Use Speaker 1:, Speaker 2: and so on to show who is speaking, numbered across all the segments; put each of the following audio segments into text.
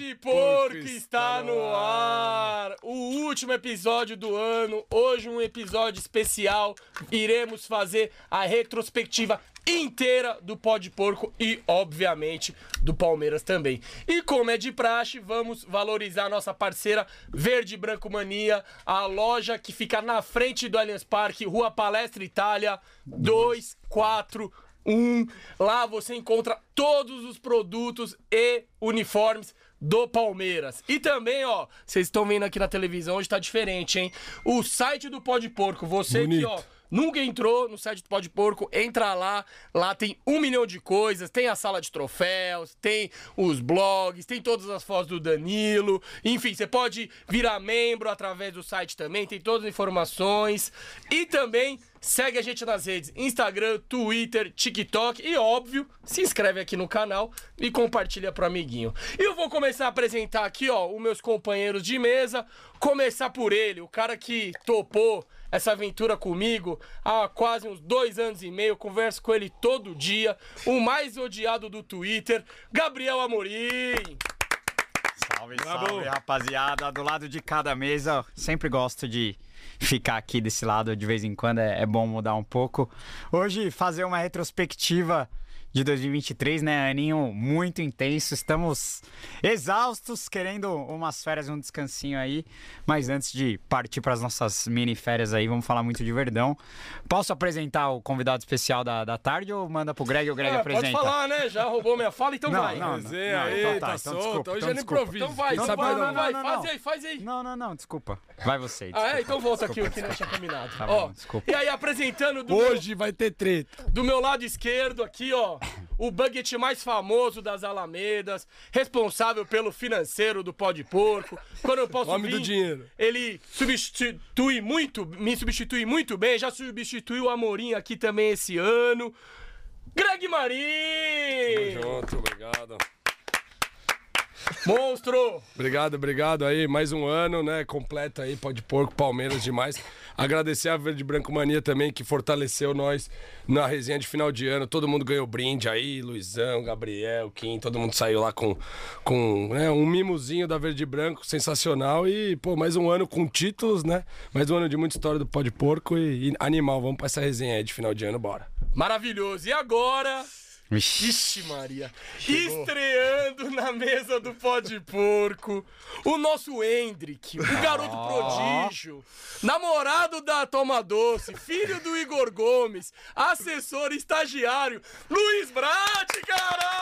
Speaker 1: Tricolor que está no ar. O último episódio do ano. Hoje um episódio especial. Iremos fazer a retrospectiva inteira do pó de porco e, obviamente, do Palmeiras também. E como é de praxe, vamos valorizar a nossa parceira Verde Branco Mania, a loja que fica na frente do Allianz Parque, Rua Palestra Itália, 241 um. Lá você encontra todos os produtos e uniformes do Palmeiras. E também, ó, vocês estão vendo aqui na televisão, hoje tá diferente, hein? O site do Pó de Porco, você
Speaker 2: Bonito.
Speaker 1: que, ó, nunca entrou no site do Pó de Porco, entra lá, lá tem um milhão de coisas, tem a sala de troféus, tem os blogs, tem todas as fotos do Danilo, enfim, você pode virar membro através do site também, tem todas as informações. E também segue a gente nas redes, Instagram, Twitter, TikTok e, óbvio, se inscreve aqui no canal e compartilha pro amiguinho. E eu vou começar a apresentar aqui, ó, os meus companheiros de mesa, começar por ele, o cara que topou essa aventura comigo há quase uns dois anos e meio. Converso com ele todo dia. O mais odiado do Twitter, Gabriel Amorim.
Speaker 3: Salve, salve, rapaziada. Do lado de cada mesa, sempre gosto de ficar aqui desse lado de vez em quando, é, é bom mudar um pouco. Hoje, fazer uma retrospectiva de 2023, né, Aninho? Muito intenso, estamos exaustos, querendo umas férias, um descansinho aí. Mas antes de partir para as nossas mini férias aí, vamos falar muito de Verdão. Posso apresentar o convidado especial da, da tarde ou manda pro Greg? O Greg
Speaker 1: É,
Speaker 3: apresenta.
Speaker 1: pode falar, né? Já roubou minha fala, então
Speaker 3: Não,
Speaker 1: vai.
Speaker 3: não,
Speaker 2: Mas é,
Speaker 3: não,
Speaker 2: aí,
Speaker 3: então tá,
Speaker 2: tá,
Speaker 3: então
Speaker 2: solto.
Speaker 3: desculpa,
Speaker 2: Hoje
Speaker 3: então
Speaker 2: é no
Speaker 3: desculpa.
Speaker 2: improviso.
Speaker 1: Então vai,
Speaker 3: Não,
Speaker 1: sabe,
Speaker 3: vai,
Speaker 1: não,
Speaker 3: não,
Speaker 1: vai.
Speaker 3: não,
Speaker 1: faz
Speaker 3: não.
Speaker 1: aí, faz aí.
Speaker 3: Não, não, não, desculpa. Vai você. desculpa.
Speaker 1: Ah, é? Então volta aqui, o que não tinha combinado.
Speaker 3: Tá
Speaker 1: ó,
Speaker 3: bom, desculpa.
Speaker 1: E aí, apresentando do,
Speaker 2: Hoje vai ter treta.
Speaker 1: meu, do meu lado esquerdo aqui, ó, o bucket mais famoso das Alamedas, responsável pelo financeiro do pó de porco. Quando eu posso
Speaker 2: Homem
Speaker 1: vir,
Speaker 2: do dinheiro.
Speaker 1: Ele substitui muito, me substitui muito bem, já substituiu o Amorim aqui também esse ano. Greg Marim!
Speaker 2: Pronto, obrigado.
Speaker 1: Monstro!
Speaker 2: Obrigado, obrigado aí. Mais um ano, né? Completa aí, pode porco, Palmeiras demais. Agradecer a Verde Branco Mania também, que fortaleceu nós na resenha de final de ano. Todo mundo ganhou brinde aí, Luizão, Gabriel, Kim, todo mundo saiu lá com, com né, um mimozinho da Verde Branco, sensacional. E, pô, mais um ano com títulos, né? Mais um ano de muita história do pó de porco e, e animal. Vamos pra essa resenha aí de final de ano, bora.
Speaker 1: Maravilhoso! E agora?
Speaker 3: Vixe.
Speaker 1: Ixi, Maria! Estreando na mesa do pó de porco, o nosso Hendrick, o garoto prodígio, namorado da Toma Doce, filho do Igor Gomes, assessor e estagiário, Luiz Brat,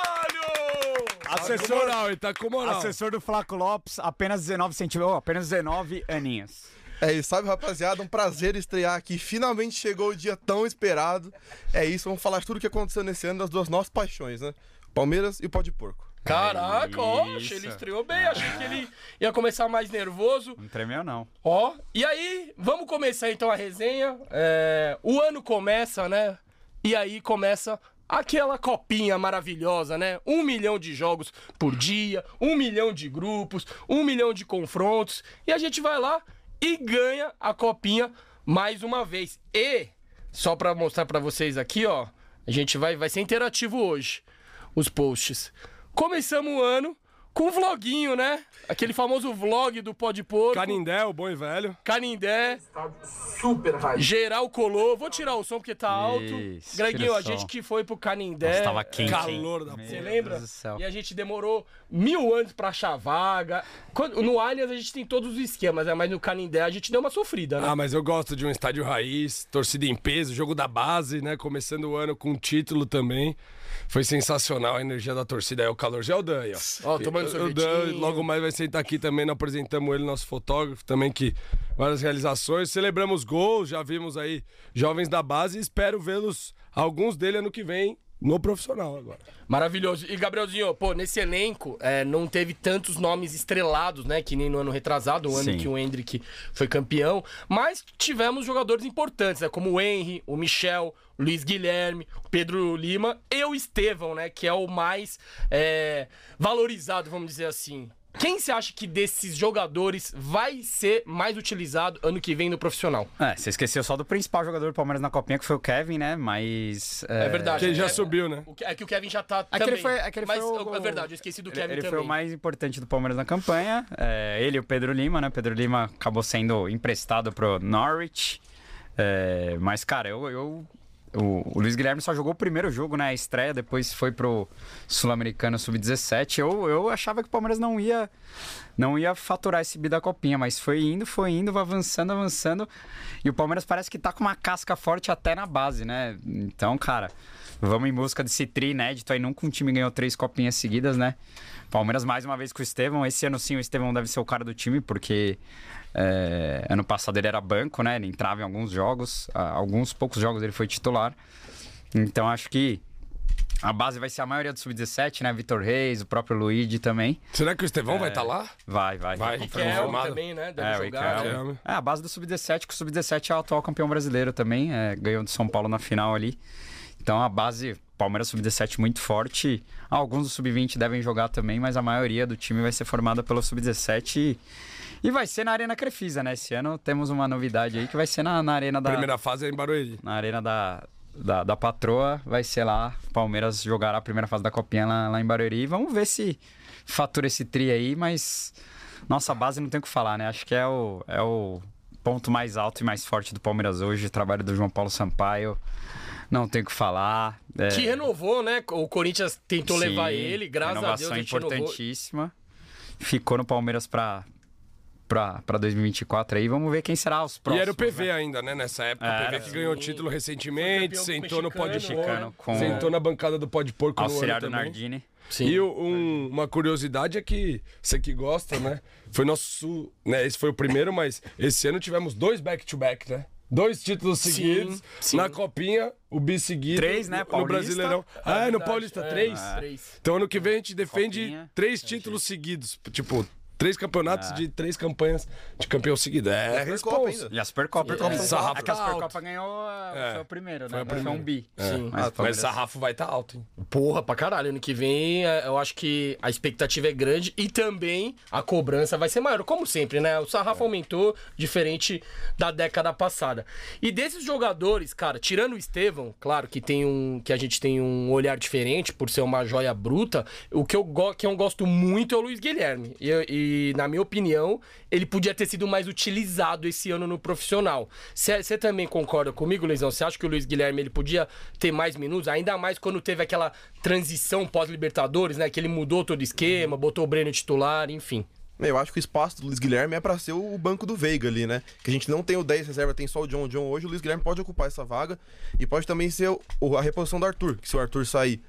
Speaker 1: caralho!
Speaker 3: Assessor,
Speaker 2: ele tá com moral.
Speaker 3: assessor do Flaco Lopes, apenas 19 centímetros. Oh, apenas 19 aninhas.
Speaker 4: É isso, sabe, rapaziada? Um prazer estrear aqui. Finalmente chegou o dia tão esperado. É isso, vamos falar tudo o que aconteceu nesse ano das duas nossas paixões, né? Palmeiras e o pó de porco.
Speaker 1: Caraca, ó,
Speaker 3: Isso.
Speaker 1: achei ele estreou bem, achei que ele ia começar mais nervoso.
Speaker 3: Não tremeu, não.
Speaker 1: Ó, e aí, vamos começar então a resenha. É, o ano começa, né? E aí começa aquela copinha maravilhosa, né? Um milhão de jogos por dia, um milhão de grupos, um milhão de confrontos. E a gente vai lá e ganha a copinha mais uma vez. E, só pra mostrar pra vocês aqui, ó, a gente vai, vai ser interativo hoje os posts. Começamos o ano com um vloguinho, né? Aquele famoso vlog do Pó de Porco.
Speaker 2: Canindé, o bom e velho.
Speaker 1: Canindé,
Speaker 5: super hype.
Speaker 1: geral colou. Vou tirar o som porque tá alto.
Speaker 3: Isso,
Speaker 1: Greguinho,
Speaker 3: tira o
Speaker 1: a gente
Speaker 3: som.
Speaker 1: que foi pro Canindé.
Speaker 3: Estava quente.
Speaker 2: Calor da
Speaker 1: Você lembra?
Speaker 3: Deus do céu.
Speaker 1: E a gente demorou mil anos pra achar vaga. Quando- no Allianz a gente tem todos os esquemas, né? Mas no Canindé a gente deu uma sofrida, né?
Speaker 2: Ah, mas eu gosto de um estádio raiz, torcida em peso, jogo da base, né? Começando o ano com um título também. Foi sensacional a energia da torcida, aí o calor. Já é o Dan aí, ó.
Speaker 1: Ó, tomando
Speaker 2: O Dan
Speaker 1: sorvetinho.
Speaker 2: logo mais vai sentar aqui também, nós apresentamos ele, nosso fotógrafo também, que várias realizações. Celebramos gols, já vimos aí jovens da base e espero vê-los, alguns dele ano que vem, no profissional agora.
Speaker 1: Maravilhoso. E, Gabrielzinho, pô, nesse elenco é, não teve tantos nomes estrelados, né? Que nem no ano retrasado, o ano
Speaker 3: Sim.
Speaker 1: que o Hendrick foi campeão. Mas tivemos jogadores importantes, né? Como o Henry, o Michel, o Luiz Guilherme, o Pedro Lima e o Estevão, né? Que é o mais é, valorizado, vamos dizer assim. Quem você acha que desses jogadores vai ser mais utilizado ano que vem no profissional?
Speaker 3: É, você esqueceu só do principal jogador do Palmeiras na Copinha, que foi o Kevin, né? Mas.
Speaker 1: É verdade.
Speaker 2: Que ele já
Speaker 1: é-
Speaker 2: subiu, né?
Speaker 1: O que- É que o Kevin já tá
Speaker 3: Aquele
Speaker 1: também.
Speaker 3: foi- aquele foi
Speaker 1: Mas
Speaker 3: o-
Speaker 1: é verdade, eu esqueci do
Speaker 3: Ele,
Speaker 1: Kevin
Speaker 3: ele
Speaker 1: também.
Speaker 3: foi o mais importante do Palmeiras na campanha. É, ele e o Pedro Lima, né? Pedro Lima acabou sendo emprestado pro Norwich. É, mas, cara, eu. eu- o, o Luiz Guilherme só jogou o primeiro jogo, né? A estreia, depois foi pro Sul-Americano Sub-17. Eu, eu achava que o Palmeiras não ia não ia faturar esse bi da copinha, mas foi indo, foi indo, vai avançando, avançando. E o Palmeiras parece que tá com uma casca forte até na base, né? Então, cara, vamos em busca desse tri inédito aí. Nunca um time ganhou três copinhas seguidas, né? Palmeiras mais uma vez com o Estevão. Esse ano sim o Estevão deve ser o cara do time, porque é, ano passado ele era banco, né? Ele entrava em alguns jogos, a- alguns poucos jogos ele foi titular. Então acho que a base vai ser a maioria do Sub-17, né? Vitor Reis, o próprio Luigi também.
Speaker 2: Será que o Estevão vai estar lá?
Speaker 3: Vai, vai.
Speaker 2: Vai.
Speaker 1: Que é o
Speaker 2: Confirmado.
Speaker 1: também, né? Deve
Speaker 3: É, o
Speaker 1: jogar.
Speaker 2: Ikel.
Speaker 1: né?
Speaker 2: né?
Speaker 3: Icardi. É, a base do Sub-17, que o Sub-17 é o atual campeão brasileiro também, é, ganhou do São Paulo na final ali. Então a base, Palmeiras Sub-17 muito forte. Alguns do Sub-20 devem jogar também, mas a maioria do time vai ser formada pelo Sub-17 e, e vai ser na Arena Crefisa, né? Esse ano temos uma novidade aí que vai ser na, na Arena da.
Speaker 2: Primeira fase é em Barueri.
Speaker 3: Na Arena da. Da, da patroa, vai ser lá. Palmeiras jogará a primeira fase da Copinha lá, lá em Barueri. Vamos ver se fatura esse tri aí, mas nossa base não tem o que falar, né? Acho que é o, é o ponto mais alto e mais forte do Palmeiras hoje. O trabalho do João Paulo Sampaio, não tem o que falar. É,
Speaker 1: Que renovou, né? O Corinthians tentou
Speaker 3: sim,
Speaker 1: levar ele, graças a Deus
Speaker 3: renovação
Speaker 1: a gente renovou.
Speaker 3: importantíssima. Ficou no Palmeiras pra, pra, pra 2024 aí. Vamos ver quem será os próximos.
Speaker 2: E era o PV ainda, né? Nessa época. o PV que ganhou o título recentemente,
Speaker 1: Foi campeão
Speaker 2: sentou
Speaker 1: mexicano,
Speaker 2: no
Speaker 1: né?
Speaker 2: pódio
Speaker 1: mexicano,
Speaker 3: com-
Speaker 2: Sentou na bancada do pódio porco
Speaker 3: Auxiliar do
Speaker 2: no ano também.
Speaker 3: Nardini.
Speaker 1: Sim.
Speaker 2: E o- um- uma curiosidade é que você que gosta, né? Foi nosso. Né, esse foi o primeiro, mas esse ano tivemos dois back-to-back, né? Dois títulos seguidos.
Speaker 1: sim.
Speaker 2: Na copinha, o bi seguido.
Speaker 3: Três, né?
Speaker 2: no- No
Speaker 3: Paulista.
Speaker 2: Brasileirão.
Speaker 1: É
Speaker 2: Ah, no
Speaker 1: verdade,
Speaker 2: Paulista,
Speaker 1: é,
Speaker 2: três.
Speaker 1: três.
Speaker 2: Então ano que vem a gente defende
Speaker 3: Copinha.
Speaker 2: três títulos seguidos. Tipo, três campeonatos de três campanhas de campeão seguido. É,
Speaker 4: Supercopa
Speaker 2: responsa.
Speaker 4: ainda.
Speaker 3: E a Supercopa
Speaker 4: Supercopa
Speaker 3: também.
Speaker 2: são quatro.
Speaker 3: É que a
Speaker 2: Sarrafo tá
Speaker 3: Supercopa ganhou ah, foi o primeiro, né? Foi, um bi.
Speaker 1: Sim.
Speaker 3: Mas, o
Speaker 2: Mas
Speaker 3: Palmeiras-
Speaker 2: sarrafo vai estar alto, hein?
Speaker 1: Porra, pra caralho. Ano que vem, é, eu acho que a expectativa é grande e também a cobrança vai ser maior, como sempre, né? O sarrafo
Speaker 3: É.
Speaker 1: aumentou, diferente da década passada. E desses jogadores, cara, tirando o Estevão, claro que tem um que a gente tem um olhar diferente por ser uma joia bruta, o que eu, go- que eu gosto muito é o Luiz Guilherme. E, eu- e, na minha opinião, ele podia ter sido mais utilizado esse ano no profissional. Você também concorda comigo, Luizão? Você acha que o Luiz Guilherme ele podia ter mais minutos? Ainda mais quando teve aquela transição pós-Libertadores, né? Que ele mudou todo o esquema, botou o Breno titular, enfim.
Speaker 4: Eu acho que o espaço do Luiz Guilherme é pra ser o banco do Veiga ali, né? Que a gente não tem o 10 reserva, tem só o John. O John hoje, o Luiz Guilherme pode ocupar essa vaga e pode também ser o- o- a reposição do Arthur, que se o Arthur sair.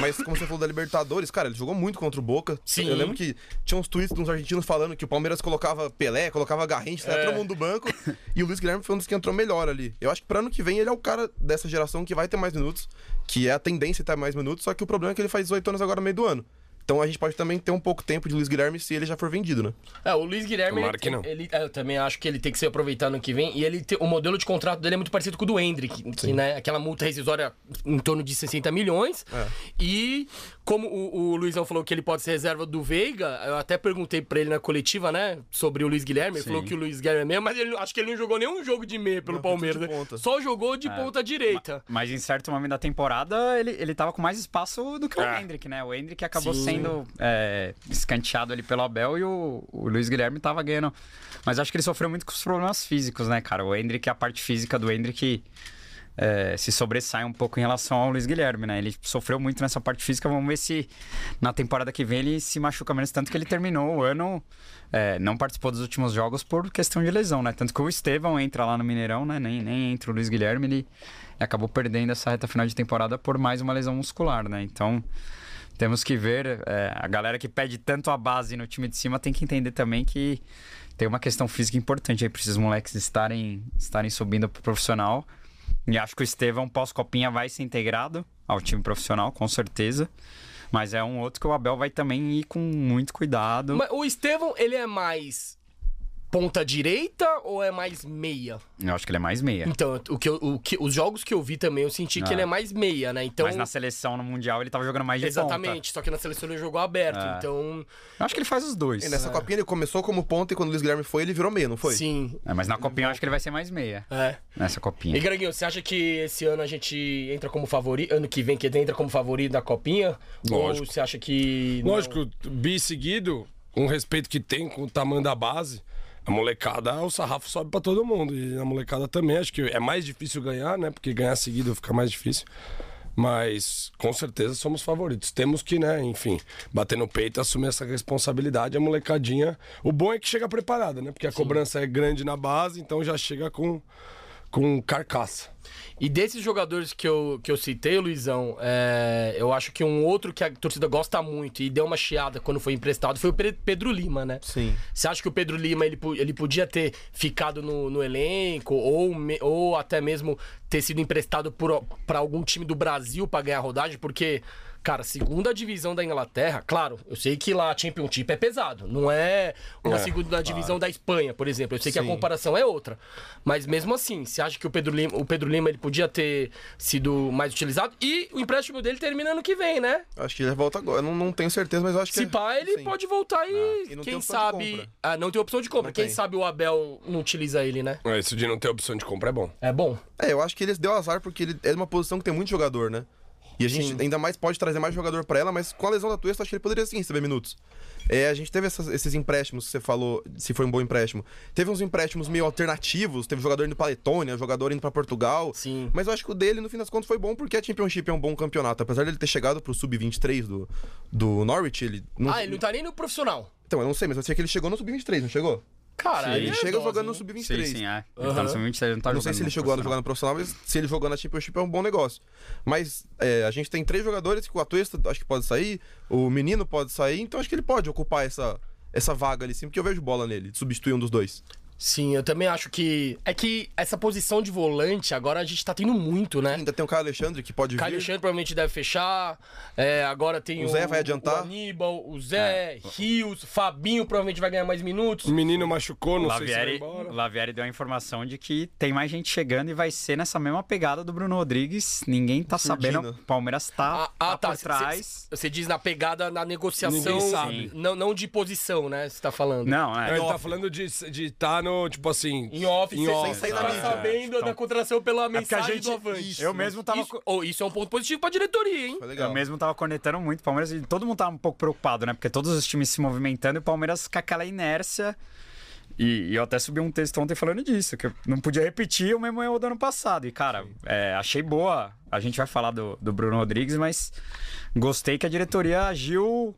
Speaker 4: Mas como você falou da Libertadores, cara, ele jogou muito contra o Boca.
Speaker 1: Sim.
Speaker 4: Eu lembro que tinha uns tweets de uns argentinos falando que o Palmeiras colocava Pelé, colocava Garrincha,
Speaker 1: É.
Speaker 4: saia todo mundo do banco. E o Luiz Guilherme foi um dos que entrou melhor ali. Eu acho que pra ano que vem ele é o cara dessa geração que vai ter mais minutos, que é a tendência a ter mais minutos, só que o problema é que ele faz 18 anos agora no meio do ano. Então a gente pode também ter um pouco tempo de Luiz Guilherme se ele já for vendido, né?
Speaker 1: É, o Luiz Guilherme.
Speaker 2: Tomara
Speaker 1: ele-
Speaker 2: que não.
Speaker 1: ele- é, eu também acho que ele tem que ser aproveitado no que vem. E ele tem- o modelo de contrato dele é muito parecido com o do Hendrick, que, né? Aquela multa rescisória em torno de 60 milhões.
Speaker 4: É.
Speaker 1: E como o, o Luizão falou que ele pode ser reserva do Veiga, eu até perguntei pra ele na coletiva, né? Sobre o Luiz Guilherme. Ele falou que o Luiz Guilherme é meia, mas ele, acho que ele não jogou nenhum jogo de meia pelo
Speaker 4: Não, foi tudo
Speaker 1: Palmeiras.
Speaker 4: de
Speaker 1: né?
Speaker 4: ponta.
Speaker 1: Só jogou de ponta direita.
Speaker 3: Mas em certo momento da temporada, ele, ele tava com mais espaço do que o
Speaker 2: É.
Speaker 3: Hendrick, né? O Hendrick acabou
Speaker 1: Sim.
Speaker 3: sendo é, escanteado ali pelo Abel e o, o Luiz Guilherme tava ganhando. Mas acho que ele sofreu muito com os problemas físicos, né, cara? O Hendrick, a parte física do Hendrick é, se sobressai um pouco em relação ao Luiz Guilherme, né? Ele sofreu muito nessa parte física. Vamos ver se na temporada que vem ele se machuca menos. Tanto que ele terminou o ano, é, não participou dos últimos jogos por questão de lesão, né? Tanto que o Estevão entra lá no Mineirão, né? Nem, nem entra o Luiz Guilherme. Ele acabou perdendo essa reta final de temporada por mais uma lesão muscular, né? Então. Temos que ver, é, a galera que pede tanto a base no time de cima tem que entender também que tem uma questão física importante aí para esses moleques estarem, estarem subindo pro profissional. E acho que o Estevão pós-copinha vai ser integrado ao time profissional, com certeza. Mas é um outro que o Abel vai também ir com muito cuidado.
Speaker 1: Mas o Estevão, ele é mais ponta direita ou é mais meia?
Speaker 3: Eu acho que ele é mais meia.
Speaker 1: Então, o que eu- o que- os jogos que eu vi também, eu senti que
Speaker 3: Ah.
Speaker 1: ele é mais meia, né? Então,
Speaker 3: Mas na seleção, no Mundial, ele tava jogando mais de
Speaker 1: exatamente. Só que na seleção ele jogou aberto.
Speaker 3: Ah.
Speaker 1: Então,
Speaker 3: ponta. Eu acho que ele faz os dois.
Speaker 4: E nessa copinha ele começou como ponta e quando o Luiz Guilherme foi, ele virou meia, não foi?
Speaker 1: É. sim.
Speaker 3: É, mas na copinha eu acho que ele vai ser mais meia.
Speaker 1: É.
Speaker 3: Nessa copinha.
Speaker 1: E Greginho, você acha que esse ano a gente entra como favorito? Ano que vem que entra como favorito da copinha?
Speaker 2: Lógico.
Speaker 1: Ou você acha que. não?
Speaker 2: Lógico, bi seguido, com o respeito que tem com o tamanho da base, a molecada, o sarrafo sobe pra todo mundo. E a molecada também, acho que é mais difícil ganhar, né? Porque ganhar seguido fica mais difícil. Mas com certeza somos favoritos. Temos que, né, enfim, bater no peito, assumir essa responsabilidade. A molecadinha. O bom é que chega preparada, né? Porque a cobrança é grande na base, então já chega com, com carcaça.
Speaker 1: E desses jogadores que eu, que eu citei, Luizão, é, eu acho que um outro que a torcida gosta muito e deu uma chiada quando foi emprestado foi o Pe- Pedro Lima, né?
Speaker 4: Sim.
Speaker 1: Você acha que o Pedro Lima ele, po- ele podia ter ficado no, no elenco ou, me- ou até mesmo ter sido emprestado para algum time do Brasil para ganhar rodagem? Porque, cara, segunda divisão da Inglaterra, claro, eu sei que lá a Championship é pesado, não é uma segunda divisão da Espanha, por exemplo. Eu sei que a
Speaker 4: Sim.
Speaker 1: comparação é outra, mas mesmo assim, você acha que o Pedro Lima, o Pedro Lima ele podia ter sido mais utilizado? E o empréstimo dele termina ano que vem, né?
Speaker 4: Acho que ele volta agora. Eu não, não tenho certeza, mas eu acho que.
Speaker 1: Se pá, ele
Speaker 4: sim. Ah,
Speaker 1: pode voltar e,
Speaker 4: E não tem
Speaker 1: quem
Speaker 4: opção de
Speaker 1: sabe.
Speaker 4: compra.
Speaker 1: Ah, não tem opção de compra.
Speaker 4: Não
Speaker 1: quem
Speaker 4: tem.
Speaker 1: sabe o Abel não utiliza ele, né?
Speaker 2: É, Isso de não ter opção de compra é bom.
Speaker 1: É bom.
Speaker 4: É, eu acho que eles deu azar porque ele é uma posição que tem muito jogador, né? E a gente ainda mais pode trazer mais jogador pra ela, mas com a lesão da Tuesta, acho que ele poderia sim receber minutos. É, a gente teve essas- esses empréstimos que você falou, se foi um bom empréstimo. Teve uns empréstimos meio alternativos, teve jogador indo pra Letônia, jogador indo pra Portugal.
Speaker 1: Sim.
Speaker 4: Mas eu acho que o dele, no fim das contas, foi bom porque a Championship é um bom campeonato. Apesar dele ter chegado pro Sub-23 do, do Norwich, ele. Não,
Speaker 1: Ah, ele não tá nem no profissional.
Speaker 4: Então, eu não sei, mas eu sei que ele chegou no Sub-23, não chegou?
Speaker 1: Cara,
Speaker 4: Ele
Speaker 1: é
Speaker 4: chega
Speaker 1: dose,
Speaker 4: jogando
Speaker 1: né?
Speaker 4: no Sub-23.
Speaker 3: Sim, sim, é. Ele tá
Speaker 1: Aham.
Speaker 3: no sub-23, ele não tá
Speaker 4: não
Speaker 3: jogando.
Speaker 4: sei se ele
Speaker 3: no
Speaker 4: chegou a jogar
Speaker 3: profissional.
Speaker 4: no profissional, mas se ele jogou na Championship é um bom negócio. Mas é, a gente tem três jogadores que o Atuesta acho que pode sair, o menino pode sair, então acho que ele pode ocupar essa, essa vaga ali sim, porque eu vejo bola nele, de substituir um dos dois.
Speaker 1: Sim, eu também acho que. É que essa posição de volante agora a gente tá tendo muito, né?
Speaker 4: Ainda tem o Caio Alexandre que pode
Speaker 1: Caio
Speaker 4: vir.
Speaker 1: Alexandre provavelmente deve fechar. é, agora tem o,
Speaker 4: O Zé vai adiantar?
Speaker 1: O Aníbal, o
Speaker 3: É.
Speaker 1: Zé, Rios, Fabinho provavelmente vai ganhar mais minutos.
Speaker 2: O
Speaker 3: Hum.
Speaker 2: menino machucou, não sei se vai
Speaker 3: Lavieri,
Speaker 2: embora.
Speaker 3: Lavieri deu a informação de que tem mais gente chegando e vai ser nessa mesma pegada do Bruno Rodrigues. Ninguém tá
Speaker 4: Surgindo.
Speaker 3: sabendo. O Palmeiras tá, tá por
Speaker 1: Ah, cê-
Speaker 3: trás.
Speaker 1: cê- Você diz na pegada, na negociação.
Speaker 2: Ninguém sabe.
Speaker 1: Não, não de posição, né? Você tá falando.
Speaker 3: Não,
Speaker 2: Não,
Speaker 3: é.
Speaker 2: ele tá falando de estar de tá no, tipo assim.
Speaker 1: Em off,
Speaker 2: Em
Speaker 1: você
Speaker 2: off,
Speaker 1: sem
Speaker 4: tá.
Speaker 1: tá
Speaker 4: Tá.
Speaker 1: sabendo da
Speaker 3: Então-
Speaker 1: contração pela
Speaker 3: porque a
Speaker 1: mensagem
Speaker 3: gente-
Speaker 1: do Avante.
Speaker 3: Isso, Eu mesmo tava
Speaker 1: Isso,
Speaker 3: co-
Speaker 1: oh, isso é um ponto positivo pra diretoria, hein?
Speaker 4: Foi
Speaker 3: Eu
Speaker 4: legal.
Speaker 3: mesmo tava conectando muito o Palmeiras e todo mundo tava um pouco preocupado, né? Porque todos os times se movimentando e o Palmeiras com aquela inércia. E, e eu até subi um texto ontem falando disso, que eu não podia repetir o mesmo erro do ano passado. E, cara, é, achei boa. A gente vai falar do, do Bruno Rodrigues, mas gostei que a diretoria agiu,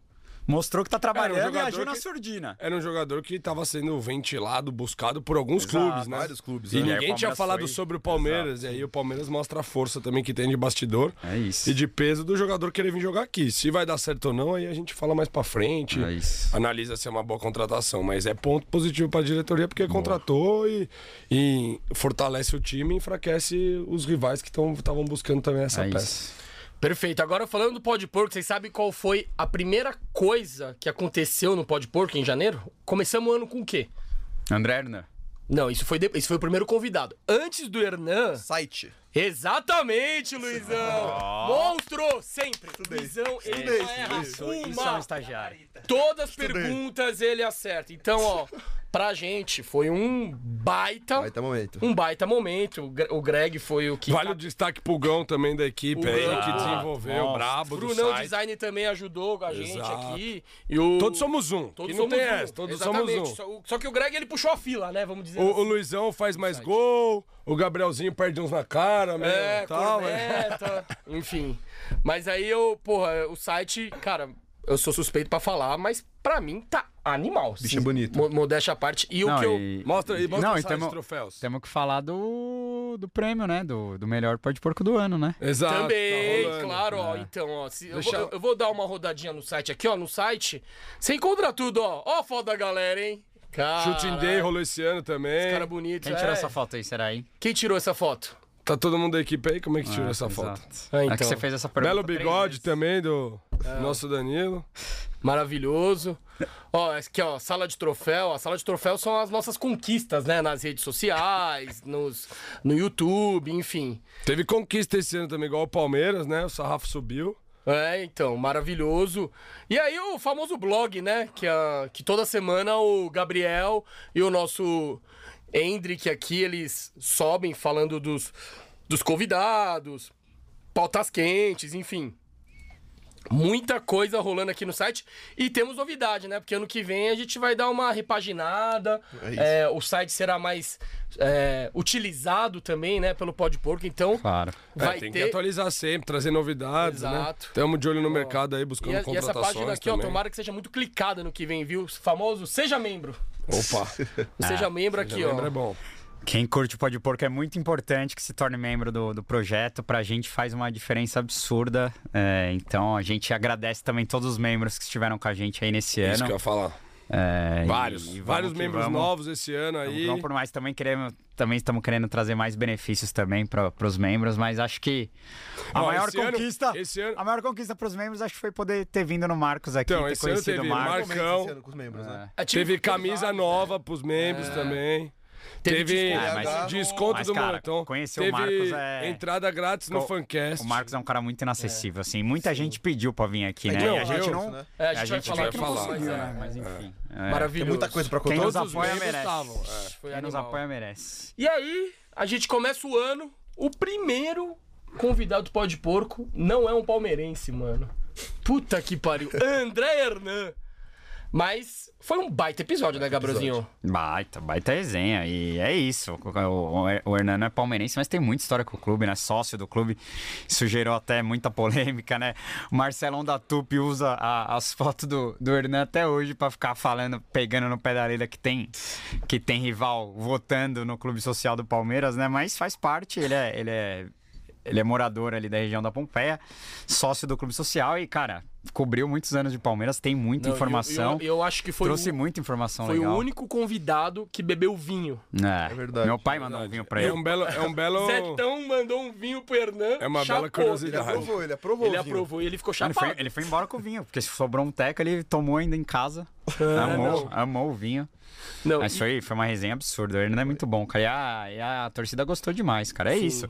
Speaker 3: mostrou que tá trabalhando e
Speaker 2: jogador
Speaker 3: agiu na
Speaker 2: que-
Speaker 3: surdina.
Speaker 2: Era um jogador que tava sendo ventilado, buscado por alguns
Speaker 3: Exato,
Speaker 2: clubes, né?
Speaker 4: vários clubes,
Speaker 2: E
Speaker 4: né?
Speaker 3: E aí
Speaker 2: ninguém
Speaker 3: o
Speaker 2: tinha
Speaker 3: Palmeiras
Speaker 2: falado
Speaker 3: foi-
Speaker 2: sobre o Palmeiras. E aí o Palmeiras mostra a força também que tem de bastidor
Speaker 3: É isso.
Speaker 2: e de peso do jogador querer vir jogar aqui. Se vai dar certo ou não, aí a gente fala mais pra frente.
Speaker 3: É isso.
Speaker 2: Analisa se é uma boa contratação. Mas é ponto positivo pra diretoria, porque contratou e, e fortalece o time e enfraquece os rivais que estavam buscando também essa
Speaker 3: É
Speaker 2: peça.
Speaker 3: isso.
Speaker 1: Perfeito. Agora, falando do Pó de Porco, vocês sabem qual foi a primeira coisa que aconteceu no Pó de Porco em janeiro? Começamos o ano com o quê?
Speaker 3: André Hernan.
Speaker 1: Não, isso foi, de- isso foi o primeiro convidado. Antes do Hernan.
Speaker 4: Site.
Speaker 1: Exatamente, Luizão! Monstro! Sempre! Luizão, ele só erra
Speaker 3: Isso é um
Speaker 1: uma
Speaker 3: estagiário.
Speaker 1: Todas as perguntas ele acerta. Então, ó, pra gente foi um baita,
Speaker 4: Vai ter momento.
Speaker 1: um baita momento. O Gre- O Greg foi o que.
Speaker 2: Vale o destaque pro Gão também da equipe
Speaker 1: O
Speaker 2: aí,
Speaker 1: Gão.
Speaker 2: que desenvolveu,
Speaker 3: Nossa.
Speaker 2: brabo do
Speaker 1: Brunão
Speaker 2: site.
Speaker 1: Design também ajudou a gente
Speaker 2: Exato.
Speaker 1: aqui. E o...
Speaker 2: Todos somos um.
Speaker 1: Todos
Speaker 2: que não
Speaker 1: somos
Speaker 2: tem
Speaker 1: um.
Speaker 2: essa, todos
Speaker 1: Exatamente.
Speaker 2: somos um.
Speaker 1: Só, o- só que o Greg ele puxou a fila, né? Vamos dizer.
Speaker 2: O, o Luizão faz mais gol, o Gabrielzinho perde uns na cara, meu,
Speaker 1: É,
Speaker 2: tal, é.
Speaker 1: corneta, enfim. Mas aí eu, porra, o site, cara, eu sou suspeito pra falar, mas pra mim tá animal. Bicho
Speaker 4: é bonito.
Speaker 1: Modéstia à parte. E o
Speaker 3: Não,
Speaker 1: que eu.
Speaker 3: e-
Speaker 2: Mostra aí, mostra
Speaker 3: Não,
Speaker 2: os
Speaker 3: e tamo-
Speaker 2: troféus.
Speaker 3: Temos que falar do, do prêmio, né? Do, do melhor pó de porco do ano, né?
Speaker 2: Exato. tá
Speaker 1: Também,
Speaker 2: rolando.
Speaker 1: claro, ó. Então, ó. se- eu, vou,
Speaker 2: Deixa-
Speaker 1: eu- eu vou dar uma rodadinha no site aqui, ó. No site. Você encontra tudo, ó. Ó, a foto da galera, hein? Cara,
Speaker 2: Shooting Day rolou esse ano também.
Speaker 1: Cara bonito,
Speaker 3: Quem
Speaker 1: é.
Speaker 3: tirou essa foto aí, será, hein?
Speaker 1: Quem tirou essa foto?
Speaker 2: Tá todo mundo da equipe aí? Como é que tirou essa foto?
Speaker 1: Ah,
Speaker 3: É que
Speaker 1: então.
Speaker 3: você fez essa pergunta.
Speaker 2: Belo
Speaker 3: três
Speaker 2: bigode
Speaker 3: vezes.
Speaker 2: também do
Speaker 1: É.
Speaker 2: nosso Danilo.
Speaker 1: Maravilhoso. Ó, esse aqui, ó, sala de troféu. A sala de troféu são as nossas conquistas, né? Nas redes sociais, nos, no YouTube, enfim.
Speaker 2: Teve conquista esse ano também, igual o Palmeiras, né? O Sarrafo subiu.
Speaker 1: É, então, maravilhoso. E aí o famoso blog, né? Que, a, que toda semana o Gabriel e o nosso Hendrick aqui, eles sobem falando dos, dos convidados, pautas quentes, enfim. Muita coisa rolando aqui no site. E temos novidade, né? Porque ano que vem a gente vai dar uma repaginada.
Speaker 4: É isso.
Speaker 1: é, o site será mais é, utilizado também, né? Pelo Pó de Porco. Então,
Speaker 3: Claro.
Speaker 1: vai
Speaker 2: é, tem que
Speaker 1: ter
Speaker 2: atualizar sempre, trazer novidades, né?
Speaker 1: Exato.
Speaker 2: Estamos de olho no mercado aí,
Speaker 1: E,
Speaker 2: buscando
Speaker 1: a- e essa
Speaker 2: contratações
Speaker 1: página aqui, ó,
Speaker 2: também.
Speaker 1: tomara que seja muito clicada no que vem, viu? O famoso Seja Membro.
Speaker 2: Opa,
Speaker 1: O Seja Membro aqui, ó.
Speaker 2: lembra é bom.
Speaker 3: Quem curte o Pode Porco é muito importante que se torne membro do, do projeto. Pra gente faz uma diferença absurda. É, então a gente agradece também todos os membros que estiveram com a gente aí nesse
Speaker 2: Isso
Speaker 3: ano.
Speaker 2: que eu ia falar.
Speaker 3: É, e-
Speaker 2: Vários.
Speaker 3: e vamos
Speaker 2: vários
Speaker 3: que
Speaker 2: membros
Speaker 3: vamos. um
Speaker 2: novos esse ano aí.
Speaker 3: Não por mais, também queremos, também estamos querendo trazer mais benefícios também para os membros, mas acho que a
Speaker 2: Ó,
Speaker 3: maior
Speaker 2: esse ano-
Speaker 3: conquista,
Speaker 2: esse ano-
Speaker 3: a maior conquista para os membros acho que foi poder ter vindo no Marcos aqui,
Speaker 2: Então,
Speaker 3: ter
Speaker 2: esse ano
Speaker 3: conhecido
Speaker 2: teve
Speaker 3: o Marcos.
Speaker 2: Marcos, Marcão.
Speaker 4: Esse ano com os membros, né?
Speaker 1: É tipo-
Speaker 2: Teve camisa nova pros membros também.
Speaker 1: Teve
Speaker 2: Teve,
Speaker 1: desconto.
Speaker 4: Ah, mas-
Speaker 2: desconto
Speaker 3: mas,
Speaker 2: do
Speaker 3: cara,
Speaker 2: montão.
Speaker 3: conhecer o
Speaker 2: Teve
Speaker 3: Marcos é-
Speaker 2: entrada grátis no
Speaker 3: O-
Speaker 2: Fancast.
Speaker 3: O Marcos é um cara muito inacessível, assim. Muita gente pediu pra vir aqui, né?
Speaker 2: Não,
Speaker 3: e a gente
Speaker 2: É eu-
Speaker 3: não.
Speaker 4: né?
Speaker 1: É,
Speaker 3: A gente, vai
Speaker 2: vai
Speaker 1: aqui,
Speaker 3: falar,
Speaker 1: não
Speaker 2: falar.
Speaker 1: consigo,
Speaker 3: né?
Speaker 1: né?
Speaker 3: Mas enfim. é.
Speaker 1: Maravilhoso.
Speaker 4: Tem muita coisa pra
Speaker 3: Quem
Speaker 4: contar.
Speaker 3: nos
Speaker 2: Todos os
Speaker 3: apoia
Speaker 2: membros
Speaker 3: merece.
Speaker 2: estavam, é.
Speaker 1: Foi
Speaker 3: Quem nos
Speaker 1: animal.
Speaker 3: apoia merece.
Speaker 1: E aí, a gente começa o ano, o primeiro convidado do Pó de Porco não é um palmeirense, mano. Puta que pariu. André Hernan. Mas foi um baita episódio, né, Gabrielzinho?
Speaker 3: Baita, baita resenha. E é isso. O, o, o Hernan não é palmeirense, mas tem muita história com o clube, né? Sócio do clube. Isso gerou até muita polêmica, né? O Marcelão da Tupi usa a- as fotos do, do Hernan até hoje pra ficar falando, pegando no pé da orelha que tem, que tem rival votando no clube social do Palmeiras, né? Mas faz parte, ele é. Ele é ele é morador ali da região da Pompeia, sócio do clube social e, cara, cobriu muitos anos de Palmeiras, tem muita
Speaker 1: Não, eu-
Speaker 3: informação.
Speaker 1: Eu, eu acho que foi,
Speaker 3: trouxe
Speaker 1: o,
Speaker 3: muita informação
Speaker 1: foi
Speaker 3: legal.
Speaker 1: o único convidado que bebeu vinho.
Speaker 3: É,
Speaker 4: verdade.
Speaker 3: Meu pai mandou um vinho pra
Speaker 2: É
Speaker 3: ele.
Speaker 2: um belo. É um belo...
Speaker 1: Zetão mandou um vinho pro Hernan.
Speaker 2: É uma
Speaker 1: chapou.
Speaker 2: bela curiosidade.
Speaker 4: Ele aprovou, ele aprovou.
Speaker 1: Ele
Speaker 4: Vinho.
Speaker 1: aprovou e ele ficou
Speaker 3: Ele foi,
Speaker 1: chapado.
Speaker 3: ele foi embora com o vinho, porque se sobrou um teco, ele tomou ainda em casa. amou, amou o vinho.
Speaker 1: É, Não,
Speaker 3: Mas
Speaker 1: e-
Speaker 3: foi, foi uma resenha absurda. Ele não é muito bom, cara. E a, e a torcida gostou demais, cara. É isso.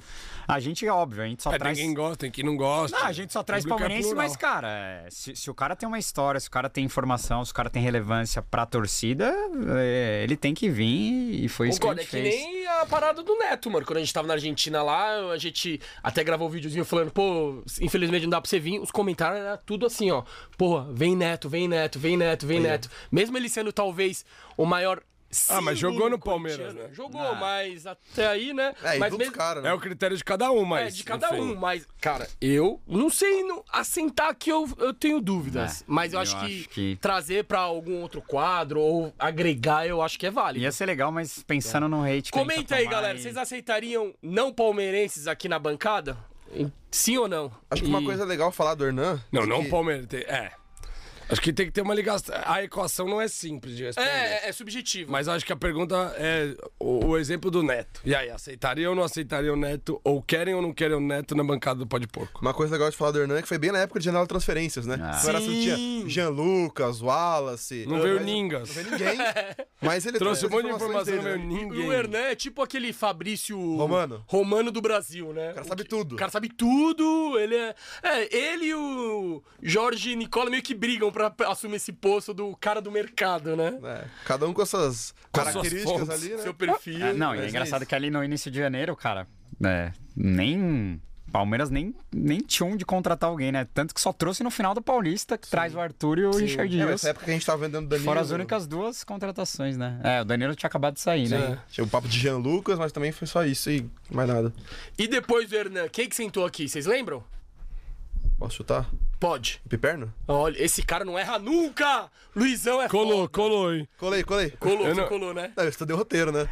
Speaker 3: A gente, óbvio, a gente só
Speaker 2: É, tem
Speaker 3: traz.
Speaker 2: quem gosta, tem quem não gosta.
Speaker 3: Não,
Speaker 1: né?
Speaker 3: a gente só traz
Speaker 2: Público é
Speaker 3: palmeirense,
Speaker 2: plural.
Speaker 3: mas, cara, é, se, se o cara tem uma história, se o cara tem informação, se o cara tem relevância pra torcida, é, ele tem que vir e foi isso
Speaker 1: Concordo, é
Speaker 3: que
Speaker 1: que
Speaker 3: a gente fez.
Speaker 1: nem a parada do Neto, mano. Quando a gente tava na Argentina lá, a gente até gravou um videozinho falando, pô, infelizmente não dá pra você vir. Os comentários era tudo assim, ó. Porra, vem Neto, vem Neto, vem Neto, vem Neto. Mesmo ele sendo talvez o maior.
Speaker 2: Ah,
Speaker 1: símbolo
Speaker 2: mas jogou no
Speaker 1: corintiano.
Speaker 2: Palmeiras, né?
Speaker 1: Jogou, mas até aí, né?
Speaker 4: É,
Speaker 1: mas
Speaker 4: e dos caras, né?
Speaker 2: É o critério de cada um, mas.
Speaker 1: É, de cada
Speaker 2: enfim.
Speaker 1: um, mas, cara, eu não sei no, assentar que eu, eu tenho dúvidas.
Speaker 3: É,
Speaker 1: mas eu,
Speaker 3: eu
Speaker 1: acho, que
Speaker 3: acho que-
Speaker 1: trazer pra algum outro quadro ou agregar, eu acho que é válido.
Speaker 3: Ia ser legal, mas pensando no hate.
Speaker 1: É.
Speaker 3: que a gente tá
Speaker 1: Comenta
Speaker 3: vai
Speaker 1: aí,
Speaker 3: tomar
Speaker 1: galera.
Speaker 3: e-
Speaker 1: Vocês aceitariam não palmeirenses aqui na bancada? Sim ou não?
Speaker 4: Acho que
Speaker 1: E-
Speaker 4: uma coisa legal falar do Hernan.
Speaker 2: Não,
Speaker 4: é
Speaker 2: não
Speaker 4: que-
Speaker 2: o Palmeiras. tem- É. Acho que tem que ter uma ligação. A equação não é simples de responder.
Speaker 1: É, é, é subjetivo.
Speaker 2: Mas acho que a pergunta é o, o exemplo do Neto. E aí, aceitariam ou não aceitariam o Neto? Ou querem ou não querem o Neto na bancada do Pó de Porco?
Speaker 4: Uma coisa legal de falar do Hernan é que foi bem na época de janela de transferências, né?
Speaker 3: Ah.
Speaker 4: Agora você
Speaker 1: Sim.
Speaker 4: tinha Jean Lucas, Wallace.
Speaker 2: Não veio
Speaker 1: é-
Speaker 4: mas-
Speaker 2: Ningas.
Speaker 4: Não veio ninguém. Mas ele
Speaker 2: Trouxe um
Speaker 4: todas
Speaker 2: monte
Speaker 4: as
Speaker 2: de
Speaker 4: informações
Speaker 2: informação, não veio
Speaker 4: dele, né?
Speaker 1: E
Speaker 2: ninguém.
Speaker 1: O Hernan é tipo aquele Fabrício
Speaker 4: Romano.
Speaker 1: Romano do Brasil, né? O
Speaker 4: cara sabe
Speaker 1: que-
Speaker 4: tudo.
Speaker 1: O cara sabe tudo. Ele é, é, ele e o Jorge e Nicola meio que brigam pra pra assumir esse posto do cara do mercado, né?
Speaker 4: É, cada um com essas
Speaker 2: as suas
Speaker 4: características
Speaker 2: fontes.
Speaker 4: ali, né?
Speaker 1: Seu perfil.
Speaker 3: É, não, e
Speaker 4: Mas
Speaker 3: é
Speaker 4: é
Speaker 3: engraçado
Speaker 4: isso.
Speaker 3: que ali no início de janeiro, cara, é, nem. Palmeiras nem, nem tinha onde contratar alguém, né? Tanto que só trouxe no final do Paulista, que traz o Arthur e o Richard
Speaker 4: É, mas
Speaker 3: Rios.
Speaker 4: nessa época que a gente tava vendendo Danilo.
Speaker 3: Foram as únicas duas contratações, né? É, o Danilo tinha acabado de sair, né?
Speaker 4: Tinha o papo de Jean Lucas, mas também foi só isso e mais nada.
Speaker 1: E depois do Hernan, quem que sentou aqui? Vocês lembram?
Speaker 4: Posso chutar?
Speaker 1: Pode.
Speaker 4: Piperno?
Speaker 1: Olha, esse cara não erra nunca! Luizão é
Speaker 2: Colou,
Speaker 1: foda.
Speaker 2: colou, hein?
Speaker 4: Colei, colei.
Speaker 1: Colou,
Speaker 2: Eu
Speaker 1: você
Speaker 2: não-
Speaker 1: colou, né?
Speaker 4: Não, eu estudei o roteiro, né?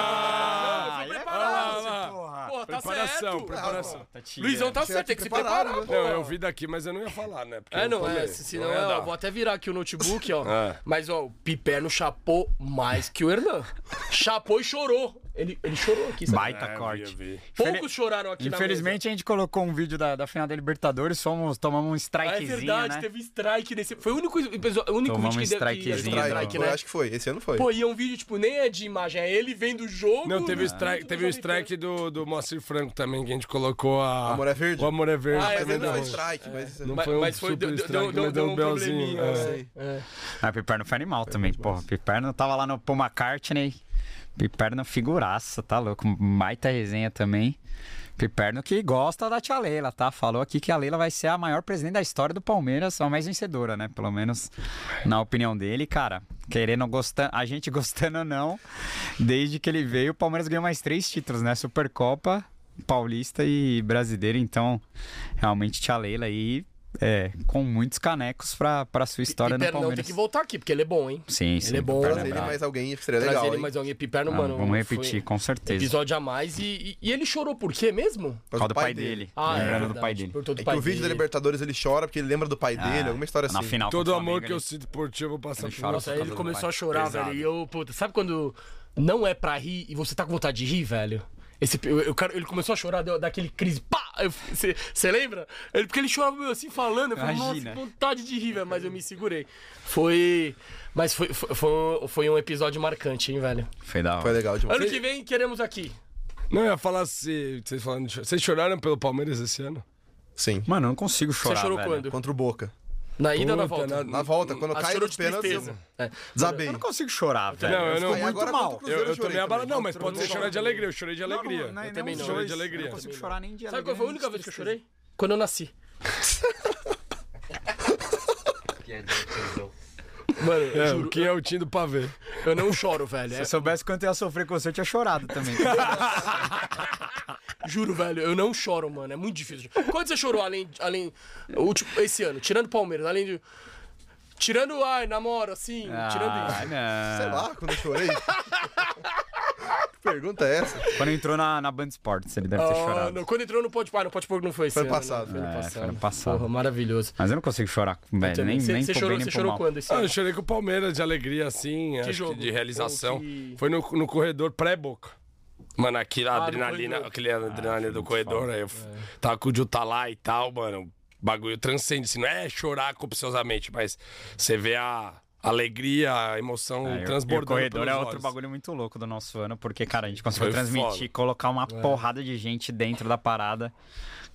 Speaker 1: Ah, eu fui preparado. Pô, tá
Speaker 2: preparação,
Speaker 1: certo.
Speaker 2: preparação.
Speaker 3: é.
Speaker 1: Luizão tá
Speaker 4: Tinha
Speaker 1: certo,
Speaker 4: que
Speaker 1: tem que se
Speaker 4: preparar,
Speaker 1: preparar.
Speaker 4: né?
Speaker 1: pô.
Speaker 2: Não, eu vi daqui, mas eu não ia falar, né? Porque
Speaker 1: É,
Speaker 2: eu
Speaker 1: não, é,
Speaker 2: falei,
Speaker 1: se- senão
Speaker 2: ia
Speaker 1: eu
Speaker 2: dar.
Speaker 1: vou até virar aqui o notebook, ó.
Speaker 2: É.
Speaker 1: Mas, ó, o Piperno chapou mais que o Hernan. Chapou e chorou. Ele, ele chorou aqui, sabe?
Speaker 3: Baita corte.
Speaker 1: Poucos choraram aqui na mesa.
Speaker 3: Infelizmente a gente colocou um vídeo da, da final da Libertadores, fomos, tomamos um
Speaker 1: Ah, é
Speaker 3: strikezinho,
Speaker 1: verdade,
Speaker 3: né?
Speaker 1: teve strike nesse. Foi o único, episódio- o único
Speaker 3: Tomamos
Speaker 1: vídeo que deu- que teve
Speaker 3: strikezinho,
Speaker 4: Trai,
Speaker 1: strike,
Speaker 4: foi,
Speaker 1: né?
Speaker 4: Acho que foi. Esse ano foi.
Speaker 1: Pô, e é um vídeo, tipo, nem é de imagem, é ele vem do jogo.
Speaker 2: Não, teve o
Speaker 1: né?
Speaker 2: strike, teve o strike do, do Moacir Franco também, que a gente colocou a.
Speaker 4: Amor é Verde?
Speaker 2: O Amor é Verde.
Speaker 1: Ah, é
Speaker 4: mas
Speaker 2: também
Speaker 4: ele não
Speaker 1: verdade.
Speaker 2: deu-
Speaker 4: foi strike, mas.
Speaker 2: Não
Speaker 1: Mas-
Speaker 2: foi um
Speaker 1: mas foi-
Speaker 2: super
Speaker 1: deu- deu-
Speaker 2: strike,
Speaker 1: deu-
Speaker 2: mas deu um
Speaker 1: deu um
Speaker 2: belzinho.
Speaker 1: probleminha,
Speaker 2: é.
Speaker 1: né?
Speaker 4: Sei.
Speaker 1: É.
Speaker 3: Ah, Piperno foi animal também, porra. Piperno tava lá no Paul McCartney. Piperno figuraça, tá louco? Baita resenha também. Piperno que gosta da tia Leila, tá? Falou aqui que a Leila vai ser a maior presidente da história do Palmeiras, a mais vencedora, né? Pelo menos na opinião dele, cara. Querendo ou gostando, a gente gostando ou não, desde que ele veio, o Palmeiras ganhou mais três títulos, né? Supercopa, Paulista e Brasileiro. Então, realmente, tia Leila aí. É, com muitos canecos pra, pra sua história no
Speaker 1: Piperno não,
Speaker 3: Palmeiras.
Speaker 1: tem que voltar aqui, porque ele é bom, hein?
Speaker 3: Sim, sim.
Speaker 1: Ele é bom, né?
Speaker 3: pra
Speaker 4: Trazer ele
Speaker 1: Lembrado.
Speaker 3: lembrar.
Speaker 4: mais alguém seria
Speaker 1: Trazer
Speaker 4: legal.
Speaker 1: ele
Speaker 4: hein?
Speaker 1: mais alguém. Piperno,
Speaker 3: Ah,
Speaker 1: mano.
Speaker 3: vamos
Speaker 1: foi
Speaker 3: repetir, com certeza.
Speaker 1: Episódio a mais. E, e- e ele chorou por quê mesmo?
Speaker 4: Mas
Speaker 3: Por causa do pai dele. Lembrando do
Speaker 1: Ah, verdade,
Speaker 3: pai dele. Ah,
Speaker 1: Por todo
Speaker 4: É
Speaker 1: o
Speaker 4: que
Speaker 1: pai
Speaker 4: o vídeo da
Speaker 1: dele.
Speaker 4: Libertadores ele chora porque ele lembra do pai dele, alguma história
Speaker 3: Na
Speaker 4: assim.
Speaker 3: final
Speaker 2: Todo
Speaker 3: contra o
Speaker 2: amor
Speaker 3: Flamengo,
Speaker 2: que eu
Speaker 3: ele-
Speaker 2: sinto por ti, eu vou passar
Speaker 3: Ele
Speaker 2: por
Speaker 3: chora
Speaker 2: você.
Speaker 1: Nossa, aí ele
Speaker 3: do
Speaker 1: começou
Speaker 3: pai.
Speaker 1: a chorar,
Speaker 3: Pesado.
Speaker 1: velho. E eu, puta, sabe quando não é pra rir e você tá com vontade de rir, velho? Esse, eu, eu quero- ele começou a chorar, deu, daquele crise, pá! Você lembra? Ele, porque ele chorava meio assim falando, eu falei, nossa,
Speaker 3: Imagina.
Speaker 1: que vontade de rir, velho, mas eu me segurei. Foi. Mas foi, foi, foi, foi um episódio marcante, hein, velho?
Speaker 3: Foi da hora.
Speaker 4: Foi legal demais.
Speaker 1: Ano que vem queremos aqui.
Speaker 2: Não, eu ia falar se. Vocês, falando de- vocês choraram pelo Palmeiras esse ano?
Speaker 4: Sim.
Speaker 3: Mano, eu não consigo chorar.
Speaker 1: Você chorou
Speaker 3: velho.
Speaker 1: quando?
Speaker 4: Contra o Boca.
Speaker 1: Na ida ou na
Speaker 2: Puta,
Speaker 1: volta?
Speaker 2: na-
Speaker 4: Na volta, quando
Speaker 1: Ah,
Speaker 4: cai
Speaker 1: chorou
Speaker 4: nos
Speaker 1: de
Speaker 4: pênaltis,
Speaker 1: tristeza. É.
Speaker 4: desabei.
Speaker 3: Eu não consigo chorar, velho.
Speaker 2: Não, eu não-
Speaker 3: fico
Speaker 4: Aí agora
Speaker 3: muito
Speaker 4: contra o
Speaker 3: mal.
Speaker 4: Cruzeiro
Speaker 2: Eu, eu
Speaker 4: chorei
Speaker 2: tomei a bala.
Speaker 4: também.
Speaker 2: Não, mas pode ser chorar de alegria. Eu chorei de alegria.
Speaker 3: Não, não,
Speaker 2: eu
Speaker 3: nem
Speaker 2: também
Speaker 3: os
Speaker 2: chorei
Speaker 3: dois.
Speaker 2: de alegria.
Speaker 3: Eu não consigo chorar nem de
Speaker 1: Sabe qual
Speaker 3: alegria,
Speaker 1: foi a
Speaker 3: nem
Speaker 1: única
Speaker 3: de
Speaker 1: vez que eu
Speaker 3: tristeza.
Speaker 1: chorei? Quando eu nasci. Mano, eu
Speaker 2: É,
Speaker 1: juro,
Speaker 2: o que é o Tim do pavê?
Speaker 1: eu não choro, velho. É,
Speaker 3: Se eu soubesse quanto eu ia sofrer com você, eu tinha chorado também.
Speaker 1: juro, velho, eu não choro, mano. É muito difícil. Quando você chorou além, além o último- esse ano, tirando Palmeiras, além de tirando ai, namoro assim,
Speaker 3: Ah,
Speaker 1: tirando isso.
Speaker 3: não.
Speaker 4: Sei lá, quando eu chorei. Que Pergunta é essa?
Speaker 3: Quando entrou na, na Band Sports, ele deve ter
Speaker 1: Ah,
Speaker 3: chorado.
Speaker 1: não, quando entrou no Pode Pá, no Pode Porco não foi esse
Speaker 4: Foi
Speaker 1: ano.
Speaker 4: passado.
Speaker 1: Né? Foi ano
Speaker 3: É,
Speaker 1: passado.
Speaker 3: foi ano passado.
Speaker 1: Porra, maravilhoso.
Speaker 3: Mas eu não consigo chorar, velho. Nem,
Speaker 1: Você
Speaker 3: nem
Speaker 1: você
Speaker 3: pro
Speaker 1: chorou,
Speaker 3: bem, nem
Speaker 1: você
Speaker 3: pro
Speaker 1: chorou
Speaker 3: mal.
Speaker 1: quando esse
Speaker 2: Ah,
Speaker 1: ano?
Speaker 2: eu chorei com o Palmeiras de alegria, assim, acho que
Speaker 1: jogo?
Speaker 2: de realização.
Speaker 1: Ou que-
Speaker 2: Foi no, no corredor pré-boca. Mano,
Speaker 3: Ah,
Speaker 2: aquela
Speaker 1: no
Speaker 2: adrenalina,
Speaker 1: corredor.
Speaker 2: aquele adrenalina do corredor, aí eu f-
Speaker 3: É.
Speaker 2: tava com o Juta lá e tal, mano. O bagulho transcende, assim, não é chorar copiosamente, mas você vê a alegria, a emoção
Speaker 3: Aí,
Speaker 2: transbordando.
Speaker 3: Ah, O corredor
Speaker 2: pelos
Speaker 3: é outro
Speaker 2: olhos.
Speaker 3: bagulho muito louco do nosso ano, porque, cara, a gente conseguiu
Speaker 2: Foi
Speaker 3: transmitir,
Speaker 2: foda.
Speaker 3: colocar uma porrada de gente dentro da parada.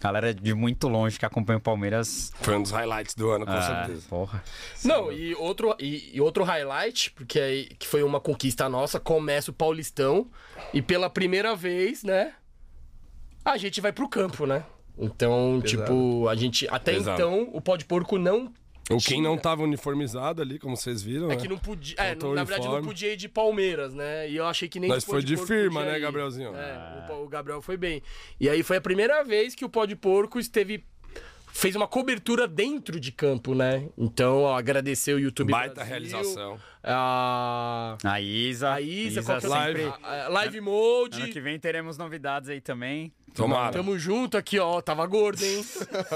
Speaker 3: Galera de muito longe que acompanha o Palmeiras.
Speaker 2: Foi um dos highlights do ano, com
Speaker 3: ah,
Speaker 2: certeza.
Speaker 3: porra.
Speaker 1: Não, e outro, e, e outro highlight, porque aí, que foi uma conquista nossa, começa o Paulistão e pela primeira vez, né, a gente vai pro campo, né? Então, tipo, a gente até
Speaker 2: Pesado.
Speaker 1: então o pó de porco não
Speaker 2: O Kim não tava uniformizado ali, como vocês viram,
Speaker 1: é
Speaker 2: né?
Speaker 1: que não podia, é,
Speaker 2: Faltou
Speaker 1: na verdade não
Speaker 2: uniforme.
Speaker 1: podia ir de Palmeiras, né? E eu achei que nem
Speaker 2: Nós
Speaker 1: o Pó
Speaker 2: foi de
Speaker 1: Porco
Speaker 2: firma,
Speaker 1: podia
Speaker 2: né,
Speaker 1: ir.
Speaker 2: Gabrielzinho? Ah.
Speaker 1: É, o, Pó- o Gabriel foi bem. E aí foi a primeira vez que o pó de porco esteve fez uma cobertura dentro de campo, né? Então, ó, agradecer o YouTube
Speaker 2: Baita
Speaker 1: Brasil,
Speaker 2: realização.
Speaker 1: a-
Speaker 3: A Isa.
Speaker 1: A Ah, Isa, qual que é
Speaker 3: sempre.
Speaker 1: o
Speaker 2: Live.
Speaker 1: A- a- Live Mode.
Speaker 3: Ano que vem teremos novidades aí também.
Speaker 2: Tomara.
Speaker 1: Tamo junto aqui, ó. Tava gordo, hein?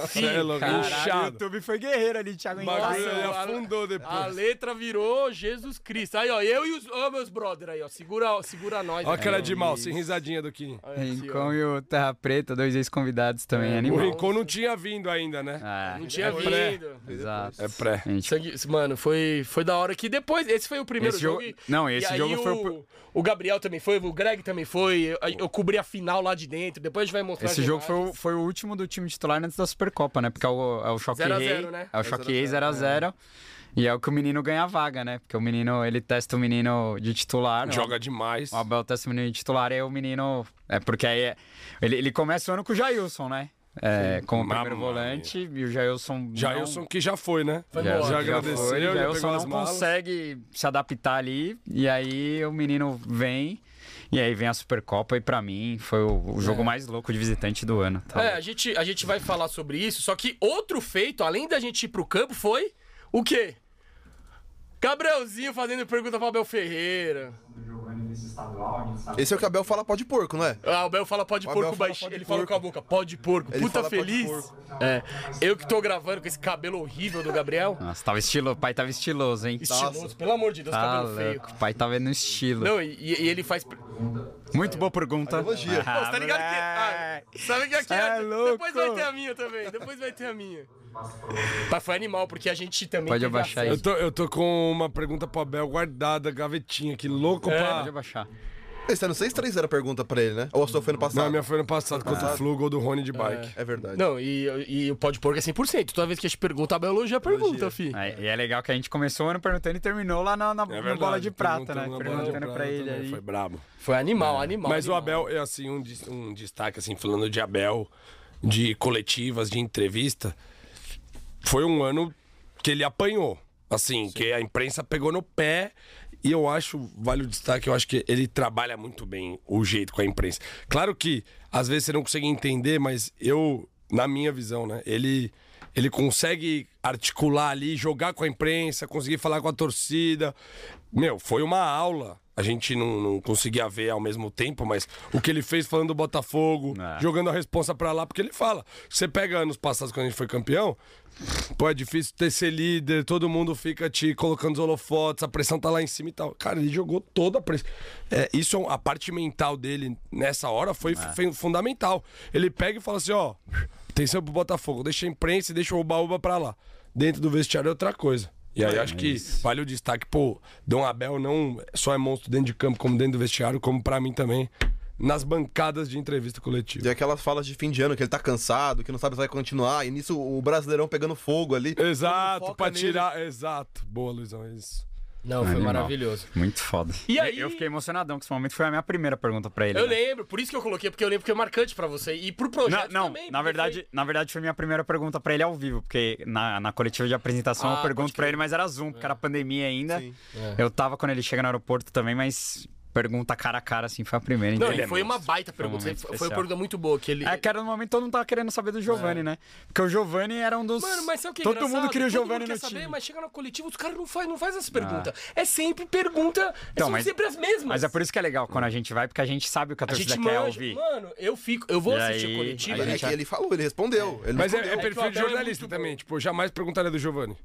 Speaker 1: Sim,
Speaker 2: É louco,
Speaker 1: cara.
Speaker 3: Caralho, um o
Speaker 2: inchado.
Speaker 3: YouTube foi guerreiro ali, Thiago
Speaker 2: O bagulho
Speaker 1: Nossa,
Speaker 2: ele
Speaker 1: a-
Speaker 2: afundou depois.
Speaker 1: A letra virou Jesus Cristo. Aí, ó, eu e os ó, meus brother aí, ó. Segura, segura nós.
Speaker 2: Olha a
Speaker 1: aqui,
Speaker 2: cara é
Speaker 1: assim,
Speaker 2: de mal, sem risadinha do Kim.
Speaker 1: ó. Aqui,
Speaker 3: Rincon
Speaker 1: ó.
Speaker 3: e o Terra Preta, dois ex-convidados também,
Speaker 2: O
Speaker 3: animal.
Speaker 2: Rincon não tinha vindo ainda, né?
Speaker 3: Ah,
Speaker 1: É, Não tinha
Speaker 2: É pré.
Speaker 1: vindo.
Speaker 3: exato.
Speaker 2: É pré.
Speaker 3: A gente-
Speaker 1: Sangue- Mano, foi, foi da hora que depois. Esse foi o primeiro
Speaker 3: Esse
Speaker 1: jogo.
Speaker 3: jogo- não, esse
Speaker 1: e aí
Speaker 3: jogo foi o
Speaker 1: o. O Gabriel também foi, o Greg também foi. Eu, eu cobri a final lá de dentro. Depois a gente vai mostrar.
Speaker 3: Esse
Speaker 1: as
Speaker 3: jogo foi o,
Speaker 1: imagens.
Speaker 3: foi o último do time titular antes da Supercopa, né? Porque é o, é o Choque
Speaker 1: Zero a
Speaker 3: Rei.
Speaker 1: zero, né?
Speaker 3: É o
Speaker 1: É
Speaker 3: Choque Rei 0x0. E é o que o menino ganha a vaga, né? Porque o menino, ele testa o menino de titular. né?
Speaker 2: Joga demais.
Speaker 3: O Abel testa o menino de titular e aí o menino. É porque aí. é- Ele, ele começa o ano com o Jailson, né? É, como
Speaker 2: Mamma
Speaker 3: primeiro volante. E o Jailson.
Speaker 2: Ah, Jailson que já foi, né?
Speaker 1: Foi
Speaker 3: não,
Speaker 1: embora.
Speaker 2: já
Speaker 3: já, já
Speaker 2: agradeceu,
Speaker 3: foi.
Speaker 2: já
Speaker 3: O
Speaker 2: pegou
Speaker 3: Jailson
Speaker 2: as
Speaker 3: não
Speaker 2: malas.
Speaker 3: consegue se adaptar ali. E aí o menino vem. E aí vem a Supercopa e pra mim foi o, o jogo mais louco de visitante do ano. tá
Speaker 1: É, a gente, a gente vai falar sobre isso, só que outro feito, além da gente ir pro campo, foi o quê? Gabrielzinho fazendo pergunta pro Abel Ferreira.
Speaker 5: nesse estadual, a gente sabe.
Speaker 4: Esse é o que o Abel fala pó de porco, não é?
Speaker 1: Ah, o Bel fala pó de
Speaker 4: O Abel
Speaker 1: porco
Speaker 4: fala
Speaker 1: baixinho.
Speaker 4: pó de
Speaker 1: Ele fala
Speaker 4: porco.
Speaker 1: com a boca, pó de porco.
Speaker 4: Ele
Speaker 1: Puta
Speaker 4: fala pó de
Speaker 1: feliz.
Speaker 4: porco.
Speaker 1: É. Eu que tô gravando com esse cabelo horrível do Gabriel.
Speaker 3: Nossa, tava estilo, o pai tava estiloso, hein?
Speaker 1: Estiloso, pelo amor de Deus,
Speaker 3: Tá
Speaker 1: cabelo feio.
Speaker 3: louco, o pai tava no estilo.
Speaker 1: Não, e, e- e ele faz. Pô,
Speaker 3: Muito boa pergunta.
Speaker 4: Analogia.
Speaker 3: Ah,
Speaker 1: você tá ligado que. Ah, sabe que aqui.
Speaker 3: Cê é
Speaker 1: Depois
Speaker 3: louco.
Speaker 1: vai ter a minha também. Depois vai ter a minha. Mas foi animal, porque a gente também.
Speaker 3: Pode
Speaker 1: teve
Speaker 3: abaixar
Speaker 1: acesso.
Speaker 2: Eu tô, eu tô com uma pergunta pro Abel guardada, gavetinha, que louco pra.
Speaker 3: Pode abaixar.
Speaker 4: Esse é ano 6-3 era a pergunta pra ele, né? Ou a sua foi no passado?
Speaker 2: Não, a minha foi no passado contra o Flu, gol do Rony de bike.
Speaker 4: É verdade.
Speaker 1: Não, e, e o pó de porco é 100%. Toda vez que a gente pergunta, a Bel elogia a pergunta, fi.
Speaker 3: Aí, e é legal que a gente começou o ano perguntando e terminou lá na, na-
Speaker 2: É
Speaker 3: na
Speaker 2: verdade,
Speaker 3: bola de prata, né?
Speaker 2: perguntando na bola de
Speaker 3: Perguntando pra
Speaker 2: prata
Speaker 3: ele
Speaker 2: também,
Speaker 3: aí.
Speaker 2: Foi brabo.
Speaker 1: Foi animal, animal.
Speaker 2: Mas o
Speaker 1: animal.
Speaker 2: Abel, é assim, um, des- um destaque, assim, falando de Abel, de coletivas, de entrevista, foi um ano que ele apanhou. Assim, que a imprensa pegou no pé. E eu acho, vale o destaque, eu acho que ele trabalha muito bem o jeito com a imprensa. Claro que, às vezes, você não consegue entender, mas eu, na minha visão, né? Ele. Ele consegue articular ali, jogar com a imprensa, conseguir falar com a torcida. Meu, foi uma aula. A gente não, não conseguia ver ao mesmo tempo, mas o que ele fez falando do Botafogo,
Speaker 3: É.
Speaker 2: jogando a responsa pra lá, porque ele fala. Você pega anos passados quando a gente foi campeão, pô, é difícil ter ser líder, todo mundo fica te colocando os holofotes, a pressão tá lá em cima e tal. Cara, ele jogou toda a pressão. É, isso é um- a parte mental dele nessa hora foi, foi fundamental. Ele pega e fala assim, ó, atenção pro Botafogo, deixa a imprensa e deixa o baúba pra lá. Dentro do vestiário é outra coisa. E aí, acho que vale o destaque, pô, Dom Abel não só é monstro dentro de campo, como dentro do vestiário, como pra mim também, nas bancadas de entrevista coletiva.
Speaker 4: E aquelas falas de fim de ano, que ele tá cansado, que não sabe se vai continuar, e nisso o brasileirão pegando fogo ali. Todo mundo
Speaker 2: Exato,
Speaker 4: foca
Speaker 2: pra
Speaker 4: nele.
Speaker 2: tirar. Exato. Boa, Luizão, é isso.
Speaker 1: Não, foi maravilhoso.
Speaker 3: Muito foda.
Speaker 1: E aí-
Speaker 3: Eu fiquei emocionadão, que esse momento foi a minha primeira pergunta pra ele.
Speaker 1: Eu
Speaker 3: né?
Speaker 1: lembro, por isso que eu coloquei, porque eu lembro que é marcante pra você. E pro
Speaker 3: Não,
Speaker 1: projeto
Speaker 3: não,
Speaker 1: também.
Speaker 3: na
Speaker 1: porque
Speaker 3: verdade, na verdade foi minha primeira pergunta pra ele ao vivo, porque na, na coletiva de apresentação
Speaker 1: Ah,
Speaker 3: eu
Speaker 1: pode
Speaker 3: pergunto pra
Speaker 1: crer. É.
Speaker 3: ele, mas era Zoom, porque era pandemia ainda.
Speaker 4: Sim.
Speaker 3: Eu tava quando ele chega no aeroporto também, mas pergunta cara a cara, assim, foi a primeira.
Speaker 1: Não,
Speaker 3: então-
Speaker 1: ele foi uma baita
Speaker 3: Foi um
Speaker 1: pergunta.
Speaker 3: momento
Speaker 1: Foi, foi
Speaker 3: especial.
Speaker 1: uma pergunta muito boa que ele.
Speaker 3: É que era no momento que todo mundo tava querendo saber do Giovanni, né? Porque o Giovanni era um dos.
Speaker 1: Mano, mas sabe o que é
Speaker 3: Todo
Speaker 1: engraçado?
Speaker 3: mundo queria o
Speaker 1: Todo mundo
Speaker 3: Giovanni
Speaker 1: quer
Speaker 3: no
Speaker 1: saber,
Speaker 3: time. Ah.
Speaker 1: Mas chega na coletiva, os caras não fazem não faz essa pergunta. É sempre pergunta,
Speaker 3: Então,
Speaker 1: são
Speaker 3: mas-
Speaker 1: sempre as mesmas.
Speaker 3: Mas é por isso que é legal quando a gente vai, porque a gente sabe o que
Speaker 1: a
Speaker 3: a torcida
Speaker 1: gente
Speaker 3: quer
Speaker 1: manja.
Speaker 3: ouvir.
Speaker 1: Mano, eu fico, eu vou
Speaker 3: E
Speaker 1: assistir
Speaker 3: aí,
Speaker 1: a coletiva.
Speaker 3: aí
Speaker 4: É que ele falou, ele respondeu. Ele não
Speaker 2: Mas é, é
Speaker 4: escondeu.
Speaker 1: que o
Speaker 2: perfil de
Speaker 1: Abel é
Speaker 2: jornalista
Speaker 1: muito
Speaker 2: também.
Speaker 1: bom.
Speaker 2: Tipo, eu jamais perguntaria do Giovanni.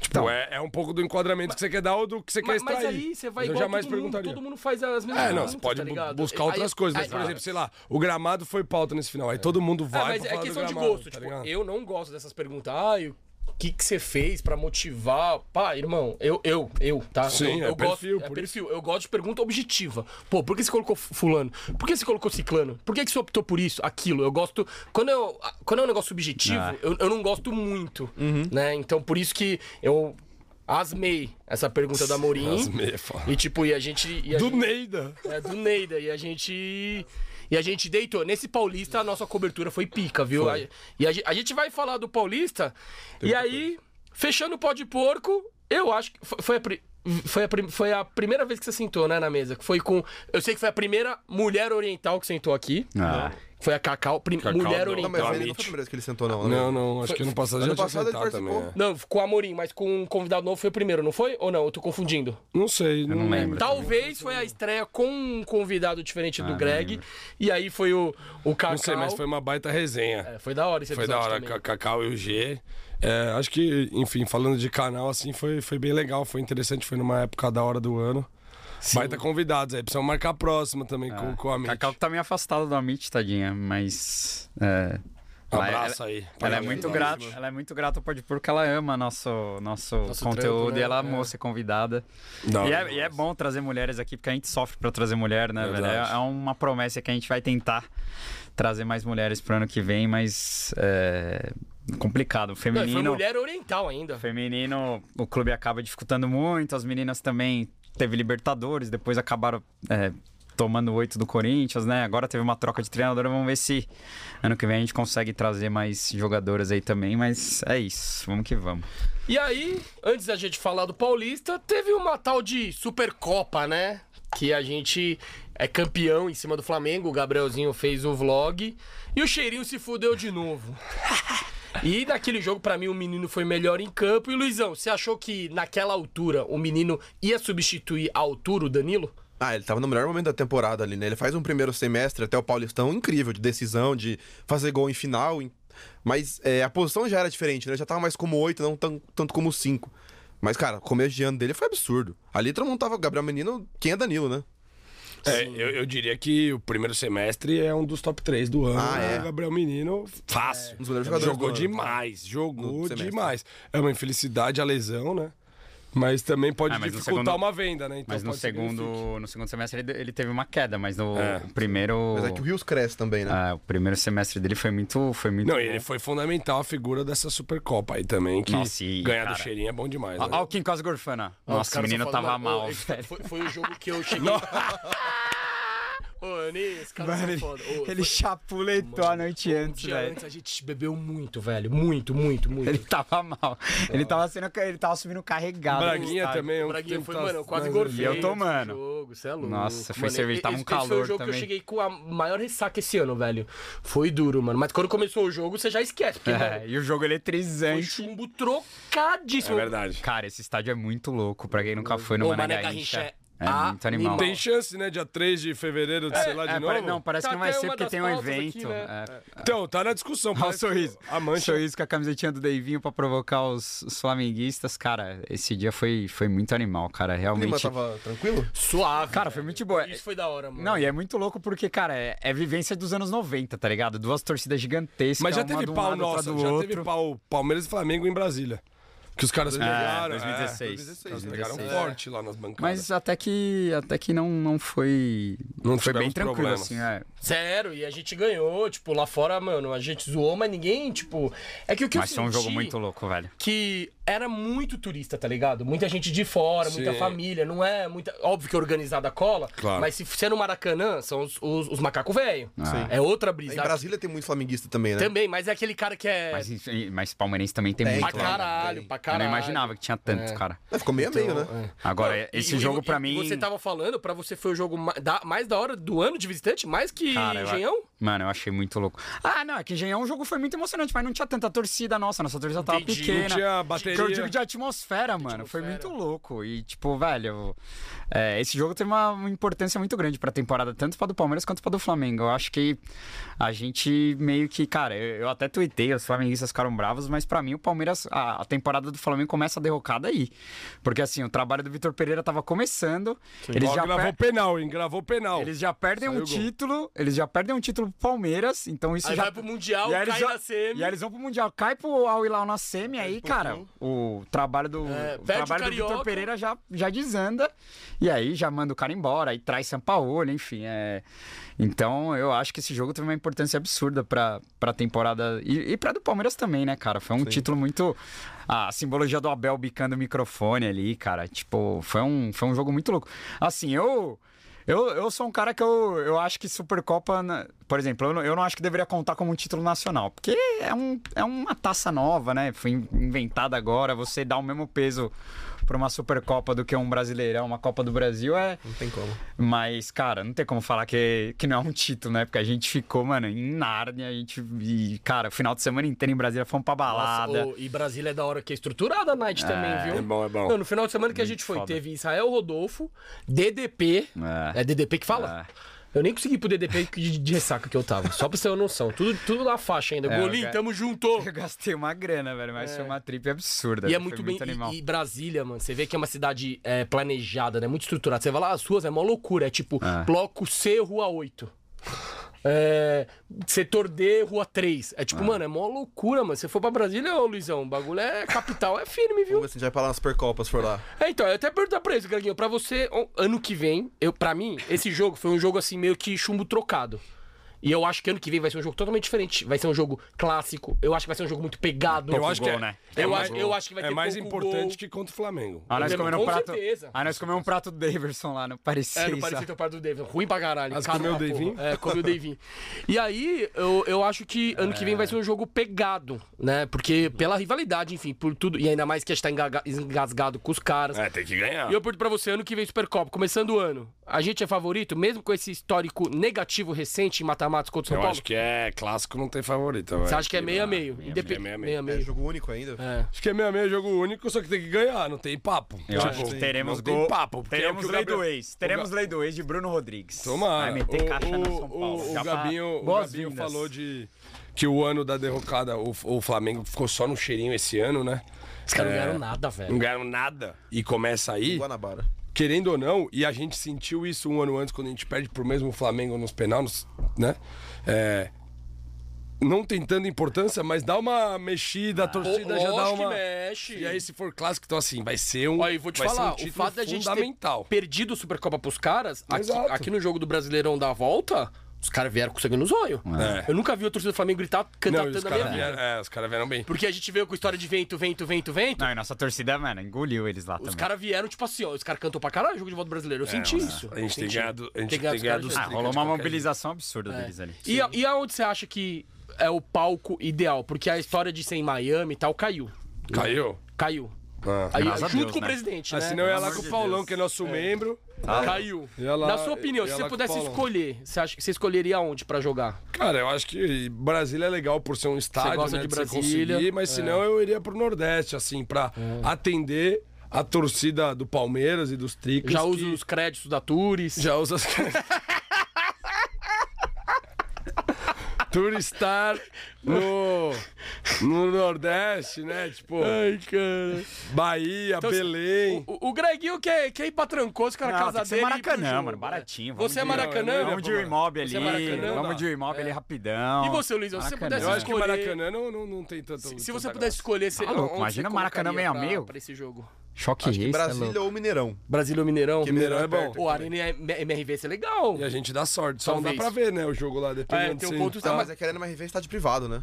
Speaker 2: Tipo, é, é um pouco do enquadramento que você quer dar ou do que você quer
Speaker 1: Mas, mas
Speaker 2: extrair.
Speaker 1: aí você vai
Speaker 2: eu
Speaker 1: igual
Speaker 2: jamais
Speaker 1: todo mundo,
Speaker 2: perguntaria.
Speaker 1: todo mundo faz as mesmas
Speaker 2: É,
Speaker 1: perguntas,
Speaker 2: não, você pode
Speaker 1: tá ligado?
Speaker 2: buscar
Speaker 1: Aí-
Speaker 2: outras coisas. Mas,
Speaker 1: aí-
Speaker 2: por exemplo, sei lá, o gramado foi pauta nesse final. Aí todo mundo
Speaker 1: Ah,
Speaker 2: vai
Speaker 1: mas
Speaker 2: pra
Speaker 1: é
Speaker 2: falar do
Speaker 1: questão de
Speaker 2: gramado,
Speaker 1: gosto.
Speaker 2: tá
Speaker 1: tipo,
Speaker 2: ligado?
Speaker 1: eu não gosto dessas perguntas. Ai, o que que você fez pra motivar? Pá, irmão, eu, eu, eu, tá?
Speaker 2: Sim,
Speaker 1: eu,
Speaker 2: é
Speaker 1: eu gosto,
Speaker 2: perfil,
Speaker 1: é
Speaker 2: por
Speaker 1: perfil. Eu gosto de pergunta objetiva. Pô, por que você colocou fu- fulano? Por que você colocou ciclano? Por que que você optou por isso, aquilo? Eu gosto... Quando, eu, a- quando é um negócio subjetivo,
Speaker 3: Ah.
Speaker 1: eu, eu não gosto muito,
Speaker 2: Uhum.
Speaker 1: né? Então, por isso que eu asmei essa pergunta da
Speaker 2: As
Speaker 1: Morim.
Speaker 2: meia, fala.
Speaker 1: E tipo, e a gente... e a
Speaker 2: Do
Speaker 1: gente-
Speaker 2: Neida.
Speaker 1: é do Neida. E a gente. E a gente deitou. Nesse Paulista, a nossa cobertura foi pica, viu? A- e a, ge- a gente vai falar do Paulista. e aí, fechando o pó de porco, eu acho que. fo- Foi a, pri- foi, a prim- foi a primeira vez que você sentou, né, na mesa. Que Foi com. Eu sei que foi a primeira mulher oriental que sentou aqui.
Speaker 3: Ah.
Speaker 1: Foi a Cacau, prim-
Speaker 2: É. Cacau,
Speaker 1: mulher
Speaker 2: não.
Speaker 4: Não,
Speaker 1: oriental.
Speaker 4: mas
Speaker 2: Então,
Speaker 4: ele não foi
Speaker 2: Amit.
Speaker 4: a primeira vez que ele sentou, não. né?
Speaker 2: Não, não, acho que ano passado já
Speaker 4: Ano
Speaker 2: tinha
Speaker 4: passado ele
Speaker 2: sentado também.
Speaker 4: participou.
Speaker 2: é.
Speaker 1: Não, com a Amorim, mas com um convidado novo foi o primeiro, não foi? Ou não? Eu tô confundindo.
Speaker 2: Não sei,
Speaker 3: Eu não lembro.
Speaker 1: Talvez foi a estreia com um convidado diferente do Greg. E aí foi o, o Cacau.
Speaker 2: Ah, Não sei, mas foi uma baita resenha.
Speaker 1: É, foi da hora esse
Speaker 2: Foi
Speaker 1: episódio
Speaker 2: da hora,
Speaker 1: também.
Speaker 2: Ca- Cacau e o G. É, acho que, enfim, falando de canal, assim, foi, foi bem legal, foi interessante, foi numa época da hora do ano. Baita convidados, aí precisamos marcar a próxima também com, com a Amit.
Speaker 3: Cacau que tá meio afastado do Amit, tadinha, mas. É... ela-
Speaker 2: Abraço
Speaker 3: ela-
Speaker 2: aí.
Speaker 3: Ela é
Speaker 2: Parabéns,
Speaker 3: muito
Speaker 2: tá
Speaker 3: grata,
Speaker 2: ótimo.
Speaker 3: ela é muito grata, pode porque ela ama nosso, nosso,
Speaker 1: Nosso
Speaker 3: conteúdo
Speaker 1: trampo, né?
Speaker 3: e ela
Speaker 1: É.
Speaker 3: amou ser convidada.
Speaker 2: Da
Speaker 3: E
Speaker 2: hora.
Speaker 3: é, e é bom trazer mulheres aqui, porque a gente sofre pra trazer mulher, né, velho?
Speaker 2: Verdade.
Speaker 3: É, é uma promessa que a gente vai tentar trazer mais mulheres pro ano que vem, mas é complicado. O
Speaker 1: Não, e foi
Speaker 3: feminino,
Speaker 1: mulher oriental ainda.
Speaker 3: feminino, o clube acaba dificultando muito, as meninas também teve Libertadores, depois acabaram é, tomando oito do Corinthians, né? Agora teve uma troca de treinador, vamos ver se ano que vem a gente consegue trazer mais jogadoras aí também, mas é isso, vamos que vamos.
Speaker 1: E aí, antes da gente falar do Paulista, teve uma tal de Supercopa, né? Que a gente é campeão em cima do Flamengo. O Gabrielzinho fez o vlog. E o cheirinho se fudeu de novo. E naquele jogo, pra mim, o menino foi melhor em campo. E Luizão, você achou que naquela altura o menino ia substituir a altura o Danilo?
Speaker 4: Ah, ele tava no melhor momento da temporada ali, né? Ele faz um primeiro semestre até o Paulistão incrível, de decisão, de fazer gol em final. em- Mas é, a posição já era diferente, né? Já tava mais como oito, não tão- tanto como cinco. Mas, cara, o começo de ano dele foi absurdo. Ali todo mundo tava Gabriel Menino, quem é Danilo, né?
Speaker 2: É, eu, eu diria que o primeiro semestre é um dos top 3 do ano.
Speaker 4: Ah, é? Um
Speaker 2: O Gabriel Menino, fácil.
Speaker 4: dos melhores jogadores
Speaker 2: jogou
Speaker 4: do ano.
Speaker 2: demais, jogou
Speaker 4: No semestre.
Speaker 2: demais. É uma infelicidade a lesão, né? Mas também pode
Speaker 3: Ah, mas no
Speaker 2: dificultar
Speaker 3: segundo-
Speaker 2: uma venda, né? Então
Speaker 3: Mas no
Speaker 2: pode ser que ele fique.
Speaker 3: segundo, no segundo semestre ele, ele teve uma queda, mas no
Speaker 2: É.
Speaker 3: o primeiro.
Speaker 4: Mas é que o Rios cresce também, né?
Speaker 3: ah, o primeiro semestre dele foi muito. Foi muito
Speaker 2: Não, e
Speaker 3: bom.
Speaker 2: ele é foi fundamental a figura dessa Supercopa aí também, que
Speaker 3: Nossa, e,
Speaker 2: ganhar do
Speaker 3: cara,
Speaker 2: cheirinho é bom demais, né?
Speaker 3: Olha o Kim Cosgorfana.
Speaker 1: Os
Speaker 3: Nossa, o
Speaker 1: caras
Speaker 3: menino
Speaker 1: só falam,
Speaker 3: tava
Speaker 1: "Não, ô,
Speaker 3: mal.
Speaker 1: esse
Speaker 3: velho.
Speaker 1: Foi, foi o jogo que eu cheguei. Ô, Ani, esse cara
Speaker 3: Mano,
Speaker 1: é
Speaker 3: ele,
Speaker 1: foda. Ô,
Speaker 3: ele chapuletou a noite
Speaker 1: Um
Speaker 3: antes,
Speaker 1: dia
Speaker 3: velho.
Speaker 1: antes a gente bebeu muito, velho. Muito, muito, muito.
Speaker 3: Ele tava mal. Ele tava sendo. Ele tava subindo carregado. no
Speaker 2: Braguinha
Speaker 3: estádio.
Speaker 2: também. é um
Speaker 1: O
Speaker 2: que
Speaker 1: Braguinha
Speaker 2: tem
Speaker 1: foi,
Speaker 2: que tá-
Speaker 1: mano, eu quase
Speaker 2: né?
Speaker 1: engordei.
Speaker 3: E eu
Speaker 1: nesse
Speaker 3: tomando.
Speaker 1: Jogo, cê é louco.
Speaker 3: Nossa, foi
Speaker 1: Mano,
Speaker 3: cerveja, tava um
Speaker 1: esse- esse foi o
Speaker 3: calor
Speaker 1: jogo que eu
Speaker 3: também.
Speaker 1: cheguei com a maior ressaca esse ano, velho. Foi duro, mano. Mas quando começou o jogo, você já esquece. Porque,
Speaker 3: É,
Speaker 1: mano,
Speaker 3: e o jogo
Speaker 1: foi um
Speaker 3: eletrizante.
Speaker 1: chumbo
Speaker 2: É
Speaker 3: É
Speaker 1: trocadíssimo.
Speaker 2: verdade.
Speaker 3: Cara, esse estádio é muito louco. Pra quem nunca foi no
Speaker 1: Ô,
Speaker 3: Mané
Speaker 1: Mané
Speaker 3: Garrincha.
Speaker 1: Garrincha é
Speaker 3: É muito animal.
Speaker 1: animal.
Speaker 2: Tem chance, né, dia 3 de fevereiro de sei lá de
Speaker 3: É,
Speaker 2: novo?
Speaker 3: pare- Não, parece
Speaker 1: Tá
Speaker 3: que não vai
Speaker 1: até
Speaker 3: ser
Speaker 1: uma
Speaker 3: porque
Speaker 1: das
Speaker 3: tem um
Speaker 1: pautas aqui,
Speaker 3: evento.
Speaker 1: né?
Speaker 3: é.
Speaker 2: Então, tá na discussão.
Speaker 3: Olha o
Speaker 2: parece que
Speaker 3: sorriso.
Speaker 2: A mancha...
Speaker 3: Sorriso com a camisetinha do Deivinho pra provocar os, os flamenguistas. Cara, esse dia foi, foi muito animal, cara.
Speaker 4: O clima
Speaker 3: Realmente.
Speaker 4: tava tranquilo?
Speaker 1: Suave.
Speaker 3: Cara, foi muito boa.
Speaker 1: Isso foi da hora, mano.
Speaker 3: Não, e é muito louco porque, cara, é, é vivência dos anos 90, tá ligado? Duas torcidas gigantescas.
Speaker 2: Mas já
Speaker 3: uma
Speaker 2: teve
Speaker 3: de um
Speaker 2: pau
Speaker 3: lado, outra
Speaker 2: nossa,
Speaker 3: do
Speaker 2: já
Speaker 3: outro.
Speaker 2: teve pau Palmeiras e Flamengo em Brasília. Que os
Speaker 1: É,
Speaker 3: Ah,
Speaker 2: caras pegaram.
Speaker 3: 2016.
Speaker 2: É, os caras
Speaker 1: um
Speaker 2: pegaram
Speaker 3: 2016.
Speaker 2: forte lá nas bancadas.
Speaker 3: Mas até que, até que não, não foi.
Speaker 2: Não
Speaker 3: foi bem
Speaker 2: tivemos
Speaker 3: tranquilo,
Speaker 2: problemas.
Speaker 3: assim. É.
Speaker 1: Sério, e a gente ganhou, tipo, lá fora, mano, a gente zoou, mas ninguém, tipo. É que o que
Speaker 3: Mas
Speaker 1: eu
Speaker 3: foi um
Speaker 1: senti
Speaker 3: jogo muito louco, velho.
Speaker 1: que era muito turista, tá ligado? Muita gente de fora, muita
Speaker 2: Sim.
Speaker 1: família, não é muita. Óbvio que organizada cola,
Speaker 2: Claro.
Speaker 1: mas se você é no Maracanã, são os, os, os macacos velho. É outra brisa.
Speaker 4: Ah. Em Brasília tem muito flamenguista também, né?
Speaker 1: Também, mas é aquele cara que é.
Speaker 3: Mas, enfim, mas palmeirense também tem
Speaker 4: Tem,
Speaker 3: muito.
Speaker 1: Pra
Speaker 4: claro.
Speaker 3: lá.
Speaker 1: caralho,
Speaker 4: tem.
Speaker 1: pra
Speaker 3: Eu
Speaker 1: caralho.
Speaker 3: não imaginava que tinha tanto, cara.
Speaker 4: É, ficou meio a meio, né?
Speaker 3: Agora,
Speaker 1: Não,
Speaker 3: esse
Speaker 1: e- e-
Speaker 3: jogo
Speaker 1: e-
Speaker 3: pra
Speaker 1: e
Speaker 3: mim.
Speaker 1: Você tava falando, pra você foi o jogo ma- da- mais da hora do ano de visitante? Mais que
Speaker 3: Cara, eu-
Speaker 1: Engenhão?
Speaker 3: Mano, eu achei muito louco. Ah, não, é que Engenhão o jogo foi muito emocionante, mas não tinha tanta torcida nossa, nossa torcida tava
Speaker 1: Entendi.
Speaker 3: pequena.
Speaker 2: Não tinha bateria.
Speaker 3: Que eu digo de atmosfera, mano, foi muito louco. E tipo, velho, é, esse jogo tem uma uma importância muito grande pra temporada, tanto pra do Palmeiras quanto pra do Flamengo. Eu acho que a gente meio que, cara, eu, eu até tuitei, os flamenguistas ficaram bravos, mas pra mim o Palmeiras, a, a temporada do Flamengo começa a derrocada aí. Porque assim, o trabalho do Vitor Pereira tava começando, eles
Speaker 2: Ó,
Speaker 3: já
Speaker 2: gravou
Speaker 3: per-
Speaker 2: penal, hein? Gravou penal.
Speaker 3: eles já perdem
Speaker 2: Saiu
Speaker 3: um
Speaker 2: o gol.
Speaker 3: título, eles já perdem um título pro Palmeiras, então isso
Speaker 1: Aí
Speaker 3: já.
Speaker 1: vai pro Mundial,
Speaker 3: e aí eles
Speaker 1: cai
Speaker 3: já-
Speaker 1: na semi. um
Speaker 3: E aí eles vão pro Mundial, cai pro Al Hilal na semi, aí, cara, o trabalho do.
Speaker 1: É,
Speaker 3: o
Speaker 1: perde o
Speaker 3: trabalho do Vitor
Speaker 1: Carioca.
Speaker 3: Pereira já, já desanda. E aí já manda o cara embora, aí traz São Paulo, enfim. É... Então eu acho que esse jogo teve uma importância absurda pra, pra temporada. E, e pra do Palmeiras também, né, cara? Foi um título muito. Ah, a simbologia do Abel bicando o microfone ali, cara. Tipo, foi um, foi um jogo muito louco. Assim, eu. Eu, eu sou um cara que eu, eu acho que Supercopa, na- por exemplo, eu não, eu não acho que deveria contar como um título nacional, porque é, um, é uma taça nova, né? Foi in- inventada agora, você dá o mesmo peso pra uma Supercopa do que um Brasileirão, uma Copa do Brasil, é...
Speaker 4: Não tem como.
Speaker 3: Mas, cara, não tem como falar que, que não é um título, né? Porque a gente ficou, mano, em Nárnia, a gente... E, cara, o final de semana inteiro em Brasília fomos pra
Speaker 1: Nossa,
Speaker 3: balada.
Speaker 1: ô, e Brasília é da hora que é estruturada a night também, viu?
Speaker 2: é bom, é bom.
Speaker 1: Não, no final de semana que a gente foi,
Speaker 3: foda.
Speaker 1: teve Israel Rodolfo, DDP. É,
Speaker 3: É.
Speaker 1: DDP que fala?
Speaker 2: É.
Speaker 1: Eu nem consegui ir pro DDP de, de ressaca que eu tava. Só pra você ter uma noção. Tudo, tudo na faixa ainda.
Speaker 3: É,
Speaker 1: Golim,
Speaker 3: eu-
Speaker 1: tamo junto.
Speaker 3: Eu gastei uma grana, velho, mas foi uma trip absurda.
Speaker 1: É. E é
Speaker 3: velho,
Speaker 1: muito
Speaker 3: foi
Speaker 1: bem.
Speaker 3: muito animal.
Speaker 1: e, e Brasília, mano, você vê que é uma cidade é, planejada, né? Muito estruturada. Você vai lá, as ruas é mó loucura. É tipo,
Speaker 3: Ah.
Speaker 1: bloco C, rua 8. É, setor D, rua 3. É tipo, mano, é mó loucura, mano. Você for pra Brasília, ô Luizão, o bagulho é capital, é firme, viu?
Speaker 4: Vamos ver se a gente vai pra lá nas Supercopas se for lá.
Speaker 1: É, então, eu até perguntar pra eles, Greginho, pra você, o- ano que vem, eu, pra mim, esse jogo foi um jogo assim, meio que chumbo trocado. E eu acho que ano que vem vai ser um jogo totalmente diferente. Vai ser um jogo clássico. Eu acho que vai ser um jogo muito pegado.
Speaker 2: Eu acho que
Speaker 3: gol,
Speaker 2: é,
Speaker 3: né?
Speaker 2: é
Speaker 1: Eu
Speaker 2: mais-
Speaker 1: acho- eu acho que vai
Speaker 2: É
Speaker 1: ter
Speaker 2: mais
Speaker 1: pouco
Speaker 2: importante
Speaker 1: gol.
Speaker 2: que contra o Flamengo.
Speaker 3: Ah, nós
Speaker 1: Com
Speaker 3: comemos um prato.
Speaker 1: certeza.
Speaker 3: Ah, nós comemos um prato do Daverson lá no Parecia.
Speaker 1: É, não parecia ter o par do David. Ruim pra caralho.
Speaker 2: Mas
Speaker 1: caro
Speaker 2: comeu
Speaker 1: pra
Speaker 2: o Davinho?
Speaker 1: porra. É, comeu o Davinho. E aí, eu, eu acho que ano que vem vai ser um jogo pegado, né? Porque pela rivalidade, enfim, por tudo. E ainda mais que a gente tá engaga- engasgado com os caras.
Speaker 2: É, tem que ganhar.
Speaker 1: E eu pergunto pra você, ano que vem Supercopa, começando o ano, a gente é favorito, mesmo com esse histórico negativo recente em mata Matos contra o São
Speaker 2: Eu
Speaker 1: Paulo?
Speaker 2: acho que é clássico, não tem favorito. velho.
Speaker 1: Você acha que é meio a meio? Independ-
Speaker 2: meio a meio.
Speaker 1: meio a
Speaker 4: É
Speaker 1: meio.
Speaker 4: jogo único ainda.
Speaker 1: É.
Speaker 2: Acho que é meia-meia jogo único, só que tem que ganhar, não tem papo. Tipo,
Speaker 3: Eu acho que teremos
Speaker 2: não tem
Speaker 3: gol.
Speaker 2: papo, porque é o
Speaker 3: teremos
Speaker 2: que o
Speaker 3: lei
Speaker 2: Gabriel-
Speaker 3: do ex.
Speaker 2: o
Speaker 3: Teremos
Speaker 2: Ga-
Speaker 3: lei do ex de Bruno Rodrigues.
Speaker 2: Tomara.
Speaker 3: Vai meter caixa no São Paulo.
Speaker 2: O, o
Speaker 3: Já pra-
Speaker 2: Gabinho, o
Speaker 3: Boas
Speaker 2: Gabinho
Speaker 3: vindas.
Speaker 2: falou de que o ano da derrocada, o, o Flamengo ficou só no cheirinho esse ano, né?
Speaker 1: Os caras
Speaker 2: É.
Speaker 1: não ganharam nada,
Speaker 2: Não
Speaker 1: velho.
Speaker 2: ganharam nada. E começa aí,
Speaker 4: Guanabara.
Speaker 2: querendo ou não, e a gente sentiu isso um ano antes, quando a gente perde pro mesmo Flamengo nos penal, nos- né? É, não tem tanta importância, mas dá uma mexida, a torcida já
Speaker 1: Ah,
Speaker 2: dá
Speaker 1: Lógico que
Speaker 2: uma.
Speaker 1: mexe.
Speaker 2: E aí, se for clássico, então assim, vai ser um.
Speaker 1: Olha, eu vou te
Speaker 2: vai ser
Speaker 1: falar,
Speaker 2: um
Speaker 1: o
Speaker 2: título
Speaker 1: fato da gente
Speaker 2: fundamental.
Speaker 1: ter perdido o Supercopa pros caras, aqui,
Speaker 2: Exato.
Speaker 1: aqui no jogo do Brasileirão da volta, os caras vieram com sangue nos olhos. Eu nunca vi a torcida do Flamengo gritar, cantar
Speaker 2: É. Não, e os
Speaker 1: tanto na minha
Speaker 2: caras
Speaker 1: vida.
Speaker 2: vieram, é, os caras vieram bem.
Speaker 1: Porque a gente veio com história de vento, vento, vento, vento.
Speaker 3: Não, e nossa torcida, mano, engoliu eles lá
Speaker 1: Os
Speaker 3: também.
Speaker 1: caras vieram, tipo assim, ó, os caras cantam pra caralho o jogo de volta do brasileiro. Eu
Speaker 2: É,
Speaker 1: senti isso.
Speaker 2: A gente tem
Speaker 1: Senti.
Speaker 2: ganhado. A gente tem
Speaker 1: os caras
Speaker 2: ganhado.
Speaker 1: de
Speaker 2: os
Speaker 1: jeito.
Speaker 3: Ah,
Speaker 2: trinta
Speaker 3: rolou
Speaker 2: de
Speaker 3: uma
Speaker 2: qualquer
Speaker 3: mobilização absurda deles ali.
Speaker 1: E, a- e aonde você acha que é o palco ideal? Porque a história de ser em Miami e tal caiu.
Speaker 2: jeito. Caiu.
Speaker 1: Caiu.
Speaker 2: Ah.
Speaker 1: Aí,
Speaker 3: Graças a
Speaker 1: junto
Speaker 3: Deus,
Speaker 1: com o
Speaker 3: né?
Speaker 1: presidente,
Speaker 2: Ah,
Speaker 1: né?
Speaker 2: senão eu ia lá
Speaker 3: amor
Speaker 2: com o
Speaker 3: de
Speaker 2: Paulão,
Speaker 3: Deus.
Speaker 2: que é nosso membro.
Speaker 4: Ah.
Speaker 1: Caiu.
Speaker 2: Ia lá-
Speaker 1: Na sua opinião,
Speaker 2: ia
Speaker 1: se você
Speaker 2: lá com o
Speaker 1: pudesse
Speaker 2: Paulão.
Speaker 1: escolher, você acha que você escolheria onde pra jogar?
Speaker 2: Cara, eu acho que Brasília é legal por ser um estádio,
Speaker 1: gosta
Speaker 2: né,
Speaker 1: de
Speaker 2: de você
Speaker 1: Brasília.
Speaker 2: conseguir, mas senão eu iria pro Nordeste, assim, pra atender a torcida do Palmeiras e dos Tricas.
Speaker 1: Já
Speaker 2: que-
Speaker 1: uso os créditos da Turis.
Speaker 2: Já usa as... Turistar no, no Nordeste, né? Tipo,
Speaker 1: Ai, cara. Então, assim,
Speaker 2: Bahia, Belém.
Speaker 1: O, o Greguinho quer, quer ir pra Trancoso, cara,
Speaker 3: Não,
Speaker 1: casa
Speaker 3: tem que ser
Speaker 1: dele. e ir pro
Speaker 3: Maracanã,
Speaker 1: jogo.
Speaker 3: mano, baratinho. vamos
Speaker 1: Você é
Speaker 3: de-
Speaker 1: Maracanã?
Speaker 2: Não,
Speaker 3: Vamos de Imóvel
Speaker 1: Você é
Speaker 3: ali,
Speaker 1: Maracanã?
Speaker 3: vamos
Speaker 2: Dá.
Speaker 3: de Imóvel ali rapidão.
Speaker 1: E você, Luiz, se você pudesse
Speaker 2: Eu acho que
Speaker 1: escolher-
Speaker 2: Maracanã não, não, não tem tanto.
Speaker 1: Se você
Speaker 2: tanta
Speaker 1: pudesse escolher, você,
Speaker 3: Tá louco,
Speaker 1: onde
Speaker 3: imagina
Speaker 1: você
Speaker 3: Maracanã
Speaker 1: colocaria
Speaker 3: meio a meio.
Speaker 1: Pra, pra esse jogo.
Speaker 3: Choque
Speaker 4: Acho que
Speaker 3: esse, tá
Speaker 4: Brasília
Speaker 3: louco.
Speaker 4: ou Mineirão.
Speaker 1: Brasil ou Mineirão?
Speaker 4: Porque Mineirão
Speaker 2: é bom.
Speaker 4: perto.
Speaker 1: O Arena MRV, isso é legal.
Speaker 2: E a gente dá sorte, só não
Speaker 1: Talvez.
Speaker 2: dá pra ver, né? O jogo lá, dependendo
Speaker 1: É, tem um
Speaker 2: se
Speaker 1: ponto-
Speaker 2: tá-
Speaker 4: Ah, mas é que a Arena MRV é estádio privado, né?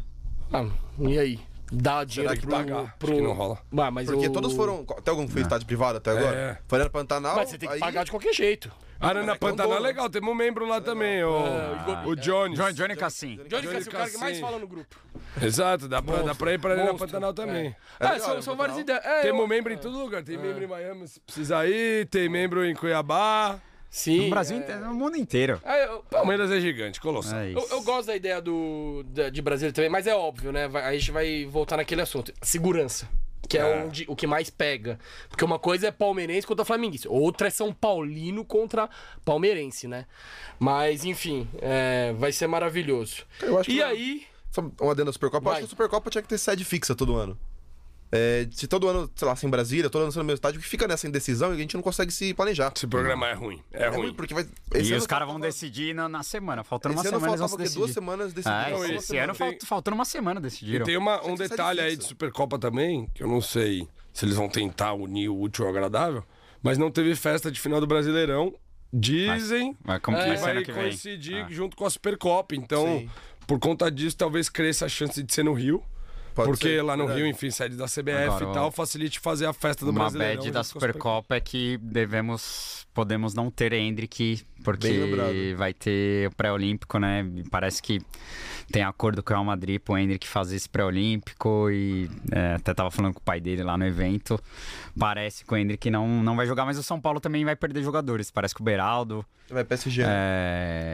Speaker 1: Ah, e aí? Dá dinheiro
Speaker 4: que
Speaker 1: pro...
Speaker 2: pagar? Acho
Speaker 1: pro...
Speaker 2: que não rola.
Speaker 1: Ah, mas
Speaker 4: Porque
Speaker 1: o-
Speaker 4: todos foram. Até algum foi estádio privado até agora?
Speaker 2: É.
Speaker 4: Foi Arena Pantanal.
Speaker 1: Mas você tem que
Speaker 4: aí-
Speaker 1: pagar de qualquer jeito.
Speaker 2: Arana
Speaker 4: Molecão
Speaker 2: Pantanal é
Speaker 4: bom, né?
Speaker 2: legal, temos um membro
Speaker 1: É,
Speaker 2: lá também, o, o Johnny.
Speaker 3: Johnny, Johnny Cassim.
Speaker 1: Johnny
Speaker 2: é?
Speaker 1: Cassi, o cara que mais
Speaker 2: Cassi.
Speaker 1: fala no grupo.
Speaker 2: Exato, dá pra, dá pra ir pra Arana
Speaker 1: Monstro.
Speaker 2: Pantanal também. É
Speaker 1: Ah,
Speaker 4: legal,
Speaker 1: são,
Speaker 4: né,
Speaker 1: são
Speaker 4: Pantanal?
Speaker 1: várias ideias. É,
Speaker 2: Temos
Speaker 1: eu-
Speaker 2: membro em todo lugar, tem membro em Miami se precisar ir, tem membro em Cuiabá.
Speaker 1: Sim.
Speaker 3: No Brasil
Speaker 1: é.
Speaker 3: inteiro, no mundo inteiro.
Speaker 1: Ah, eu,
Speaker 2: Palmeiras é gigante, colossal.
Speaker 3: É
Speaker 1: eu-
Speaker 3: isso.
Speaker 1: eu gosto da ideia do, da- de Brasília também, mas é óbvio, né? Vai- a gente vai voltar naquele assunto. Segurança. Que é,
Speaker 2: É.
Speaker 1: onde o que mais pega. Porque uma coisa é palmeirense contra flamenguista, outra é São Paulino contra palmeirense, né? Mas, enfim, é, vai ser maravilhoso.
Speaker 4: Eu acho
Speaker 1: e
Speaker 4: que-
Speaker 1: aí,
Speaker 4: Só um adendo da Supercopa. Eu
Speaker 1: Vai.
Speaker 4: acho que a Supercopa tinha que ter sede fixa todo ano. É, se todo ano, sei lá, sem Brasília, todo ano sendo no mesmo estádio, que fica nessa indecisão e a gente não consegue se planejar.
Speaker 2: Esse programa é ruim, é,
Speaker 4: É
Speaker 2: ruim.
Speaker 4: ruim, porque vai.
Speaker 3: E os caras vão decidir na, na semana. Faltando uma
Speaker 4: Esse ano
Speaker 3: semana, eles vão se
Speaker 4: faltava o quê? duas
Speaker 3: decidir.
Speaker 4: semanas
Speaker 3: Ah,
Speaker 4: decidiram.
Speaker 2: Então, Não,
Speaker 3: esse,
Speaker 2: e
Speaker 3: esse ano
Speaker 2: tem-
Speaker 3: falt- faltando uma semana decidiram.
Speaker 2: Tem uma- um
Speaker 4: que isso é
Speaker 2: detalhe aí de
Speaker 4: difícil.
Speaker 2: Supercopa também, que eu não sei se eles vão tentar unir o útil ao agradável, mas não teve festa de final do Brasileirão. Dizem
Speaker 3: Mas como que
Speaker 2: que
Speaker 3: vai ser
Speaker 2: vai
Speaker 3: ano que vem?
Speaker 2: É,
Speaker 3: Ah.
Speaker 2: coincidir junto com a Supercopa. Então, por conta disso, talvez cresça a chance de ser no Rio.
Speaker 4: Pode
Speaker 2: porque
Speaker 4: ser,
Speaker 2: lá no
Speaker 4: verdade.
Speaker 2: Rio, enfim, sede da CBF
Speaker 3: Agora,
Speaker 2: e
Speaker 3: ó,
Speaker 2: tal, facilite fazer a festa do
Speaker 3: Uma
Speaker 2: Brasileirão.
Speaker 3: bad da
Speaker 2: junto com a Supercopa.
Speaker 3: Supercopa é que devemos, podemos não ter Hendrick,
Speaker 4: Bem
Speaker 3: porque
Speaker 4: lembrado.
Speaker 3: vai ter o pré-olímpico, né? E Parece que tem acordo com o Real Madrid pro Hendrick fazer esse pré-olímpico e é, até tava falando com o pai dele lá no evento. Parece que o Hendrick não, não vai jogar, mas o São Paulo também vai perder jogadores. Parece que o Beraldo,
Speaker 4: Vai PSG. né?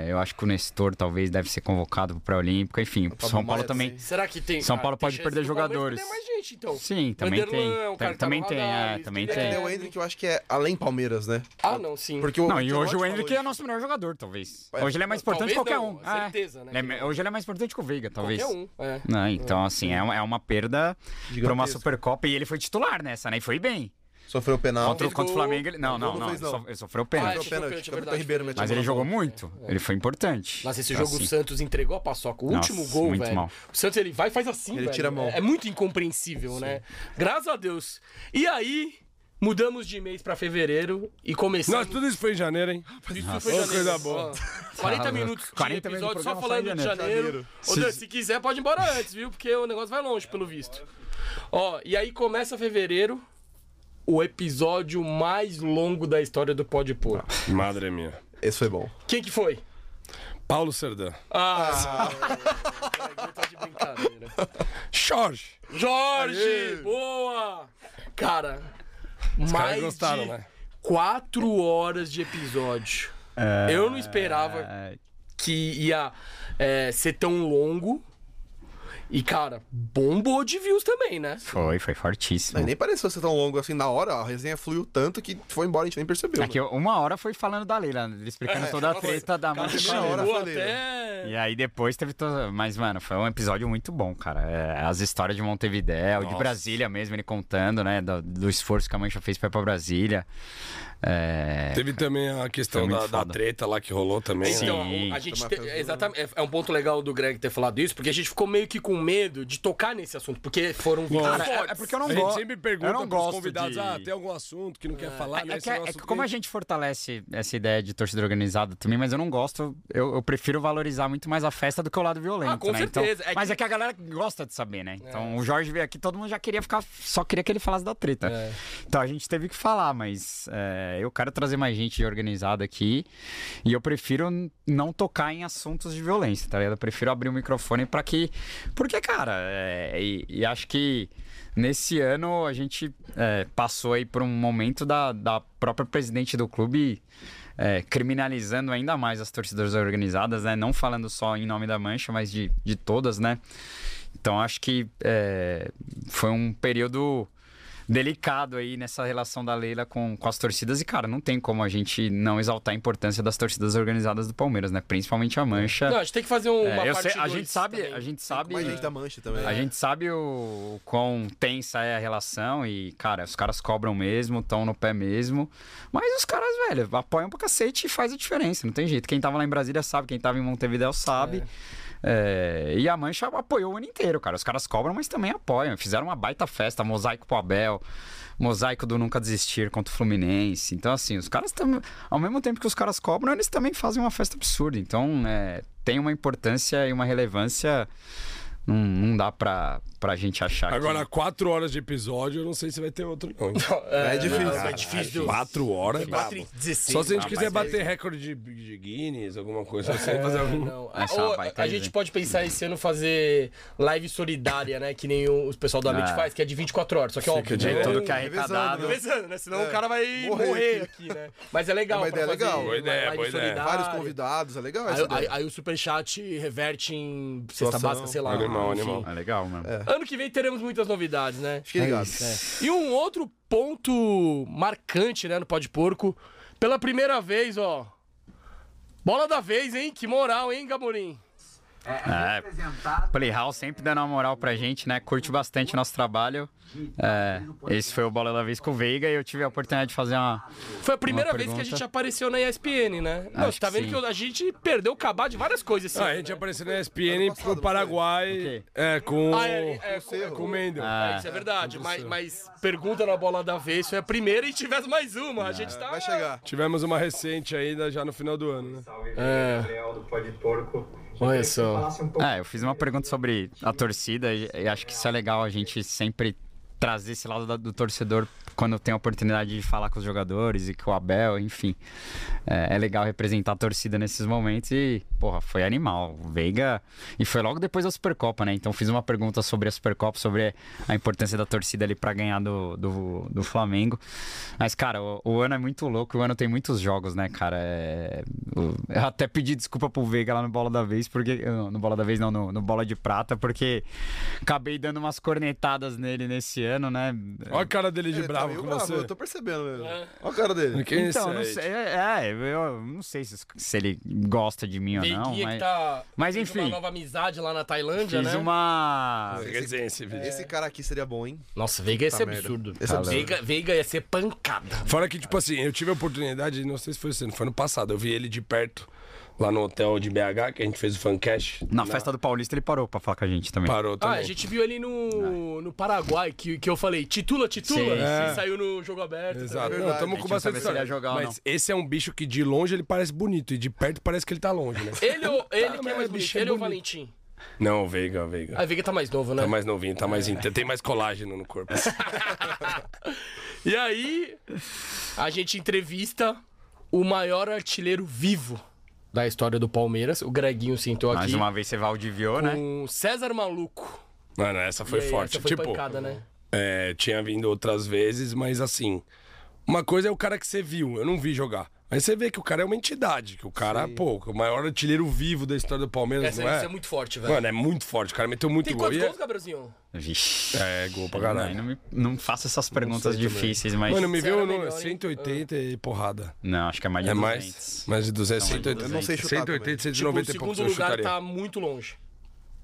Speaker 3: é, eu acho que o Nestor talvez deve ser convocado pro pré-olímpico, enfim, o
Speaker 4: Pablo
Speaker 3: São Paulo
Speaker 4: Maia
Speaker 3: também.
Speaker 4: também.
Speaker 1: será que tem. Ah,
Speaker 3: São Paulo
Speaker 1: tem
Speaker 3: pode
Speaker 1: chance
Speaker 3: perder
Speaker 1: do Palmeiras
Speaker 3: jogadores.
Speaker 1: perder mais gente, então.
Speaker 3: Sim, também tem.
Speaker 1: Vanderlan, o cara que tá
Speaker 3: também
Speaker 1: no
Speaker 3: tem,
Speaker 1: radar,
Speaker 3: é, também
Speaker 1: Guilherme.
Speaker 4: É que
Speaker 3: tem.
Speaker 4: daí o Hendrick, eu acho que é além Palmeiras, né?
Speaker 1: Ah, não, sim.
Speaker 4: Porque o
Speaker 3: Não, e hoje o
Speaker 4: Ancelotti
Speaker 3: Henrique
Speaker 4: falou
Speaker 3: é nosso melhor jogador, talvez.
Speaker 4: É,
Speaker 3: Hoje ele é mais importante que qualquer
Speaker 1: talvez
Speaker 3: um.
Speaker 1: não,
Speaker 3: é.
Speaker 1: certeza, né,
Speaker 3: Ele é
Speaker 1: que
Speaker 3: me-
Speaker 1: não.
Speaker 3: hoje ele é mais importante que o Veiga, talvez.
Speaker 1: Qualquer um. É.
Speaker 3: Não, então, assim, é uma, é uma perda pra uma
Speaker 4: Gigantesca.
Speaker 3: Supercopa. E ele foi titular nessa, né? E foi bem.
Speaker 4: isso. Sofreu penal.
Speaker 3: Contra,
Speaker 1: fez
Speaker 3: contra o
Speaker 1: gol.
Speaker 3: Flamengo. Ele... Não,
Speaker 4: Gol
Speaker 3: não,
Speaker 4: não
Speaker 3: não.
Speaker 4: fez,
Speaker 3: Ele,
Speaker 4: não. Ah,
Speaker 3: so- ele sofreu
Speaker 1: Ah,
Speaker 3: pênalti.
Speaker 1: achei-
Speaker 4: pênalti.
Speaker 1: é
Speaker 4: Capitão
Speaker 1: verdade.
Speaker 4: Ribeiro meteu
Speaker 3: Mas
Speaker 4: gol.
Speaker 3: ele jogou muito. Ele foi importante.
Speaker 1: Nossa, esse jogo
Speaker 3: Assim.
Speaker 1: o Santos entregou a paçoca. O
Speaker 3: Nossa,
Speaker 1: último gol,
Speaker 3: muito
Speaker 1: velho.
Speaker 3: mal.
Speaker 1: O Santos ele vai e faz assim,
Speaker 4: Ele
Speaker 1: velho.
Speaker 4: tira a mão.
Speaker 1: É, é muito incompreensível, né? Graças a Deus. E aí, mudamos de mês pra fevereiro e começamos.
Speaker 2: Nossa, tudo isso foi em janeiro, hein?
Speaker 1: Isso foi
Speaker 2: ô,
Speaker 1: janeiro.
Speaker 2: coisa boa.
Speaker 1: Ó, 40 minutos de
Speaker 3: 40 Ah, minutos
Speaker 1: episódio
Speaker 3: do
Speaker 1: só
Speaker 3: programa
Speaker 1: falando
Speaker 3: só em
Speaker 1: de janeiro.
Speaker 4: janeiro.
Speaker 1: Ô, Dan, se quiser pode ir embora antes, viu? Porque o negócio vai longe, pelo visto. Ó, e aí começa fevereiro, o episódio mais longo da história do Pode Pôr.
Speaker 2: Madre minha.
Speaker 4: Esse foi bom.
Speaker 1: Quem que foi?
Speaker 2: Paulo Serdã.
Speaker 1: Ah, eu tô de brincadeira.
Speaker 2: Jorge.
Speaker 1: Jorge! Boa! Cara, mais
Speaker 2: gostaram,
Speaker 1: de
Speaker 2: né?
Speaker 1: quatro horas de episódio. Eu não esperava
Speaker 3: É,
Speaker 1: que ia é, ser tão longo. E, cara, bombou de views também, né?
Speaker 3: Foi, foi fortíssimo.
Speaker 4: Mas nem pareceu ser tão longo assim. Na hora, a resenha fluiu tanto que foi embora, a gente nem percebeu. né?
Speaker 3: Aqui,
Speaker 4: mano.
Speaker 3: uma hora foi falando da Leila, explicando toda a treta da
Speaker 1: Cara,
Speaker 3: Mancha.
Speaker 1: chegou
Speaker 4: hora foi dele.
Speaker 2: É.
Speaker 1: até...
Speaker 3: E aí depois teve todo... Mas, mano, foi um episódio muito bom, cara. É, As histórias de Montevidéu, de Brasília mesmo, ele contando, né? Do, do esforço que a Mancha fez pra ir pra Brasília. É,
Speaker 2: Teve também a questão
Speaker 3: Foi muito
Speaker 2: da, da
Speaker 3: foda.
Speaker 2: treta lá que rolou também. né?
Speaker 1: Então,
Speaker 3: Sim.
Speaker 1: a gente
Speaker 4: Tomar
Speaker 1: te-
Speaker 4: peso,
Speaker 1: é exatamente, é- é um ponto legal do Greg ter falado isso, porque a gente ficou meio que com medo de tocar nesse assunto, porque foram vídeos
Speaker 3: Cara, é-
Speaker 1: fortes.
Speaker 3: é porque eu não
Speaker 2: A gente
Speaker 3: gosto.
Speaker 2: sempre pergunta
Speaker 3: eu não
Speaker 2: pros
Speaker 3: gosto
Speaker 2: convidados,
Speaker 3: de...
Speaker 2: ah, tem algum assunto que não quer falar?
Speaker 3: É
Speaker 2: né? Esse
Speaker 3: que- é
Speaker 2: nosso
Speaker 3: que como a
Speaker 2: tem.
Speaker 3: gente fortalece essa ideia de torcida organizada também, mas eu não gosto, eu, eu prefiro valorizar muito mais a festa do que o lado violento,
Speaker 1: Ah, com
Speaker 3: né?
Speaker 1: certeza.
Speaker 3: Então,
Speaker 1: É
Speaker 3: mas
Speaker 1: que- É.
Speaker 3: é que a galera gosta de saber, né? Então o Jorge veio aqui, todo mundo já queria ficar, só queria que ele falasse da treta.
Speaker 1: É.
Speaker 3: Então a gente teve que falar, mas é, eu quero trazer mais gente organizada aqui e eu prefiro n- não tocar em assuntos de violência, tá ligado? Eu prefiro abrir o microfone pra que. Porque, cara, é, e, e acho que nesse ano a gente é, passou aí por um momento da, da própria presidente do clube é, criminalizando ainda mais as torcidas organizadas, né? Não falando só em nome da Mancha, mas de, de todas, né? Então acho que é, foi um período delicado aí nessa relação da Leila com, com as torcidas. E, cara, não tem como a gente não exaltar a importância das torcidas organizadas do Palmeiras, né? Principalmente a Mancha.
Speaker 1: Não, a gente tem que fazer uma
Speaker 3: É, eu
Speaker 1: parte
Speaker 3: sei- a,
Speaker 1: dois
Speaker 3: gente sabe,
Speaker 1: também. É
Speaker 3: a gente
Speaker 4: Tem
Speaker 3: sabe. né?
Speaker 4: Mais gente da mancha também. né?
Speaker 3: A gente sabe o, o quão tensa é a relação e, cara, os caras cobram mesmo, estão no pé mesmo. Mas os caras, velho, apoiam pra cacete e faz a diferença, não tem jeito. Quem tava lá em Brasília sabe, quem tava em Montevideo sabe. É, e a Mancha apoiou o ano inteiro, cara. Os caras cobram, mas também apoiam. Fizeram uma baita festa, mosaico pro Abel, mosaico do Nunca Desistir contra o Fluminense. Então, assim, os caras também. Ao mesmo tempo que os caras cobram, eles também fazem uma festa absurda. Então, é, tem uma importância e uma relevância. Não, não dá pra, pra gente achar
Speaker 2: Agora,
Speaker 3: que...
Speaker 2: quatro horas de episódio, eu não sei se vai ter outro, não.
Speaker 4: É difícil.
Speaker 2: né?
Speaker 1: É difícil.
Speaker 2: Quatro horas? é
Speaker 1: Quatro e
Speaker 2: brabo.
Speaker 1: 16.
Speaker 2: Só se a gente
Speaker 1: Ah,
Speaker 2: quiser
Speaker 1: mas
Speaker 2: bater
Speaker 3: é-
Speaker 2: recorde de, de Guinness, alguma coisa assim, fazer algum...
Speaker 1: É, Não,
Speaker 3: Essa
Speaker 1: ou,
Speaker 3: vai, tá
Speaker 1: a
Speaker 3: aí,
Speaker 1: gente
Speaker 3: gente.
Speaker 1: pode pensar esse ano fazer live solidária, né? Que nem o, os pessoal do Amit
Speaker 3: Ah.
Speaker 1: faz, que é de 24 horas. Só que, ó,
Speaker 2: que de
Speaker 1: não-
Speaker 3: Tudo
Speaker 4: um-
Speaker 3: que é arrecadado.
Speaker 1: Pensando, né? Senão o cara vai morrer,
Speaker 4: Morrer
Speaker 1: aqui, né? Mas é legal.
Speaker 4: É uma
Speaker 1: pra
Speaker 4: ideia
Speaker 1: fazer
Speaker 4: legal.
Speaker 2: Boa ideia,
Speaker 1: live
Speaker 2: boa ideia.
Speaker 1: solidária.
Speaker 4: Vários convidados, é legal
Speaker 1: Aí,
Speaker 4: essa
Speaker 1: aí-
Speaker 4: ideia.
Speaker 1: aí o superchat reverte em cesta
Speaker 4: Doação.
Speaker 1: básica, sei lá.
Speaker 2: Animal,
Speaker 1: enfim.
Speaker 2: animal.
Speaker 3: É legal, mano.
Speaker 1: Ano que vem teremos muitas novidades, né?
Speaker 4: Fiquei ligado.
Speaker 3: é.
Speaker 1: E um outro ponto marcante, né, no Pó de Porco. Pela primeira vez, ó. Bola da vez, hein? Que moral, hein, Gamorim?
Speaker 3: É, Playhouse sempre dando uma moral pra gente, né? Curte bastante o nosso trabalho. É, esse foi o Bola da Vez com o Veiga e eu tive a oportunidade de fazer uma.
Speaker 1: Foi a primeira vez que a
Speaker 3: pergunta.
Speaker 1: gente apareceu na ESPN, né? Não,
Speaker 3: Acho
Speaker 1: você tá
Speaker 3: que
Speaker 1: vendo
Speaker 3: sim.
Speaker 1: que a gente perdeu o cabal de várias coisas, assim.
Speaker 2: Ah, a gente apareceu na ESPN pro
Speaker 4: passado,
Speaker 2: Paraguai
Speaker 3: quê?
Speaker 2: é, com,
Speaker 1: Ah, é, é,
Speaker 2: é, com o Mendel.
Speaker 1: É, isso é verdade, mas, mas pergunta na bola da vez, foi a primeira e tivesse mais uma, a gente tá...
Speaker 4: Vai chegar.
Speaker 2: Tivemos uma recente ainda já no final do ano, né?
Speaker 1: Olha só.
Speaker 3: É, eu fiz uma pergunta sobre a torcida e, e acho que isso é legal a gente sempre trazer esse lado da- do torcedor quando tem a oportunidade de falar com os jogadores e com o Abel, enfim. É, é legal representar a torcida nesses momentos e, porra, foi animal. O Veiga. E foi logo depois da Supercopa, né? Então fiz uma pergunta sobre a Supercopa, sobre a importância da torcida ali pra ganhar do, do, do Flamengo. Mas, cara, o, o ano é muito louco, o ano tem muitos jogos, né, cara? É, o- eu até pedi desculpa pro Veiga lá no Bola da Vez, porque. eu- No Bola da Vez, não, no, no Bola de Prata, porque acabei dando umas cornetadas nele nesse ano, né?
Speaker 2: Olha a cara dele de
Speaker 4: Ele tá
Speaker 2: bravo
Speaker 4: meio
Speaker 2: com
Speaker 4: bravo,
Speaker 2: você.
Speaker 4: Eu tô percebendo mesmo. Olha a cara dele.
Speaker 2: Quem é esse
Speaker 3: então, não
Speaker 2: aí?
Speaker 3: sei, é, é, eu não sei se, se ele gosta de mim ou não,
Speaker 1: Veiguinha
Speaker 3: mas,
Speaker 1: que tá...
Speaker 3: mas
Speaker 1: fez uma
Speaker 3: enfim,
Speaker 1: nova amizade lá na Tailândia,
Speaker 3: fiz
Speaker 1: né?
Speaker 3: uma...
Speaker 2: Quer dizer, esse vídeo.
Speaker 4: Esse cara aqui seria bom, hein?
Speaker 1: Nossa, Veiga ia ser
Speaker 4: merda.
Speaker 1: absurdo.
Speaker 4: Esse é absurdo.
Speaker 1: Veiga, Veiga ia ser pancada.
Speaker 2: Fora que, tipo assim, eu tive a oportunidade, não sei se foi esse ano, foi ano passado, eu vi ele de perto lá no hotel de BH, que a gente fez o fancast.
Speaker 3: Na festa do Paulista ele parou pra falar com a gente também.
Speaker 2: Parou
Speaker 1: Ah,
Speaker 2: também.
Speaker 1: a gente viu ele no, no Paraguai, que, que eu falei, titula, titula,
Speaker 3: Sim, É.
Speaker 1: Ele
Speaker 2: sim.
Speaker 1: saiu no jogo aberto.
Speaker 2: Exato.
Speaker 1: também.
Speaker 2: Não,
Speaker 4: verdade.
Speaker 2: tamo
Speaker 4: A
Speaker 2: com
Speaker 3: gente não
Speaker 2: bastante
Speaker 3: sabe se
Speaker 2: história.
Speaker 3: ele ia jogar ou
Speaker 2: Mas esse é um bicho que de longe ele parece bonito e de perto parece que ele tá longe, né?
Speaker 1: Ele
Speaker 3: Ah,
Speaker 1: ou ele que é
Speaker 2: mas
Speaker 1: mais
Speaker 2: o bicho
Speaker 1: bonito?
Speaker 2: é
Speaker 1: Ele ou o
Speaker 2: bonito.
Speaker 1: Valentim?
Speaker 2: não, o Veiga, o Veiga.
Speaker 1: Ah, o Veiga tá mais novo, né?
Speaker 2: Tá mais novinho, tá mais. inte- Tem mais colágeno no corpo.
Speaker 1: E aí, a gente entrevista o maior artilheiro vivo da história do Palmeiras. O Greginho sentou
Speaker 3: Mais
Speaker 1: aqui.
Speaker 3: uma vez você valdiviou, né?
Speaker 1: Um César Maluco.
Speaker 2: Mano, essa foi
Speaker 1: E aí,
Speaker 2: forte.
Speaker 1: essa foi
Speaker 2: tipo,
Speaker 1: pancada, né?
Speaker 2: é, tinha vindo outras vezes, mas assim. Uma coisa é o cara que você viu, eu não vi jogar. Aí você vê que o cara é uma entidade, que o cara, pô, o maior artilheiro vivo da história do Palmeiras,
Speaker 1: Essa,
Speaker 2: não é?
Speaker 1: Isso é muito forte, velho.
Speaker 2: Mano, é muito forte, o cara meteu muito
Speaker 1: Tem
Speaker 2: gol.
Speaker 1: quantos
Speaker 2: e é-
Speaker 1: gols, Gabrielzinho?
Speaker 3: Vixe.
Speaker 2: É, gol pra
Speaker 3: Não,
Speaker 2: caralho.
Speaker 3: não, me, não faça essas perguntas difíceis, mas.
Speaker 2: Mano, me
Speaker 1: Você
Speaker 2: viu
Speaker 1: era
Speaker 2: no
Speaker 1: é melhor, hein?
Speaker 2: 180 e porrada.
Speaker 3: Não, acho que é mais de
Speaker 2: É
Speaker 3: 200.
Speaker 2: mais? Mais de 200,
Speaker 3: Não, mais de
Speaker 2: 180.
Speaker 4: Eu não sei chutar
Speaker 2: 180,
Speaker 4: também.
Speaker 1: Tipo, o
Speaker 2: 190 e poucos
Speaker 1: segundo
Speaker 2: eu
Speaker 1: lugar
Speaker 2: chutaria.
Speaker 1: tá muito longe.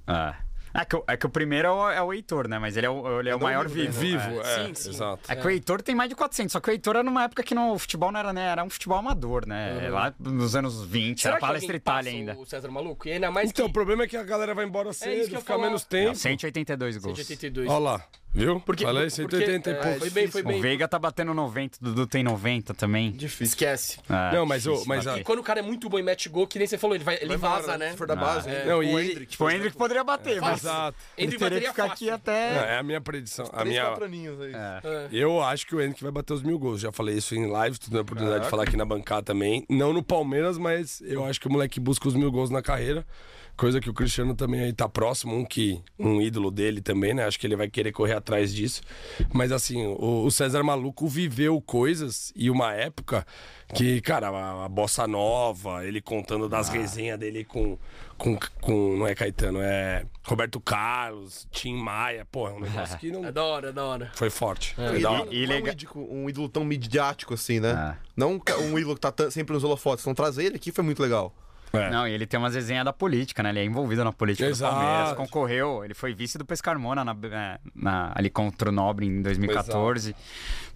Speaker 3: Ah. É que, o- é que o primeiro é o, é o Heitor, né? Mas ele é o, ele é o maior vivo.
Speaker 2: Vivo, é,
Speaker 1: Sim, sim.
Speaker 2: exato.
Speaker 3: É que o Heitor tem mais de 400, só que o Heitor era numa época que não, o futebol não era, né? Era um futebol amador, né? Lá nos anos 20,
Speaker 1: Será
Speaker 3: era
Speaker 1: que
Speaker 3: palestra
Speaker 1: alguém
Speaker 3: Itália
Speaker 1: passa
Speaker 3: ainda.
Speaker 1: O César Maluco? E ainda mais
Speaker 2: Então, o
Speaker 1: que
Speaker 2: problema é que a galera vai embora
Speaker 1: isso
Speaker 2: cedo,
Speaker 1: que eu ia
Speaker 2: fica
Speaker 1: falar.
Speaker 2: menos
Speaker 3: Não,
Speaker 2: tempo.
Speaker 3: 182 gols.
Speaker 1: 182.
Speaker 2: Olha lá, viu?
Speaker 1: Porque,
Speaker 2: Olha aí, 180
Speaker 1: porque- é,
Speaker 2: e poucos.
Speaker 1: Foi bem, foi
Speaker 3: O
Speaker 1: bem.
Speaker 3: Veiga tá batendo 90, o Dudu tem 90 também.
Speaker 4: Difícil.
Speaker 1: Esquece.
Speaker 3: Ah,
Speaker 2: Não, mas o-
Speaker 3: difícil
Speaker 2: mas a-
Speaker 3: bater.
Speaker 1: E quando o cara é muito bom e mete gol, que nem você falou, ele, vai, ele vaza, né?
Speaker 4: Se for da base,
Speaker 1: é.
Speaker 4: né?
Speaker 2: Não, e
Speaker 4: o
Speaker 2: ele-
Speaker 4: Hendrick.
Speaker 3: Tipo, o Hendrick poderia bater, mas
Speaker 2: Exato.
Speaker 3: ele
Speaker 1: Ele
Speaker 3: teria que
Speaker 1: bateria
Speaker 3: ficar
Speaker 1: fácil.
Speaker 3: aqui até...
Speaker 2: É a minha predição. A
Speaker 4: Três,
Speaker 2: minha, É.
Speaker 4: quatro aninhos aí.
Speaker 2: Eu acho que o Henrique vai bater os mil gols. Já falei isso em live, tô dando a oportunidade de falar aqui na bancada também. Não no Palmeiras, mas eu acho que o moleque busca os mil gols na carreira. Coisa que o Cristiano também aí tá próximo, um que um ídolo dele também, né? Acho que ele vai querer correr atrás disso. Mas assim, o, o César Maluco viveu coisas e uma época que, cara, a, a bossa nova, ele contando das resenhas dele com, com, com. Não é Caetano, é Roberto Carlos, Tim Maia. Pô, é um negócio que não.
Speaker 1: É da hora, é da hora.
Speaker 2: Foi forte.
Speaker 4: Não,
Speaker 2: Foi da hora.
Speaker 4: não
Speaker 3: E
Speaker 4: é um,
Speaker 3: legal-
Speaker 4: ídolo, um ídolo tão midiático assim, né?
Speaker 3: Ah.
Speaker 4: Não um ca- um ídolo que tá tan- sempre nos holofotes. Então trazer ele aqui foi muito legal.
Speaker 2: É.
Speaker 3: Não, e ele tem umas resenhas da política, né? Ele é envolvido na política
Speaker 2: Exato.
Speaker 3: do Palmeiras, concorreu, ele foi vice do Pescarmona na, é, na- ali contra o Nobre em 2014.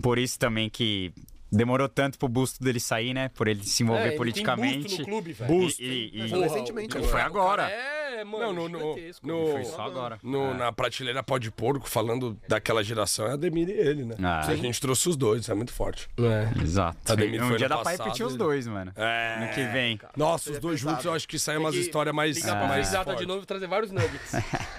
Speaker 3: Por isso também que demorou tanto pro busto dele sair, né? Por ele se envolver
Speaker 1: É, ele Tem
Speaker 3: politicamente.
Speaker 1: busto no clube, velho.
Speaker 2: Busto.
Speaker 3: E, e- e-
Speaker 4: Porra, recentemente,
Speaker 1: o-
Speaker 4: né?
Speaker 1: o
Speaker 3: Foi
Speaker 1: cara
Speaker 3: agora.
Speaker 1: É, mano.
Speaker 2: Não, no, no,
Speaker 1: gigantesco.
Speaker 2: no-
Speaker 3: Foi só agora.
Speaker 2: no- na prateleira pó de porco, falando daquela geração, é a Demir e ele, né?
Speaker 3: Ah.
Speaker 2: A gente trouxe os dois, isso é muito forte.
Speaker 3: Exato.
Speaker 2: A Demi
Speaker 3: um
Speaker 2: foi no
Speaker 3: dia dá pra
Speaker 2: passado,
Speaker 3: repetir os
Speaker 2: ele-
Speaker 3: dois, mano.
Speaker 2: É.
Speaker 3: No que vem.
Speaker 2: Nossa, os dois juntos eu acho que saem umas
Speaker 1: que
Speaker 2: histórias mais.
Speaker 1: Ligar pra
Speaker 2: mais
Speaker 1: frisada
Speaker 2: fortes.
Speaker 1: de novo e trazer vários nuggets.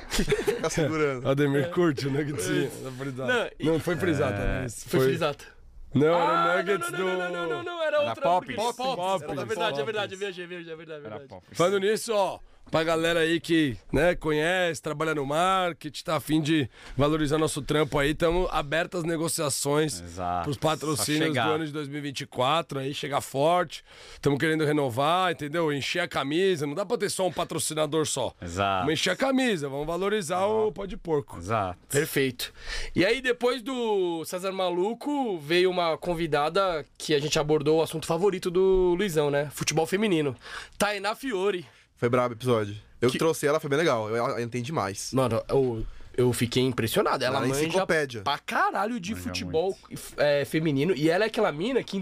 Speaker 4: Ficar segurando.
Speaker 2: Ademir curte o Nuggetzinho. da frisada.
Speaker 1: Não,
Speaker 2: Não,
Speaker 1: e-
Speaker 2: foi frisada. né?
Speaker 1: Foi
Speaker 2: Foi-
Speaker 1: frisado.
Speaker 2: Não, era
Speaker 1: Ah,
Speaker 2: o Nuggets
Speaker 1: não, não, não, não, não, não,
Speaker 2: do.
Speaker 1: não, era outra.
Speaker 3: Pop.
Speaker 1: porque-
Speaker 3: Pop,
Speaker 1: Pop.
Speaker 2: Pop.
Speaker 1: É verdade, é
Speaker 2: Pop.
Speaker 1: verdade, viajei, viajei, é verdade, é
Speaker 3: Era
Speaker 1: verdade.
Speaker 3: pop.
Speaker 2: Falando nisso, ó. Pra galera aí que né, conhece, trabalha no marketing, tá afim de valorizar nosso trampo aí, estamos abertas as negociações
Speaker 3: Exato.
Speaker 2: pros
Speaker 3: Só
Speaker 2: patrocínios do
Speaker 3: chegar.
Speaker 2: ano de 2024, aí chegar forte. Estamos querendo renovar, entendeu? Encher a camisa, não dá pra ter só um patrocinador só.
Speaker 3: Exato.
Speaker 2: Vamos encher a camisa, vamos valorizar o pó de porco.
Speaker 3: Exato.
Speaker 1: Perfeito. E aí, depois do César Maluco, veio uma convidada que a gente abordou o assunto favorito do Luizão, né? Futebol feminino. Tainá Fiore.
Speaker 4: Foi brabo o episódio. Eu que trouxe ela, foi bem legal. Eu, ela entende demais.
Speaker 1: Mano, eu, eu fiquei impressionado. Ela,
Speaker 4: Ela é
Speaker 1: manja
Speaker 4: enciclopédia.
Speaker 1: pra caralho de futebol é, feminino. E ela é aquela mina que em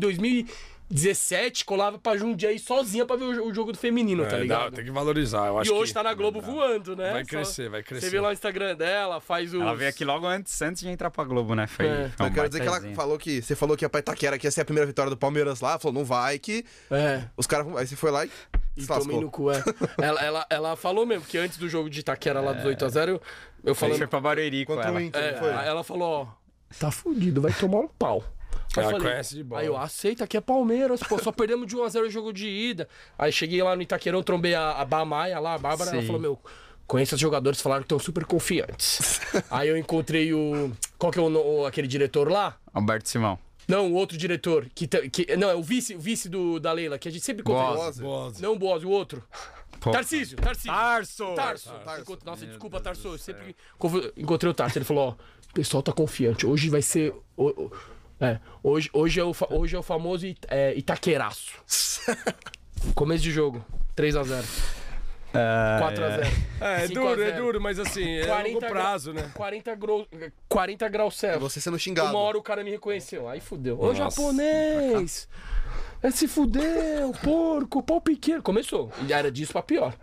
Speaker 1: 2017 colava pra Jundiaí sozinha pra ver o, jo- o jogo do feminino, tá
Speaker 2: É,
Speaker 1: ligado?
Speaker 2: dá, tem que valorizar, eu acho
Speaker 1: E hoje
Speaker 2: que...
Speaker 1: tá na Globo voando, né?
Speaker 2: Vai
Speaker 1: Só-
Speaker 2: crescer, vai
Speaker 1: Você
Speaker 2: crescer.
Speaker 1: vê lá o Instagram dela, faz o.
Speaker 3: Ela veio aqui logo antes, antes de entrar pra Globo, né? Foi.
Speaker 1: É.
Speaker 3: foi
Speaker 4: eu
Speaker 3: um
Speaker 4: quero dizer que ela
Speaker 3: baitazinho.
Speaker 4: falou que você falou que ia pra Itaquera, que ia ser a primeira vitória do Palmeiras lá. Ela Falou, não vai, que
Speaker 1: É.
Speaker 4: os caras. vão- Aí você foi lá e.
Speaker 1: E
Speaker 4: se
Speaker 1: tomei
Speaker 4: lascou.
Speaker 1: no cu, é. ela, ela, ela falou mesmo que antes do jogo de Itaquera lá
Speaker 2: É.
Speaker 1: dos 8x0, eu, eu
Speaker 3: A gente
Speaker 1: falando.
Speaker 3: foi pra Barueri com
Speaker 4: Contra o
Speaker 3: ela.
Speaker 4: Inter,
Speaker 1: é,
Speaker 4: não foi?
Speaker 1: ela falou, ó, tá fudido, vai tomar um pau. Aí eu
Speaker 2: Ela
Speaker 1: falei,
Speaker 2: conhece de bola.
Speaker 1: Aí eu aceita que é Palmeiras, pô, só perdemos de 1x0 o jogo de ida. Aí cheguei lá no Itaquerão, trombei a, a Bamaia lá, a Bárbara, ela
Speaker 3: Sim.
Speaker 1: falou, meu, conheço os jogadores, falaram que estão super confiantes. Aí eu encontrei o. Qual que é o, no- o- aquele diretor lá?
Speaker 3: Alberto Simão.
Speaker 1: Não, o outro diretor, que, ta- que não, é o vice, o vice do, da Leila, que a gente sempre encontra.
Speaker 3: Boas.
Speaker 2: Boa.
Speaker 1: Não o Bozzi, Ah, o outro.
Speaker 3: Pô.
Speaker 1: Tarcísio, Tarcísio.
Speaker 3: Tarso!
Speaker 1: Tarso. Encontrei- Nossa, desculpa, Tarso. Eu sempre confu- encontrei o Tarso. Ele falou: ó, o pessoal tá confiante. Hoje vai ser. o- o- é, hoje, hoje, é o, fa- hoje é o famoso it, é, Itaqueraço. Começo de jogo. 3x0. 4x0.
Speaker 2: É, é
Speaker 1: 5 a
Speaker 2: duro, é
Speaker 1: 0.
Speaker 2: duro, mas assim, é longo
Speaker 1: gra-
Speaker 2: prazo, né?
Speaker 1: 40, grau, 40 graus
Speaker 4: E
Speaker 1: Celsius.
Speaker 4: Você sendo xingado.
Speaker 1: Uma hora o cara me reconheceu. Aí fudeu. Ô
Speaker 2: Nossa.
Speaker 1: japonês! É, se fudeu, porco, pau pequeno. Começou. E era disso pra pior.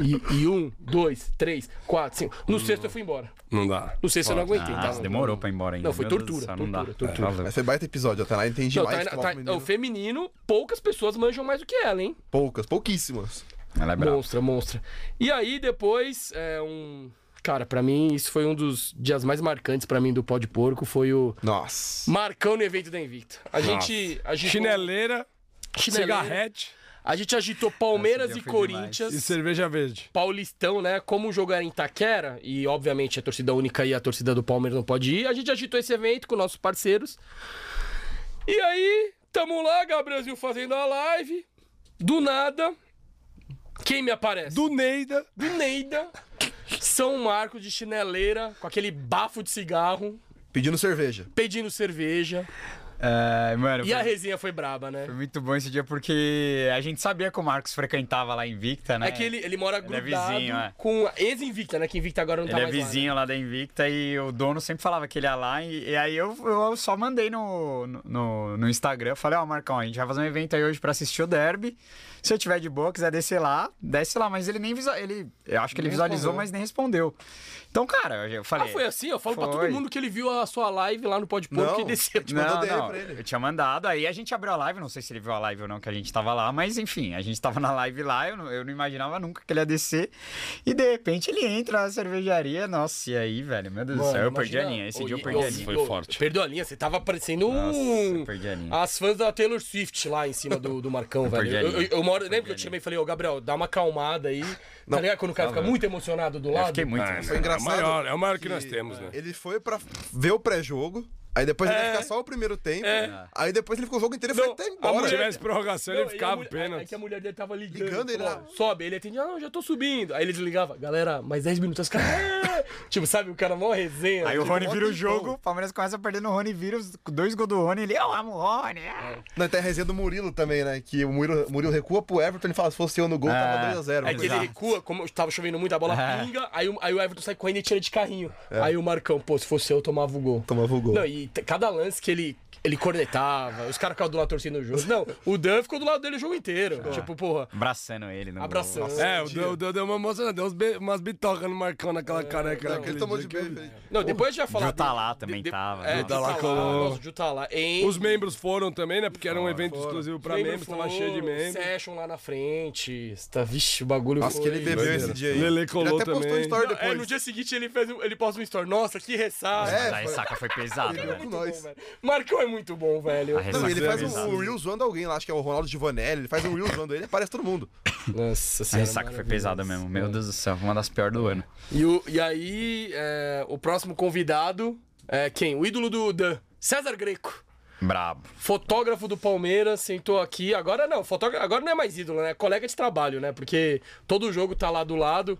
Speaker 1: E, e um, dois, três, quatro, cinco.
Speaker 3: Hum.
Speaker 1: No sexto eu fui embora.
Speaker 2: Não dá.
Speaker 1: No sexto eu não aguentei. tá?
Speaker 3: Nossa, Ah, demorou pra ir embora ainda.
Speaker 1: Não, foi
Speaker 3: Meu Deus do
Speaker 1: tortura,
Speaker 3: céu, Não dá.
Speaker 1: tortura,
Speaker 3: É, valeu.
Speaker 4: Mas foi baita episódio, até lá entendi
Speaker 1: Não,
Speaker 4: mais.
Speaker 1: tá-
Speaker 4: futebol
Speaker 1: tá-
Speaker 4: feminino.
Speaker 1: o feminino, poucas pessoas manjam mais do que ela, hein?
Speaker 4: Poucas, pouquíssimas.
Speaker 3: Ela é brava.
Speaker 1: Monstra, monstra. E aí depois, é um. Cara, pra mim, isso foi um dos dias mais marcantes pra mim do pó de porco. Foi o
Speaker 4: Nossa.
Speaker 1: Marcão no evento da Invicta. A gente. A gente
Speaker 2: Chineleira,
Speaker 1: Chineleira.
Speaker 2: cigarrete
Speaker 1: A gente agitou
Speaker 3: Esse
Speaker 1: Palmeiras
Speaker 3: dia
Speaker 1: e
Speaker 3: foi
Speaker 1: Corinthians.
Speaker 2: e cerveja verde.
Speaker 1: Paulistão, né? Como o jogo era em Itaquera, e obviamente a torcida única e a torcida do Palmeiras não pode ir, a gente agitou esse evento com nossos parceiros. E aí, Tamo lá, Gabrielzinho fazendo a live. Do nada, quem me aparece?
Speaker 2: Do Neida.
Speaker 1: do Neida. São Marcos de chineleira, com aquele bafo de cigarro,
Speaker 4: Pedindo cerveja.
Speaker 1: pedindo cerveja.
Speaker 3: É, mano,
Speaker 1: E a
Speaker 3: foi,
Speaker 1: resenha foi braba, né?
Speaker 3: foi muito bom esse dia porque a gente sabia que o Marcos frequentava lá Invicta, né?
Speaker 1: É que ele, ele mora
Speaker 3: é
Speaker 1: grudado
Speaker 3: vizinho, é.
Speaker 1: com a ex-invicta, né? Que invicta agora não tá
Speaker 3: Ele é
Speaker 1: mais lá, né?
Speaker 3: vizinho lá, da Invicta e o dono sempre falava que ele ia lá. E, e aí eu, eu só mandei no, no, no Instagram. eu Falei, ó, Marcão, a gente vai fazer um evento aí hoje pra assistir o derby. Se eu tiver de boa, quiser descer lá, desce lá. Mas ele nem visualizou. Ele, eu acho que ele visualizou, mas nem respondeu. Então, cara, eu
Speaker 1: Ah,
Speaker 3: falei.
Speaker 1: foi assim? Eu falo pra todo
Speaker 3: Foi.
Speaker 1: mundo que ele viu a sua live lá no Pode Porco
Speaker 4: Não.
Speaker 1: e desceu.
Speaker 4: Te mandou DM pra ele.
Speaker 3: Eu tinha mandado, aí a gente abriu a live, não sei se ele viu a live ou não, que a gente tava lá, mas enfim, a gente tava na live lá, eu não, eu não imaginava nunca que ele ia descer. E de repente ele entra na cervejaria, nossa, e aí, velho, meu Deus do céu, eu perdi a linha, esse dia eu perdi a linha.
Speaker 2: Foi forte.
Speaker 1: Perdeu a linha, você tava parecendo um.
Speaker 3: eu perdi a linha.
Speaker 1: As fãs da Taylor Swift lá em cima do, do Marcão, velho.
Speaker 3: perdi a
Speaker 1: Eu,
Speaker 3: linha.
Speaker 1: eu, eu moro, lembra que eu te chamei e falei, ô Gabriel, dá uma calmada aí. Tá ligado? Quando o cara fica muito emocionado do
Speaker 3: Eu
Speaker 1: lado.
Speaker 3: fiquei muito.
Speaker 2: Ah,
Speaker 3: emocionado.
Speaker 2: não,
Speaker 4: engraçado
Speaker 2: É o maior, é o maior que,
Speaker 4: que
Speaker 2: nós temos, né? É.
Speaker 4: Ele foi pra ver o pré-jogo. Aí depois ele ia ficar só o primeiro tempo. Aí depois ele ficou o jogo inteiro e foi
Speaker 1: Não,
Speaker 4: até
Speaker 1: a
Speaker 4: embora.
Speaker 2: Se
Speaker 1: mulher-
Speaker 2: tivesse prorrogação,
Speaker 1: Não, e a
Speaker 2: Então ele ficava
Speaker 1: mulher-
Speaker 2: apenas.
Speaker 1: Aí que a mulher dele tava ligando.
Speaker 4: Ligando, ele
Speaker 3: né?
Speaker 1: falou,
Speaker 4: lá.
Speaker 1: Sobe, ele atende, ah, não, já tô subindo. Aí ele desligava, galera, mais 10 minutos. Os caras, "Ah!" tipo, sabe, o cara mó resenha.
Speaker 3: Aí o
Speaker 1: Tipo,
Speaker 3: Rony
Speaker 4: mó
Speaker 3: vira o
Speaker 4: tempão.
Speaker 3: jogo, o Palmeiras começa perdendo o Rony, vira os dois gols do Rony, ele, eu amo o Rony. ah."
Speaker 1: É.
Speaker 4: Não, tem a resenha do Murilo também, né? Que o Murilo, Murilo recua pro Everton e fala: se fosse eu no gol,
Speaker 3: Ah,
Speaker 4: tava 2x0.
Speaker 1: É que ele
Speaker 3: Exato.
Speaker 1: recua, como tava chovendo muito, a bola
Speaker 3: É.
Speaker 1: pinga, aí, o- aí o Everton sai correndo e tira de carrinho. Aí o Marcão, pô, se fosse eu, tomava o gol.
Speaker 4: tomava o gol.
Speaker 1: Não, e t- cada lance que ele, ele cornetava, os caras ficavam do lado torcendo o jogo. Não, o Dan ficou do lado dele o jogo inteiro. Tipo, porra,
Speaker 3: Abraçando ele, no gol.
Speaker 1: abraçando.
Speaker 2: É, o Deus deu, deu uma moça, deu uns be- umas bitocas no Marcão naquela
Speaker 1: É,
Speaker 2: careca.
Speaker 4: Não,
Speaker 2: naquele
Speaker 4: ele tomou de
Speaker 2: dia
Speaker 1: um
Speaker 2: que
Speaker 4: bem.
Speaker 2: eu-
Speaker 1: Não, depois já falar. dele.
Speaker 3: Jutalá tá também
Speaker 1: De- de-
Speaker 3: tava,
Speaker 1: É,
Speaker 3: né?
Speaker 1: Jutalá,
Speaker 2: Jutalá colou.
Speaker 1: nossa, Jutalá. Hein?
Speaker 2: Os membros foram também, né? Porque era um evento exclusivo pra
Speaker 1: Lembra,
Speaker 2: membros, tava
Speaker 1: falou,
Speaker 2: cheio de membros.
Speaker 1: Session lá na frente. Tá, vixe, o bagulho
Speaker 4: Nossa, que
Speaker 1: foi...
Speaker 4: ele bebeu
Speaker 2: Doideira.
Speaker 4: esse dia aí.
Speaker 2: Lele
Speaker 4: ele
Speaker 2: colou
Speaker 4: até postou
Speaker 2: também.
Speaker 4: um story
Speaker 1: Não,
Speaker 4: depois.
Speaker 1: é, no dia seguinte ele fez um- ele posta um story. Nossa, que ressaca.
Speaker 4: É,
Speaker 3: Mas a ressaca foi pesada,
Speaker 4: Ele é
Speaker 3: velho.
Speaker 4: com
Speaker 1: é Muito bom,
Speaker 4: nós.
Speaker 1: velho. é Marcão é muito bom, velho.
Speaker 3: A ressaca
Speaker 4: Não, ele
Speaker 3: foi
Speaker 4: faz
Speaker 3: pesada.
Speaker 4: um, um Reel zoando alguém lá, acho que é o Ronaldo Givanelli, ele faz um Reel zoando ele, aparece todo mundo.
Speaker 1: Nossa
Speaker 3: A
Speaker 1: senhora.
Speaker 3: ressaca foi
Speaker 1: maravilhoso.
Speaker 3: pesada mesmo, meu Deus do céu, uma das piores do ano.
Speaker 1: E, o- e aí, é, o próximo convidado é quem? O ídolo do Dan, César Greco.
Speaker 3: Brabo.
Speaker 1: Fotógrafo do Palmeiras, sentou aqui. Agora não, fotógrafo, agora não é mais ídolo, né? É colega de trabalho, né? Porque todo jogo tá lá do lado.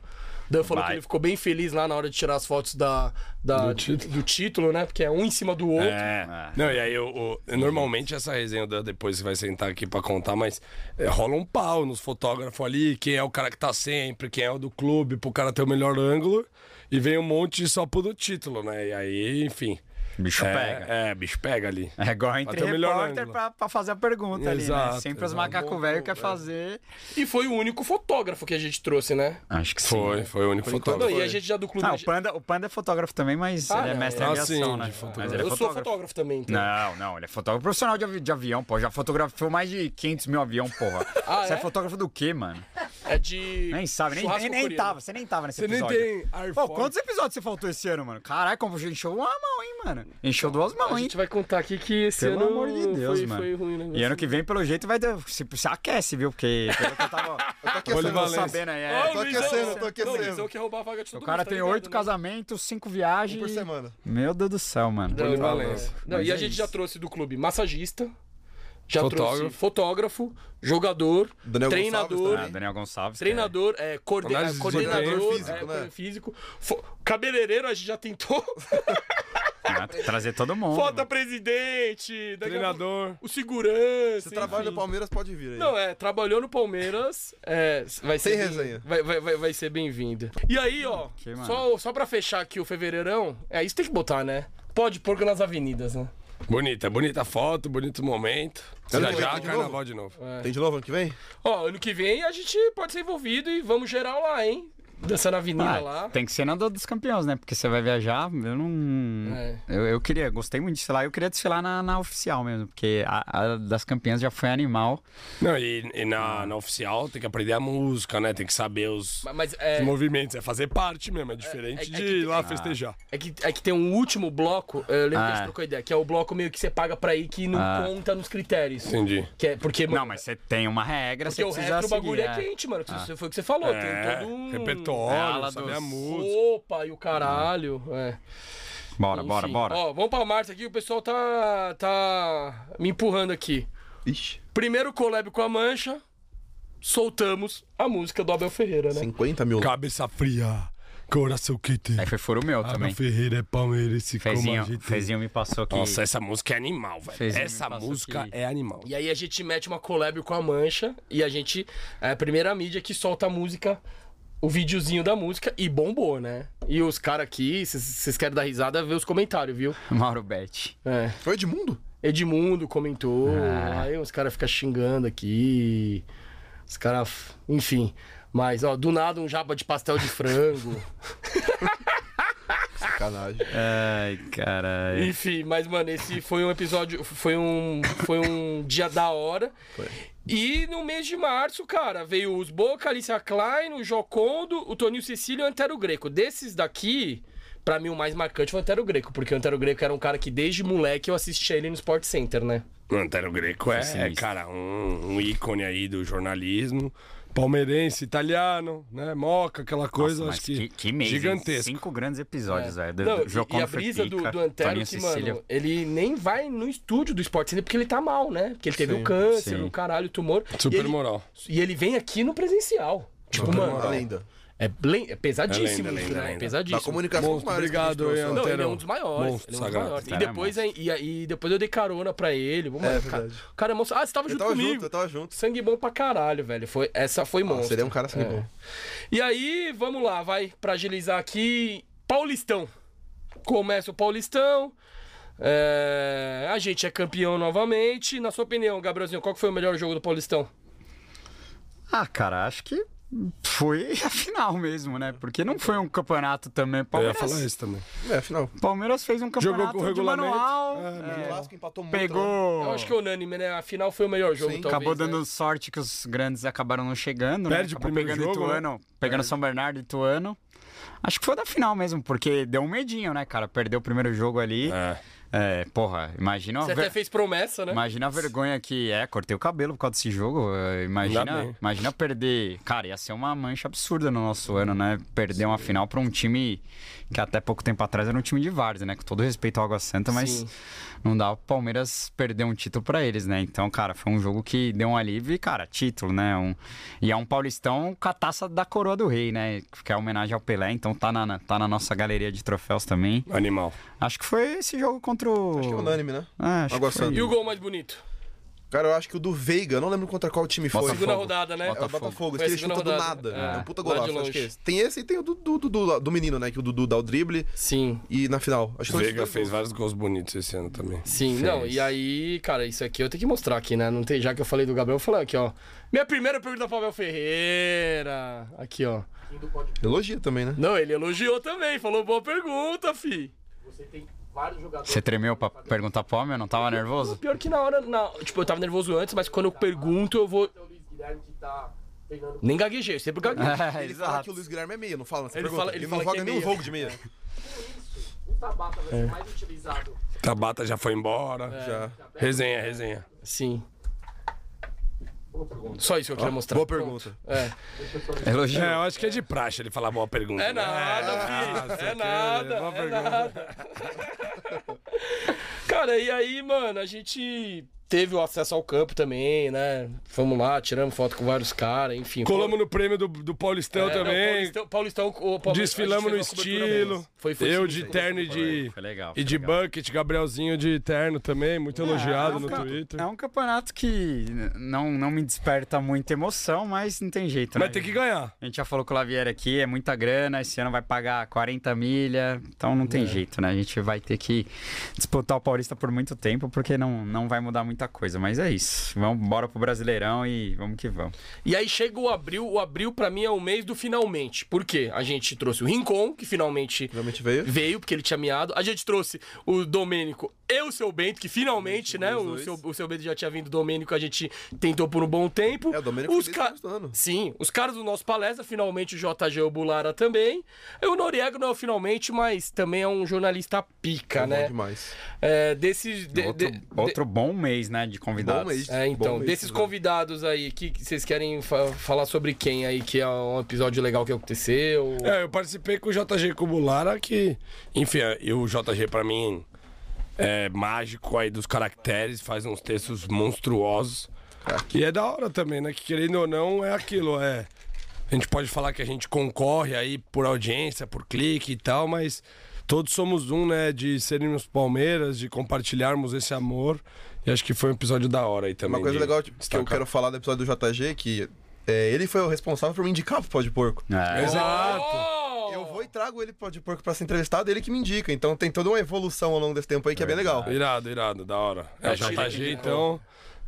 Speaker 1: Dan falou
Speaker 3: Vai.
Speaker 1: que ele ficou bem feliz lá na hora de tirar as fotos da, da- do, título. né? Porque é um em cima do outro.
Speaker 3: É.
Speaker 2: Não, e aí eu, eu- normalmente essa resenha da- depois você vai sentar aqui pra contar, mas é, rola um pau nos fotógrafos ali, quem é o cara que tá sempre, quem é o do clube, pro cara ter o melhor ângulo, e vem um monte só pro do título, né? E aí, enfim.
Speaker 3: Bicho
Speaker 2: é,
Speaker 3: pega.
Speaker 2: É, bicho pega ali.
Speaker 3: É igual entre
Speaker 2: Até o melhor
Speaker 3: repórter
Speaker 2: ângulo.
Speaker 3: pra, pra fazer a pergunta ali, né?
Speaker 2: Exato,
Speaker 3: Sempre os
Speaker 2: exato.
Speaker 3: macaco velho quer fazer.
Speaker 1: E foi o único fotógrafo que a gente trouxe, né? Então,
Speaker 3: Acho que sim.
Speaker 2: Foi, foi o único
Speaker 1: Não,
Speaker 2: fotógrafo.
Speaker 1: e a gente já do clube.
Speaker 3: Ah,
Speaker 1: a
Speaker 3: o
Speaker 1: gente-
Speaker 3: Panda, o Panda é fotógrafo também, mas
Speaker 1: Ah,
Speaker 3: ele é
Speaker 1: não,
Speaker 3: mestre
Speaker 2: é.
Speaker 3: em
Speaker 2: Ah,
Speaker 3: aviação,
Speaker 2: sim,
Speaker 3: né?
Speaker 2: de fotógrafo.
Speaker 3: Mas ele é
Speaker 1: eu sou
Speaker 3: fotógrafo.
Speaker 1: fotógrafo também, então.
Speaker 3: Não, não, ele é fotógrafo profissional de, avi- de avião, pô. Já fotografou mais de 500 mil avião, porra.
Speaker 1: Ah,
Speaker 3: você é?
Speaker 1: é?
Speaker 3: fotógrafo do quê, mano?
Speaker 1: É de.
Speaker 3: Nem sabe, nem,
Speaker 1: churrasco
Speaker 3: nem, nem
Speaker 1: coreano.
Speaker 3: tava, você nem tava nesse
Speaker 2: Você nem
Speaker 3: episódio.
Speaker 2: tem ar
Speaker 3: Pô,
Speaker 2: fora.
Speaker 3: quantos episódios você faltou esse ano, mano? Caralho, como encheu uma mão, hein, mano? Encheu duas
Speaker 1: A
Speaker 3: mãos, hein?
Speaker 1: gente vai contar aqui que esse
Speaker 3: Pelo
Speaker 1: ano
Speaker 3: amor de Deus,
Speaker 1: foi,
Speaker 3: mano.
Speaker 1: foi ruim, né?
Speaker 3: E ano que vem, pelo jeito, vai ter. Se, se aquece, viu? Porque pelo que eu tava
Speaker 4: Eu tô aquecendo,
Speaker 2: Polivalente.
Speaker 3: sabendo aí.
Speaker 1: Ó,
Speaker 3: É,
Speaker 1: o
Speaker 4: tô
Speaker 1: Luizão-
Speaker 4: aquecendo, tô
Speaker 1: Não, o
Speaker 4: aquecendo.
Speaker 1: Luizão quer roubar a vaga de todo
Speaker 3: o cara
Speaker 1: mundo, tá
Speaker 3: tem
Speaker 1: ligado,
Speaker 3: oito
Speaker 1: né?
Speaker 3: casamentos, cinco viagens.
Speaker 4: um por semana.
Speaker 3: Meu Deus do céu, mano.
Speaker 1: Não,
Speaker 2: Polivalência.
Speaker 1: Não,
Speaker 3: Mas
Speaker 1: e a
Speaker 3: é
Speaker 1: gente
Speaker 3: isso.
Speaker 1: já trouxe do clube massagista, já
Speaker 2: Fotógrafo.
Speaker 1: trouxe fotógrafo, jogador,
Speaker 4: Daniel
Speaker 1: treinador,
Speaker 4: Gonçalves
Speaker 3: Ah, Daniel Gonçalves. que
Speaker 1: treinador, é, coorde-
Speaker 2: Análise de
Speaker 1: coordenador,
Speaker 4: desempenho físico,
Speaker 1: é,
Speaker 4: né?
Speaker 1: físico, fo- cabeleireiro a gente já tentou,
Speaker 3: é, né? Trazer todo mundo.
Speaker 1: foto
Speaker 3: mano.
Speaker 1: presidente, daqui a
Speaker 2: Treinador.
Speaker 1: pouco- o segurança,
Speaker 4: Você trabalha no
Speaker 1: enfim.
Speaker 4: Palmeiras, pode vir aí.
Speaker 1: Não, é, trabalhou no Palmeiras, é, vai ser.
Speaker 4: Sem
Speaker 1: bem-
Speaker 4: resenha.
Speaker 1: Vai, vai, vai, vai ser bem-vindo. E aí, ó,
Speaker 3: Que mano.
Speaker 1: só, só pra fechar aqui o fevereirão, é isso tem que botar, né? Pode porco nas avenidas, né?
Speaker 2: Bonita, bonita foto, bonito momento. Já
Speaker 4: de
Speaker 2: já,
Speaker 4: novo?
Speaker 2: carnaval de novo.
Speaker 4: Tem de novo ano que vem?
Speaker 1: Ó, ano que vem a gente pode ser envolvido e vamos geral lá, hein? Dançar na avenida
Speaker 3: Ah,
Speaker 1: lá.
Speaker 3: Tem que ser na do- dos campeões, né? Porque você vai viajar, eu não.
Speaker 1: É.
Speaker 3: Eu, eu queria, gostei muito de desfilar, eu queria desfilar na, na oficial mesmo, porque a, a das campeãs já foi animal.
Speaker 2: Não, e, e na, na oficial tem que aprender a música, né? Tem que saber os,
Speaker 1: Ma- Mas é,
Speaker 2: os movimentos. É fazer parte mesmo, é diferente
Speaker 1: é- é
Speaker 2: de
Speaker 1: que-
Speaker 2: ir lá festejar.
Speaker 1: é, que, é que tem um último bloco, eu lembro que a gente
Speaker 3: Ah.
Speaker 1: trocou ideia, que é o bloco meio que você paga pra ir que não
Speaker 3: Ah.
Speaker 1: conta nos critérios.
Speaker 2: Entendi.
Speaker 1: Que é porque,
Speaker 3: Não, mas você tem uma regra,
Speaker 1: porque
Speaker 3: você
Speaker 1: o
Speaker 3: precisa
Speaker 1: resto do
Speaker 3: seguir.
Speaker 1: bagulho é
Speaker 3: é.
Speaker 1: quente, mano. Isso Foi o que você falou, tem
Speaker 2: É,
Speaker 1: todo um...
Speaker 2: repertório,
Speaker 3: É a ala
Speaker 2: saber
Speaker 3: dos-
Speaker 2: a música.
Speaker 1: Opa, e o caralho. É.
Speaker 3: Uhum. Bora, bora,
Speaker 1: Enfim.
Speaker 3: bora.
Speaker 1: Ó, vamos pra Marte aqui, o pessoal tá, tá me empurrando aqui.
Speaker 4: Ixi,
Speaker 1: Primeiro collab com a Mancha, soltamos a música do Abel Ferreira, né?
Speaker 4: 50 mil.
Speaker 2: Cabeça fria, coração quente.
Speaker 3: Aí É, foi furo
Speaker 4: Ah,
Speaker 3: meu também.
Speaker 2: Abel Ferreira é Palmeiras, se como a
Speaker 3: Fezinho,
Speaker 2: gente...
Speaker 3: Fezinho me passou que.
Speaker 2: Nossa, essa música é animal, velho.
Speaker 3: Fezinho me
Speaker 2: Essa
Speaker 3: passou
Speaker 2: música
Speaker 3: que-
Speaker 2: é animal.
Speaker 1: E aí a gente mete uma collab com a Mancha e a gente é a primeira mídia que solta a música, o videozinho da música e bombou, né? E os caras aqui, se vocês querem dar risada, vê os comentários, viu?
Speaker 3: Mauro Bet.
Speaker 1: É.
Speaker 4: Foi Edmundo?
Speaker 1: Edmundo comentou, aí os caras ficam xingando aqui. Os caras, enfim. Mas, ó, do nada um japa de pastel de frango.
Speaker 4: Sacanagem.
Speaker 3: Ai, caralho.
Speaker 1: Enfim, mas, mano, esse foi um episódio. Foi um, foi um dia da hora. E no mês de março, cara, veio os Boca, Alicia Klein, o Jocondo, o Toninho Cecílio e o Antero Greco. Desses daqui. Pra mim, o mais marcante foi o Antero Greco, porque o Antero Greco era um cara que desde moleque eu assistia ele no Sport Center, né?
Speaker 2: Antero Greco é,
Speaker 3: sinistro.
Speaker 2: cara, um, um ícone aí do jornalismo. Palmeirense, italiano, né? Moca, aquela coisa,
Speaker 3: Nossa, mas
Speaker 2: acho que,
Speaker 3: que, que mês, hein?
Speaker 2: gigantesco.
Speaker 3: Cinco grandes episódios, velho. Do-
Speaker 1: É. Não,
Speaker 3: do
Speaker 1: e- e,
Speaker 3: Joconde
Speaker 1: a brisa do,
Speaker 3: Fripica,
Speaker 1: do Antero
Speaker 3: Toninho
Speaker 1: que,
Speaker 3: Cecília.
Speaker 1: mano, ele nem vai no estúdio do Sport Center porque ele tá mal, né? Porque ele teve o câncer,
Speaker 3: sim.
Speaker 1: o caralho, o tumor.
Speaker 2: Super
Speaker 1: e ele,
Speaker 2: moral.
Speaker 1: E ele vem aqui no presencial. Tipo, mano,
Speaker 4: A lenda.
Speaker 1: É, blen- é pesadíssimo,
Speaker 2: É lenda,
Speaker 1: isso, né?
Speaker 2: lenda, lenda.
Speaker 1: É
Speaker 4: Da
Speaker 1: pesadíssimo.
Speaker 4: comunicação
Speaker 2: Monstro,
Speaker 4: maiores que a gente
Speaker 2: obrigado,
Speaker 4: trouxe,
Speaker 2: Ian.
Speaker 4: né?
Speaker 1: Não, ele é um
Speaker 2: Antero.
Speaker 1: dos maiores. ele é
Speaker 2: Monstro
Speaker 1: um dos
Speaker 2: sagrado.
Speaker 1: maiores. E
Speaker 3: Cara, é
Speaker 1: depois, aí- e, aí depois eu dei carona pra ele. Vamos
Speaker 4: É,
Speaker 1: lá, cara.
Speaker 4: verdade.
Speaker 1: O cara é monstro. Ah, você tava
Speaker 4: Eu
Speaker 1: junto
Speaker 4: tava
Speaker 1: comigo.
Speaker 4: junto, eu tava junto.
Speaker 1: Sangue bom pra caralho, velho. Foi, essa foi monstro.
Speaker 4: Seria um cara assim
Speaker 1: É.
Speaker 4: bom.
Speaker 1: E aí, vamos lá, vai pra agilizar aqui. Paulistão. Começa o Paulistão. É, A gente é campeão novamente. Na sua opinião, Gabrielzinho, qual que foi o melhor jogo do Paulistão?
Speaker 3: Ah, cara, acho que foi a final mesmo, né? Porque não foi um campeonato também.
Speaker 2: Eu ia
Speaker 3: Palmeiras,
Speaker 2: falar isso também.
Speaker 4: É, afinal.
Speaker 3: Palmeiras fez um
Speaker 2: Jogou
Speaker 3: campeonato
Speaker 2: com o
Speaker 3: de
Speaker 2: regulamento.
Speaker 3: manual.
Speaker 4: É,
Speaker 1: É.
Speaker 3: É.
Speaker 4: O Vasco empatou muito. né?
Speaker 3: Pegou.
Speaker 1: Eu acho que é unânime, né? A final foi o melhor jogo,
Speaker 4: Sim.
Speaker 1: talvez.
Speaker 3: Acabou
Speaker 1: né?
Speaker 3: dando sorte que os grandes acabaram não chegando, né?
Speaker 2: Perde o
Speaker 3: Acabou
Speaker 2: primeiro
Speaker 3: pegando
Speaker 2: jogo, né?
Speaker 3: Ituano, pegando São Bernardo e Ituano. Acho que foi da final mesmo, porque deu um medinho, né, cara? Perdeu o primeiro jogo ali.
Speaker 2: É.
Speaker 3: É, porra, imagina a,
Speaker 1: Você
Speaker 3: ver-
Speaker 1: até fez promessa, né?
Speaker 3: imagina a vergonha que é. Cortei o cabelo por causa desse jogo. é,
Speaker 2: Ainda
Speaker 3: Imagina,
Speaker 2: bem.
Speaker 3: imagina perder. Cara, ia ser uma mancha absurda no nosso ano, né? Perder uma final pra um time que até pouco tempo atrás era um time de Várzea, né? Com todo respeito ao Água Santa, mas
Speaker 1: Sim.
Speaker 3: não dá o Palmeiras perder um título pra eles, né? Então, cara, foi um jogo que deu um alívio e, cara, título, né? Um, e é um paulistão com a taça da coroa do rei, né? Que é homenagem ao Pelé, então tá na, na- tá na nossa galeria de troféus também.
Speaker 2: Animal.
Speaker 3: Acho que foi esse jogo contra o.
Speaker 4: Acho que é unânime, né?
Speaker 3: Ah, acho
Speaker 4: Água
Speaker 3: que foi.
Speaker 4: Santa.
Speaker 2: um.
Speaker 1: E o gol mais bonito?
Speaker 4: Cara, eu acho que o do Veiga, eu não lembro contra qual time foi.
Speaker 3: Botafogo.
Speaker 1: Segunda rodada, né?
Speaker 4: É o Botafogo,
Speaker 1: Foi a
Speaker 4: esse que
Speaker 1: segunda
Speaker 4: ele chuta do
Speaker 1: rodada.
Speaker 4: nada. É,
Speaker 1: É,
Speaker 4: um puta
Speaker 1: lá de
Speaker 4: golaço, acho
Speaker 1: longe.
Speaker 4: que é esse. Tem esse e tem o do, do, do- do- do menino, né? Que o Dudu dá o drible
Speaker 1: Sim,
Speaker 4: e na final. Acho que
Speaker 2: O
Speaker 4: são esses
Speaker 2: Veiga
Speaker 4: dois
Speaker 2: fez
Speaker 4: gols.
Speaker 2: vários gols bonitos esse ano também.
Speaker 1: sim. Não, e aí, cara, isso aqui eu tenho que mostrar aqui, né? Não tem, já que eu falei do Gabriel, eu vou falar aqui, ó. Minha primeira pergunta é pro Abel Ferreira. Aqui, ó.
Speaker 4: Elogia também, né?
Speaker 1: Não, ele elogiou também, falou boa pergunta, fi.
Speaker 3: Você tremeu pra perguntar pro homem? Eu Não tava nervoso?
Speaker 1: Pior que na hora, na- tipo, eu tava nervoso antes, mas quando eu pergunto, eu vou... tá Nem gaguejei, eu sempre gaguejei.
Speaker 3: É,
Speaker 4: Ele fala que o Luiz Guilherme é meia, não fala nessa
Speaker 1: Ele
Speaker 4: pergunta.
Speaker 1: fala- ele
Speaker 4: não
Speaker 1: fala que
Speaker 4: joga
Speaker 1: é
Speaker 4: nenhum
Speaker 1: meia.
Speaker 4: jogo de meia.
Speaker 1: O Tabata vai ser mais utilizado.
Speaker 2: Tabata já foi embora.
Speaker 4: Já.
Speaker 2: Resenha, resenha.
Speaker 1: Sim. Só isso que eu queria mostrar.
Speaker 4: Boa pergunta.
Speaker 1: É.
Speaker 3: Elogio.
Speaker 2: É, eu acho que é de praxe ele falar boa pergunta.
Speaker 1: É
Speaker 2: né?
Speaker 1: nada, filho. É
Speaker 2: aquele,
Speaker 1: nada.
Speaker 2: boa
Speaker 1: É
Speaker 2: pergunta.
Speaker 1: nada. Cara, e aí, mano, a gente teve o acesso ao campo também, né? Fomos lá, tiramos foto com vários caras, enfim.
Speaker 2: Colamos no prêmio do, do Paulistão
Speaker 1: É, não,
Speaker 2: também.
Speaker 1: Paulistão, Paulistão, o Palmeiras-
Speaker 2: Desfilamos
Speaker 1: a
Speaker 2: no
Speaker 1: gente fez uma cobertura
Speaker 2: estilo.
Speaker 1: boa. Foi, foi
Speaker 2: eu
Speaker 1: sim,
Speaker 2: de
Speaker 1: foi.
Speaker 2: terno e de.
Speaker 3: Foi legal.
Speaker 2: É. E
Speaker 3: foi
Speaker 2: de
Speaker 3: legal.
Speaker 2: bucket, Gabrielzinho de terno também, muito elogiado no Twitter.
Speaker 3: É um campeonato que n- não, não me desperta muita emoção, mas não tem jeito,
Speaker 2: Mas
Speaker 3: né?
Speaker 2: tem que ganhar.
Speaker 3: A gente já falou com o Lavier aqui, é muita grana, esse ano vai pagar 40 milha, então não tem
Speaker 2: É.
Speaker 3: jeito, né? A gente vai ter que disputar o Paulista por muito tempo, porque não, não vai mudar muita coisa, mas é isso. Vamos bora pro Brasileirão e vamos que vamos.
Speaker 1: E aí chega o abril, o abril pra mim é o mês do finalmente. Por quê? A gente trouxe o Rincon, que finalmente
Speaker 4: Realmente veio.
Speaker 1: veio, porque ele tinha miado. A gente trouxe o Domênico e o seu Bento, que finalmente, né? O
Speaker 4: dois.
Speaker 1: seu, o seu Bento já tinha vindo, o Domênico a gente tentou por um bom tempo.
Speaker 4: É, o Domênico
Speaker 1: os
Speaker 4: fez
Speaker 1: ca-
Speaker 4: isso no ano.
Speaker 1: Sim, os caras do nosso palestra, finalmente o JG Bulara também. E o Noriego não é o finalmente, mas também é um jornalista pica,
Speaker 4: É bom
Speaker 1: né?
Speaker 4: demais.
Speaker 1: É, desses. de-
Speaker 3: outro
Speaker 1: de- de-
Speaker 3: outro bom mês, né, de convidados.
Speaker 4: Bom mês.
Speaker 1: é, então,
Speaker 4: Bom mês,
Speaker 1: desses
Speaker 4: né?
Speaker 1: convidados aí, que que vocês querem fa- falar sobre quem aí, que é um episódio legal que aconteceu?
Speaker 2: É, eu participei com o JG Cubulara, que. Enfim, e o JG pra mim é, mágico aí dos caracteres, faz uns textos monstruosos. E é da hora também, né? Que querendo ou não, é aquilo, é. A gente pode falar que a gente concorre aí por audiência, por clique e tal, mas todos somos um, né? De sermos Palmeiras, de compartilharmos esse amor. E acho que foi um episódio da hora aí também.
Speaker 4: Uma coisa
Speaker 2: de
Speaker 4: legal tipo, que eu
Speaker 2: destacar.
Speaker 4: quero falar do episódio do JG, que é, ele foi o responsável por me indicar pro Pó de Porco.
Speaker 2: Exato.
Speaker 1: Oh!
Speaker 4: Eu vou e trago ele pro Pó de Porco pra ser entrevistado, ele que me indica. Então tem toda uma evolução ao longo desse tempo aí que é bem legal.
Speaker 2: Irado, irado, da hora. É,
Speaker 1: Achei que
Speaker 2: JG,
Speaker 1: indicou.
Speaker 2: então.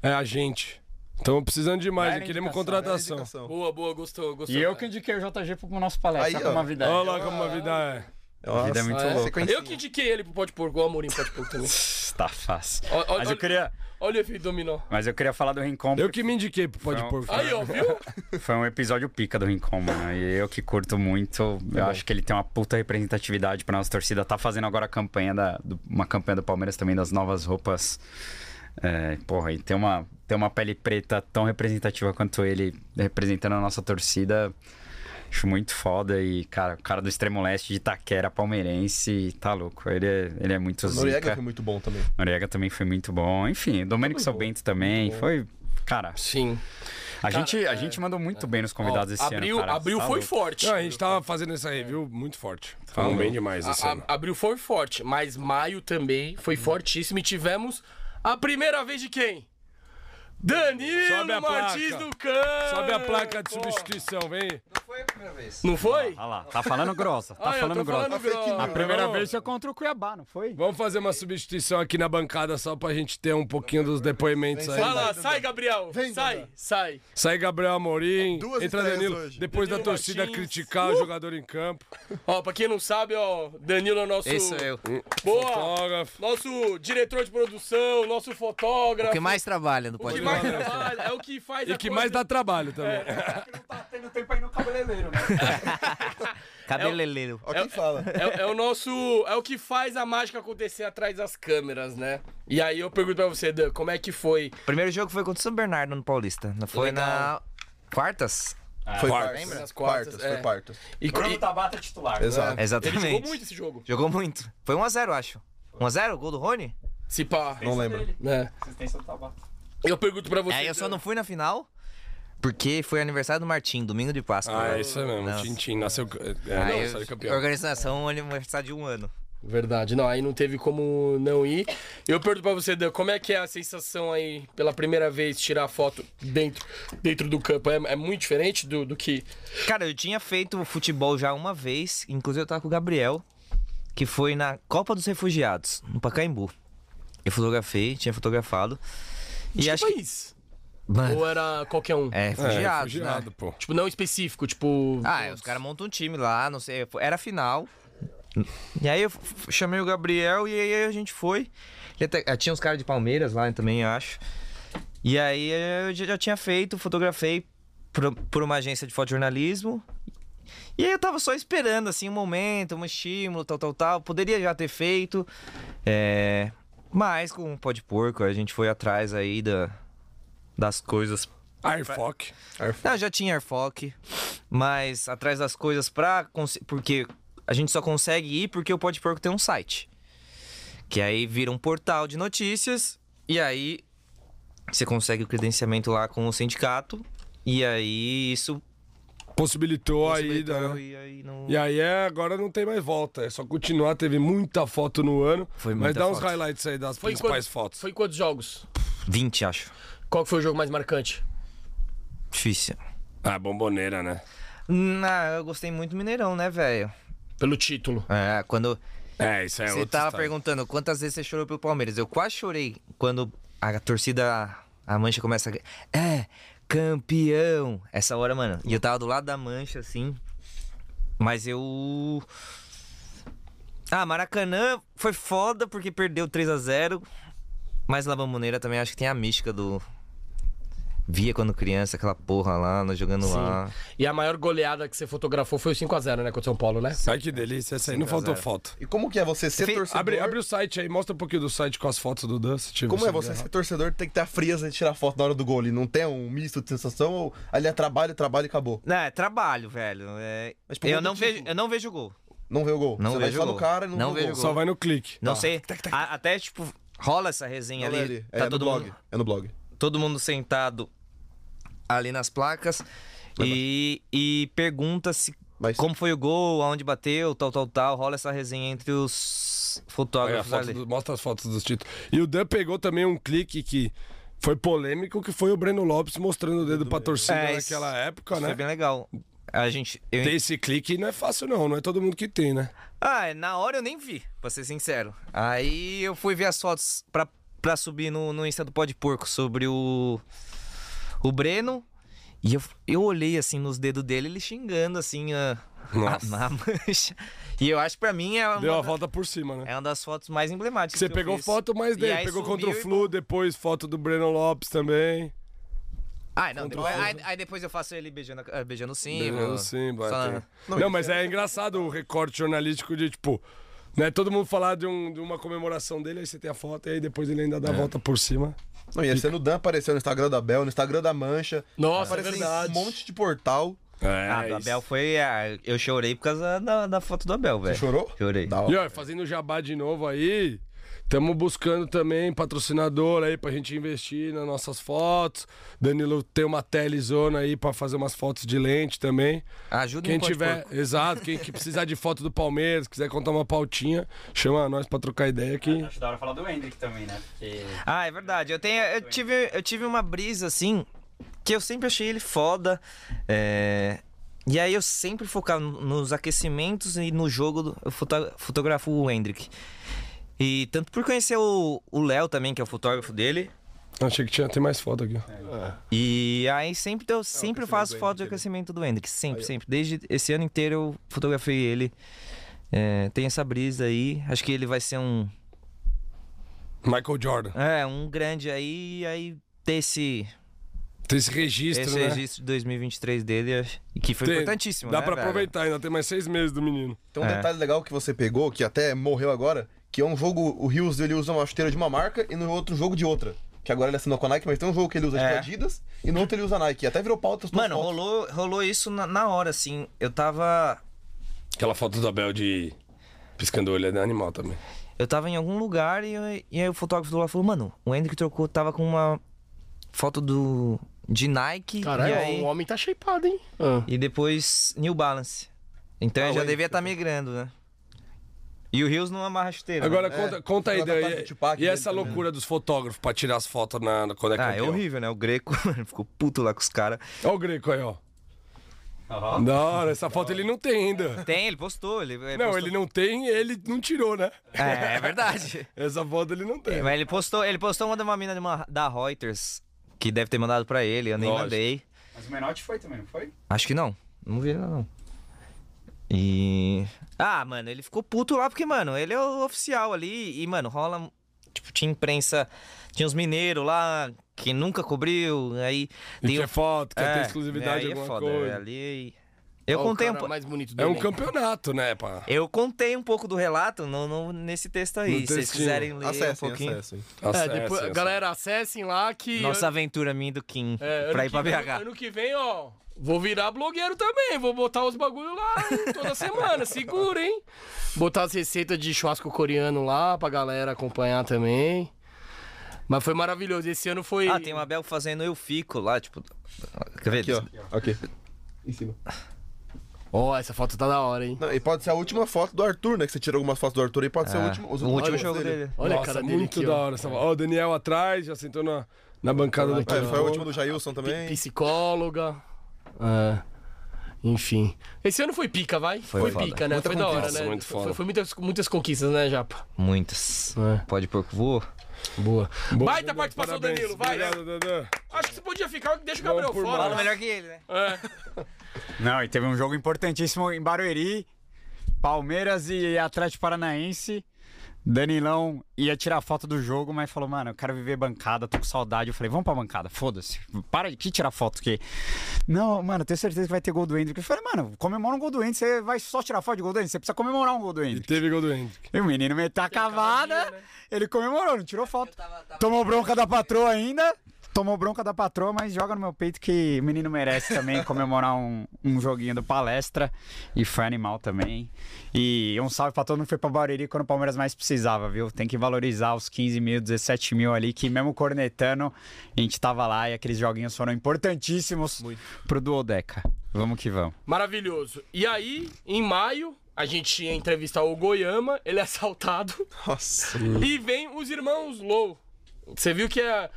Speaker 2: É a gente. Estamos precisando de mais,
Speaker 3: Bela
Speaker 2: hein? queremos
Speaker 3: indicação,
Speaker 2: contratação.
Speaker 4: Indicação.
Speaker 1: Boa, boa, gostou, gostou.
Speaker 3: E eu que indiquei o JG pro nosso palestra,
Speaker 4: Aí,
Speaker 3: olha
Speaker 4: ó.
Speaker 3: como a vida é.
Speaker 2: Olha lá como a vida é.
Speaker 4: É uma
Speaker 3: Vida é muito louca.
Speaker 4: sequencinha.
Speaker 1: Eu que indiquei ele pro pó de porco, o Amorim pó de porco também.
Speaker 3: Tá fácil.
Speaker 1: Ó, ó,
Speaker 3: Mas
Speaker 1: ó,
Speaker 3: eu queria,
Speaker 1: Olha o efeito dominó.
Speaker 3: mas eu queria falar do Rincon,
Speaker 2: Eu que me indiquei pro Pode
Speaker 3: Não.
Speaker 2: Porco.
Speaker 1: Aí, ó, viu?
Speaker 3: foi um episódio pica do Rincon, mano. E eu que curto muito, eu acho que ele tem uma puta representatividade pra nossa torcida. Tá fazendo agora a campanha da, do- uma campanha do Palmeiras também das novas roupas. É, porra, e ter uma, ter uma pele preta tão representativa quanto ele representando a nossa torcida. Acho muito foda e, cara, o cara do extremo leste de Itaquera, palmeirense, tá louco. Ele é, ele é muito
Speaker 4: Noriega
Speaker 3: zica.
Speaker 4: foi muito bom também.
Speaker 3: Noriega também foi muito bom. Enfim, Domênico Salbento também. Foi. Cara,
Speaker 1: Sim.
Speaker 3: a, gente, a gente mandou muito bem nos convidados esse
Speaker 1: abril,
Speaker 3: ano. Cara.
Speaker 1: abril
Speaker 3: Tá
Speaker 1: foi
Speaker 3: louco.
Speaker 1: forte.
Speaker 2: Não, a gente tava fazendo essa review muito forte. Falam bem demais esse
Speaker 1: A-
Speaker 2: ano.
Speaker 1: a- abril foi forte, mas maio também foi fortíssimo e tivemos a primeira vez de quem? Danilo
Speaker 2: Sobe a placa.
Speaker 1: Martins do Campo.
Speaker 2: Sobe a placa de
Speaker 1: Pô.
Speaker 2: substituição, vem.
Speaker 1: Não foi?
Speaker 3: Olha lá, tá falando grossa, tá
Speaker 1: Ah, eu
Speaker 3: falando
Speaker 1: tô
Speaker 3: grossa.
Speaker 1: falando
Speaker 4: Tá fake
Speaker 1: grossa.
Speaker 3: A primeira
Speaker 2: Não.
Speaker 3: vez foi contra o Cuiabá, não foi?
Speaker 2: Vamos fazer uma substituição aqui na bancada só pra gente ter um pouquinho dos depoimentos aí.
Speaker 1: Vai lá, sai, Gabriel.
Speaker 4: Vem,
Speaker 1: sai,
Speaker 4: Duda.
Speaker 1: sai.
Speaker 2: Sai Gabriel Amorim,
Speaker 4: Duas
Speaker 2: entra
Speaker 4: estreias
Speaker 2: Danilo.
Speaker 4: hoje.
Speaker 2: Depois da
Speaker 1: Danilo
Speaker 2: torcida
Speaker 1: Martins.
Speaker 2: criticar o jogador em campo.
Speaker 1: Ó, pra quem não sabe, ó, Danilo é o nosso.
Speaker 5: Esse sou eu.
Speaker 1: Boa!
Speaker 2: Fotógrafo.
Speaker 1: Nosso diretor de produção, nosso fotógrafo.
Speaker 5: O que mais trabalha no
Speaker 1: O que
Speaker 5: podcast?
Speaker 1: mais trabalha, é o que faz
Speaker 2: né? E
Speaker 1: a
Speaker 2: que
Speaker 1: coisa-
Speaker 2: mais dá trabalho também. É
Speaker 5: Cabeleireiro.
Speaker 4: Ó quem fala.
Speaker 1: É, é o nosso. É o que faz a mágica acontecer atrás das câmeras, né? E aí eu pergunto pra você, Dan, como é que foi?
Speaker 5: Primeiro jogo foi contra o São Bernardo no Paulista. Não foi
Speaker 1: Legal.
Speaker 5: na quartas?
Speaker 1: lembra?
Speaker 4: Foi quartas.
Speaker 1: Nas quartas,
Speaker 4: Quartas,
Speaker 1: é.
Speaker 4: foi quartas.
Speaker 1: E,
Speaker 3: Bruno
Speaker 1: e-
Speaker 3: Tabata é titular.
Speaker 4: Exato.
Speaker 1: ele
Speaker 5: Exatamente.
Speaker 1: jogou muito esse jogo.
Speaker 5: Jogou muito. Foi 1x0, acho. 1x0, gol do Rony?
Speaker 1: Se pá.
Speaker 4: Não lembro.
Speaker 1: Né?
Speaker 3: Assistência do Tabata.
Speaker 1: Eu pergunto pra você.
Speaker 5: É, eu só
Speaker 1: Dan,
Speaker 5: não fui na final porque foi aniversário do Martim, domingo de Páscoa.
Speaker 2: Ah, é isso mesmo.
Speaker 5: Nossa.
Speaker 2: Tintin nasceu. É,
Speaker 5: Aí
Speaker 2: não,
Speaker 5: eu-
Speaker 2: saiu campeão.
Speaker 5: Organização, aniversário de um ano.
Speaker 1: Verdade, não, aí não teve como não ir. Eu pergunto pra você, Dan, como é que é a sensação aí, pela primeira vez, tirar a foto dentro, dentro do campo? É, é muito diferente do, do que.
Speaker 5: Cara, eu tinha feito futebol já uma vez, inclusive eu tava com o Gabriel, que foi na Copa dos Refugiados, no Pacaembu. Eu fotografei, tinha fotografado. E
Speaker 1: De
Speaker 5: acho
Speaker 1: que
Speaker 5: que.
Speaker 1: país?
Speaker 5: Mano,
Speaker 1: Ou era qualquer um?
Speaker 5: é,
Speaker 2: É,
Speaker 5: refugiados, né?
Speaker 2: refugiado, pô.
Speaker 1: Tipo, não específico, tipo.
Speaker 5: Ah, é, os caras montam um time lá, não sei. foi- Era final. E aí eu f- f- chamei o Gabriel e aí a gente foi. E até- ah, tinha uns caras de Palmeiras lá também, eu acho. E aí eu já já tinha feito, fotografei por, por uma agência de fotojornalismo. E aí eu tava só esperando, assim, um momento, um estímulo, tal, tal, tal. Poderia já ter feito. É... Mas com o pó de porco, a gente foi atrás aí da, das coisas
Speaker 2: Airfoc.
Speaker 5: não, eu já tinha Airfoc, mas atrás das coisas pra. cons- Porque a gente só consegue ir porque o Pode Porco tem um site. Que aí vira um portal de notícias e aí você consegue o credenciamento lá com o sindicato. E aí isso.
Speaker 2: Possibilitou a ida,
Speaker 5: possibilitou
Speaker 2: né?
Speaker 5: e aí não-
Speaker 2: E aí é, agora não tem mais volta. É só continuar. Teve muita foto no ano.
Speaker 5: Foi
Speaker 2: mas
Speaker 5: muita
Speaker 2: dá uns
Speaker 5: foto.
Speaker 2: highlights aí das
Speaker 1: Foi em
Speaker 2: principais
Speaker 1: quantos-
Speaker 2: fotos.
Speaker 1: Foi em quantos jogos?
Speaker 5: 20, acho.
Speaker 1: Qual que foi o jogo mais marcante?
Speaker 5: Difícil.
Speaker 2: Ah, bomboneira, né?
Speaker 5: Não, eu gostei muito do Mineirão, né, velho?
Speaker 1: Pelo título.
Speaker 5: É, quando.
Speaker 2: É, isso é
Speaker 5: Você
Speaker 2: outro
Speaker 5: tava
Speaker 2: estado.
Speaker 5: perguntando quantas vezes você chorou pelo Palmeiras. Eu quase chorei quando a torcida, a mancha começa a... É, campeão! Essa hora, mano. E eu tava do lado da mancha, assim. Mas eu... Ah, Maracanã foi foda porque perdeu 3 a 0 Mas La Bamboneira também acho que tem a mística do... Via quando criança, aquela porra lá, nós jogando lá.
Speaker 1: E a maior goleada que você fotografou foi o 5x0, né? Contra o São Paulo, né?
Speaker 2: Ai, que delícia. Essa aí não faltou foto.
Speaker 4: E como que é você ser
Speaker 5: Fe-
Speaker 4: torcedor?
Speaker 2: Abre, abre o site aí, mostra um pouquinho do site com as fotos do Dan. se tiver-
Speaker 4: Como
Speaker 2: se
Speaker 4: é você
Speaker 2: tiver.
Speaker 4: ser torcedor tem que ter a frieza de tirar foto na hora do gol ali? Não tem um misto de sensação ou ali é trabalho, trabalho e acabou?
Speaker 5: Não, é trabalho, velho. É...
Speaker 4: Mas por
Speaker 5: Eu,
Speaker 4: conta
Speaker 5: não
Speaker 4: do
Speaker 5: vejo,
Speaker 4: título.
Speaker 5: eu não vejo gol.
Speaker 4: Não vê o gol.
Speaker 5: Não
Speaker 4: Você
Speaker 5: vejo
Speaker 4: vai só
Speaker 5: gol.
Speaker 4: no cara e não,
Speaker 5: Não
Speaker 4: vê o
Speaker 5: vejo
Speaker 4: gol.
Speaker 2: Só vai no clique.
Speaker 4: Ah, Tá.
Speaker 5: Não sei. a- até, tipo, rola essa resenha
Speaker 4: Olha
Speaker 5: ali.
Speaker 4: ali. é
Speaker 5: tá
Speaker 4: no
Speaker 5: todo
Speaker 4: blog.
Speaker 5: mundo,
Speaker 4: É no blog.
Speaker 5: todo mundo sentado ali nas placas. E, e pergunta se
Speaker 4: Mas
Speaker 5: como foi o gol, aonde bateu, tal, tal, tal. Rola essa resenha entre os
Speaker 2: Olha, a
Speaker 5: fotógrafos
Speaker 2: foto
Speaker 5: ali.
Speaker 2: do- mostra as fotos dos títulos. E o Dan pegou também um clique que foi polêmico, que foi o Breno Lopes mostrando o dedo pra torcida
Speaker 5: É, isso-
Speaker 2: naquela época,
Speaker 5: Foi
Speaker 2: né?
Speaker 5: bem legal. A gente. eu-
Speaker 2: Ter esse clique não é fácil, não. Não é todo mundo que tem, né?
Speaker 5: Ah, na hora eu nem vi, pra ser sincero. Aí eu fui ver as fotos pra, pra subir no, no Insta do Pó de Porco sobre o. O Breno. E eu, eu olhei assim nos dedos dele, ele xingando assim a,
Speaker 2: Nossa.
Speaker 5: a, a mancha. E eu acho que pra mim é uma,
Speaker 2: Deu a
Speaker 5: da-
Speaker 2: volta por cima, né?
Speaker 5: é uma das fotos mais emblemáticas.
Speaker 2: Você
Speaker 5: que eu
Speaker 2: pegou
Speaker 5: fiz.
Speaker 2: foto mais
Speaker 5: E
Speaker 2: dele,
Speaker 5: aí
Speaker 2: pegou
Speaker 5: subiu
Speaker 2: contra o
Speaker 5: e-
Speaker 2: Flu, depois foto do Breno Lopes também.
Speaker 5: Ah, não, depois, aí, aí depois eu faço ele beijando, a- beijando o símbolo.
Speaker 2: Beijando sim,
Speaker 5: Só-
Speaker 2: bate. Não, mas é engraçado o recorte jornalístico de, tipo, né, todo mundo falar de, um- de uma comemoração dele, aí você tem a foto, e aí depois ele ainda dá a
Speaker 5: É.
Speaker 2: volta por cima.
Speaker 4: Não, ia ser no Dan, apareceu no Instagram da Bel, no Instagram da Mancha.
Speaker 1: Nossa, é
Speaker 4: apareceu
Speaker 1: verdade.
Speaker 4: em um monte de portal.
Speaker 2: É,
Speaker 5: Ah, do Abel foi. ah, eu chorei por causa da, da foto do Abel, velho.
Speaker 4: Chorou?
Speaker 5: Chorei.
Speaker 4: Da
Speaker 2: E
Speaker 4: hora.
Speaker 2: ó, fazendo jabá de novo aí, estamos buscando também patrocinador aí pra gente investir nas nossas fotos. Danilo tem uma telezona aí pra fazer umas fotos de lente também.
Speaker 5: Ah, Ajuda
Speaker 2: Quem tiver, exato, quem que precisar de foto do Palmeiras, quiser contar uma pautinha, chama nós pra trocar ideia aqui.
Speaker 3: Acho da hora falar do Hendrick também, né? Porque.
Speaker 5: Ah, é verdade. Eu, tenho, eu, tive, eu tive uma brisa assim que eu sempre achei ele foda. é, E aí eu sempre focava no- nos aquecimentos e no jogo. do- Eu foto- fotografo o Hendrick. E tanto por conhecer o o Léo também, que é o fotógrafo dele.
Speaker 2: Achei que tinha tem mais foto aqui.
Speaker 5: E aí sempre eu sempre faço foto de aquecimento É do Hendrick. né? Sempre, sempre. Desde esse ano inteiro eu fotografei ele. É, tem essa brisa aí. Acho que ele vai ser um.
Speaker 2: Michael Jordan.
Speaker 5: É, um grande aí. E aí ter esse.
Speaker 2: Tem esse registro,
Speaker 5: Esse
Speaker 2: né?
Speaker 5: registro de 2023 dele, eu acho- e que foi
Speaker 2: Tem-
Speaker 5: importantíssimo.
Speaker 2: Dá
Speaker 5: né,
Speaker 2: pra
Speaker 5: velho?
Speaker 2: aproveitar, ainda tem mais seis meses do menino.
Speaker 4: Tem um
Speaker 5: É.
Speaker 4: detalhe legal que você pegou, que até morreu agora, que é um jogo, o Rios ele usa uma chuteira de uma marca e no outro jogo de outra. Que agora ele assinou com a Nike, mas tem um jogo que ele usa de
Speaker 5: É.
Speaker 4: Adidas e no outro ele usa Nike. Até virou pauta. as tuas
Speaker 5: Mano,
Speaker 4: fotos.
Speaker 5: rolou, rolou isso na, na hora, assim. Eu tava.
Speaker 2: Aquela foto do Abel de piscando o olho é de animal também.
Speaker 5: Eu tava em algum lugar e, eu- e aí o fotógrafo do lado falou, mano, o Hendrick trocou, tava com uma foto do. de Nike.
Speaker 1: Caralho,
Speaker 5: e aí,
Speaker 1: o homem tá shapeado, hein? Ah.
Speaker 5: E depois New Balance. Então
Speaker 2: Tá
Speaker 5: eu já devia estar migrando, né? E o Rios não amarra chuteira.
Speaker 2: Agora
Speaker 5: né?
Speaker 1: É.
Speaker 2: conta, conta aí,
Speaker 1: tá
Speaker 4: Vai
Speaker 2: Dan,
Speaker 4: botar
Speaker 2: e-
Speaker 4: o Tupac
Speaker 2: e,
Speaker 4: dele
Speaker 2: essa
Speaker 4: também.
Speaker 2: loucura dos fotógrafos pra tirar as fotos na, na- quando é
Speaker 5: Ah, é
Speaker 2: campeão?
Speaker 5: horrível, né? O Greco ficou puto lá com os caras.
Speaker 2: Olha o Greco aí, ó. Da hora, essa foto ele não tem ainda.
Speaker 5: Tem, ele postou. Ele, ele
Speaker 2: Não,
Speaker 5: postou.
Speaker 2: ele não tem, ele não tirou, né?
Speaker 5: É, é verdade.
Speaker 2: Essa foto ele não tem.
Speaker 5: Mas ele postou, ele postou uma de uma mina de uma- da Reuters, que deve ter mandado pra ele, eu nem
Speaker 2: Lógico.
Speaker 5: mandei.
Speaker 3: Mas o Menotti foi também, não foi?
Speaker 5: Acho que não. Não vi nada, não. E. Ah, mano, ele ficou puto lá porque, mano, ele é o oficial ali e, mano, rola. Tipo, tinha imprensa. Tinha os mineiros lá que nunca cobriu. Aí.
Speaker 2: E
Speaker 5: tem
Speaker 2: quer
Speaker 5: o-
Speaker 2: é foto, quer ter exclusividade
Speaker 5: aí
Speaker 2: de
Speaker 5: é
Speaker 2: alguma
Speaker 5: foda,
Speaker 2: coisa.
Speaker 5: é, ali. Eu
Speaker 1: Ó, o
Speaker 5: contei um
Speaker 1: cara
Speaker 5: po-
Speaker 1: mais bonito do
Speaker 2: É um
Speaker 1: elenco.
Speaker 2: campeonato, né, pá?
Speaker 5: Eu contei um pouco do relato no, no- nesse texto aí.
Speaker 2: No
Speaker 5: se vocês
Speaker 2: textinho.
Speaker 5: quiserem ler um
Speaker 4: Acessem,
Speaker 5: pouquinho.
Speaker 4: acessem.
Speaker 1: É,
Speaker 2: Acessem,
Speaker 1: depois,
Speaker 2: acessem.
Speaker 1: galera, acessem lá que.
Speaker 5: Nossa aventura minha e do Kim
Speaker 1: É, ano
Speaker 5: pra ir pra
Speaker 1: que vem-
Speaker 5: BH.
Speaker 1: Ano que vem, ó. Vou virar blogueiro também. Vou botar os bagulho lá hein, toda semana. Segura, hein? Botar as receitas de churrasco coreano lá pra galera acompanhar também. Mas foi maravilhoso. Esse ano foi.
Speaker 5: Ah, tem o Abel fazendo Eu Fico lá, tipo. Quer ver? Ah,
Speaker 4: Aqui, ó. Aqui. Em cima.
Speaker 1: Ó, essa foto tá da hora, hein?
Speaker 4: Não, e pode ser a última foto do Arthur, né? Que você tirou algumas fotos do Arthur e pode ser o
Speaker 5: Ah,
Speaker 4: último, os
Speaker 5: o
Speaker 4: últimos
Speaker 5: último
Speaker 4: jogos
Speaker 5: jogo dele.
Speaker 1: Olha a
Speaker 2: Nossa, é
Speaker 1: cara dele
Speaker 2: muito
Speaker 1: aqui,
Speaker 2: da
Speaker 1: ó.
Speaker 2: hora essa foto. Ó, o Daniel atrás, já sentou na, na bancada do
Speaker 4: É, foi o
Speaker 5: Uhum.
Speaker 2: Paulo.
Speaker 4: último do Jailson também.
Speaker 1: Psicóloga. É. Enfim. Esse ano foi pica, vai? Foi,
Speaker 5: foda.
Speaker 1: pica, né?
Speaker 2: Muita
Speaker 1: foi da hora,
Speaker 2: conquista.
Speaker 1: né?
Speaker 2: Muito foda.
Speaker 1: Foi, foi muitas, muitas conquistas, né, Japa?
Speaker 5: Muitas.
Speaker 1: É.
Speaker 5: Pode pôr que voou.
Speaker 1: Boa.
Speaker 2: Boa,
Speaker 1: Baita
Speaker 2: Dandan,
Speaker 1: participação,
Speaker 2: parabéns.
Speaker 1: Danilo. Vai, né?
Speaker 2: Obrigado, Dandan.
Speaker 1: Acho que você podia ficar, deixa o
Speaker 2: Vamos
Speaker 1: Gabriel
Speaker 2: por
Speaker 1: fora.
Speaker 2: mais.
Speaker 1: né?
Speaker 5: Melhor que ele, né?
Speaker 1: É.
Speaker 3: Não, e teve um jogo importantíssimo em Barueri. Palmeiras e Atlético Paranaense. Danilão ia tirar foto do jogo, mas falou, mano, eu quero viver bancada, tô com saudade. Eu falei, vamos pra bancada, foda-se. Para de tirar foto que. Não, mano, tenho certeza que vai ter gol do Hendrick. Eu falei, mano, comemora um gol do Hendrick, você vai só tirar foto de gol do Hendrick, você precisa comemorar um gol do
Speaker 2: E
Speaker 3: Hendrick.
Speaker 2: teve gol do Hendrick.
Speaker 3: E o menino tá meteu a cavada, ele comemorou, não tirou foto. Tomou bronca da patroa ainda. tomou bronca da patroa, mas joga no meu peito que o menino merece também comemorar um, um joguinho do palestra. E foi animal também. E um salve pra todo mundo que foi pra Barueri quando o Palmeiras mais precisava, viu? Tem que valorizar os 15 mil, 17 mil ali, que mesmo cornetando, a gente tava lá e aqueles joguinhos foram importantíssimos pro Duodeca. Vamos que vamos.
Speaker 1: Maravilhoso. E aí, em maio, a gente ia entrevistar o Goiama, ele é assaltado.
Speaker 4: Nossa.
Speaker 2: Hum.
Speaker 1: E vem os irmãos Low. Você viu que a,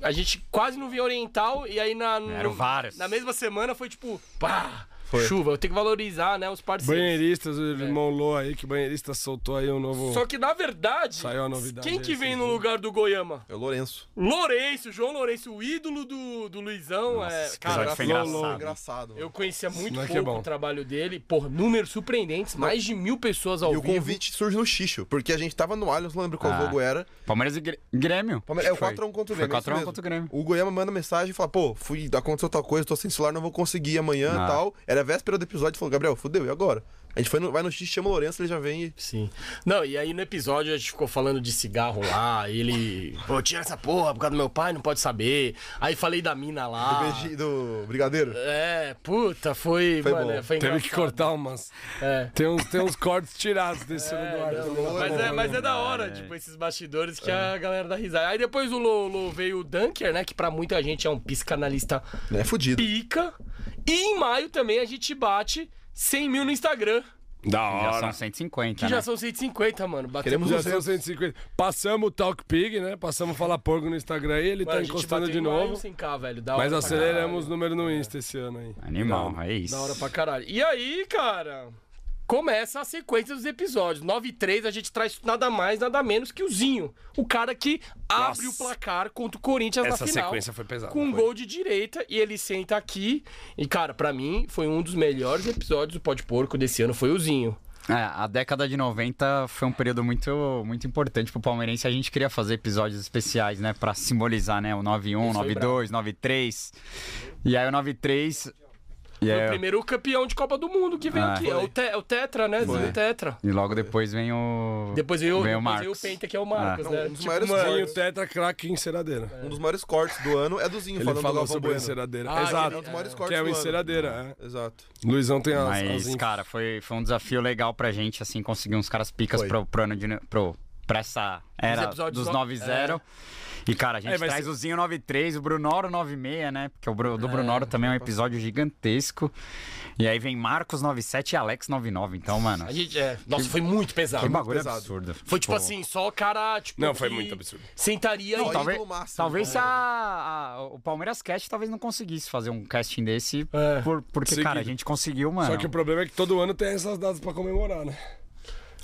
Speaker 1: a gente quase não via Oriental e aí na,
Speaker 3: Eram vários.
Speaker 1: na mesma semana foi tipo, pá, chuva. Eu tenho que valorizar, né, os parceiros.
Speaker 2: Banheiristas, o irmão Lô aí, que banheirista soltou aí um novo.
Speaker 1: É. Só que na verdade,
Speaker 2: Saiu a novidade
Speaker 1: quem que
Speaker 2: aí,
Speaker 1: vem
Speaker 2: vocês
Speaker 1: no lugar do Goiama?
Speaker 4: É o Lourenço.
Speaker 1: Lourenço, João Lourenço, o ídolo do, do Luizão. é, cara,
Speaker 3: episódio foi
Speaker 4: Lolo,
Speaker 3: engraçado.
Speaker 4: engraçado.
Speaker 1: eu conhecia muito
Speaker 2: Não é que é
Speaker 1: pouco
Speaker 2: bom.
Speaker 1: o trabalho dele. Por números surpreendentes, mais de mil pessoas ao
Speaker 4: E o
Speaker 1: vivo.
Speaker 4: convite surge no Xixo, porque a gente tava no Allianz, não lembro qual
Speaker 3: Ah.
Speaker 4: jogo era.
Speaker 3: Palmeiras e Grê- Grêmio.
Speaker 4: Palmeiras- É o
Speaker 3: Foi.
Speaker 4: 4x1 contra o
Speaker 3: Foi
Speaker 4: Grêmio. é isso
Speaker 3: 4x1
Speaker 4: mesmo.
Speaker 3: contra o Grêmio.
Speaker 4: O Goiama manda mensagem e fala: pô, fui, aconteceu tal coisa, tô sem celular, não vou conseguir amanhã e
Speaker 3: Ah.
Speaker 4: tal. Era a véspera do episódio e falou: Gabriel, fudeu, e agora? A gente foi no- vai no X, chama o Lourenço, ele já vem e.
Speaker 1: Sim. Não, e aí no episódio a gente ficou falando de cigarro lá, e ele. Pô, tira essa porra por causa do meu pai, não pode saber. Aí falei da mina lá.
Speaker 3: Ah.
Speaker 4: Beijinho do Brigadeiro.
Speaker 1: É, puta, foi.
Speaker 4: Foi
Speaker 1: mano,
Speaker 4: bom.
Speaker 1: foi
Speaker 2: Teve que
Speaker 1: engraçado.
Speaker 2: cortar umas.
Speaker 1: É.
Speaker 2: Tem uns, tem uns cortes tirados desse é, lugar.
Speaker 1: Mas é, mas é da hora, tipo, esses bastidores
Speaker 2: É.
Speaker 1: que a galera dá risada. Aí depois o Lolo veio o Dunker, né? Que pra muita gente é um psicanalista
Speaker 4: É fudido.
Speaker 1: pica. E em maio também a gente bate 100 mil no Instagram,
Speaker 2: Da
Speaker 3: Já
Speaker 2: hora.
Speaker 3: são 150,
Speaker 1: que
Speaker 3: né?
Speaker 1: já são 150, mano. Batemos um
Speaker 4: Queremos
Speaker 2: Já são 150. Passamos o Talk Pig, né? Passamos Falar Porco no Instagram aí, ele
Speaker 1: Mano,
Speaker 2: tá
Speaker 1: a gente
Speaker 2: encostando
Speaker 1: bateu
Speaker 2: de
Speaker 1: em Tá maio
Speaker 2: novo.
Speaker 1: 100K, velho. Da
Speaker 2: Mas
Speaker 1: hora pra
Speaker 2: aceleramos o número no Insta esse ano aí.
Speaker 3: Animal, é isso.
Speaker 1: Da hora pra caralho. E aí, cara, começa a sequência dos episódios. 9 e 3, a gente traz nada mais, nada menos que o Zinho. O cara que abre
Speaker 2: Nossa.
Speaker 1: o placar contra o Corinthians
Speaker 2: Essa
Speaker 1: na final.
Speaker 2: sequência foi pesada,
Speaker 1: Com um
Speaker 2: Tá, foi.
Speaker 1: gol de direita e ele senta aqui. E, cara, pra mim, foi um dos melhores episódios do Pode Porco desse ano, foi o Zinho.
Speaker 3: É, a década de 90 foi um período muito, muito importante pro palmeirense. A gente queria fazer episódios especiais, né? Pra simbolizar, né? O 91,
Speaker 1: Isso aí,
Speaker 3: 92, 93. E aí o 93... E,
Speaker 1: O
Speaker 3: aí,
Speaker 1: primeiro campeão de Copa do Mundo que veio
Speaker 3: Ah,
Speaker 1: aqui. É o, te- é o Tetra, né? Zinho Tetra.
Speaker 3: e logo depois vem o...
Speaker 1: Depois veio,
Speaker 3: Vem
Speaker 1: depois veio
Speaker 3: o
Speaker 1: o
Speaker 3: Marcos.
Speaker 1: Penta, que é o Marcos,
Speaker 4: Não,
Speaker 1: né?
Speaker 4: um dos maiores
Speaker 1: mano,
Speaker 2: Zinho, tetra, craque e enceradeira.
Speaker 4: Um dos maiores cortes do ano é do Zinho,
Speaker 2: Ele
Speaker 4: falando do
Speaker 2: falou
Speaker 4: Galvão
Speaker 2: sobre a
Speaker 4: Bueno.
Speaker 2: enceradeira.
Speaker 1: Ah,
Speaker 2: Exato.
Speaker 4: Um dos maiores
Speaker 2: Que
Speaker 4: cortes
Speaker 2: é o
Speaker 4: do ano. Ah.
Speaker 3: né?
Speaker 2: enceradeira.
Speaker 4: Exato.
Speaker 2: É. Luizão tem as, as
Speaker 3: Mas,
Speaker 2: infos.
Speaker 3: cara, foi, foi um desafio legal pra gente, assim, conseguir uns caras picas
Speaker 4: Foi.
Speaker 3: pro, pro ano de... Pro, pra essa era
Speaker 1: episódios
Speaker 3: dos
Speaker 1: no-
Speaker 3: 9-0. E, cara, a gente
Speaker 2: É, vai
Speaker 3: traz
Speaker 2: ser-
Speaker 3: o Zinho 9-3, o Brunoro 9-6, né? Porque o Bru- do Brunoro também é um episódio gigantesco. E aí vem Marcos 9-7 e Alex 9-9. Então, mano,
Speaker 1: a gente, é, nossa, foi muito pesado.
Speaker 3: que bagulho
Speaker 4: pesado.
Speaker 3: absurdo.
Speaker 1: Foi tipo assim, só o cara, tipo.
Speaker 2: Não, foi
Speaker 1: que
Speaker 2: muito absurdo.
Speaker 1: Sentaria
Speaker 4: Não,
Speaker 1: e.
Speaker 4: tá-
Speaker 3: Talvez,
Speaker 4: ídolo máximo,
Speaker 3: talvez
Speaker 4: né?
Speaker 3: se a, a- o Palmeiras Cast talvez não conseguisse fazer um casting desse,
Speaker 1: É.
Speaker 3: por- porque, cara, a
Speaker 2: Seguido.
Speaker 3: gente conseguiu, mano.
Speaker 2: Só que o problema é que todo ano tem essas datas pra comemorar, né?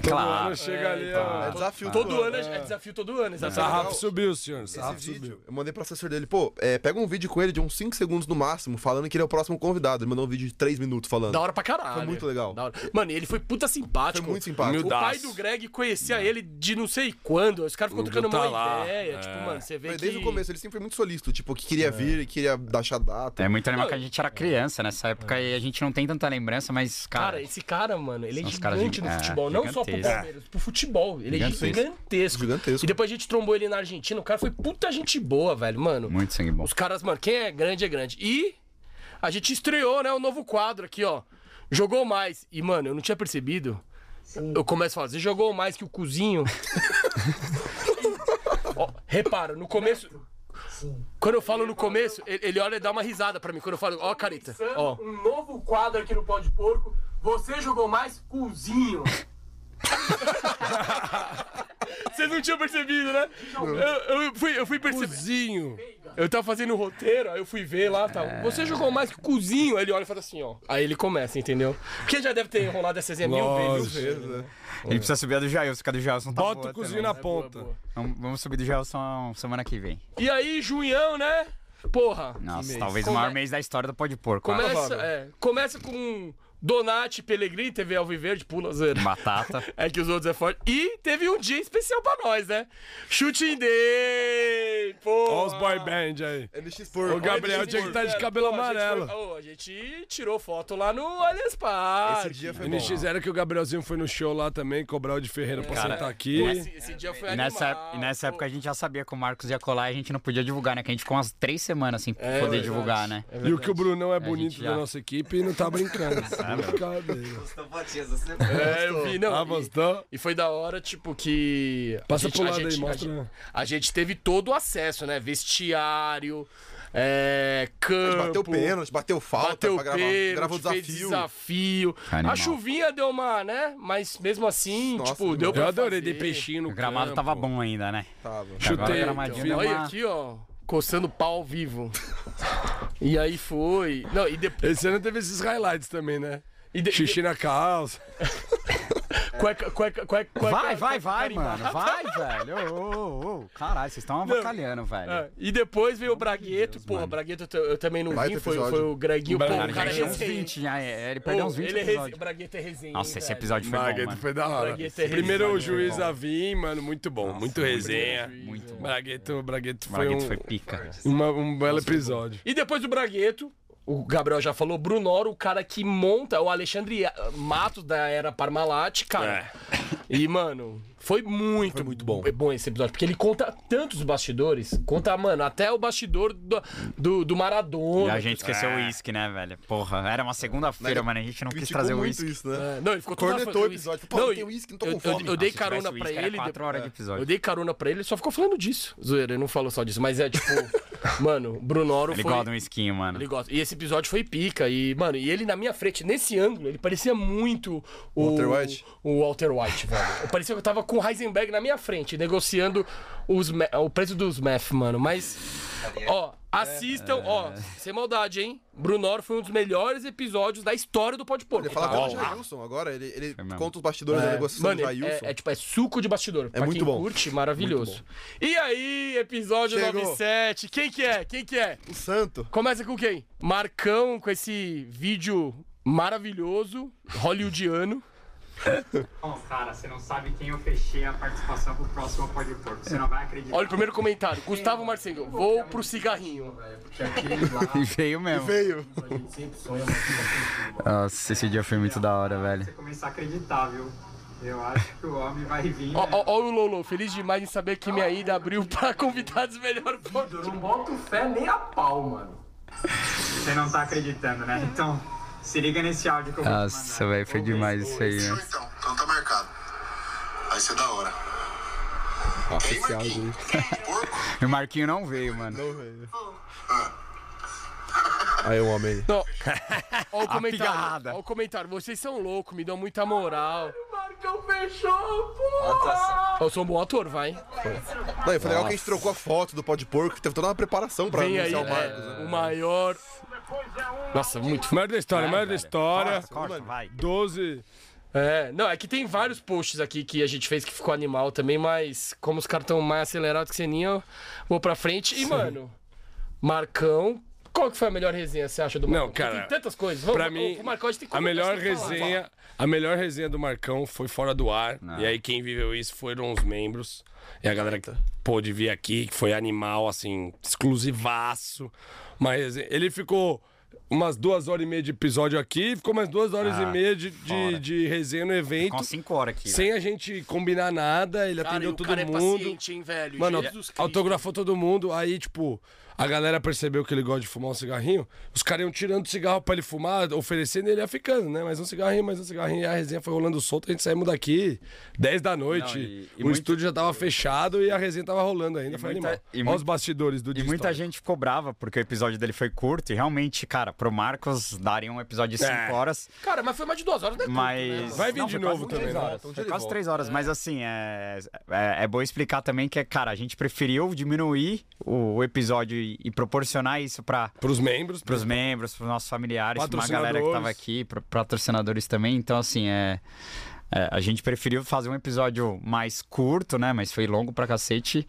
Speaker 2: Todo
Speaker 3: Claro.
Speaker 2: ano chega ali. ó.
Speaker 4: É desafio né?
Speaker 1: Todo
Speaker 4: do
Speaker 1: ano é é desafio todo ano, exatamente.
Speaker 2: Sarrafo subiu, senhor.
Speaker 4: Esse
Speaker 3: Ah,
Speaker 2: Sarrafo subiu.
Speaker 4: vídeo, eu mandei pro assessor dele, pô, é, pega um vídeo com ele de uns 5 segundos no máximo, falando que ele é o próximo convidado. Ele mandou um vídeo de 3 minutos falando.
Speaker 1: Da hora pra caralho.
Speaker 4: Foi muito legal.
Speaker 1: Da hora. Mano, e ele foi puta simpático.
Speaker 4: Foi muito simpático.
Speaker 1: O pai
Speaker 2: Humildaço.
Speaker 1: do Greg conhecia
Speaker 3: É.
Speaker 1: ele de não sei quando. Os caras ficam
Speaker 2: Não
Speaker 1: trocando
Speaker 2: tá
Speaker 1: uma
Speaker 2: lá,
Speaker 1: ideia.
Speaker 2: é.
Speaker 1: Tipo, mano, você vê
Speaker 4: Mas
Speaker 1: que...
Speaker 4: Desde o começo, ele sempre foi muito solícito, tipo, que queria vir, que queria deixar data.
Speaker 3: É muito animal que a gente era criança nessa época e a gente não tem tanta lembrança, mas,
Speaker 1: Cara,
Speaker 3: cara.
Speaker 1: esse cara, mano, ele é
Speaker 3: São os caras
Speaker 1: gigante
Speaker 3: gig-
Speaker 1: no
Speaker 3: é,
Speaker 1: futebol. não só pro
Speaker 3: gigantesco.
Speaker 1: Palmeiras, pro futebol. Ele é
Speaker 3: Gigantesco.
Speaker 1: gigantesco. E
Speaker 4: Gigantesco.
Speaker 1: depois a gente trombou ele na Argentina. O cara foi puta gente boa, velho. Mano,
Speaker 3: Muito sangue bom.
Speaker 1: Os caras, mano, quem é grande é grande. E a gente estreou, né, o novo quadro aqui, ó. Jogou mais. E, mano, eu não tinha percebido. Eu começo a falar, você jogou mais que o cozinho? Ó, repara, no começo. Quando eu falo no começo, ele, ele olha e dá uma risada pra mim. Quando eu falo, ó, a careta. Ó. Um novo quadro aqui no Pó de Porco. Você jogou mais cozinho. Vocês não tinham percebido, né? Eu, eu fui, eu fui perceber.
Speaker 2: Zinho.
Speaker 1: Eu tava fazendo o roteiro, aí eu fui ver lá, tá.
Speaker 2: É.
Speaker 1: Você jogou mais que o cozinho? Aí ele olha e fala assim, ó. Aí ele começa, entendeu? Porque já deve ter rolado essa resenha mil vezes.
Speaker 2: Lógico.
Speaker 3: Ele precisa subir a do Jailson, porque a do Jailson tá
Speaker 2: Bota
Speaker 3: boa
Speaker 2: o cozinho na
Speaker 3: também.
Speaker 1: Boa,
Speaker 2: ponta.
Speaker 1: boa.
Speaker 3: Vamos, vamos subir do Jailson semana que vem.
Speaker 1: E aí, Junhão, né? Porra.
Speaker 2: Tá
Speaker 3: Nossa, talvez o maior mês da história do Pó de Porco.
Speaker 1: Começa, é, começa com Donati, Pellegrini, TV Alviverde, pula zero.
Speaker 3: Batata.
Speaker 1: É que os outros é forte. E teve um dia especial pra nós, né? Shooting Day! Pô!
Speaker 2: Ó os boy band aí.
Speaker 4: NX Porco.
Speaker 2: O Gabriel tinha que estar de cabelo
Speaker 1: é, Pô, a gente
Speaker 2: amarelo.
Speaker 1: foi- Ô, a gente tirou foto lá no Allianz Parque.
Speaker 4: Esse dia foi
Speaker 2: O
Speaker 4: bom.
Speaker 2: NX era que o Gabrielzinho foi no show lá também, cobrar o de Ferreira pra sentar
Speaker 3: é
Speaker 2: aqui.
Speaker 3: assim.
Speaker 1: Esse, esse dia foi
Speaker 3: E nessa,
Speaker 1: animal.
Speaker 3: e nessa época a
Speaker 1: Pô,
Speaker 3: gente já sabia que o Marcos ia colar e a gente não podia divulgar, né? Que a gente ficou umas três semanas sem poder
Speaker 1: verdade.
Speaker 3: divulgar, né?
Speaker 2: e o que o Brunão é bonito
Speaker 3: gente já- É,
Speaker 2: da nossa equipe e não tá brincando. Brincadeira.
Speaker 5: Então
Speaker 1: É, eu vi, não.
Speaker 2: Ah,
Speaker 1: e-
Speaker 2: gostou?
Speaker 1: E foi da hora, tipo, que. a
Speaker 2: Passa
Speaker 1: gente-
Speaker 2: pro
Speaker 1: a
Speaker 2: lado aí,
Speaker 1: gente- a
Speaker 2: mostra. né?
Speaker 1: gente- A gente teve todo o acesso, né? Vestiário, é, campo.
Speaker 4: Bateu pênalti, bateu falta
Speaker 1: Bateu
Speaker 4: pra gravar.
Speaker 1: pênalti,
Speaker 4: gravou
Speaker 1: fez
Speaker 4: desafio.
Speaker 1: desafio.
Speaker 3: Animal.
Speaker 1: A chuvinha deu uma, né? Mas mesmo assim,
Speaker 4: Nossa,
Speaker 1: tipo, deu pra
Speaker 2: Eu
Speaker 1: fazer.
Speaker 2: adorei, dei peixinho no
Speaker 3: O gramado
Speaker 2: campo.
Speaker 3: tava bom ainda, né?
Speaker 4: Tava.
Speaker 3: Agora
Speaker 2: Chutei.
Speaker 3: o gramadinho
Speaker 2: então.
Speaker 3: deu
Speaker 1: É, Olha
Speaker 3: uma-
Speaker 1: aqui, ó, coçando pau vivo. E aí foi. Não, e depois.
Speaker 2: Esse ano teve esses highlights também, né?
Speaker 1: E de-
Speaker 2: Xixi na calça.
Speaker 1: Cueca, cueca, cueca, cueca-
Speaker 3: Vai, vai, vai,
Speaker 1: carimbada.
Speaker 3: mano. Vai, velho. Ô, ô, ô. Caralho, vocês estão avacalhando, velho.
Speaker 1: É, E depois veio o Bragueto, porra, Bragueto eu t- eu também não
Speaker 4: Baita
Speaker 1: vi, foi,
Speaker 4: episódio.
Speaker 1: foi o Greguinho, pô,
Speaker 2: O
Speaker 1: o
Speaker 2: Bragueto
Speaker 1: cara é
Speaker 3: Perdeu uns
Speaker 1: resenha.
Speaker 3: 20, já é. Ele
Speaker 1: Pô,
Speaker 3: perdeu uns 20
Speaker 1: ele é
Speaker 3: episódios.
Speaker 1: resenha, o Bragueto é resenha.
Speaker 3: Nossa, esse
Speaker 1: velho.
Speaker 3: episódio foi bom,
Speaker 2: Bragueto
Speaker 3: mano.
Speaker 2: foi da hora.
Speaker 1: Bragueto é
Speaker 2: Primeiro
Speaker 1: resenha,
Speaker 2: o juiz
Speaker 3: foi bom.
Speaker 2: a vir, mano, muito bom. muito resenha. Muito Bragueto, Bragueto foi,
Speaker 3: Bragueto
Speaker 2: um,
Speaker 3: foi pica. velho.
Speaker 2: uma- um belo episódio.
Speaker 1: E depois do Bragueto, o Gabriel já falou, Brunoro, o cara que monta, o Alexandre ah, Matos da era Parmalat, cara.
Speaker 3: É.
Speaker 1: E, mano, foi muito, muito bom. bom esse episódio, porque ele conta tantos bastidores, conta, mano, até o bastidor do, do, do
Speaker 3: E
Speaker 1: Maradona.
Speaker 3: a gente esqueceu o uísque, né, velho? Porra, era uma segunda-feira, mano. A gente não quis
Speaker 4: Criticou
Speaker 3: trazer o
Speaker 4: muito
Speaker 3: uísque.
Speaker 4: isso, né?
Speaker 1: É, Não, ele ficou toda
Speaker 4: Cornetou
Speaker 1: hora falando
Speaker 4: o episódio. tipo, Pô, não tem
Speaker 1: eu-
Speaker 4: uísque, não tô
Speaker 1: eu-
Speaker 4: com
Speaker 1: eu-
Speaker 4: fome.
Speaker 1: Eu, dei
Speaker 3: Se tivesse
Speaker 1: carona
Speaker 3: uísque,
Speaker 1: pra
Speaker 3: era
Speaker 1: ele.
Speaker 3: quatro horas de
Speaker 1: Eu
Speaker 3: episódio.
Speaker 1: dei carona pra ele, ele só ficou falando disso. Zoeira, ele não falou só disso. Mas é tipo, mano, Brunoro
Speaker 3: Ele
Speaker 1: foi.
Speaker 3: gosta de um esquinho,
Speaker 4: Né?
Speaker 3: mano.
Speaker 1: Ele gosta. E esse episódio foi pica. E, mano, e ele na minha frente, nesse ângulo, ele parecia muito o.
Speaker 4: Walter White?
Speaker 1: O Walter White, velho. Parecia que eu tava com o Heisenberg na minha frente, negociando os me- o preço dos meth, mano. Mas. Ó, assistam, ó, sem maldade, hein? Brunoro foi um dos melhores episódios da história do Pode Porco.
Speaker 4: Ele fala
Speaker 1: tá?
Speaker 4: até do Jailson agora. Ele, ele
Speaker 3: mesmo.
Speaker 4: conta os bastidores da negociação
Speaker 1: Mano,
Speaker 4: do
Speaker 1: é,
Speaker 4: Jailson.
Speaker 1: é tipo, é suco de bastidor. pra
Speaker 4: muito
Speaker 1: quem
Speaker 4: bom.
Speaker 1: curte, maravilhoso. E aí, episódio
Speaker 4: Chegou.
Speaker 1: 97. Quem que é? Quem que é?
Speaker 4: O santo.
Speaker 1: Começa com quem? Marcão com esse vídeo maravilhoso, hollywoodiano.
Speaker 6: Bom, cara, você não sabe quem eu fechei a participação pro próximo Pode Porco. Você não vai acreditar.
Speaker 1: Olha o primeiro comentário. Gustavo Marcengo, vou pro cigarrinho.
Speaker 6: Porque aquele lá,
Speaker 3: E veio mesmo.
Speaker 4: Veio.
Speaker 6: a gente sempre sonha muito com aquilo.
Speaker 3: Nossa, esse dia foi muito da hora,
Speaker 6: Você
Speaker 3: velho.
Speaker 6: começar a acreditar, viu? Eu acho que o homem vai vir.
Speaker 1: Ó,
Speaker 6: né?
Speaker 1: ó, ó o Lolo, feliz demais em saber que minha ida abriu pra convidados melhor.
Speaker 6: Eu não boto fé nem a pau, mano. Você não tá acreditando, né? Então, se liga nesse áudio que eu vou te
Speaker 1: Ah,
Speaker 3: Nossa,
Speaker 6: mandar.
Speaker 3: velho, foi demais isso aí,
Speaker 7: Fechou
Speaker 3: né?
Speaker 7: então. Então tá marcado. Vai ser da hora. Nossa, esse áudio. Porco?
Speaker 3: E o Marquinho não veio, mano.
Speaker 4: Aí eu amei.
Speaker 1: Não. Ó o comentário.
Speaker 3: pigarrada.
Speaker 1: Ó o comentário. Vocês são loucos, me dão muita moral.
Speaker 6: Marcão fechou, pô!
Speaker 1: Eu sou um bom ator, vai.
Speaker 4: Não, e foi legal que a gente trocou a foto do pau de porco. Teve toda uma preparação pra
Speaker 1: Vem aí,
Speaker 4: anunciar o
Speaker 1: é,
Speaker 4: Marcos. né?
Speaker 1: o maior. Nossa, muito.
Speaker 2: Maior da história, maior da história.
Speaker 3: Corta, vai.
Speaker 2: 12.
Speaker 1: É, não, é que tem vários posts aqui que a gente fez que ficou animal também, mas como os caras estão mais acelerados que Seninha, eu vou pra frente. E, mano, Marcão, qual que foi a melhor resenha, você acha, do Marcão?
Speaker 2: Não, cara,
Speaker 1: Porque Tem tantas coisas. Vamos,
Speaker 2: Pra mim,
Speaker 1: o, o Marcão, a gente tem
Speaker 2: a
Speaker 1: coisa
Speaker 2: melhor
Speaker 1: pra falar.
Speaker 2: resenha, a melhor resenha do Marcão foi fora do ar. E aí quem viveu isso foram os membros e a galera que pôde vir aqui, que foi animal, assim, exclusivaço. Uma resenha- ele ficou umas duas horas e meia de episódio aqui, ficou umas duas horas e meia de, de,
Speaker 3: fora.
Speaker 2: de resenha no evento.
Speaker 3: Com 5 horas aqui.
Speaker 2: Sem a gente combinar nada, ele
Speaker 1: Cara, e
Speaker 2: atendeu
Speaker 1: o
Speaker 2: todo
Speaker 1: cara é
Speaker 2: mundo.
Speaker 1: paciente, hein, velho?
Speaker 2: Mano,
Speaker 1: Jesus Cristo.
Speaker 2: autografou todo mundo. Aí, tipo, a galera percebeu que ele gosta de fumar um cigarrinho. Os caras iam tirando o cigarro pra ele fumar, oferecendo e ele ia ficando, né? Mais um cigarrinho, mais um cigarrinho. E a resenha foi rolando solta. A gente saímos daqui 10 da noite.
Speaker 3: Não, e- e
Speaker 2: o
Speaker 3: muito-
Speaker 2: estúdio já tava fechado e a resenha tava rolando ainda. Foi
Speaker 3: muita-
Speaker 2: animal.
Speaker 3: e
Speaker 2: Olha
Speaker 3: muito-
Speaker 2: os bastidores do
Speaker 3: E
Speaker 2: dia.
Speaker 3: muita
Speaker 2: história.
Speaker 3: gente ficou brava porque o episódio dele foi curto e realmente, cara, pro Marcos darem um episódio de 5
Speaker 2: É.
Speaker 3: horas,
Speaker 1: Cara, mas foi mais de duas horas, né?
Speaker 3: mas.
Speaker 2: Vai vir
Speaker 3: Não,
Speaker 2: de
Speaker 3: foi quase
Speaker 1: um
Speaker 2: novo
Speaker 3: três
Speaker 2: também, né?
Speaker 3: horas.
Speaker 4: Então,
Speaker 3: Foi
Speaker 4: de
Speaker 3: quase
Speaker 4: volta.
Speaker 3: 3 horas, mas assim, é, é, é bom explicar também que, cara, a gente preferiu diminuir o, o episódio e, e proporcionar isso pra,
Speaker 2: Pros membros.
Speaker 3: pros membros, pros nossos familiares, pra uma galera que
Speaker 2: Patrocinadores.
Speaker 3: tava aqui, pra patrocinadores também. Então, assim, é, é, A gente preferiu fazer um episódio mais curto, né? Mas foi longo pra cacete.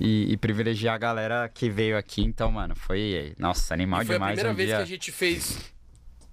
Speaker 3: E, e privilegiar a galera que veio aqui. Então, mano, foi. Nossa, animal
Speaker 1: Foi a
Speaker 3: demais.
Speaker 1: primeira
Speaker 3: um
Speaker 1: vez
Speaker 3: dia...
Speaker 1: que a gente fez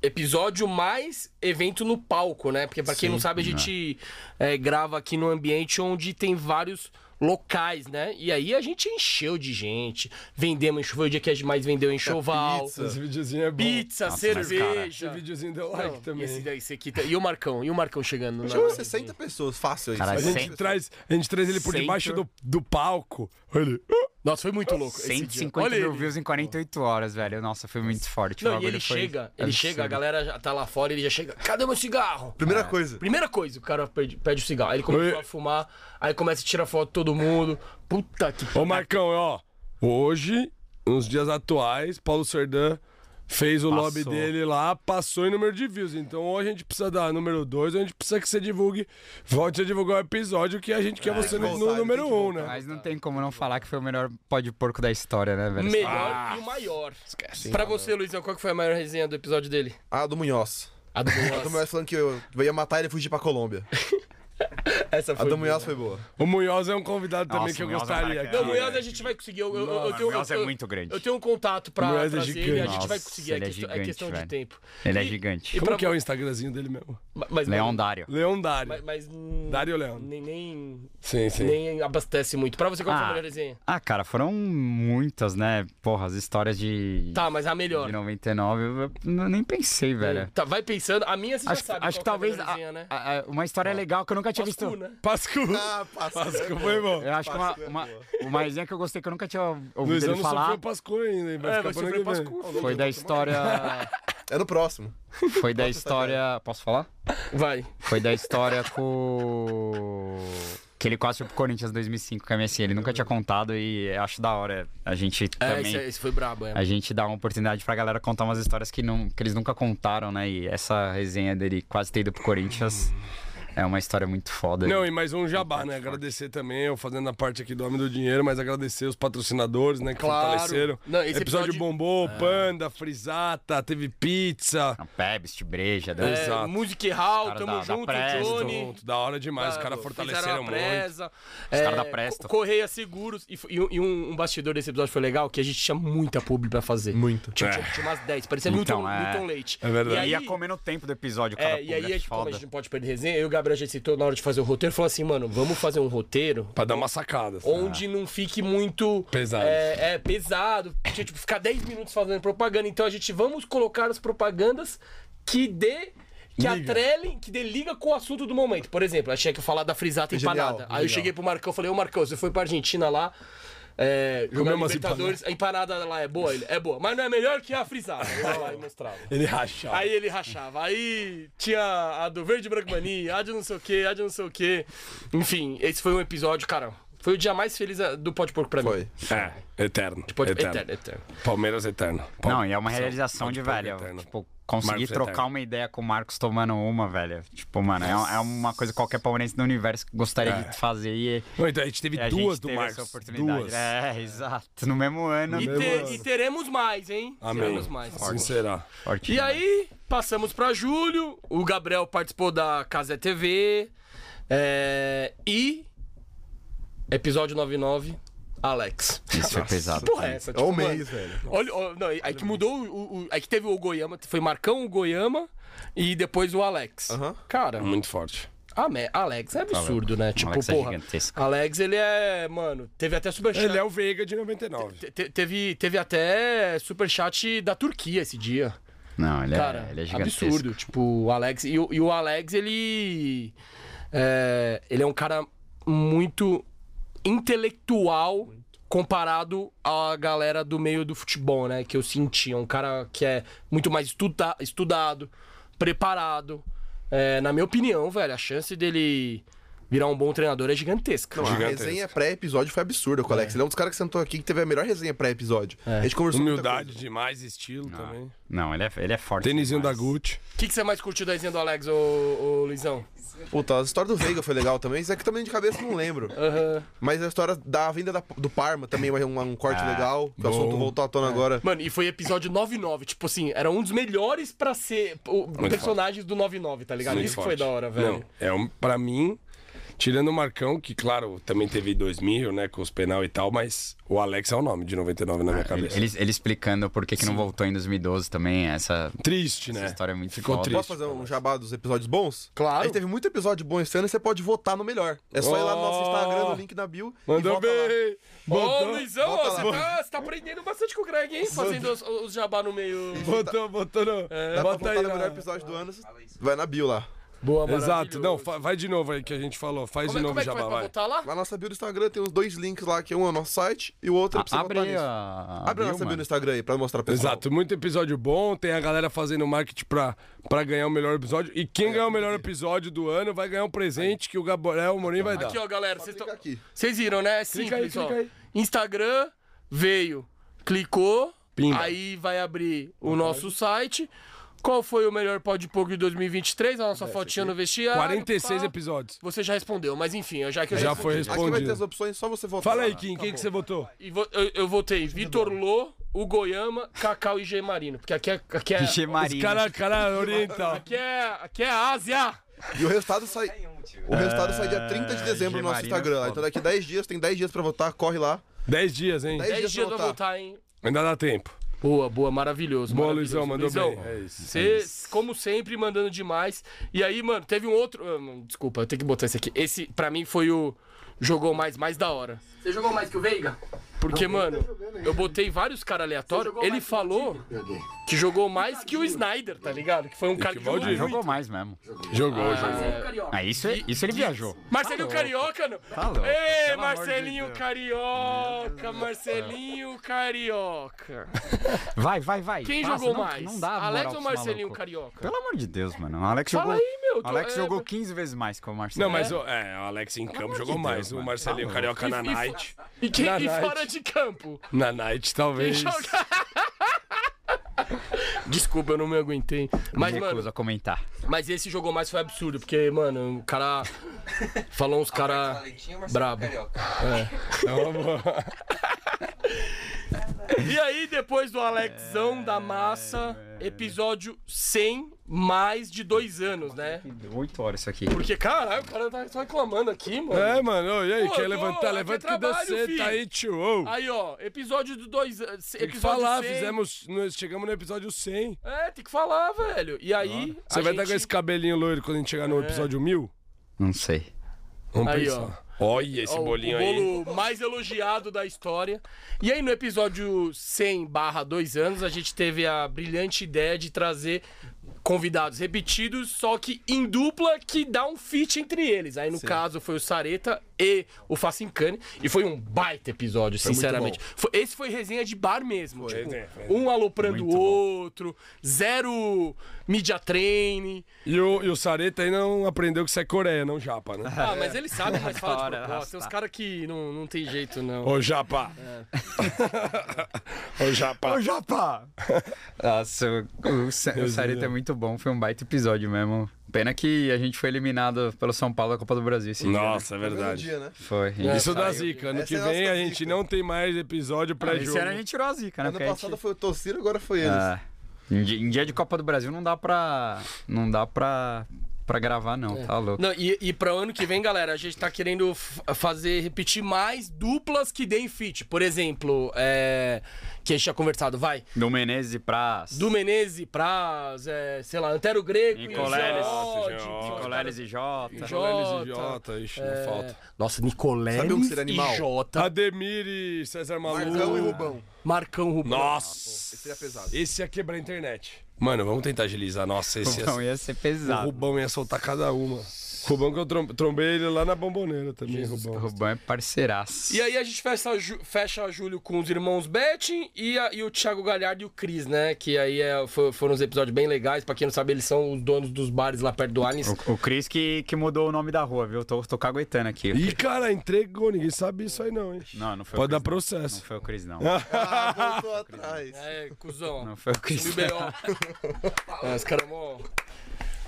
Speaker 1: episódio mais evento no palco, né? Porque pra quem
Speaker 3: Sim,
Speaker 1: não sabe, a gente eh, grava aqui num ambiente onde tem vários locais, né? E aí a gente encheu de gente. Vendemos, foi o dia que a gente mais vendeu enxoval. Pizza,
Speaker 2: Esse videozinho é bom.
Speaker 1: cerveja.
Speaker 2: Esse videozinho deu
Speaker 1: Não,
Speaker 2: like também.
Speaker 1: esse daí, esse aqui tá- E o Marcão? E o Marcão chegando? na-
Speaker 4: Chama 60 pessoas, fácil isso.
Speaker 3: Caralho,
Speaker 2: A gente,
Speaker 3: Cento-
Speaker 2: traz, a gente traz ele por
Speaker 1: Cento.
Speaker 2: debaixo do, do palco. Olha ele.
Speaker 1: Nossa, foi muito louco. esse dia.
Speaker 3: 150
Speaker 1: Olha
Speaker 3: mil
Speaker 1: ele.
Speaker 3: views em 48 horas, velho. Nossa, foi muito forte. O
Speaker 1: Não, e
Speaker 3: bagulho
Speaker 1: ele
Speaker 3: foi
Speaker 1: chega, ele chega, a
Speaker 3: absurdo.
Speaker 1: galera já tá lá fora, ele já chega. Cadê meu cigarro?
Speaker 4: Primeira coisa.
Speaker 1: Primeira coisa, o cara pede, pede o cigarro. Aí ele começou
Speaker 2: Oi.
Speaker 1: a fumar, aí começa a tirar foto de todo mundo. Puta que
Speaker 2: Ô, Marcão, ó. Hoje, nos dias atuais, Paulo Serdã fez o lobby dele lá, passou em número de views. Então, ou a gente precisa dar número 2, ou a gente precisa que você divulgue, volte a divulgar o episódio que a gente quer você no,
Speaker 4: voltar,
Speaker 2: no
Speaker 4: ele tem
Speaker 2: número 1,
Speaker 4: que
Speaker 2: um,
Speaker 4: voltar.
Speaker 2: né?
Speaker 3: Mas
Speaker 1: tá
Speaker 3: não tem como não falar que foi o melhor pó de porco da história, né, velho?
Speaker 1: Melhor e o maior. Pra você, Luizão, qual que foi a maior resenha do episódio dele?
Speaker 4: Ah, do Munhoz.
Speaker 1: A do
Speaker 4: A do Munhoz falando que eu, eu ia matar ele e fugir pra Colômbia.
Speaker 1: Essa
Speaker 4: A do Munhoz foi boa.
Speaker 2: O Munhoz é um convidado também
Speaker 3: Nossa,
Speaker 2: que eu
Speaker 3: o Munhoz é um
Speaker 2: gostaria.
Speaker 3: cara que-
Speaker 1: Não,
Speaker 2: aqui.
Speaker 1: o Munhoz a gente vai conseguir. Eu, eu- eu- eu
Speaker 3: o
Speaker 1: tenho,
Speaker 3: Munhoz é
Speaker 1: eu- eu-
Speaker 3: muito grande.
Speaker 1: Eu tenho um contato pra
Speaker 2: O Munhoz é
Speaker 1: trazer
Speaker 2: gigante.
Speaker 1: ele, a gente vai
Speaker 3: Nossa,
Speaker 1: conseguir. É,
Speaker 3: ele é
Speaker 1: questão- é
Speaker 3: gigante,
Speaker 1: questão de
Speaker 3: velho.
Speaker 1: tempo.
Speaker 3: Ele é
Speaker 1: E-
Speaker 3: gigante.
Speaker 1: E
Speaker 2: Como
Speaker 1: pra...
Speaker 2: que é o Instagramzinho dele mesmo?
Speaker 1: Mas,
Speaker 3: Leão Dário.
Speaker 2: Leondário.
Speaker 1: Mas, mas hum,
Speaker 2: Dário Leão.
Speaker 1: Nem, nem,
Speaker 2: Sim, sim.
Speaker 1: nem abastece muito. Pra você, qual foi a
Speaker 3: Ah.
Speaker 1: melhor resenha?
Speaker 3: Ah, cara, foram muitas, né? Porra, as histórias de,
Speaker 1: Tá, mas a melhor.
Speaker 3: de 99, eu eu nem pensei, velho.
Speaker 1: Tá, vai pensando. A minha você
Speaker 3: Acho,
Speaker 1: já sabe.
Speaker 3: acho que
Speaker 1: qual é a
Speaker 3: talvez
Speaker 1: melhor
Speaker 3: a-
Speaker 1: resenha, né?
Speaker 3: a- a- uma história legal que eu nunca tinha
Speaker 1: Pascu,
Speaker 3: visto.
Speaker 1: né? é
Speaker 2: Pascu.
Speaker 4: Ah,
Speaker 2: Pascu foi bom.
Speaker 3: Eu acho que
Speaker 4: é
Speaker 3: uma, uma, uma resenha que eu gostei que eu nunca tinha ouvido
Speaker 2: Luizão
Speaker 3: ele
Speaker 2: não
Speaker 3: falar
Speaker 2: sofreu Pascu ainda, hein? Vai
Speaker 1: É,
Speaker 2: ficar
Speaker 1: vai
Speaker 2: por
Speaker 1: sofrer
Speaker 2: aqui,
Speaker 1: pra
Speaker 2: velho.
Speaker 1: Pascu.
Speaker 3: foi da história.
Speaker 4: É no próximo.
Speaker 3: Foi da história. Posso falar?
Speaker 1: Vai.
Speaker 3: Foi da história com. Que ele quase foi pro Corinthians 2005 com a MSN. Ele nunca tinha contado e acho da hora a gente
Speaker 1: É,
Speaker 3: também.
Speaker 1: esse, esse foi brabo, é.
Speaker 3: A gente dá uma oportunidade pra galera contar umas histórias que, não, que eles nunca contaram, né? E essa resenha dele quase ter ido pro Corinthians é uma história muito foda.
Speaker 2: Não, e mais um jabá, né? Agradecer também, eu fazendo a parte aqui do Homem do Dinheiro, mas agradecer os patrocinadores, né? Que
Speaker 1: Claro.
Speaker 2: fortaleceram.
Speaker 1: Não, esse
Speaker 2: episódio,
Speaker 1: episódio-
Speaker 2: bombou, Panda, Frisata, teve pizza.
Speaker 3: Pebs, Breja,
Speaker 1: É,
Speaker 3: Deus.
Speaker 2: Exato.
Speaker 1: Music Hall,
Speaker 3: Cara
Speaker 1: tamo
Speaker 3: da- da
Speaker 1: junto,
Speaker 3: Presto.
Speaker 1: Johnny.
Speaker 2: Junto, da hora demais, os caras
Speaker 1: Fizeram
Speaker 2: fortaleceram
Speaker 1: a
Speaker 2: muito.
Speaker 1: presa,
Speaker 3: Os caras da Presto.
Speaker 1: Co- Correia Seguros. E, f- e um- e um, um bastidor desse episódio foi legal, que a gente tinha muita publi pra fazer. Muito. Tinha, tinha- tinha umas 10. Parecia
Speaker 3: Então,
Speaker 1: Milton,
Speaker 3: é.
Speaker 1: Milton Leite.
Speaker 2: É
Speaker 1: E
Speaker 2: verdade.
Speaker 3: E
Speaker 1: aí,
Speaker 3: ia comer no tempo do episódio,
Speaker 1: é,
Speaker 3: cara.
Speaker 1: e aí,
Speaker 3: pô,
Speaker 1: a
Speaker 3: é
Speaker 1: gente, como a
Speaker 3: foda.
Speaker 1: gente não pode perder resenha, eu e o Gabriel, a gente citou na hora de fazer o roteiro, falou assim, mano, vamos fazer um roteiro
Speaker 2: Pra dar uma sacada. sabe?
Speaker 1: onde não fique muito
Speaker 2: Pesado.
Speaker 1: É, é, pesado. Porque, tipo, ficar 10 minutos fazendo propaganda. Então a gente vamos colocar as propagandas que dê. Que
Speaker 2: Liga.
Speaker 1: atrelem, que dê liga com o assunto do momento. Por exemplo, achei que falar da frisata empanada.
Speaker 4: Genial,
Speaker 1: Aí eu
Speaker 4: genial.
Speaker 1: cheguei pro Marcão e falei, ô Marcão, você foi pra Argentina lá. É, jogar
Speaker 2: umas
Speaker 1: Libertadores, a empanada lá é boa? Ele, é boa, mas não é melhor que a frisada. Eu ia lá e mostrava.
Speaker 2: Ele rachava.
Speaker 1: Aí ele rachava. Aí tinha a do Verde e Branco Mania, a de não sei o que, a de não sei o que. Enfim, esse foi um episódio, cara. Foi o dia mais feliz ah, do Pode Porco pra mim.
Speaker 4: Foi.
Speaker 2: É, eterno.
Speaker 1: Pode
Speaker 2: eterno.
Speaker 1: Eterno, eterno.
Speaker 2: Palmeiras eterno. Pal-
Speaker 3: Não, e é uma realização de,
Speaker 2: Paulo
Speaker 3: velho.
Speaker 2: Eterno.
Speaker 3: Tipo, conseguir
Speaker 2: Marcos
Speaker 3: trocar
Speaker 2: Eterno.
Speaker 3: uma ideia com o Marcos tomando uma, velho. Tipo, mano, é, é uma coisa que qualquer palmeirense do universo gostaria de fazer. E,
Speaker 2: Não, então a gente teve
Speaker 3: e a
Speaker 2: duas
Speaker 3: gente
Speaker 2: do
Speaker 3: teve
Speaker 2: Marcos.
Speaker 3: Essa oportunidade.
Speaker 2: Duas.
Speaker 3: É, exato. No mesmo ano.
Speaker 1: E,
Speaker 2: mesmo
Speaker 1: te-
Speaker 2: ano.
Speaker 1: e teremos mais, hein?
Speaker 2: Amém.
Speaker 1: Teremos mais.
Speaker 2: Assim será.
Speaker 3: Forte,
Speaker 1: E
Speaker 3: né?
Speaker 1: aí, passamos pra julho. O Gabriel participou da Casé TV. É, e. Episódio 99, Alex.
Speaker 3: Isso foi pesado.
Speaker 1: Porra, é essa,
Speaker 4: É o
Speaker 1: mano,
Speaker 4: mês, velho.
Speaker 2: Então,
Speaker 1: Olha, ó, não, aí que mudou o, o- Aí que teve o Goiama, foi Marcão, o Goiama e depois o Alex.
Speaker 4: Aham.
Speaker 1: Cara,
Speaker 2: Muito forte.
Speaker 1: a me- Alex é absurdo, né? Tipo,
Speaker 3: Alex é
Speaker 1: porra.
Speaker 3: gigantesco.
Speaker 1: Alex, ele é. Mano, teve até superchat.
Speaker 2: Ele é o Veiga de 99.
Speaker 1: te- te- teve, teve até superchat da Turquia esse dia.
Speaker 3: Não, ele
Speaker 1: Cara,
Speaker 3: é, ele é gigantesco.
Speaker 1: absurdo. Tipo, o Alex. E, o- e o Alex, ele. É, ele é um cara muito intelectual comparado à galera do meio do futebol, né? Que eu senti. É um cara que é muito mais estuda, estudado, preparado. É, na minha opinião, velho, a chance dele virar um bom treinador é gigantesca.
Speaker 4: A
Speaker 2: Gigantesco.
Speaker 4: resenha pré-episódio foi absurda com o Alex. Ele é um dos caras que sentou aqui que teve a melhor resenha pré-episódio.
Speaker 3: É.
Speaker 4: A gente conversou muita
Speaker 2: Humildade demais,
Speaker 3: Ah.
Speaker 2: estilo também.
Speaker 3: Não, ele é, ele é forte.
Speaker 2: Tênisinho da
Speaker 3: demais.
Speaker 2: Gucci.
Speaker 1: O que, que você mais curtiu da resenha do Alex, ô, ô Luizão?
Speaker 4: coisa. Puta, a história do Veiga foi legal também. Isso aqui também de cabeça eu não lembro.
Speaker 1: Aham.
Speaker 4: Mas a história da venda da- do Parma também é um, um corte legal. Que o
Speaker 2: Ah, bom. É.
Speaker 4: assunto voltou à tona agora.
Speaker 1: Mano, e foi episódio 99. Tipo assim, era um dos melhores pra ser o, personagens do 99, tá ligado?
Speaker 2: Muito
Speaker 1: Isso que foi
Speaker 2: forte.
Speaker 1: da hora, velho.
Speaker 2: Não, é um, pra mim, Tirando o Marcão, que claro, também teve 2000, né, com os penal e tal, mas o Alex é o nome de 99 na minha cabeça.
Speaker 3: Ele, ele explicando por que, que não voltou em 2012 também, essa,
Speaker 2: Triste, né?
Speaker 3: essa história é muito
Speaker 2: Ficou
Speaker 3: foda.
Speaker 2: triste.
Speaker 4: Posso fazer um jabá dos episódios bons?
Speaker 1: Claro.
Speaker 4: A gente teve muito episódio bom esse ano e você pode votar no melhor. É só ir lá no nosso Instagram, no link na bio. e
Speaker 2: Mandou
Speaker 4: vota lá.
Speaker 2: bem!
Speaker 1: Ô,
Speaker 2: Botou,
Speaker 1: Luizão,
Speaker 4: bota
Speaker 1: ó, você
Speaker 4: lá.
Speaker 1: tá, você tá aprendendo bastante com o Greg, hein? Fazendo os, os jabá no meio. É.
Speaker 2: botou, botou no...
Speaker 4: Dá pra
Speaker 2: bota
Speaker 4: votar
Speaker 2: aí
Speaker 4: no
Speaker 2: na-
Speaker 4: melhor episódio do ano, vai na bio lá.
Speaker 1: Boa,
Speaker 2: Exato, não, fa- vai de novo aí que a gente falou, faz
Speaker 1: Como, é-
Speaker 2: de
Speaker 1: como
Speaker 2: novo
Speaker 1: é que
Speaker 2: já
Speaker 1: faz pra
Speaker 2: vai.
Speaker 1: voltar lá?
Speaker 4: Na nossa bio do Instagram tem os dois links lá, que um é o nosso site e o outro é pra você
Speaker 3: Ah, Abre
Speaker 4: votar
Speaker 3: aí
Speaker 4: nisso.
Speaker 3: a.
Speaker 4: Abre a
Speaker 3: abriu,
Speaker 4: nossa bio
Speaker 3: mano.
Speaker 4: no Instagram aí pra mostrar pra pessoal.
Speaker 2: Exato, muito episódio bom, tem a galera fazendo marketing pra, pra ganhar o melhor episódio. E quem ganhar o melhor episódio do ano vai ganhar um presente que o Gabriel Morim vai dar.
Speaker 1: Aqui, ó, galera, vocês
Speaker 4: Fica
Speaker 1: tão-
Speaker 4: aqui.
Speaker 1: vocês viram, né? É Simples, ó. Instagram veio, clicou,
Speaker 2: Pimba.
Speaker 1: aí vai abrir o nosso site. Qual foi o melhor pó de pouco de 2023? A nossa fotinha no vestiário.
Speaker 2: 46
Speaker 1: pá.
Speaker 2: episódios.
Speaker 1: Você já respondeu, mas enfim, eu já que eu
Speaker 2: Já
Speaker 1: respondi.
Speaker 2: foi
Speaker 4: Aqui vai ter Ah, as
Speaker 2: respondido.
Speaker 4: opções, só você votar.
Speaker 2: Fala aí,
Speaker 4: lá.
Speaker 2: Kim, quem que você votou?
Speaker 1: E vo- eu, eu votei Vitor Lô, o Goiama, Cacau e G Marino. Porque aqui é. Aqui é,
Speaker 3: Vixe, Maria.
Speaker 2: Cara, cara oriental.
Speaker 1: aqui é, aqui é a Ásia!
Speaker 4: E o resultado sai. O resultado sai
Speaker 2: Ah,
Speaker 4: dia 30 de dezembro no nosso
Speaker 3: Gemarina
Speaker 4: Instagram.
Speaker 3: é
Speaker 4: lá. Então daqui 10 dias, tem 10 dias pra votar, corre lá.
Speaker 2: 10 dias, hein?
Speaker 4: 10
Speaker 1: 10 dias É pra
Speaker 4: pra votar.
Speaker 1: votar, hein?
Speaker 2: Ainda dá tempo.
Speaker 1: Boa, boa, maravilhoso.
Speaker 2: Boa,
Speaker 1: maravilhoso.
Speaker 2: Luizão, mandou bem.
Speaker 1: Luizão,
Speaker 2: É isso.
Speaker 1: Você, como sempre, mandando demais. E aí, mano, teve um outro. ah, mano, Desculpa, eu tenho que botar esse aqui. Esse, pra mim, foi o. Jogou mais, mais da hora. Você jogou mais que o Veiga? Porque, mano, eu botei vários caras aleatórios. Ele falou que jogou mais que o Snyder, tá ligado? Que foi um cara que
Speaker 2: o
Speaker 1: jogou
Speaker 2: Valdir.
Speaker 1: muito.
Speaker 3: Ah, Jogou mais mesmo.
Speaker 2: Jogou, jogou.
Speaker 3: Ah, isso, isso ele viajou.
Speaker 1: Marcelinho
Speaker 3: Tá
Speaker 1: Carioca, não.
Speaker 3: Falou.
Speaker 1: Ei,
Speaker 3: Pelo amor de
Speaker 1: Marcelinho
Speaker 3: Deus.
Speaker 1: Carioca, Marcelinho Carioca.
Speaker 3: Vai, vai, vai.
Speaker 1: Quem
Speaker 3: Passa,
Speaker 1: jogou
Speaker 3: É. não-
Speaker 1: mais?
Speaker 3: Não dá
Speaker 1: Alex ou
Speaker 3: moral pros
Speaker 1: Marcelinho
Speaker 3: malucos.
Speaker 1: Carioca?
Speaker 3: Pelo amor de Deus, mano. O Alex
Speaker 1: Fala
Speaker 3: jogou.
Speaker 1: aí, meu,
Speaker 3: O
Speaker 1: tô-
Speaker 3: Alex
Speaker 1: é,
Speaker 3: jogou
Speaker 1: mano.
Speaker 3: 15 vezes mais que o Marcelo.
Speaker 2: Não, mas o, é, o Alex em campo jogou
Speaker 3: de
Speaker 2: mais.
Speaker 3: Deus,
Speaker 2: o
Speaker 3: mano.
Speaker 2: Marcelinho Carioca na
Speaker 1: E- e-
Speaker 2: night.
Speaker 1: E quem
Speaker 2: Na
Speaker 1: e
Speaker 2: night.
Speaker 1: fora de campo?
Speaker 2: Na night, talvez.
Speaker 1: Joga- Desculpa, eu não me aguentei. Mas,
Speaker 3: Me recuso
Speaker 1: mano,
Speaker 3: a comentar.
Speaker 1: mas esse jogou mais foi absurdo, porque, mano, o cara. Falou uns cara. Brabo.
Speaker 2: É uma boa.
Speaker 1: E aí, depois do Alexão
Speaker 3: É,
Speaker 1: da Massa, episódio 100, mais de dois anos, né?
Speaker 3: 8 horas isso aqui.
Speaker 1: Porque, caralho, o cara tá só reclamando aqui, mano.
Speaker 2: É, mano, ô, e aí,
Speaker 1: Pô,
Speaker 2: quer
Speaker 1: eu tô-
Speaker 2: levantar?
Speaker 1: aqui
Speaker 2: Levanta
Speaker 1: é
Speaker 2: que Ah, deu
Speaker 1: trabalho,
Speaker 2: seta
Speaker 1: filho.
Speaker 2: aí, tio. ô.
Speaker 1: Aí, ó, episódio do dois anos.
Speaker 2: Tem que
Speaker 1: Episódio
Speaker 2: falar,
Speaker 1: 100.
Speaker 2: fizemos. Nós chegamos no episódio 100.
Speaker 1: É, tem que falar, velho. E aí.
Speaker 2: Você
Speaker 1: a
Speaker 2: vai
Speaker 1: gente...
Speaker 2: dar com esse cabelinho loiro quando a gente chegar no episódio 1000?
Speaker 3: Não sei.
Speaker 2: Vamos
Speaker 1: Aí,
Speaker 2: pensar. Olha esse
Speaker 1: Ó,
Speaker 2: bolinho
Speaker 1: o
Speaker 2: aí.
Speaker 1: bolo mais elogiado da história. E aí, no episódio 100 barra 2 anos, a gente teve a brilhante ideia de trazer convidados repetidos, só que em dupla, que dá um fit entre eles. Aí, no caso, foi o Sareta e o Facincani. E foi um baita episódio, sinceramente. Foi- esse foi resenha de bar mesmo. tipo,
Speaker 2: resenha, foi
Speaker 1: um aloprando o
Speaker 3: Muito bom.
Speaker 1: outro, zero media training.
Speaker 2: E o, e o Sareta aí não aprendeu que isso é Coreia, não Japa, né?
Speaker 1: Ah, mas eles sabem, mas fala de
Speaker 3: Fora,
Speaker 1: propósito. Tem uns caras que não, não tem jeito, não.
Speaker 2: Ô Japa! É. Ô Japa!
Speaker 3: Ô, Japa! Nossa, o, o, Sa- o
Speaker 1: né?
Speaker 3: Sarita é muito bom. Foi um baita episódio mesmo. Pena que a gente foi eliminado pelo São Paulo da Copa do Brasil esse dia, né?
Speaker 2: Nossa, é
Speaker 4: Todo
Speaker 2: verdade.
Speaker 4: dia, né?
Speaker 3: Foi.
Speaker 2: Isso dá zica. Ano
Speaker 4: Essa
Speaker 2: que
Speaker 4: é a
Speaker 2: vem
Speaker 4: nossa
Speaker 2: a gente
Speaker 4: zica.
Speaker 2: não tem mais episódio
Speaker 3: Ah, Esse
Speaker 1: né,
Speaker 2: pré-jogo.
Speaker 3: ano a gente tirou a zica, né?
Speaker 4: Ano
Speaker 3: Porque a gente-
Speaker 4: passado foi o Tociro, agora foi eles.
Speaker 3: Ah, em, dia, em dia de Copa do Brasil não dá pra. Não dá pra. pra gravar, não.
Speaker 1: É.
Speaker 3: Tá louco.
Speaker 1: Não, e, e pra ano que vem, galera, a gente tá querendo f- fazer, repetir mais duplas que deem fit. Por exemplo, é, que a gente tinha conversado, vai.
Speaker 3: Do Menezes e Praz.
Speaker 1: Du Menezes, Praz, é, sei lá, Antero Greco,
Speaker 3: Nicoleles.
Speaker 1: Iodi,
Speaker 2: Nossa,
Speaker 3: Nicoleles e tá. Jota.
Speaker 1: Jota.
Speaker 2: idiota, ixi,
Speaker 3: É.
Speaker 2: não falta.
Speaker 1: é, Nossa, Nicoleles
Speaker 4: Sabe um que seria
Speaker 1: e
Speaker 4: animal?
Speaker 3: Tá.
Speaker 1: Jota,
Speaker 2: Ademir e César Malu.
Speaker 4: Marcão e Rubão.
Speaker 1: Marcão Rubão.
Speaker 2: Nossa!
Speaker 4: Seria pesado.
Speaker 2: Esse ia quebrar a internet. Mano, vamos tentar agilizar. Nossa, esse
Speaker 3: Então
Speaker 2: ia...
Speaker 3: ia ser
Speaker 2: O
Speaker 3: pesado.
Speaker 2: Rubão ia soltar cada uma. Rubão que eu trom- trombei ele lá na bomboneira também,
Speaker 3: O
Speaker 2: Rubão.
Speaker 3: Rubão é parceiraço.
Speaker 1: E aí a gente fecha, ju- fecha julho com os irmãos Betting e, a- e o Thiago Galhardo e o Cris, né? Que aí é, fo- foram uns episódios bem legais. Pra quem não sabe, eles são os donos dos bares lá perto do Anis.
Speaker 3: O, o Cris que, que mudou o nome da rua, viu? Tô, tô caguetando aqui.
Speaker 2: Ih, cara, entregou. Ninguém sabe isso aí não, hein?
Speaker 3: Não, não foi
Speaker 2: Pode
Speaker 3: o
Speaker 2: dar
Speaker 3: Cris. não.
Speaker 2: processo.
Speaker 3: Não foi o Cris, não.
Speaker 4: Ah, voltou atrás.
Speaker 1: É, cuzão.
Speaker 3: Não foi o Cris.
Speaker 1: Time B.O. é, os caras mó...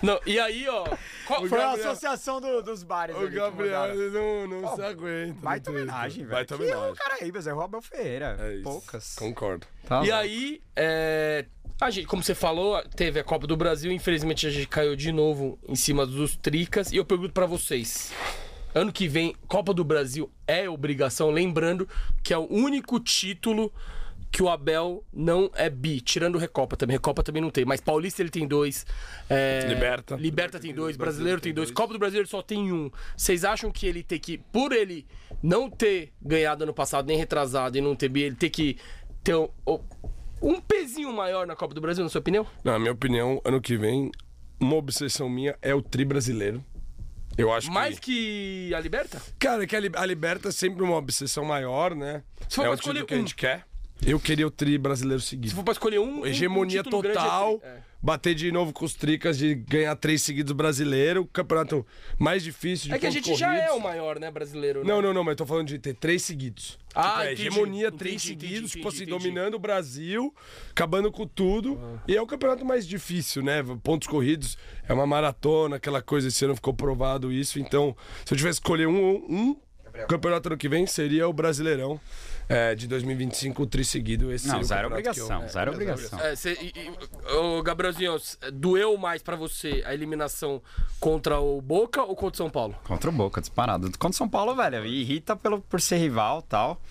Speaker 1: Não, e aí, ó... Qual foi a...
Speaker 3: associação dos bares.
Speaker 2: O Gabriel ele não, não se aguenta.
Speaker 3: Baita
Speaker 2: não tem-
Speaker 3: homenagem, velho.
Speaker 2: Baita
Speaker 3: Que o
Speaker 2: homenagem.
Speaker 3: Caraíbas, é o Robel Ferreira.
Speaker 2: É isso.
Speaker 3: Poucas.
Speaker 2: Concordo.
Speaker 3: Tá
Speaker 1: E
Speaker 3: louco.
Speaker 1: aí, é... A gente, como você falou, teve a Copa do Brasil. Infelizmente, a gente caiu de novo em cima dos tricas. E eu pergunto pra vocês. Ano que vem, Copa do Brasil é obrigação. Lembrando que é o único título que o Abel não é bi, tirando Recopa também. Recopa também não tem, mas Paulista ele tem dois. é,
Speaker 2: Liberta.
Speaker 1: Liberta tem dois, Brasileiro tem dois, Copa do Brasileiro só tem um. Vocês acham que ele tem que, por ele não ter ganhado ano passado, nem retrasado, e não ter bi, ele tem que ter um, um pezinho maior na Copa do Brasil, na sua opinião?
Speaker 2: Na minha opinião, ano que vem, uma obsessão minha é o tri brasileiro. Eu acho
Speaker 1: Mais que a Liberta?
Speaker 2: Cara, que a, Li- a Liberta é sempre uma obsessão maior, né?
Speaker 1: Se for
Speaker 2: é
Speaker 1: pra
Speaker 2: o título
Speaker 1: escolher
Speaker 2: que a
Speaker 1: um.
Speaker 2: gente quer. Eu queria o tri brasileiro seguido.
Speaker 1: Se for pra escolher um. um- um
Speaker 2: Hegemonia
Speaker 1: título grande, é
Speaker 2: total.
Speaker 1: tri- é.
Speaker 2: Bater de novo com os tricas de ganhar três seguidos brasileiro. Campeonato mais difícil de
Speaker 1: É que a
Speaker 2: pontos
Speaker 1: gente já é
Speaker 2: corridos.
Speaker 1: o maior, né, brasileiro? né?
Speaker 2: Não, não, não, mas eu tô falando de ter três seguidos.
Speaker 1: Ah,
Speaker 2: Tipo, é
Speaker 1: entendi.
Speaker 2: hegemonia,
Speaker 1: Entendi,
Speaker 2: três
Speaker 1: entendi,
Speaker 2: seguidos,
Speaker 1: entendi,
Speaker 2: tipo assim,
Speaker 1: entendi. Ah.
Speaker 2: dominando o Brasil, acabando com tudo. E é o campeonato mais difícil, né? Pontos corridos, é uma maratona, aquela coisa, esse ano ficou provado isso. Então, se eu tivesse que escolher um, um campeonato ano que vem, seria o Brasileirão é, de 2025, o tri seguido. Esse
Speaker 3: Não,
Speaker 2: seria o
Speaker 3: zero
Speaker 2: campeonato que eu-
Speaker 3: obrigação, zero obrigação.
Speaker 1: É, cê, e, e, ô, Gabrielzinho, s- doeu mais pra você a eliminação contra o Boca ou contra o São Paulo?
Speaker 3: Contra o Boca, disparado. Contra o São Paulo, velho, irrita pelo, por ser rival e tal.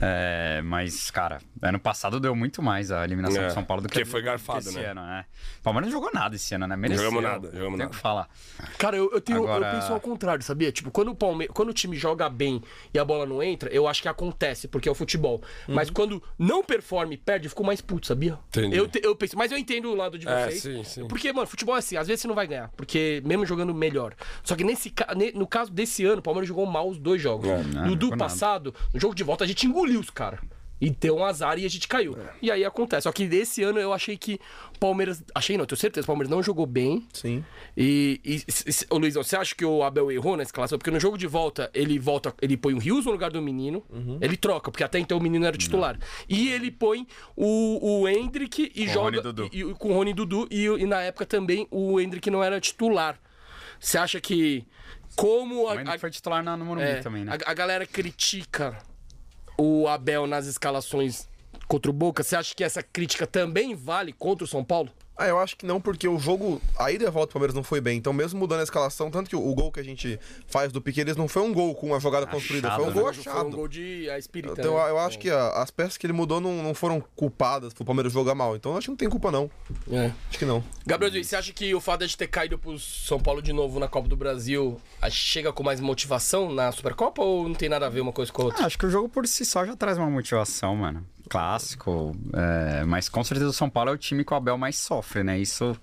Speaker 3: É, mas, cara, ano passado deu muito mais a eliminação
Speaker 2: É,
Speaker 3: do São Paulo do que
Speaker 2: porque foi garfado,
Speaker 3: esse
Speaker 2: né?
Speaker 3: ano, né? O Palmeiras não jogou nada esse ano, né? Mereceu.
Speaker 2: Jogamos nada, jogamos
Speaker 3: Tem
Speaker 2: nada.
Speaker 3: o que falar.
Speaker 1: Cara, eu, eu tenho,
Speaker 3: Agora-
Speaker 1: eu penso ao contrário, sabia? Tipo, quando o, Palme... quando o time joga bem e a bola não entra, eu acho que acontece, porque é o futebol.
Speaker 2: Uhum.
Speaker 1: Mas quando não performa e perde, eu fico mais puto, sabia?
Speaker 2: Entendi.
Speaker 1: Eu, te- eu penso, mas eu entendo o lado de
Speaker 2: É,
Speaker 1: vocês.
Speaker 2: sim, sim.
Speaker 1: Porque, mano, futebol é assim, às vezes você não vai ganhar, porque mesmo jogando melhor. Só que nesse ca- ne- no caso desse ano, o Palmeiras jogou mal os dois jogos.
Speaker 3: É, não
Speaker 1: no do
Speaker 3: jogou nada.
Speaker 1: passado, no jogo de volta, a gente engoliu os caras. E deu um azar e a gente caiu.
Speaker 3: É.
Speaker 1: E aí acontece. Só que desse ano eu achei que o Palmeiras. Achei não, tenho certeza. O Palmeiras não jogou bem.
Speaker 4: Sim.
Speaker 1: E, e s- s- ô, Luizão, você acha que o Abel errou na escalação? Porque no jogo de volta ele volta, ele põe o Rios no lugar do menino, ele troca, porque até então o menino era o titular. E ele põe o, o Hendrick e
Speaker 3: Com o Rony
Speaker 1: joga
Speaker 3: e Dudu.
Speaker 1: e- e- com o Rony e Dudu e, o- e na época também o Hendrick não era titular. Você acha que como a,
Speaker 3: Mas ele
Speaker 1: a-
Speaker 3: foi titular na- no
Speaker 1: é,
Speaker 3: Morumbi também, né?
Speaker 1: a- a galera critica o Abel nas escalações contra o Boca, você acha que essa crítica também vale contra o São Paulo?
Speaker 4: Ah, eu acho que não, porque o jogo. A ida e a volta do Palmeiras não foi bem. Então, mesmo mudando a escalação, tanto que o, o gol que a gente faz do Piqueires não foi um gol com uma jogada construída, foi um
Speaker 3: né?
Speaker 4: gol
Speaker 1: Foi um
Speaker 4: achado.
Speaker 1: gol de a espírita.
Speaker 4: Então,
Speaker 1: né?
Speaker 4: eu eu acho que a- as peças que ele mudou não, não foram culpadas pro Palmeiras jogar mal. Então, eu acho que não tem culpa, não.
Speaker 1: É.
Speaker 4: Acho que não.
Speaker 1: Gabrielzinho, você acha que o fato de ter caído pro São Paulo de novo na Copa do Brasil a- chega com mais motivação na Supercopa ou não tem nada a ver uma coisa com a outra?
Speaker 3: Ah, acho que o jogo por si só já traz uma motivação, mano. Clássico. é, mas com certeza o São Paulo é o time que o Abel mais sofre, né? Isso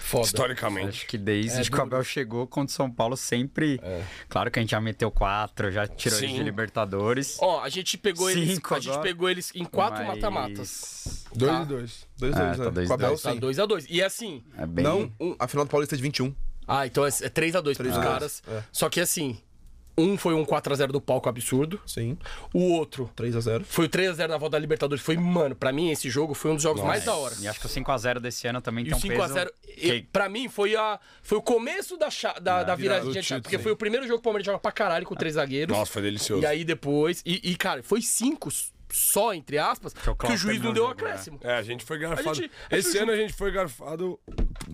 Speaker 1: Foda.
Speaker 2: Historicamente.
Speaker 3: acho que desde que o Abel chegou contra o São Paulo sempre.
Speaker 2: É.
Speaker 3: Claro que a gente já meteu quatro, já tirou eles de Libertadores.
Speaker 1: Ó, a gente pegou eles,
Speaker 3: Cinco
Speaker 1: a gente
Speaker 3: agora.
Speaker 1: pegou eles em quatro
Speaker 3: mas-
Speaker 1: mata-matas.
Speaker 2: Dois e dois.
Speaker 4: Dois,
Speaker 3: Ah,
Speaker 4: dois,
Speaker 3: tá
Speaker 4: né?
Speaker 3: dois,
Speaker 4: Com a Bel,
Speaker 3: dois.
Speaker 1: Tá
Speaker 4: sim.
Speaker 1: 2 a 2 E assim,
Speaker 3: É bem.
Speaker 4: Não, a final do Paulista é de 21.
Speaker 1: ah, então é 3 a 2 pros
Speaker 4: a dois,
Speaker 1: caras.
Speaker 4: é.
Speaker 1: Só que assim, um foi um 4 a 0 do palco absurdo,
Speaker 4: Sim.
Speaker 1: o outro
Speaker 4: 3x0.
Speaker 1: foi o 3 a 0 na volta da Libertadores. Foi, mano, pra mim esse jogo foi um dos jogos mais da hora.
Speaker 3: É. E acho que o 5x0 desse ano também
Speaker 1: E
Speaker 3: tem
Speaker 1: o
Speaker 3: um 5 peso.
Speaker 1: 5x0, e-
Speaker 3: que-
Speaker 1: pra mim, foi, a, foi o começo da, cha- da, da virada de chave. Porque foi o primeiro jogo que o Palmeiras joga pra caralho com três zagueiros.
Speaker 2: Nossa, foi delicioso.
Speaker 1: E aí depois. E, e, cara, foi cinco só, entre aspas, que,
Speaker 3: Klopp
Speaker 1: o juiz
Speaker 3: terminou
Speaker 1: não
Speaker 3: é o
Speaker 1: deu
Speaker 3: jogo, né?
Speaker 1: acréscimo.
Speaker 2: É, a gente foi garfado.
Speaker 1: A gente- a
Speaker 2: Esse
Speaker 1: gente-
Speaker 2: ano a gente foi garfado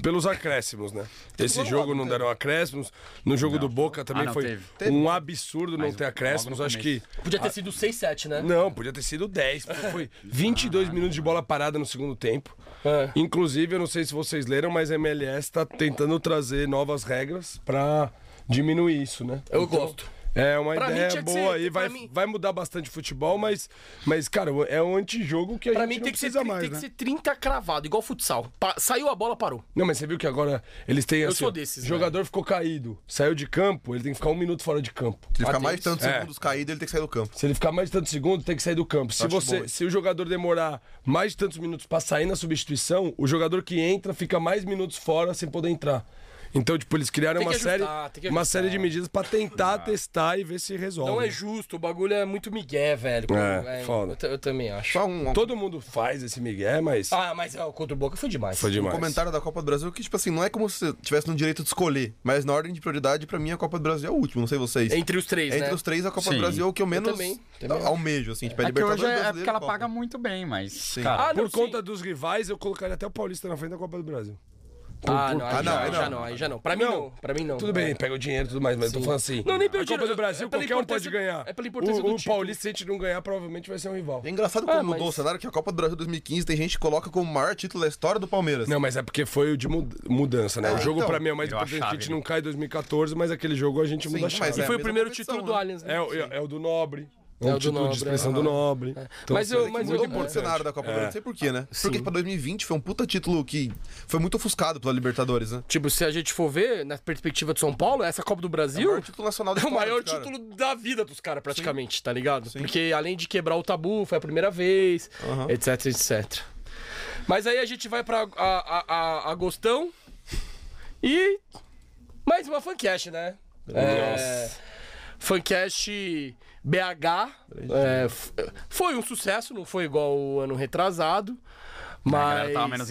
Speaker 2: pelos acréscimos, né? Esse jogo não deram acréscimos. No jogo do Boca também
Speaker 3: Ah, não,
Speaker 2: foi
Speaker 3: teve.
Speaker 2: um absurdo não ter acréscimos.
Speaker 3: logo no
Speaker 2: Acho que.
Speaker 1: Podia ter sido 6-7, né?
Speaker 2: Não, podia ter sido 10. porque Foi 22 minutos de bola parada no segundo tempo.
Speaker 1: É.
Speaker 2: Inclusive, eu não sei se vocês leram, mas a MLS tá tentando trazer novas regras pra diminuir isso, né?
Speaker 1: Eu gosto.
Speaker 2: É uma
Speaker 1: Pra mim
Speaker 2: ideia
Speaker 1: tinha que
Speaker 2: boa
Speaker 1: ser-
Speaker 2: aí,
Speaker 1: pra
Speaker 2: vai,
Speaker 1: mim-
Speaker 2: vai mudar bastante o futebol, mas, mas cara, é um antijogo que a
Speaker 1: Pra
Speaker 2: gente
Speaker 1: mim
Speaker 2: não
Speaker 1: tem que, ser,
Speaker 2: precisa
Speaker 1: tri-
Speaker 2: mais,
Speaker 1: tem
Speaker 2: né?
Speaker 1: que ser 30 cravado, igual futsal. Pa- saiu a bola, parou.
Speaker 2: Não, mas você viu que agora eles têm assim.
Speaker 1: sou
Speaker 2: ó,
Speaker 1: desses, né?
Speaker 2: jogador ficou caído, saiu de campo, ele tem que ficar um minuto fora de campo.
Speaker 4: Se ele
Speaker 1: Ah,
Speaker 4: ficar
Speaker 1: tem
Speaker 4: mais de
Speaker 1: isso.
Speaker 4: tantos
Speaker 2: É.
Speaker 4: segundos caído, ele tem que sair do campo.
Speaker 2: Se ele ficar mais de tantos segundos, tem que sair do campo.
Speaker 1: Tá
Speaker 2: Se
Speaker 4: acho bom
Speaker 2: você,
Speaker 4: isso.
Speaker 2: se o jogador demorar mais de tantos minutos pra sair na substituição, o jogador que entra fica mais minutos fora sem poder entrar. Então, tipo, eles criaram
Speaker 1: Tem que
Speaker 2: uma série,
Speaker 1: ajustar, tem que
Speaker 2: uma
Speaker 1: ajustar. é
Speaker 2: série de medidas pra tentar testar e ver se resolve.
Speaker 1: Não é justo, o bagulho é muito migué, velho.
Speaker 2: É, foda.
Speaker 1: Eu, ta- eu também acho.
Speaker 4: Só um, um
Speaker 2: Todo mundo faz esse migué, mas
Speaker 1: Ah, um mas ó, contra o Boca foi demais.
Speaker 2: foi demais.
Speaker 4: comentário da Copa do Brasil que, tipo assim, não é como se você tivesse no direito de escolher, mas na ordem de prioridade, pra mim, a Copa do Brasil é o último, não sei vocês.
Speaker 1: Entre os três,
Speaker 4: Entre
Speaker 1: né?
Speaker 4: os três, a Copa
Speaker 3: Sim.
Speaker 4: do Brasil é o que eu menos
Speaker 1: também, também acho.
Speaker 4: almejo, assim, tipo, é,
Speaker 3: É que
Speaker 4: Libertadores
Speaker 3: hoje é- é,
Speaker 4: brasileiro,
Speaker 3: porque ela
Speaker 4: Copa.
Speaker 3: paga muito bem, mas.
Speaker 4: Sim.
Speaker 3: Cara,
Speaker 1: Ah, não,
Speaker 2: Por
Speaker 1: sim.
Speaker 2: conta dos rivais, eu colocaria até o Paulista na frente da Copa do Brasil.
Speaker 1: Ah, não, aí,
Speaker 4: Ah, não,
Speaker 1: já,
Speaker 4: aí
Speaker 1: aí
Speaker 4: não.
Speaker 1: já não, aí já não. Pra mim
Speaker 2: Não.
Speaker 1: não, pra mim não. É,
Speaker 2: Tudo bem, É pega o dinheiro e tudo mais, mas eu tô falando assim.
Speaker 1: Não, nem pelo
Speaker 2: a Copa
Speaker 1: dinheiro,
Speaker 2: do
Speaker 1: é-
Speaker 2: Brasil,
Speaker 1: é pela
Speaker 2: qualquer um pode
Speaker 1: importância-
Speaker 2: ganhar.
Speaker 1: é pela importância
Speaker 2: o,
Speaker 1: do
Speaker 2: o
Speaker 1: título.
Speaker 2: Paulista, se a gente não ganhar, provavelmente vai ser um rival.
Speaker 4: É engraçado como
Speaker 1: Ah,
Speaker 4: mudou
Speaker 1: mas-
Speaker 4: o cenário que a Copa do Brasil 2015 tem gente que coloca como o maior título da história do Palmeiras.
Speaker 2: Não, mas é porque foi o de mud- mudança, né?
Speaker 4: É,
Speaker 2: o jogo
Speaker 4: então,
Speaker 2: pra mim é o mais
Speaker 3: virou a
Speaker 2: importante. que A gente
Speaker 3: chave, né?
Speaker 2: não cai em 2014, mas aquele jogo a gente
Speaker 4: Sim,
Speaker 2: muda a
Speaker 4: mas
Speaker 2: chave.
Speaker 4: é
Speaker 1: Foi
Speaker 4: a
Speaker 1: o
Speaker 4: mesma
Speaker 1: primeiro
Speaker 4: competição,
Speaker 1: título do
Speaker 4: né?
Speaker 1: Allianz, né?
Speaker 2: É, o- é o do Nobre. É,
Speaker 1: É
Speaker 2: um
Speaker 1: o do
Speaker 2: título
Speaker 1: Nobre,
Speaker 2: de expressão
Speaker 1: é.
Speaker 2: do Nobre. Então,
Speaker 1: Mas eu-
Speaker 2: assim,
Speaker 1: mas
Speaker 4: Mudou
Speaker 1: eu- Ah,
Speaker 4: um pouco o
Speaker 1: é.
Speaker 4: cenário da Copa do Brasil, não sei porquê, né? Porque pra 2020 foi um puta título que foi muito ofuscado pela Libertadores, né?
Speaker 1: Tipo, se a gente for ver, na perspectiva de São Paulo, essa Copa do
Speaker 4: O
Speaker 1: Brasil
Speaker 4: maior título nacional da
Speaker 1: é o
Speaker 4: história,
Speaker 1: maior
Speaker 4: cara.
Speaker 1: título da vida dos caras, praticamente, tá ligado? Porque além de quebrar o tabu, foi a primeira vez, etc, etc. Mas aí a gente vai pra a- a- a- agostão e mais uma fancast, né? É, Fancast BH é, f- foi um sucesso, não foi igual o ano retrasado, mas
Speaker 3: A galera tava menos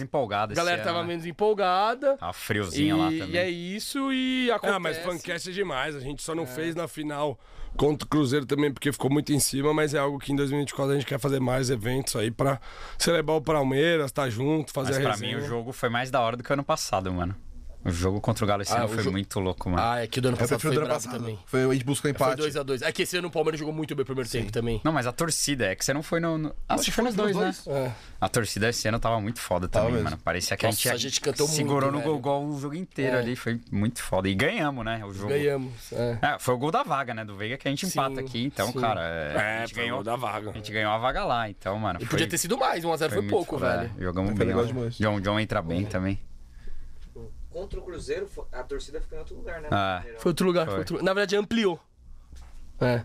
Speaker 1: a
Speaker 3: empolgada esse
Speaker 1: galera
Speaker 3: ano,
Speaker 1: tava
Speaker 3: né?
Speaker 1: menos empolgada.
Speaker 3: Tava
Speaker 1: E,
Speaker 3: friozinha lá também.
Speaker 1: e é isso e acontece.
Speaker 2: Ah, mas fancast é demais. A gente só não fez na final contra o Cruzeiro também, porque ficou muito em cima, mas é algo que em 2024 a gente quer fazer mais eventos aí pra celebrar o Palmeiras, tá junto, fazer
Speaker 3: Mas
Speaker 2: a
Speaker 3: pra
Speaker 2: resenha.
Speaker 3: mim o jogo foi mais da hora do que o ano passado, mano. O jogo contra o Galo esse
Speaker 1: Ah,
Speaker 3: ano
Speaker 1: o
Speaker 3: foi
Speaker 1: jo-
Speaker 3: muito louco, mano.
Speaker 1: Ah, é que o do ano
Speaker 4: Eu
Speaker 1: passado foi
Speaker 4: prefiro o
Speaker 1: bravo
Speaker 4: ano passado.
Speaker 1: também.
Speaker 4: Foi, a gente buscou
Speaker 1: Foi
Speaker 4: empate.
Speaker 1: 2x2. É que esse ano o Palmeiras jogou muito bem o primeiro tempo também.
Speaker 3: Não, mas a torcida, é que você não foi no. no... Ah, você foi nos dois, né?
Speaker 1: É.
Speaker 3: A torcida esse ano tava muito foda também,
Speaker 4: mesmo.
Speaker 3: mano. Parecia que
Speaker 1: Nossa,
Speaker 3: a gente,
Speaker 1: a gente cantou muito,
Speaker 3: segurou no
Speaker 1: velho. É.
Speaker 3: gol, gol o jogo inteiro ali. Foi muito foda. E ganhamos, né? O jogo.
Speaker 1: Ganhamos. É.
Speaker 3: É, foi o gol da vaga, né? Do Veiga que a gente empata aqui. Então,
Speaker 1: sim.
Speaker 3: cara, é, a
Speaker 2: É,
Speaker 3: gente
Speaker 2: foi o
Speaker 3: ganhou.
Speaker 2: gol da vaga.
Speaker 3: A gente ganhou a vaga lá, então, mano.
Speaker 1: E
Speaker 3: foi-
Speaker 1: podia ter sido mais, 1x0 foi,
Speaker 3: muito
Speaker 1: pouco,
Speaker 3: foda,
Speaker 1: velho.
Speaker 3: é. Jogamos
Speaker 4: Foi
Speaker 3: bem.
Speaker 4: legal
Speaker 3: lá.
Speaker 4: demais.
Speaker 3: John, John entra bem também.
Speaker 5: Contra o Cruzeiro, fo- a torcida fica em outro lugar, né?
Speaker 3: Ah,
Speaker 1: Foi outro lugar. foi
Speaker 3: Foi.
Speaker 1: outro- Na verdade, ampliou. É.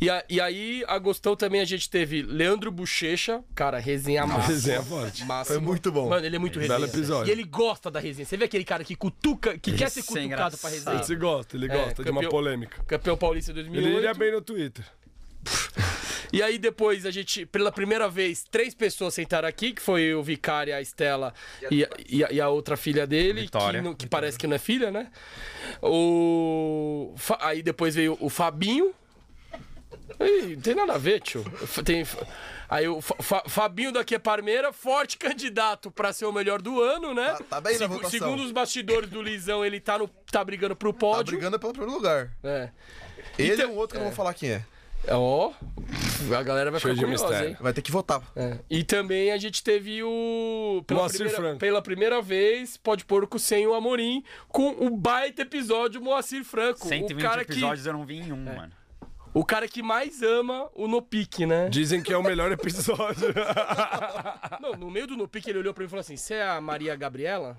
Speaker 1: E, a- e aí, agostão também a gente teve Leandro Bochecha, cara, resenha massa.
Speaker 2: Resenha é forte.
Speaker 1: Máximo.
Speaker 4: Foi muito bom.
Speaker 1: Mano, ele é muito resenha.
Speaker 2: Belo episódio.
Speaker 1: E ele gosta da resenha. Você vê aquele cara que cutuca, que
Speaker 3: Ele
Speaker 1: quer ser
Speaker 3: é
Speaker 1: cutucado pra
Speaker 3: engraçado.
Speaker 1: resenha.
Speaker 2: Ele se gosta, ele
Speaker 1: É,
Speaker 2: gosta de uma
Speaker 1: campeão-
Speaker 2: polêmica.
Speaker 1: Campeão paulista
Speaker 2: Ele,
Speaker 1: 2008.
Speaker 2: ele é bem no Twitter.
Speaker 1: E aí depois a gente, pela primeira vez, três pessoas sentaram aqui, que foi o Vicari, a Estela e, e a- e a outra filha dele, que,
Speaker 3: Vitória.
Speaker 1: não- que parece que não é filha, né? O... Fa- Aí depois veio o Fabinho. Ih, não tem nada a ver, tio. F- Tem... Aí o Fa- Fa- Fabinho daqui é Parmeira, forte candidato pra ser o melhor do ano, né?
Speaker 4: Tá- tá bem na votação.
Speaker 1: Segundo os bastidores do Lisão, ele tá, no... tá brigando pro
Speaker 4: Tá
Speaker 1: pódio.
Speaker 4: brigando pelo primeiro lugar.
Speaker 1: É.
Speaker 4: Ele é um outro que eu não vou falar quem é.
Speaker 1: Ó, a galera vai ficar
Speaker 2: Cheio de
Speaker 1: curiosa,
Speaker 2: mistério.
Speaker 1: hein?
Speaker 4: Vai ter que votar.
Speaker 1: É, E também a gente teve o. Pela
Speaker 2: Moacir
Speaker 1: primeira,
Speaker 2: Franco.
Speaker 1: pela primeira vez, Pode Porco sem o Amorim, com o baita episódio Moacir Franco.
Speaker 3: 120
Speaker 1: o, cara É.
Speaker 3: episódios eu não vi em um, mano.
Speaker 1: que, o cara que mais ama o Nopic, né?
Speaker 2: Dizem que é o melhor episódio.
Speaker 1: Não, no meio do Nopic ele olhou pra mim e falou assim: Você é a Maria Gabriela?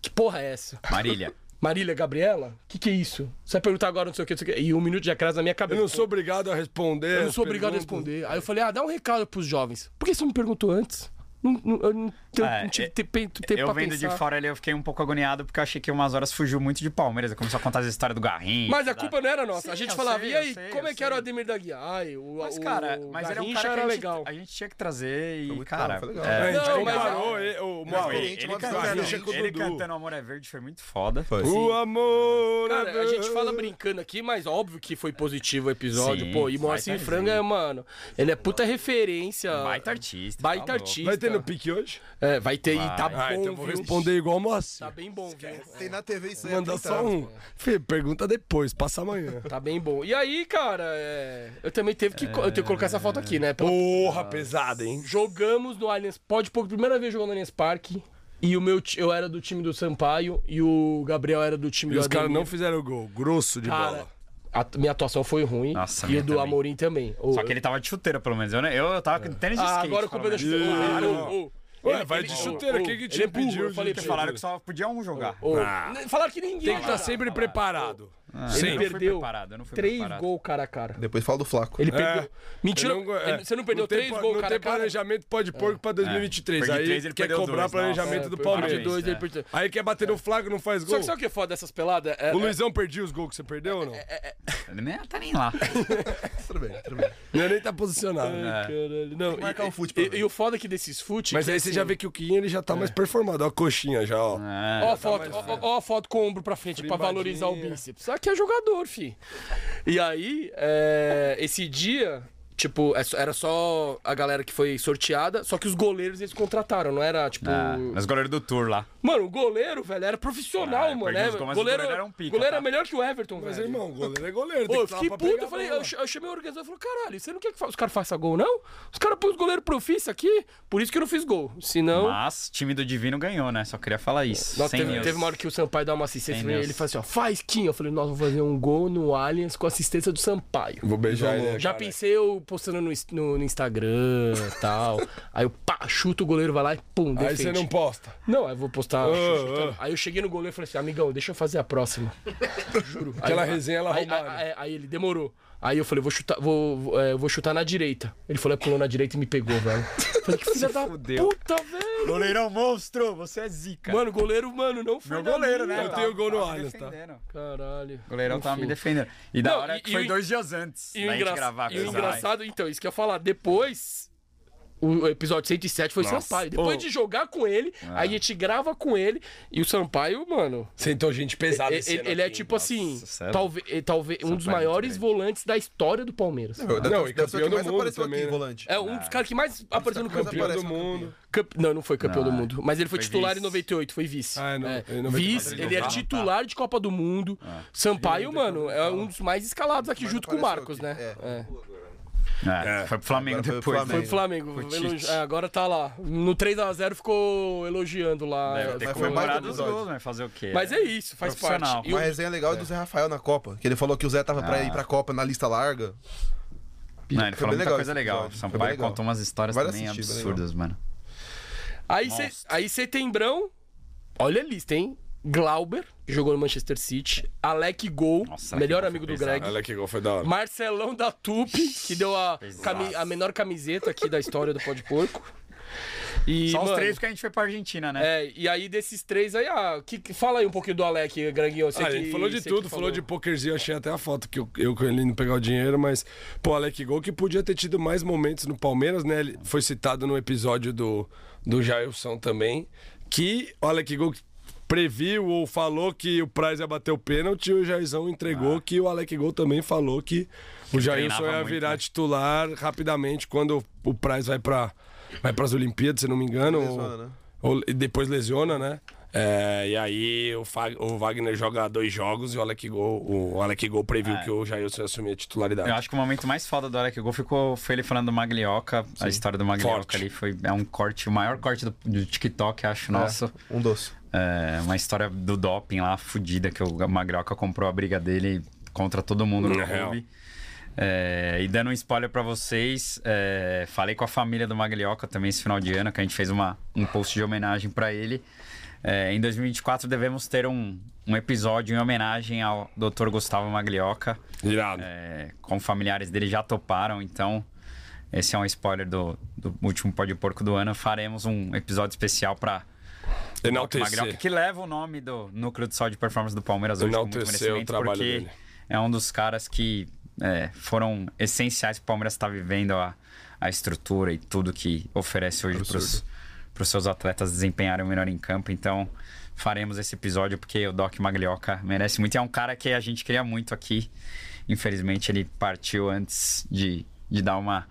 Speaker 1: Que porra é essa?
Speaker 3: Marília.
Speaker 1: Marília Gabriela? Que que é isso? Você vai perguntar agora não sei o que, não sei o que. E um minuto de atraso na minha
Speaker 2: Eu
Speaker 1: cabeça.
Speaker 2: não sou é, obrigado a responder.
Speaker 1: Eu não
Speaker 2: as
Speaker 1: sou obrigado a
Speaker 2: perguntas.
Speaker 1: responder. Aí eu falei: Ah, dá um recado pros jovens. Por que você não me perguntou antes? Não, não- eu não, tenho-
Speaker 3: É,
Speaker 1: não tive
Speaker 3: é-
Speaker 1: tempo, tempo
Speaker 3: eu
Speaker 1: pra
Speaker 3: vendo
Speaker 1: pensar.
Speaker 3: de fora ali, eu fiquei um pouco agoniado porque eu achei que umas horas fugiu muito de Palmeiras. Começou a contar as histórias do Garrincha.
Speaker 1: Mas a
Speaker 3: da-
Speaker 1: culpa não era nossa. a
Speaker 3: Sim,
Speaker 1: gente
Speaker 3: eu
Speaker 1: falava,
Speaker 3: sei,
Speaker 1: e aí,
Speaker 3: eu sei,
Speaker 1: como é
Speaker 3: eu
Speaker 1: que era o
Speaker 3: sei.
Speaker 1: Ademir da Guia? Ai, o,
Speaker 3: Mas,
Speaker 1: o-
Speaker 3: cara,
Speaker 1: o
Speaker 3: mas ele é um
Speaker 1: Garrincha
Speaker 3: cara que
Speaker 1: era
Speaker 3: a gente,
Speaker 1: legal.
Speaker 3: a gente tinha que trazer e,
Speaker 4: muito bom,
Speaker 3: cara...
Speaker 4: foi legal.
Speaker 3: é,
Speaker 2: É, a gente
Speaker 1: Não, mas- é um
Speaker 2: comparou ele- o
Speaker 3: não,
Speaker 2: Moacir.
Speaker 3: ele,
Speaker 4: gente,
Speaker 3: ele
Speaker 4: uma
Speaker 3: cantando-
Speaker 4: garrincha com o
Speaker 3: ele
Speaker 4: Dudu.
Speaker 3: cantando Amor é Verde foi muito foda.
Speaker 2: O amor. é
Speaker 1: Cara, a gente
Speaker 2: ver-
Speaker 1: fala brincando aqui, mas óbvio que foi positivo o episódio.
Speaker 3: Sim,
Speaker 1: Pô, e Moacir
Speaker 3: baita
Speaker 1: Frango é,
Speaker 3: resenha.
Speaker 1: mano, ele é puta referência.
Speaker 3: Baita artista.
Speaker 1: Baita
Speaker 3: tá louco.
Speaker 1: artista.
Speaker 2: Vai ter no pique hoje?
Speaker 1: É, vai ter, e tá
Speaker 3: Vai.
Speaker 1: bom,
Speaker 2: Ah, então eu vou
Speaker 1: viu?
Speaker 2: responder igual o Moacir.
Speaker 1: Tá né? bem bom, viu?
Speaker 4: Tem na TV isso aí.
Speaker 2: Manda
Speaker 4: há 30
Speaker 2: só
Speaker 4: anos.
Speaker 2: um. Fê, pergunta depois, passa amanhã.
Speaker 1: Tá bem bom. E aí, cara, é, eu também teve que, co- eu tenho que colocar essa foto aqui, né? Pela-
Speaker 2: Porra, pesada, hein?
Speaker 1: Jogamos no Allianz Pode pouco, primeira vez jogando no Allianz Parque. E o meu, ti- eu era do time do Sampaio e o Gabriel era do time
Speaker 2: E
Speaker 1: do
Speaker 2: os caras
Speaker 1: Ademir.
Speaker 2: não fizeram gol. Grosso de
Speaker 1: Cara,
Speaker 2: bola.
Speaker 1: a minha atuação foi ruim.
Speaker 3: Nossa,
Speaker 1: e
Speaker 3: minha
Speaker 1: o do
Speaker 3: também.
Speaker 1: Amorim também. O-
Speaker 3: Só que ele tava de chuteira, pelo menos. Eu, né, eu, eu tava
Speaker 4: É.
Speaker 3: com tênis de
Speaker 1: Ah,
Speaker 3: skate.
Speaker 1: agora o culpa da
Speaker 3: pelo menos.
Speaker 1: chuteira.
Speaker 2: Ah,
Speaker 1: Ô,
Speaker 2: não.
Speaker 1: ô, ô.
Speaker 2: Ué,
Speaker 1: Ele- é
Speaker 2: vai
Speaker 1: ele-
Speaker 2: de
Speaker 1: ô,
Speaker 2: chuteira,
Speaker 1: ô,
Speaker 2: quem que
Speaker 1: ele
Speaker 2: te
Speaker 1: é burro,
Speaker 2: pediu
Speaker 1: Eu falei
Speaker 2: de
Speaker 1: pra
Speaker 3: Porque
Speaker 1: ele.
Speaker 3: falaram que só podia um jogar.
Speaker 1: Ô,
Speaker 2: Ah.
Speaker 1: n- Falaram que ninguém.
Speaker 2: Tem que estar
Speaker 1: cara.
Speaker 2: sempre preparado.
Speaker 1: Ele
Speaker 3: Eu não
Speaker 2: Sempre.
Speaker 3: fui
Speaker 1: perdeu
Speaker 3: preparado, eu não fui
Speaker 1: três
Speaker 3: preparado.
Speaker 1: gols cara a cara.
Speaker 4: Depois fala do Flaco.
Speaker 1: Ele
Speaker 2: É.
Speaker 1: perdeu. Mentira.
Speaker 2: Eu não- é.
Speaker 1: ele- Você não perdeu
Speaker 2: tem
Speaker 1: três
Speaker 2: pla-
Speaker 1: gols
Speaker 2: Não
Speaker 1: cara a
Speaker 2: tem
Speaker 1: cara?
Speaker 2: planejamento pode porco pra 2023. Aí
Speaker 3: É. Perdi três, ele
Speaker 2: quer
Speaker 3: perdeu
Speaker 2: cobrar
Speaker 3: dois,
Speaker 2: planejamento
Speaker 3: nossa.
Speaker 2: do
Speaker 1: É,
Speaker 2: Palmeiras.
Speaker 1: perdeu dois,
Speaker 3: é.
Speaker 1: ele perdeu.
Speaker 2: Aí quer bater no flago, não faz
Speaker 1: Só
Speaker 2: gol.
Speaker 1: que sabe o que é foda dessas peladas? É-
Speaker 2: O
Speaker 1: é-
Speaker 2: Luizão perdia os gols que você perdeu ou não?
Speaker 3: Ele nem tá nem lá.
Speaker 4: Tudo bem, tudo bem.
Speaker 2: Não ia nem tá posicionado.
Speaker 3: É.
Speaker 1: Ai, caralho. Não, e-
Speaker 4: marcar um fute, pelo
Speaker 1: e, e o foda é que desses fute.
Speaker 2: Mas
Speaker 1: que,
Speaker 2: aí você
Speaker 1: assim,
Speaker 2: já vê que o Quinha ele já tá mais performado. Ó a coxinha já, ó.
Speaker 3: É.
Speaker 1: Ó a foto, ó, ó- ó a foto com o ombro pra frente pra valorizar o bíceps. Aqui é jogador, fi. E aí, é, esse dia, tipo, é só- era só a galera que foi sorteada, só que os goleiros eles contrataram, não era, tipo.
Speaker 3: Ah, mas goleiro do Tour lá.
Speaker 1: Mano, o goleiro, velho, era profissional,
Speaker 3: Ah,
Speaker 1: mano.
Speaker 3: perdi
Speaker 1: Né?
Speaker 3: os gols, mas o
Speaker 1: goleiro
Speaker 3: goleiro era um pica,
Speaker 1: goleiro
Speaker 3: tá?
Speaker 1: era melhor que o Everton,
Speaker 2: Mas,
Speaker 1: velho.
Speaker 2: irmão, goleiro é goleiro.
Speaker 1: Pô,
Speaker 2: tem
Speaker 1: eu
Speaker 2: que
Speaker 1: fiquei
Speaker 2: pra
Speaker 1: puto,
Speaker 2: pegar
Speaker 1: eu
Speaker 2: a
Speaker 1: falei,
Speaker 2: bola.
Speaker 1: eu, ch- eu chamei o organizador e falei, caralho, você não quer que fa- os caras façam gol, não? Os caras põem os goleiros profissa aqui, por isso que eu não fiz gol. Senão.
Speaker 3: Mas time do Divino ganhou, né? Só queria falar isso.
Speaker 1: Nossa,
Speaker 3: Sem
Speaker 1: teve,
Speaker 3: news.
Speaker 1: teve uma hora que o Sampaio dá uma assistência
Speaker 3: Sem
Speaker 1: pra mim,
Speaker 3: Deus.
Speaker 1: ele fala assim, ó, faz Kim. Eu falei, nós vamos fazer um gol no Allianz com assistência do Sampaio.
Speaker 2: Vou beijar ele. né,
Speaker 1: Já
Speaker 2: cara?
Speaker 1: pensei eu postando no, ins- no, no Instagram e tal. aí eu pá, chuto o goleiro, vai lá e pum,
Speaker 2: Aí
Speaker 1: defende.
Speaker 2: você não posta.
Speaker 1: Não, aí eu vou postar.
Speaker 2: Ah,
Speaker 1: chutando. Aí eu cheguei no goleiro e falei assim, amigão, deixa eu fazer a próxima. Juro.
Speaker 2: Aquela
Speaker 1: aí,
Speaker 2: resenha, ela né?
Speaker 1: aí,
Speaker 2: roubaram.
Speaker 1: aí- aí- aí ele demorou. Aí eu falei, vou chutar, vou, vou, é, vou chutar na direita. Ele falou, é, pulou na direita e me pegou, velho. Eu Falei, que filha da
Speaker 3: fudeu.
Speaker 1: puta, velho.
Speaker 3: Goleirão monstro, você é zica.
Speaker 1: Mano, goleiro, mano, não foi.
Speaker 3: Meu
Speaker 1: na
Speaker 3: goleiro,
Speaker 1: minha.
Speaker 3: né?
Speaker 2: Eu tenho gol no
Speaker 3: Tava me
Speaker 2: Allianz, tá?
Speaker 3: defendendo.
Speaker 1: Caralho.
Speaker 3: O goleirão tava
Speaker 1: Enfim.
Speaker 3: me defendendo. E da
Speaker 1: Não,
Speaker 3: hora
Speaker 1: e-
Speaker 3: que
Speaker 1: e
Speaker 3: foi
Speaker 1: o-
Speaker 3: dois dias antes
Speaker 1: E o,
Speaker 3: da gente
Speaker 1: engra-
Speaker 3: gravar.
Speaker 1: e o
Speaker 3: com essa raiva.
Speaker 1: engraçado, então, isso que eu ia falar, depois. O episódio 107 foi
Speaker 3: Nossa.
Speaker 1: Sampaio. Depois
Speaker 3: Oh.
Speaker 1: de jogar com ele,
Speaker 3: Ah.
Speaker 1: aí a gente grava com ele. E o Sampaio, mano,
Speaker 2: Sentou gente pesada. né,
Speaker 1: ele,
Speaker 2: esse ano
Speaker 1: ele é
Speaker 2: aqui,
Speaker 1: tipo
Speaker 2: nossa.
Speaker 1: assim,
Speaker 3: sério?
Speaker 1: talvez, talvez um dos
Speaker 3: Sampaio é muito
Speaker 1: maiores
Speaker 3: grande. Ah.
Speaker 1: volantes da história do Palmeiras.
Speaker 4: Deve-
Speaker 2: Não,
Speaker 4: deve
Speaker 2: e
Speaker 4: ser o
Speaker 2: campeão
Speaker 4: que
Speaker 2: do
Speaker 4: mais
Speaker 2: mundo
Speaker 4: apareceu
Speaker 2: também,
Speaker 4: aqui,
Speaker 2: né?
Speaker 4: volante.
Speaker 1: É um dos caras que mais apareceu no
Speaker 4: caras
Speaker 1: campeão.
Speaker 4: mais
Speaker 2: Campeão do
Speaker 4: Parece um
Speaker 2: mundo.
Speaker 1: Campe- Não, não foi campeão
Speaker 3: Não,
Speaker 1: do mundo. Mas ele foi,
Speaker 3: foi
Speaker 1: titular
Speaker 3: vice.
Speaker 1: em 98, foi vice.
Speaker 2: Ah, não,
Speaker 1: É,
Speaker 2: em 94
Speaker 1: vice,
Speaker 2: ele
Speaker 1: ele era
Speaker 3: não Ah. tá.
Speaker 1: titular de Copa do Mundo. Sampaio, mano, é um dos mais escalados aqui
Speaker 4: Mas
Speaker 1: junto
Speaker 4: não
Speaker 1: com o
Speaker 4: apareceu
Speaker 1: Marcos, né?
Speaker 4: aqui.
Speaker 1: É.
Speaker 3: É, Foi pro Flamengo
Speaker 4: Agora foi pro
Speaker 3: depois.
Speaker 2: É,
Speaker 4: Flamengo.
Speaker 1: Foi pro Flamengo.
Speaker 3: Foi
Speaker 1: Elo-
Speaker 3: Tite.
Speaker 1: é, agora tá lá. No 3x0 ficou elogiando lá.
Speaker 3: Deve
Speaker 1: É,
Speaker 3: ter
Speaker 4: Mas
Speaker 1: foi-
Speaker 4: foi mais
Speaker 3: comemorado
Speaker 4: do
Speaker 3: os
Speaker 4: episódio.
Speaker 3: gols, mas fazer o quê?
Speaker 1: Mas é isso, faz
Speaker 3: Profissional.
Speaker 1: parte. E o-
Speaker 4: Uma resenha legal é do Zé Rafael na Copa, que ele falou que o Zé tava pra ir pra Copa na lista larga.
Speaker 3: Não, ele falou
Speaker 4: Foi bem
Speaker 3: muita
Speaker 4: legal
Speaker 3: coisa
Speaker 4: esse
Speaker 3: legal.
Speaker 4: episódio,
Speaker 3: São
Speaker 4: foi bem
Speaker 3: Paulo
Speaker 4: legal.
Speaker 3: contou umas histórias
Speaker 4: Vale
Speaker 3: também
Speaker 4: assistir, bem
Speaker 3: absurdas, mano.
Speaker 1: Aí, se-
Speaker 3: Monstro.
Speaker 1: aí setembrão, olha a lista, hein? Glauber, que jogou no Manchester City. Alec Gol,
Speaker 3: Nossa, Alec
Speaker 1: melhor
Speaker 3: Gol foi
Speaker 1: amigo do
Speaker 3: pesado.
Speaker 1: Greg.
Speaker 2: Olha que gol, foi da hora.
Speaker 1: Marcelão da Tupi, que deu a,
Speaker 3: Pesado.
Speaker 1: cami- a menor camiseta aqui da história do Pó de Porco. E,
Speaker 3: Só os
Speaker 1: mano,
Speaker 3: três porque a gente foi pra Argentina, né?
Speaker 1: É, e aí desses três aí, ah, que, que- fala aí um pouquinho do Alec, Greginho.
Speaker 2: Ah, ele falou de tudo, falou de pokerzinho, achei até a foto que eu, eu com ele não pegar o dinheiro, mas, pô, Alec Gol que podia ter tido mais momentos no Palmeiras, né? Ele foi citado no episódio do, do Jailson também, que o Alec Gol previu ou falou que o Praz ia bater o pênalti e o Jairzão entregou, que o Alec Gol também falou que o Jailson
Speaker 3: Ah. treinava
Speaker 2: ia
Speaker 3: muito,
Speaker 2: virar
Speaker 3: né?
Speaker 2: titular rapidamente quando o Praz vai para vai as Olimpíadas, se não me engano.
Speaker 4: Lesiona,
Speaker 2: ou-
Speaker 4: né?
Speaker 2: ou, e depois lesiona, né? É, e aí o, Fa- o Wagner joga dois jogos e o Alec Gol, o Alec Gol previu que o Jailson ia assumir a titularidade.
Speaker 3: É. Eu acho que o momento mais foda da hora que o gol ficou foi ele falando do Maglioca. A história do Maglioca
Speaker 2: Forte. É.
Speaker 3: ali foi é um corte, o maior corte do, do TikTok, acho, nosso.
Speaker 4: Um doce.
Speaker 3: É, uma história do doping lá, fodida, que o Magrioca comprou a briga dele contra todo mundo no
Speaker 2: Na real.
Speaker 3: clube. É, e dando um spoiler pra vocês, é, falei com a família do Maglioca também esse final de ano, que a gente fez uma, um post de homenagem pra ele. É, em 2024 devemos ter um, um episódio em homenagem ao Dr. Gustavo Maglioca.
Speaker 2: Irado.
Speaker 3: É, com familiares dele já toparam, então esse é um spoiler do, do último Pó de Porco do ano. Faremos um episódio especial pra Magrioca,
Speaker 2: Enaltecer.
Speaker 3: que leva o nome do núcleo de sal de performance do Palmeiras hoje. com muito
Speaker 2: Enaltecer o
Speaker 3: merecimento,
Speaker 2: trabalho
Speaker 3: porque
Speaker 2: dele.
Speaker 3: É um dos caras que é, foram essenciais para o Palmeiras estar vivendo a, a estrutura e tudo que oferece hoje para os seus atletas desempenharem o melhor em campo. Então faremos esse episódio porque o Doc Maglioca merece muito. E é um cara que a gente queria muito aqui. Infelizmente ele partiu antes de, de dar uma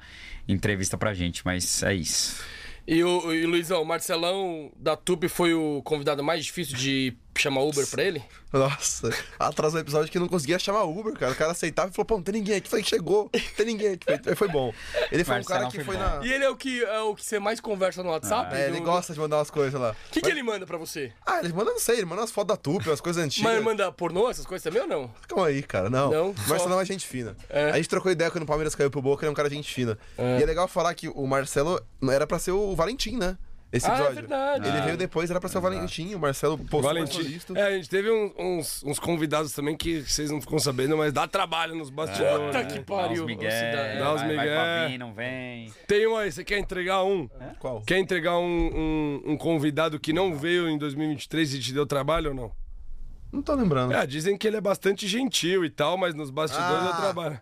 Speaker 3: entrevista pra gente, mas é isso.
Speaker 1: E, o, e Luizão, o Marcelão da Tupi foi o convidado mais difícil de chamar Uber pra ele?
Speaker 4: Nossa, atrasou o episódio que não conseguia chamar Uber, cara. O cara aceitava e falou: pô, não tem ninguém aqui. Falei: chegou, não tem ninguém aqui. Falei, foi bom. Ele foi um
Speaker 3: Marcelão
Speaker 4: cara que
Speaker 3: foi
Speaker 4: foi
Speaker 3: bom.
Speaker 4: na.
Speaker 1: E ele é o que, é o que você mais conversa no WhatsApp?
Speaker 2: Ah,
Speaker 4: É, ele
Speaker 1: Do-
Speaker 4: gosta de mandar umas coisas lá.
Speaker 1: O que, que ele manda pra você?
Speaker 4: Ah, ele manda, não sei, ele manda umas fotos da Tupi, umas coisas antigas.
Speaker 1: Mas ele manda pornô, essas coisas também ou não?
Speaker 4: Calma aí, cara. Não.
Speaker 1: Não,
Speaker 4: O Marcelão é gente fina. A gente trocou ideia quando o Palmeiras caiu pro Boca, ele é um cara gente fina. E é legal falar que o Marcelo não era pra ser o Valentim, né? Esse
Speaker 1: Ah, é
Speaker 4: episódio.
Speaker 1: verdade.
Speaker 4: Ele
Speaker 1: Ah.
Speaker 4: veio depois, era pra ser o Valentim. O Marcelo postou
Speaker 2: Valentim.
Speaker 4: isso.
Speaker 2: É, a gente teve um- uns, uns convidados também que vocês não ficam sabendo, mas dá trabalho nos bastidores.
Speaker 1: Puta
Speaker 2: né?
Speaker 1: que pariu. é. ô,
Speaker 3: Dá uns migué,
Speaker 1: cidade.
Speaker 2: Dá uns
Speaker 3: vai, vai
Speaker 2: migué.
Speaker 3: pra vir, não vem.
Speaker 2: Tem um aí, você quer entregar um?
Speaker 3: É?
Speaker 4: Qual?
Speaker 2: Quer entregar um, um, um convidado que não veio em 2023 e te deu trabalho ou não?
Speaker 4: Não tô lembrando.
Speaker 2: É, dizem que ele é bastante gentil e tal, mas nos bastidores
Speaker 4: Ah.
Speaker 2: dá trabalho.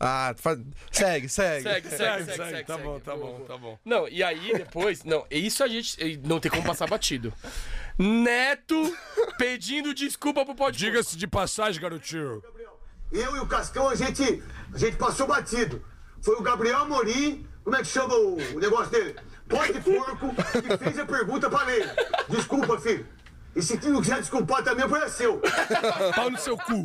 Speaker 4: Ah, faz- segue, segue.
Speaker 1: Segue, segue, segue, segue.
Speaker 2: Tá bom,
Speaker 1: segue.
Speaker 2: tá
Speaker 1: Boa,
Speaker 2: bom,
Speaker 1: boa.
Speaker 2: tá bom.
Speaker 1: Não, e aí depois. Não, isso a gente eh, não tem como passar batido. Neto pedindo desculpa pro podcast.
Speaker 2: Diga-se de passagem, garotinho.
Speaker 8: Eu e o Cascão, a gente, a gente passou batido. Foi o Gabriel Amorim, como é que chama o, o negócio dele? Pó de porco, que fez a pergunta pra ele. Desculpa, filho. E se tu não quiser desculpar também, o problema é seu.
Speaker 2: Pau no seu cu.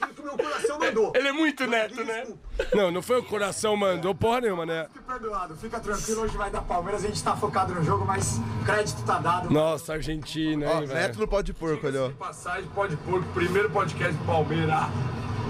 Speaker 8: Aquilo que o meu coração mandou.
Speaker 1: Ele é muito neto,
Speaker 8: Pedi
Speaker 1: né?
Speaker 8: desculpa.
Speaker 2: Não, não foi o coração mandou porra nenhuma, né?
Speaker 6: Fique perdoado, fica tranquilo, hoje vai dar Palmeiras, a gente tá focado no jogo, mas crédito tá dado.
Speaker 2: Nossa, Argentina, hein,
Speaker 4: Ó, neto
Speaker 2: velho.
Speaker 4: no pó de porco ali, ó.
Speaker 1: Passagem, pode porco, primeiro podcast do Palmeiras. Ah,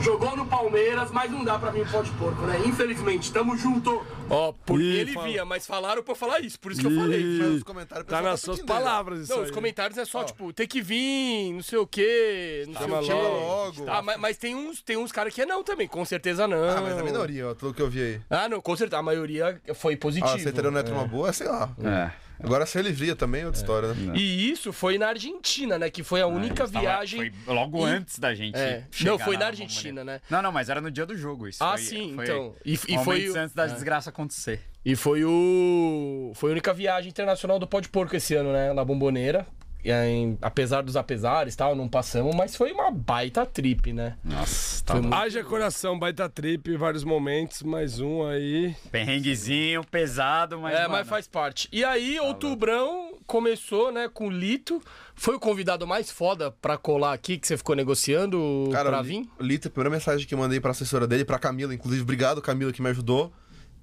Speaker 1: Jogou no Palmeiras, mas não dá pra mim o pó de porco, né? Infelizmente, tamo junto. Ó, porque
Speaker 2: Ih,
Speaker 1: ele
Speaker 2: fala.
Speaker 1: via, mas falaram pra eu falar isso, por isso que eu falei.
Speaker 4: Mas
Speaker 2: Ih,
Speaker 4: os comentários, o
Speaker 2: Tá
Speaker 4: pessoal
Speaker 2: nas
Speaker 4: tá
Speaker 2: suas
Speaker 4: pedindo,
Speaker 2: palavas isso
Speaker 1: Não,
Speaker 2: aí.
Speaker 1: os comentários é só, tipo, tem que vir, não sei o quê, não sei o quê.
Speaker 4: Chama logo.
Speaker 1: Ah, mas, mas tem uns, tem uns caras que é não também, com certeza não.
Speaker 4: Ah, mas a minoria, ó, tudo que eu vi aí.
Speaker 1: Ah, não, com certeza. A maioria foi positivo.
Speaker 4: Ah, você entendeu neto numa boa, sei lá.
Speaker 2: É.
Speaker 3: É.
Speaker 4: Agora se ele via também é outra história, né?
Speaker 1: E isso foi na Argentina, né? Que foi
Speaker 4: Ah,
Speaker 1: a única viagem.
Speaker 3: Foi logo
Speaker 1: E-
Speaker 3: antes da gente.
Speaker 1: É.
Speaker 3: chegar
Speaker 1: Não, foi na
Speaker 3: Roma
Speaker 1: Argentina,
Speaker 3: Bonita.
Speaker 1: né?
Speaker 3: Não, não, mas era no dia do jogo isso.
Speaker 1: Ah,
Speaker 3: foi-
Speaker 1: sim,
Speaker 3: foi
Speaker 1: então. E, e foi,
Speaker 3: momentos
Speaker 1: o-
Speaker 3: antes da desgraça acontecer.
Speaker 1: e foi o. Foi a única viagem internacional do pó de porco esse ano, né? Na bomboneira. E aí, apesar dos apesares e tal, não passamos, mas foi uma baita trip, né?
Speaker 3: Nossa, tá
Speaker 1: Foi
Speaker 3: bom.
Speaker 1: muito-
Speaker 2: Haja coração, É um baita trip, vários momentos, mais um aí.
Speaker 3: Perrenguezinho, pesado, mas.
Speaker 1: É,
Speaker 3: mano,
Speaker 1: mas faz parte. E
Speaker 4: Tá
Speaker 1: aí, outubrão começou, né, com o Lito. Foi o convidado mais foda pra colar aqui, que você ficou negociando pra
Speaker 4: o Li-
Speaker 1: vir.
Speaker 4: o Lito, a primeira mensagem que eu mandei pra assessora dele, pra Camila, inclusive, obrigado, Camila, que me ajudou,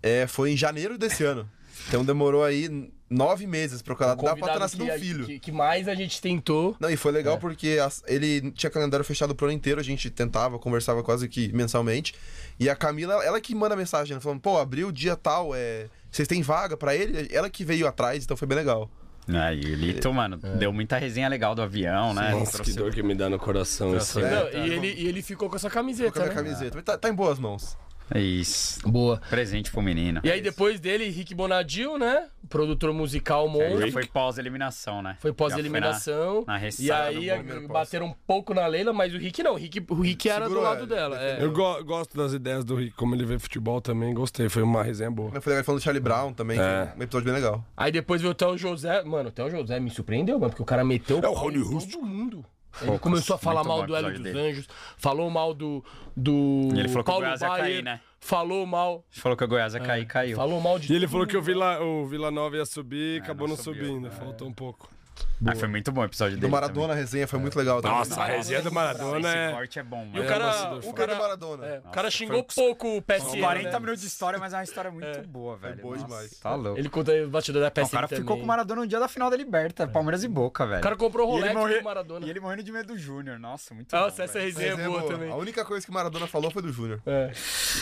Speaker 4: é, foi em janeiro desse ano. Então demorou aí n- nove meses pra ela dar pra ter
Speaker 1: Tá Convidado
Speaker 4: nascido
Speaker 1: que-
Speaker 4: um filho.
Speaker 1: Que, É. que mais a gente tentou.
Speaker 4: Não, e foi legal porque as- ele tinha calendário fechado pro ano inteiro, a gente tentava, conversava quase que mensalmente. E a Camila, ela que manda mensagem, ela falando, pô, abriu dia tal, é. Vocês têm vaga pra ele? Ela que veio atrás, então foi bem legal.
Speaker 3: Aí, o Lito, mano,
Speaker 1: É.
Speaker 3: deu muita resenha legal do avião, né?
Speaker 2: É, Nossa, que
Speaker 3: Trouxe-
Speaker 2: dor que me dá no coração isso aí.
Speaker 4: É,
Speaker 1: Não,
Speaker 4: tá.
Speaker 1: e, ele, e ele ficou com essa camiseta,
Speaker 4: Com a minha
Speaker 1: né?
Speaker 4: camiseta. Mas Tá, tá em boas mãos.
Speaker 3: É Isso.
Speaker 1: Boa.
Speaker 3: Presente pro menino.
Speaker 1: E aí depois dele, Rick Bonadil, né? Produtor musical
Speaker 3: Aí
Speaker 1: monstro.
Speaker 3: foi pós-eliminação, né?
Speaker 1: Foi
Speaker 3: Já
Speaker 1: pós-eliminação.
Speaker 3: na- na
Speaker 1: E
Speaker 3: ressaca
Speaker 1: aí
Speaker 3: do
Speaker 4: primeiro pós.
Speaker 1: bateram um pouco na Leila, mas o Rick não. O Rick, o Rick era do
Speaker 4: Segurou
Speaker 1: lado
Speaker 4: ela,
Speaker 1: dela. é.
Speaker 2: Eu go- gosto das ideias do Rick, como ele vê futebol também, gostei, foi uma resenha boa.
Speaker 4: Mas foi legal falando do Charlie Brown também, que
Speaker 2: É.
Speaker 4: é um episódio bem legal.
Speaker 1: Aí depois veio o Theo José. Mano, o Theo José me surpreendeu, mano, porque o cara meteu.
Speaker 2: É o Rony
Speaker 1: pau em
Speaker 2: Russo.
Speaker 1: Todo mundo. Ele
Speaker 3: Poucas.
Speaker 1: começou a falar
Speaker 3: Muito
Speaker 1: mal
Speaker 3: bom
Speaker 1: do Hélio
Speaker 3: episódio
Speaker 1: dos
Speaker 3: dele.
Speaker 1: Anjos, falou mal do. do
Speaker 3: E ele falou que o
Speaker 1: Paulo
Speaker 3: Goiás ia cair,
Speaker 1: Baier,
Speaker 3: né?
Speaker 1: Falou mal.
Speaker 3: A gente falou que o Goiás
Speaker 1: É,
Speaker 3: ia cair, caiu.
Speaker 1: Falou mal de.
Speaker 2: E ele falou que o Vila, o Vila Nova ia subir e acabou É, não,
Speaker 3: não subiu,
Speaker 2: subindo, faltou um pouco.
Speaker 3: Ah, foi muito bom o episódio
Speaker 4: Do
Speaker 3: dele.
Speaker 4: Maradona, né? a resenha foi muito legal também.
Speaker 2: Nossa, é. a resenha do
Speaker 3: também.
Speaker 2: Maradona
Speaker 3: Esse
Speaker 2: é.
Speaker 3: corte é bom,
Speaker 1: E o
Speaker 3: mano.
Speaker 1: cara.
Speaker 4: O
Speaker 1: O
Speaker 4: cara do
Speaker 1: cara,
Speaker 4: Maradona.
Speaker 1: é, o cara
Speaker 3: um
Speaker 1: xingou pouco o PSN.
Speaker 3: 40
Speaker 1: né?
Speaker 3: minutos de história, mas é uma história muito boa, velho.
Speaker 4: boa
Speaker 3: Nossa,
Speaker 4: demais. É
Speaker 3: Tá louco.
Speaker 1: Ele conta aí o batidor da PSN.
Speaker 3: Não, o cara
Speaker 1: também.
Speaker 3: ficou com o Maradona no dia da final da Liberta, Palmeiras e Boca, velho.
Speaker 1: O cara comprou o
Speaker 3: E ele
Speaker 1: Rolex
Speaker 3: morre-
Speaker 1: do Maradona.
Speaker 3: E ele morrendo de medo do Júnior. Nossa, muito bom.
Speaker 1: Nossa, essa
Speaker 3: velho.
Speaker 1: resenha é
Speaker 4: Resenha
Speaker 1: boa
Speaker 4: boa.
Speaker 1: também.
Speaker 4: A única coisa que Maradona falou foi do Júnior.
Speaker 1: É.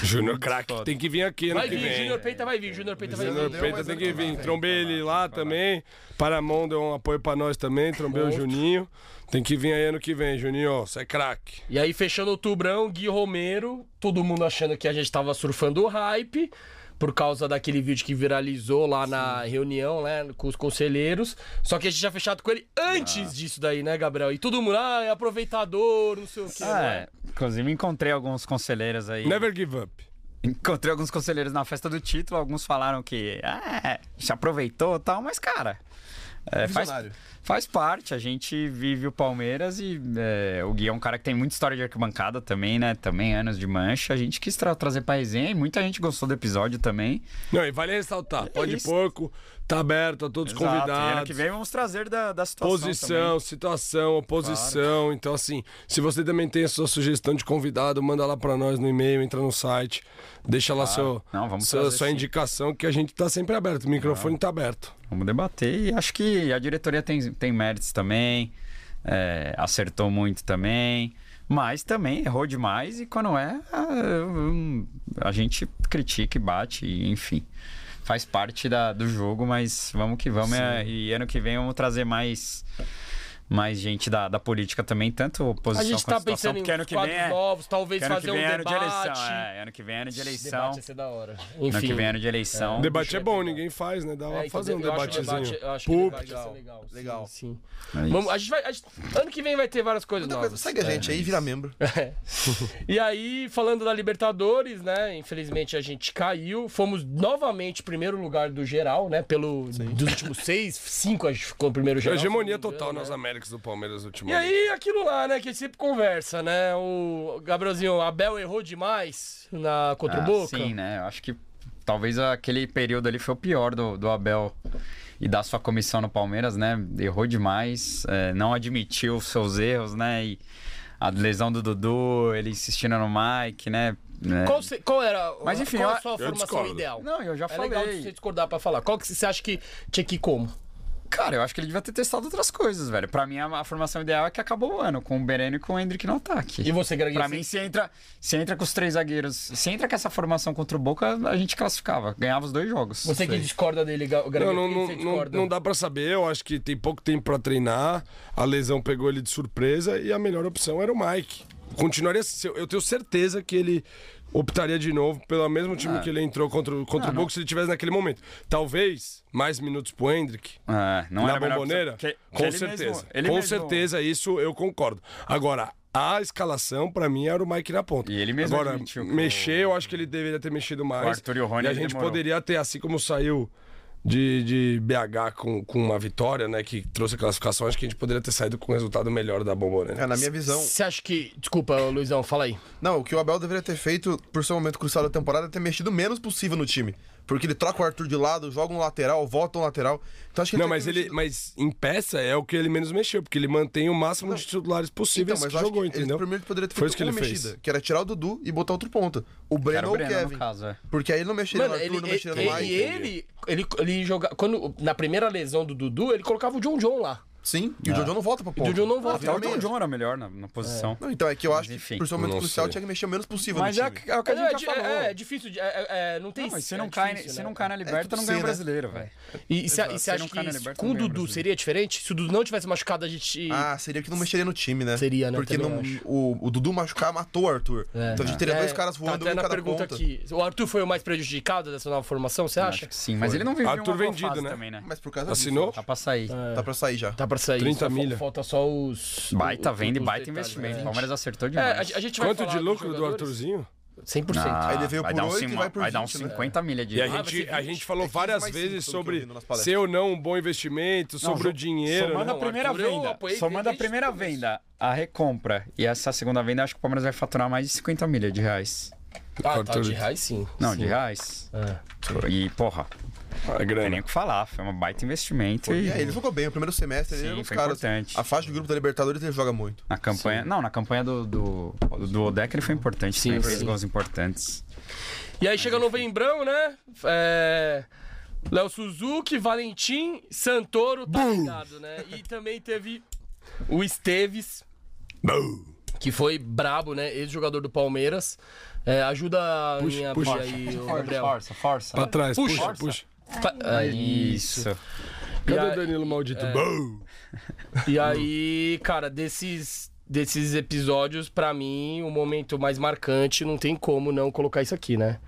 Speaker 2: Júnior Crack tem que vir aqui ano
Speaker 1: Vai
Speaker 2: que
Speaker 1: vir,
Speaker 2: vem.
Speaker 1: Júnior Peita vai vir, Júnior Peita vai
Speaker 2: Júnior
Speaker 1: vir.
Speaker 4: Deu,
Speaker 2: Peita
Speaker 4: mas
Speaker 2: tem
Speaker 4: vai
Speaker 2: que
Speaker 4: lá,
Speaker 2: vir. Trombei ele lá também. Paramon deu um apoio pra nós também. Trombei o Juninho. Tem que vir aí ano que vem, Juninho. Você é craque.
Speaker 1: E aí, fechando outubrão, Gui Romero, todo mundo achando que a gente tava surfando o hype, por causa daquele vídeo que viralizou lá na reunião, né, com os conselheiros. Só que a gente já fechado com ele
Speaker 3: Ah.
Speaker 1: antes disso daí, né, Gabriel? E todo mundo, ah, é aproveitador, não sei o quê.
Speaker 3: Ah,
Speaker 1: né?
Speaker 3: é. Inclusive, encontrei alguns conselheiros aí.
Speaker 2: Never give up.
Speaker 3: Encontrei alguns conselheiros na festa do título. Alguns falaram que ah, se aproveitou e tal, mas, cara. é, faz,
Speaker 4: Visionário.
Speaker 3: faz parte, a gente vive o Palmeiras e é, o Gui é um cara que tem muita história de arquibancada também, né? Também anos de mancha. A gente quis tra- trazer pra resenha e muita gente gostou do episódio também.
Speaker 2: Não, e vale ressaltar: pode
Speaker 3: É isso.
Speaker 2: porco, tá aberto a todos os
Speaker 3: Exato, E ano
Speaker 2: convidados.
Speaker 3: que vem vamos trazer da, da situação.
Speaker 2: Posição, situação, oposição. Então, assim, se você também tem a sua sugestão de convidado, manda lá pra nós no e-mail, entra no site, deixa lá seu,
Speaker 3: Não, vamos
Speaker 2: sua,
Speaker 3: trazer,
Speaker 2: sua
Speaker 3: sim.
Speaker 2: indicação, que a gente tá sempre aberto. O microfone tá aberto.
Speaker 3: Vamos debater e acho que a diretoria tem, tem méritos também, é, acertou muito também, mas também errou demais e quando é, ah, hum, a gente critica e bate, e, enfim. Faz parte da- do jogo, mas vamos que vamos. é, E ano que vem vamos trazer mais, mais gente da, da política também, tanto
Speaker 1: A
Speaker 3: oposição
Speaker 1: gente
Speaker 3: quanto
Speaker 1: tá
Speaker 3: situação,
Speaker 1: pensando em
Speaker 3: porque ano
Speaker 1: uns
Speaker 3: que vem
Speaker 1: quadros
Speaker 3: é,
Speaker 1: novos, talvez
Speaker 3: porque ano
Speaker 1: fazer
Speaker 3: que
Speaker 1: um
Speaker 3: vem é ano de
Speaker 1: debate.
Speaker 3: eleição. é, ano que vem é ano de eleição.
Speaker 1: Debate ia ser da hora.
Speaker 3: Ano que
Speaker 1: Enfim.
Speaker 3: vem é ano de eleição.
Speaker 2: debate é bom, ninguém faz, né? Dá
Speaker 1: É,
Speaker 2: pra
Speaker 1: então
Speaker 2: fazer um
Speaker 1: eu acho que o
Speaker 2: debatezinho.
Speaker 1: debate- Eu acho que o
Speaker 2: Público.
Speaker 1: debate ia ser legal. sim,
Speaker 4: Legal.
Speaker 1: Sim.
Speaker 3: É isso.
Speaker 1: Vamos, a gente vai, a gente- ano que vem vai ter várias coisas
Speaker 4: Outra coisa,
Speaker 1: novas.
Speaker 4: segue a gente aí e vira membro.
Speaker 1: E aí, falando da Libertadores, né? Infelizmente a gente caiu. Fomos novamente primeiro lugar do geral, né? Pelo, dos últimos seis, cinco a gente ficou em primeiro geral.
Speaker 2: é Hegemonia
Speaker 1: se não me
Speaker 2: total
Speaker 1: engano,
Speaker 2: nas
Speaker 1: né?
Speaker 2: Américas do Palmeiras
Speaker 1: E
Speaker 2: ultimamente.
Speaker 1: aí, aquilo lá, né? Que a gente sempre conversa, né? O Gabrielzinho, o Abel errou demais na contra o
Speaker 3: Ah,
Speaker 1: Boca.
Speaker 3: Sim, né? Eu acho que talvez aquele período ali foi o pior do, do Abel e da sua comissão no Palmeiras, né? Errou demais, é, não admitiu os seus erros, né? E a lesão do Dudu, ele insistindo no Mike, né? É.
Speaker 1: Qual, se- qual era o-
Speaker 3: Mas enfim,
Speaker 1: qual a
Speaker 3: eu-
Speaker 1: sua
Speaker 3: eu
Speaker 1: formação
Speaker 2: discordo.
Speaker 1: ideal?
Speaker 3: Não, eu já
Speaker 1: é legal
Speaker 3: falei.
Speaker 1: você discordar pra falar. Qual que você acha que tinha que ir como?
Speaker 3: Cara, eu acho que ele devia ter testado outras coisas, velho. Pra mim, a, a formação ideal é que acabou o ano, com o Bereno e com o Hendrick no ataque.
Speaker 1: E você, Gregory?
Speaker 3: Pra mim, se entra, se entra com os três zagueiros, se entra com essa formação contra o Boca, a gente classificava. Ganhava os dois jogos.
Speaker 1: Você que discorda dele, Gregory.
Speaker 2: Não,
Speaker 1: quem
Speaker 2: não,
Speaker 1: que
Speaker 2: não,
Speaker 1: você
Speaker 2: não,
Speaker 1: discorda?
Speaker 2: não dá pra saber. Eu acho que tem pouco tempo pra treinar. A lesão pegou ele de surpresa e a melhor opção era o Mike. Continuaria. se- Eu tenho certeza que ele optaria de novo pelo mesmo time
Speaker 1: Ah.
Speaker 2: que ele entrou contra, o- contra o Boca se ele tivesse naquele momento. Talvez mais minutos pro Hendrick.
Speaker 3: É, não
Speaker 2: na
Speaker 3: era a melhor
Speaker 2: bomboneira?
Speaker 3: opção. Que- que
Speaker 2: com
Speaker 3: ele
Speaker 2: certeza.
Speaker 3: mesmo- ele
Speaker 2: com
Speaker 3: mesmo-
Speaker 2: certeza, isso eu concordo. Agora, a escalação, pra mim, era o Mike na ponta.
Speaker 3: E ele mesmo
Speaker 2: Agora,
Speaker 3: admitiu que o-
Speaker 2: mexer, eu acho que ele deveria ter mexido mais.
Speaker 3: Arthur e o Rony,
Speaker 2: a
Speaker 3: ele
Speaker 2: gente
Speaker 3: demorou.
Speaker 2: poderia ter, assim como saiu. De, de BH com, com uma vitória, né? Que trouxe a classificação, acho que a gente poderia ter saído com um resultado melhor da bomboneira.
Speaker 4: É, na minha visão.
Speaker 1: Você acha que. Desculpa, ô, Luizão, fala aí.
Speaker 4: Não, o que o Abel deveria ter feito, por ser um momento crucial da temporada, é ter mexido o menos possível no time. Porque ele troca o Arthur de lado, joga um lateral, volta um lateral. Então acho que
Speaker 2: Não,
Speaker 4: tem
Speaker 2: mas
Speaker 4: que ter
Speaker 2: ele.
Speaker 4: mexido-
Speaker 2: Mas em peça é o que ele menos mexeu, porque ele mantém o máximo de titulares
Speaker 4: Então,
Speaker 2: possíveis
Speaker 4: mas
Speaker 2: que
Speaker 4: eu acho
Speaker 2: jogou,
Speaker 4: que ele
Speaker 2: entendeu?
Speaker 4: primeiro poderia ter
Speaker 2: Foi
Speaker 4: feito
Speaker 2: isso que ele
Speaker 4: uma
Speaker 2: fez.
Speaker 4: mexida, que era tirar o Dudu e botar outro ponta. O Breno
Speaker 3: Era o
Speaker 4: ou o
Speaker 3: Breno,
Speaker 4: Kevin.
Speaker 3: no caso, é.
Speaker 4: Porque aí ele não mexia
Speaker 1: Mano,
Speaker 4: no Arthur,
Speaker 1: ele,
Speaker 4: não
Speaker 1: ele,
Speaker 4: mexia no
Speaker 1: ele,
Speaker 4: Mike.
Speaker 1: ele, ele, ele joga. Quando, na primeira lesão do Dudu, ele colocava o John John lá.
Speaker 4: Sim, e o Jojo não volta
Speaker 1: E
Speaker 4: pra
Speaker 1: o
Speaker 4: ponta.
Speaker 1: John não
Speaker 3: Até
Speaker 1: volta.
Speaker 3: o John John era melhor na, na posição.
Speaker 4: Não, então é que eu acho
Speaker 3: enfim.
Speaker 4: que por ser um momento
Speaker 2: Não
Speaker 4: crucial
Speaker 2: sei.
Speaker 4: tinha que mexer o menos possível
Speaker 3: Mas
Speaker 4: no
Speaker 3: é,
Speaker 4: time.
Speaker 3: é o que a
Speaker 1: É,
Speaker 3: gente
Speaker 1: di-
Speaker 3: já falou.
Speaker 1: é, é difícil. de- é, é, é, não tem
Speaker 3: Não, mas se
Speaker 1: é
Speaker 3: não, cai,
Speaker 1: difícil,
Speaker 3: se
Speaker 1: né?
Speaker 3: não cai na liberta, não ganha
Speaker 4: tudo
Speaker 3: o
Speaker 4: sim, né?
Speaker 3: brasileiro, velho.
Speaker 1: E você
Speaker 3: Se não
Speaker 1: acha
Speaker 3: cai na né?
Speaker 1: que
Speaker 3: Liberta,
Speaker 1: com
Speaker 3: não
Speaker 1: o
Speaker 3: ganha o
Speaker 1: Dudu
Speaker 3: Brasil.
Speaker 1: seria diferente? Se o Dudu não tivesse machucado, a gente.
Speaker 4: Ah, seria que não mexeria no time, né?
Speaker 1: Seria, né?
Speaker 4: Porque
Speaker 1: Também
Speaker 4: não-
Speaker 1: acho.
Speaker 4: o, o Dudu machucar matou o Arthur. então a gente teria
Speaker 1: É,
Speaker 4: dois caras voando
Speaker 1: tá
Speaker 4: um em
Speaker 1: até na
Speaker 4: cada
Speaker 1: pergunta
Speaker 4: ponta.
Speaker 1: aqui. O Arthur foi o mais prejudicado dessa nova formação, você acha?
Speaker 3: Acho que sim, mas ele não viveu
Speaker 2: Arthur
Speaker 3: uma boa
Speaker 2: vendido,
Speaker 3: fase
Speaker 2: né?
Speaker 3: também, né?
Speaker 4: Mas por causa
Speaker 2: Assinou?
Speaker 3: Tá pra sair.
Speaker 4: disso, tá pra sair já.
Speaker 1: Tá pra sair.
Speaker 2: 30
Speaker 1: só fa-
Speaker 2: milha.
Speaker 1: Falta só os.
Speaker 3: Baita
Speaker 1: os-
Speaker 3: venda e
Speaker 1: os
Speaker 3: baita
Speaker 1: detalhes,
Speaker 3: investimento.
Speaker 1: né?
Speaker 3: O Palmeiras acertou
Speaker 1: É,
Speaker 3: demais.
Speaker 1: a, a gente vai
Speaker 2: Quanto
Speaker 1: falar
Speaker 2: de
Speaker 1: dos
Speaker 2: lucro do
Speaker 1: jogadores?
Speaker 2: Arthurzinho?
Speaker 1: 100%.
Speaker 3: Ah,
Speaker 4: Aí ele veio
Speaker 3: vai
Speaker 4: por
Speaker 3: dar uns
Speaker 4: 8 e
Speaker 3: cinco-
Speaker 4: vai por
Speaker 3: Vai dar uns
Speaker 4: 20, né?
Speaker 3: 50 milha de
Speaker 2: E a
Speaker 3: Ah,
Speaker 2: gente,
Speaker 4: ser
Speaker 2: a
Speaker 4: 20.
Speaker 2: gente falou
Speaker 4: É 15
Speaker 2: várias
Speaker 4: mais
Speaker 2: vezes
Speaker 4: cinco, pelo que eu
Speaker 2: sobre
Speaker 4: vi nas palestras.
Speaker 2: ser ou não um bom investimento, sobre
Speaker 3: jo-
Speaker 2: o dinheiro.
Speaker 3: Somando
Speaker 2: né?
Speaker 3: a primeira
Speaker 1: Arthur, eu
Speaker 3: venda,
Speaker 1: apoiei
Speaker 3: somando a
Speaker 1: desde
Speaker 3: primeira
Speaker 1: o começo.
Speaker 3: venda, a recompra e essa segunda venda, acho que o Palmeiras vai faturar mais de 50 milhas de reais.
Speaker 1: Ah, tá,
Speaker 2: Arthur.
Speaker 1: de reais sim.
Speaker 3: Não,
Speaker 1: sim.
Speaker 3: de reais.
Speaker 1: É.
Speaker 3: E, porra, não
Speaker 2: A
Speaker 3: tem
Speaker 2: grana.
Speaker 3: nem o que falar, foi um baita investimento.
Speaker 4: E
Speaker 3: E
Speaker 4: aí, ele jogou bem o primeiro semestre, ele
Speaker 3: Sim,
Speaker 4: é um dos
Speaker 3: foi
Speaker 4: caras.
Speaker 3: importante.
Speaker 4: A faixa de grupo da Libertadores ele joga muito.
Speaker 3: na campanha. Não, na campanha do, do, do, do Odeca ele foi importante, sim, fez
Speaker 1: sim.
Speaker 3: gols importantes.
Speaker 1: E aí chega novembrão, né? É... Léo Suzuki, Valentim, Santoro, tá ligado, né? E também teve o Esteves, que foi brabo, né? Ex-jogador do Palmeiras. É, ajuda a minha
Speaker 2: puxa.
Speaker 1: puxa. aí, o Gabriel.
Speaker 3: força.
Speaker 2: Pra trás, puxa, puxa.
Speaker 1: Pa- Aí,
Speaker 3: Isso.
Speaker 1: E
Speaker 2: Cadê
Speaker 1: aí-
Speaker 2: o Danilo maldito? Bom! Hum.
Speaker 1: E aí, cara, desses, desses episódios, pra mim, o momento mais marcante, não tem como não colocar isso aqui, né?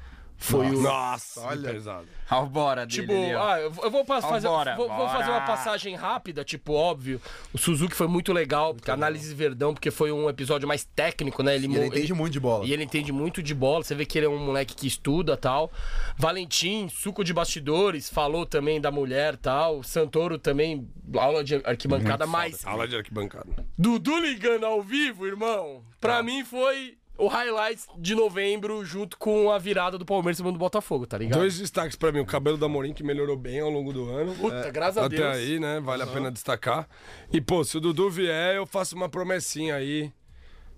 Speaker 1: Foi o.
Speaker 2: Nossa, olha. pesado.
Speaker 3: Olha o bora dele
Speaker 1: Tipo,
Speaker 3: ali, ó.
Speaker 1: ah, eu vou- eu vou, pas- fazer,
Speaker 3: Vambora,
Speaker 1: vou, vou
Speaker 3: bora.
Speaker 1: fazer uma passagem rápida, tipo, óbvio. O Suzuki foi muito legal, análise Verdão, porque foi um episódio mais técnico, né? Ele,
Speaker 4: E
Speaker 1: mo-
Speaker 4: ele entende muito de bola.
Speaker 1: e ele entende muito de bola, você vê que ele é um moleque que estuda tal. Valentim, suco de bastidores, falou também da mulher tal. Santoro também, aula de arquibancada, mas
Speaker 2: Sala de arquibancada.
Speaker 1: Dudu ligando ao vivo, irmão, pra mim foi o highlight de novembro junto com a virada do Palmeiras em cima do Botafogo, tá ligado?
Speaker 2: Dois destaques pra mim. O cabelo da Morim, que melhorou bem ao longo do ano.
Speaker 1: Puta, graças a
Speaker 2: Até
Speaker 1: Deus.
Speaker 2: aí, né? Vale a pena destacar. E, pô, se o Dudu vier, eu faço uma promessinha aí.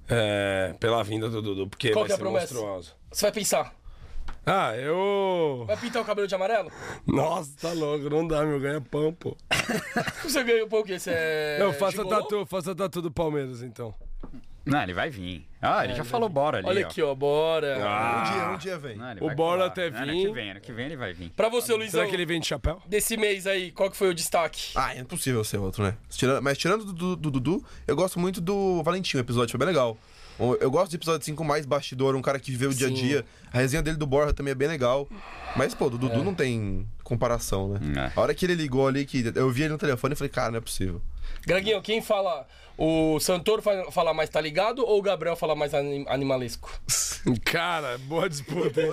Speaker 2: é, pela vinda do Dudu, porque
Speaker 1: Qual
Speaker 2: vai
Speaker 1: que é a
Speaker 2: ser
Speaker 1: promessa?
Speaker 2: monstruoso.
Speaker 1: Você vai pensar,
Speaker 2: Ah, eu.
Speaker 1: vai pintar o cabelo de amarelo?
Speaker 2: Nossa, tá louco, não dá, meu ganha-pão, pô.
Speaker 1: Você ganhou por quê? Você é.
Speaker 2: Não, faça a
Speaker 1: gigolô?
Speaker 2: tatu, faça a tatu do Palmeiras, então.
Speaker 3: Não, ele vai vir. Ah, ele já falou bora ali,
Speaker 1: Olha
Speaker 3: ó.
Speaker 1: aqui, ó,
Speaker 2: Ah.
Speaker 1: bora.
Speaker 4: Um dia,
Speaker 3: Ah.
Speaker 4: um dia vem.
Speaker 3: Não, ele
Speaker 2: O
Speaker 3: vai
Speaker 2: bora
Speaker 3: colar.
Speaker 2: até
Speaker 3: Não, Ano
Speaker 2: vir.
Speaker 3: que vem, ano que vem ele vai vir.
Speaker 1: Pra você, Luizão,
Speaker 2: Será que ele vem de chapéu?
Speaker 1: desse mês aí, qual que foi o destaque?
Speaker 4: Ah, é impossível ser outro, né? Tira- mas tirando do do- do Dudu, eu gosto muito do Valentim, o episódio foi bem legal. O- Eu gosto de episódio 5 mais bastidor, um cara que viveu o dia a dia. A resenha dele do Borja também é bem legal. Mas, pô, do
Speaker 1: É.
Speaker 4: Dudu não tem comparação, né?
Speaker 3: É.
Speaker 4: A hora que ele ligou ali, que eu vi ele no telefone e falei, cara, não é possível.
Speaker 1: Graguinho, quem fala? O Santoro fa- fala mais tá ligado ou o Gabriel fala mais anim- animalesco?
Speaker 2: Cara, boa disputa. hein?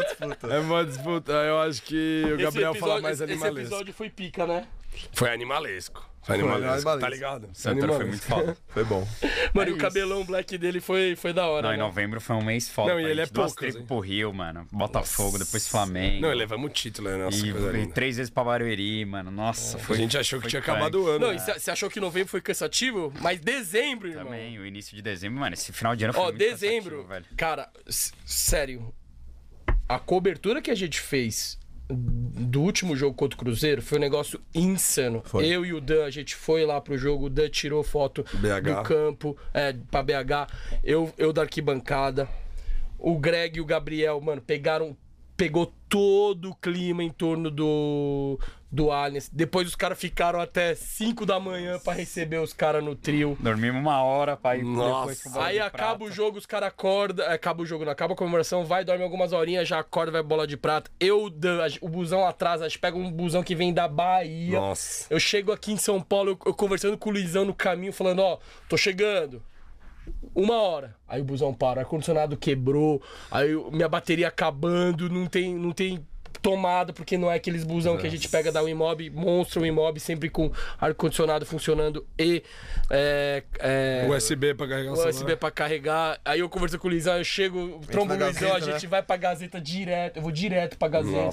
Speaker 2: É boa disputa. Eu acho que o Gabriel
Speaker 1: episódio-
Speaker 2: fala mais
Speaker 1: esse-
Speaker 2: animalesco.
Speaker 1: Esse episódio foi pica, né?
Speaker 2: Foi animalesco. Foi animalesco,
Speaker 4: animalesco.
Speaker 2: tá ligado?
Speaker 9: Santoro foi muito foda.
Speaker 4: Foi bom.
Speaker 2: É
Speaker 1: Mano, e o cabelão black dele foi, foi da hora.
Speaker 3: Não,
Speaker 1: né?
Speaker 3: em novembro foi um mês foda.
Speaker 2: Não, e
Speaker 3: pra
Speaker 2: ele
Speaker 3: gente.
Speaker 2: é
Speaker 3: Duas
Speaker 2: poucas,
Speaker 3: triplas
Speaker 2: hein?
Speaker 3: pro Rio, mano. Botafogo, depois Flamengo.
Speaker 2: Não, levamos o título, né? Nossa,
Speaker 3: e,
Speaker 2: coisa
Speaker 3: e
Speaker 2: linda.
Speaker 3: três vezes pra Barueri, mano. Nossa,
Speaker 2: A
Speaker 3: foi.
Speaker 2: gente achou que
Speaker 3: foi
Speaker 2: tinha
Speaker 3: punk.
Speaker 2: acabado o ano. né?
Speaker 1: Não, é- e você achou que novembro foi cansativo? Mas dezembro, irmão.
Speaker 3: Também, o início de dezembro, mano. Esse final de ano foi
Speaker 1: Ó,
Speaker 3: muito
Speaker 1: dezembro.
Speaker 3: cansativo, velho.
Speaker 1: Cara, s- sério. A cobertura que a gente fez do último jogo contra o Cruzeiro foi um negócio insano. Eu e o Dan, a gente foi lá pro jogo, o Dan tirou foto do campo, é, pra BH, eu, eu da arquibancada. O Greg e o Gabriel, mano, pegaram. Pegou todo o clima em torno do. Do Allianz. Depois os caras ficaram até 5 da manhã pra receber os caras no trio.
Speaker 3: Dormimos uma hora pra um ir depois pro
Speaker 2: Nossa.
Speaker 3: Bola
Speaker 1: Aí
Speaker 3: de
Speaker 1: acaba
Speaker 3: Prata.
Speaker 1: o jogo, os caras acordam. Acaba o jogo, não acaba a comemoração, vai, dorme algumas horinhas, já acorda, vai bola de prata. Eu, dan- a gente- o busão atrás, a gente pega um busão que vem da Bahia.
Speaker 2: Nossa.
Speaker 1: Eu chego aqui em São Paulo, eu, eu conversando com o Luizão no caminho, falando: Ó, tô chegando. Uma hora. Aí o busão para, o ar-condicionado quebrou, aí eu- minha bateria acabando, não tem. Não tem Tomada, porque não é aqueles busão que a gente pega da Wimob, monstro Wimob, sempre com ar-condicionado funcionando e. é, é,
Speaker 2: USB pra carregar o
Speaker 1: o
Speaker 2: celular.
Speaker 1: USB pra carregar. Aí eu converso com o Luizão, eu chego, trombo o
Speaker 4: na né?
Speaker 1: Luizão, a
Speaker 4: Gazeta,
Speaker 1: gente vai pra Gazeta direto. Eu vou direto pra Gazeta.